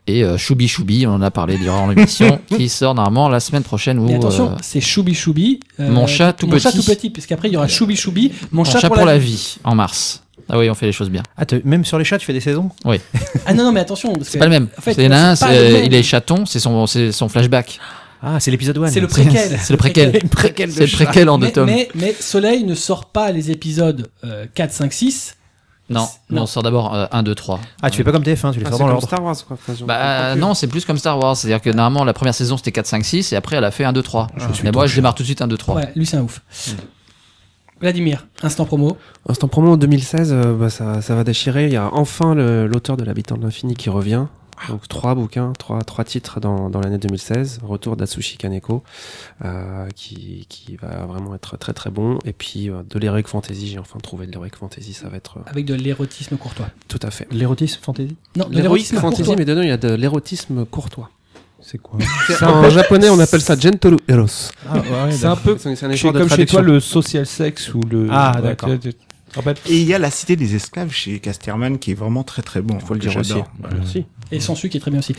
Speaker 2: et euh, Shubi Shubi on en a parlé durant l'émission qui sort normalement la semaine prochaine où
Speaker 1: Mais attention,
Speaker 2: euh,
Speaker 1: c'est Choubi Choubi. euh,
Speaker 2: Mon chat tout
Speaker 1: mon
Speaker 2: petit. Euh,
Speaker 1: chat tout petit, parce qu'après il y aura Choubi Choubi,
Speaker 2: Mon
Speaker 1: mon,
Speaker 2: chat, pour, la vie en mars. Ah oui on fait les choses bien.
Speaker 3: Ah, t'as- même sur les chats, tu fais des saisons
Speaker 1: Ah non, non, mais attention, parce que
Speaker 2: C'est pas le même.
Speaker 1: en fait,
Speaker 2: C'est- il y en a un,
Speaker 1: c'est pas le
Speaker 2: c'est-
Speaker 1: même.
Speaker 2: il est chaton c'est son c'est son flashback.
Speaker 3: Ah, c'est l'épisode 1.
Speaker 1: c'est le préquel.
Speaker 2: C'est le préquel. C'est le préquel en deux
Speaker 1: Mais,
Speaker 2: tomes.
Speaker 1: mais, mais Soleil ne sort pas les épisodes euh, 4, 5, 6.
Speaker 2: Non,
Speaker 1: Non.
Speaker 2: on sort d'abord euh, 1 2 3.
Speaker 3: Ah, tu fais pas comme TF1, tu les sors
Speaker 4: ah, c'est
Speaker 3: dans
Speaker 4: comme
Speaker 3: l'ordre.
Speaker 4: Star Wars, quoi. Enfin, je comprends
Speaker 2: Bah
Speaker 4: plus.
Speaker 2: non, c'est plus comme Star Wars, c'est-à-dire que normalement la première saison c'était 4 5 6 et après elle a fait 1 2 3. Mais moi je démarre tout de suite 1 2 3.
Speaker 1: Ouais, lui c'est un ouf.
Speaker 2: Mm.
Speaker 1: Vladimir, instant promo.
Speaker 4: Instant promo en 2016, euh, bah, ça, ça va déchirer. Il y a enfin le- l'auteur de l'habitant de l'infini qui revient. Donc trois bouquins, trois, trois titres dans, dans l'année 2016. Retour d'Atsushi Kaneko, euh, qui, qui va vraiment être très très bon. Et puis euh, de l'Heroic Fantasy, j'ai enfin trouvé de l'Heroic Fantasy, ça va être euh,
Speaker 1: Avec de l'érotisme courtois.
Speaker 4: tout à fait.
Speaker 3: L'érotisme fantasy
Speaker 1: Non, de l'érotisme
Speaker 4: Fantasy,
Speaker 1: courtois.
Speaker 4: mais dedans il y a de l'érotisme courtois.
Speaker 3: C'est quoi
Speaker 4: En japonais on appelle ça Gentoru Eros.
Speaker 3: Ah, ouais,
Speaker 9: C'est un peu
Speaker 4: C'est un effort de
Speaker 9: chez- comme chez
Speaker 4: traduction.
Speaker 9: toi le social sex ou le.
Speaker 3: Ah,
Speaker 9: ouais,
Speaker 3: d'accord.
Speaker 9: tu- tu- tu te rappelles
Speaker 6: Et il y a La Cité des Esclaves chez Casterman qui est vraiment très très bon. hein,
Speaker 4: Faut le
Speaker 6: que
Speaker 4: dire aussi.
Speaker 6: j'adore.
Speaker 4: Merci.
Speaker 1: Et Sansui qui est très bien aussi.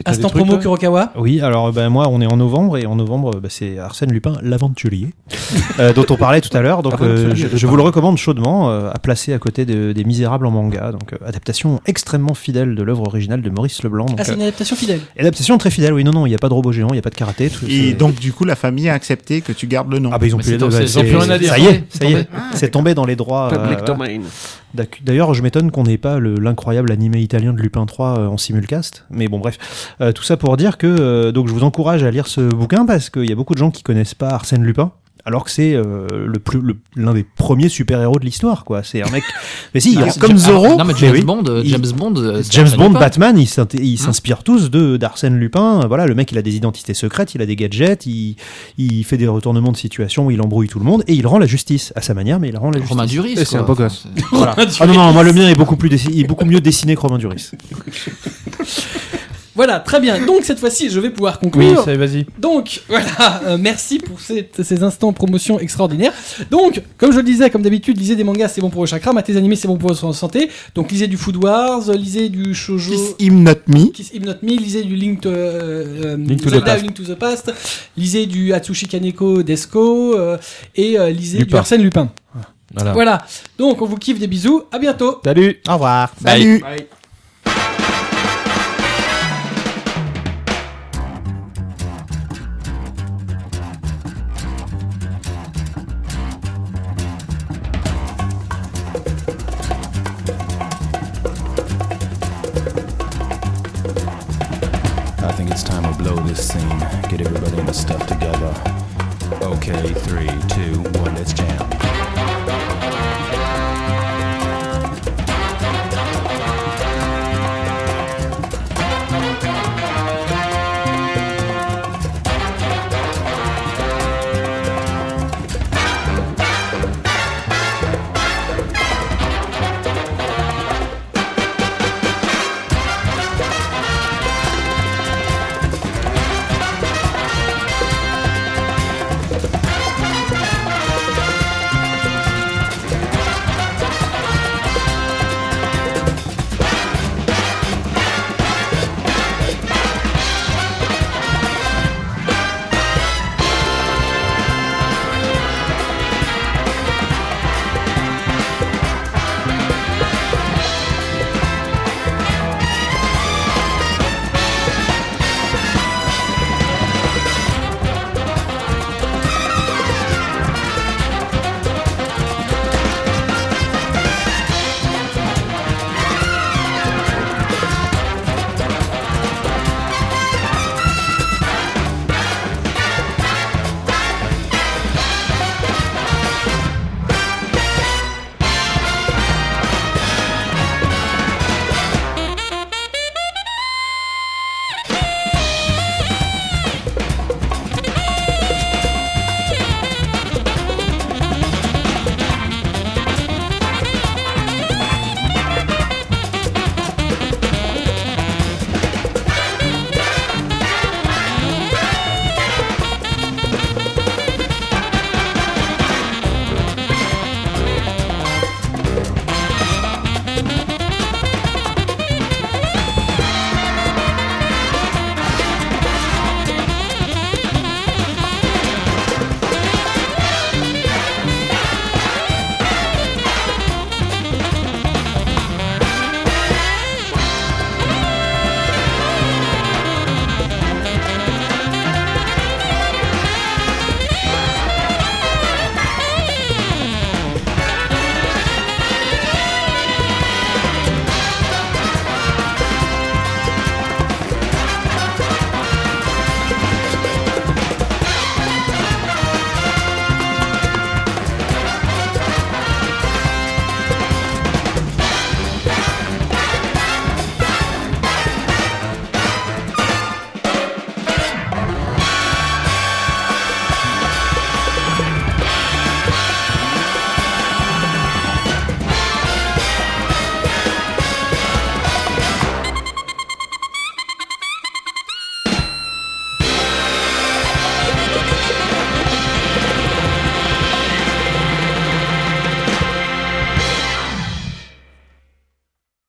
Speaker 9: Et t'as des
Speaker 1: Instant
Speaker 9: trucs,
Speaker 1: Ah, promo
Speaker 9: toi
Speaker 1: Kurokawa. Ah,
Speaker 3: Oui, alors ben, moi on est en novembre et en novembre bah, c'est Arsène Lupin, l'aventurier, euh, dont on parlait tout à l'heure. Donc euh, je, je vous le recommande chaudement euh, à placer à côté de- des Misérables en manga. Donc euh, adaptation extrêmement fidèle de l'œuvre originale de Maurice Leblanc. Donc,
Speaker 1: Ah, c'est
Speaker 3: euh,
Speaker 1: une adaptation fidèle.
Speaker 3: adaptation très fidèle. Oui, non, non, il n'y a pas de robot géant, il n'y a pas de karaté. Tout,
Speaker 6: Et
Speaker 3: c'est-
Speaker 6: donc, du coup, la famille a accepté que tu gardes le nom.
Speaker 3: ah bah ils ont
Speaker 2: Mais
Speaker 3: plus les
Speaker 2: c'est-
Speaker 3: deux.
Speaker 2: c'est-
Speaker 3: ouais,
Speaker 2: ils ont
Speaker 3: c'est-
Speaker 2: plus rien à dire.
Speaker 3: Ça y est, ça y est,
Speaker 6: Ah,
Speaker 3: c'est tombé dans les droits. euh, voilà.
Speaker 4: domain.
Speaker 3: D'ac- D'ailleurs, je m'étonne qu'on n'ait pas le- l'incroyable animé italien de Lupin 3 en simulcast. Mais bon, bref. Euh, tout ça pour dire que euh, donc je vous encourage à lire ce bouquin parce qu'il y a beaucoup de gens qui connaissent pas Arsène Lupin. Alors que c'est euh, le plus- le- l'un des premiers super-héros de l'histoire, quoi. C'est un mec. Mais
Speaker 2: Ah,
Speaker 3: si, il-
Speaker 6: Alors, comme Zorro,
Speaker 2: Non, mais James
Speaker 3: mais oui.
Speaker 2: Bond, euh,
Speaker 3: Il-
Speaker 2: James Bond. euh, c'est
Speaker 3: James
Speaker 2: Arsène
Speaker 3: Bond,
Speaker 2: Lupin. Hein
Speaker 3: Batman, ils s'int- ils s'inspirent tous de d'Arsène Lupin. Voilà, le mec, il a des identités secrètes, il a des gadgets, il, il fait des retournements de situation, il embrouille tout le monde et il rend la justice à sa manière, mais il rend la justice.
Speaker 2: Romain Duris.
Speaker 4: Et c'est
Speaker 2: quoi.
Speaker 4: un beau
Speaker 2: Enfin,
Speaker 4: gosse.
Speaker 2: c'est-
Speaker 3: Voilà. Ah non, non, moi le mien est beaucoup, plus dessi- il est beaucoup mieux dessiné que Romain Duris.
Speaker 1: Voilà, très bien. Donc cette fois-ci, je vais pouvoir
Speaker 9: Oui,
Speaker 1: conclure.
Speaker 9: ça, vas-y.
Speaker 1: Donc voilà, euh, merci pour cette- ces instants promotion extraordinaires. Donc, comme je le disais, comme d'habitude, lisez des mangas, c'est bon pour le chakra, matez des animés, c'est bon pour votre santé. Donc lisez du Food Wars, euh, lisez du shoujo.
Speaker 6: Kiss Him Not Me.
Speaker 1: Kiss Him Not Me, lisez du Link to, euh, euh,
Speaker 9: Link to the
Speaker 1: Zelda,
Speaker 9: Past.
Speaker 1: Link to the Past, lisez du Atsushi Kaneko Desko euh, et euh, lisez du
Speaker 9: Lupin. Ah.
Speaker 1: Arsène Lupin.
Speaker 9: Voilà.
Speaker 1: Voilà, donc on vous kiffe, des bisous, à bientôt
Speaker 9: Salut
Speaker 3: Au revoir.
Speaker 6: Salut.
Speaker 11: I think it's time to blow this scene. Get everybody in the stuff together. Okay, three, two, one, let's jam.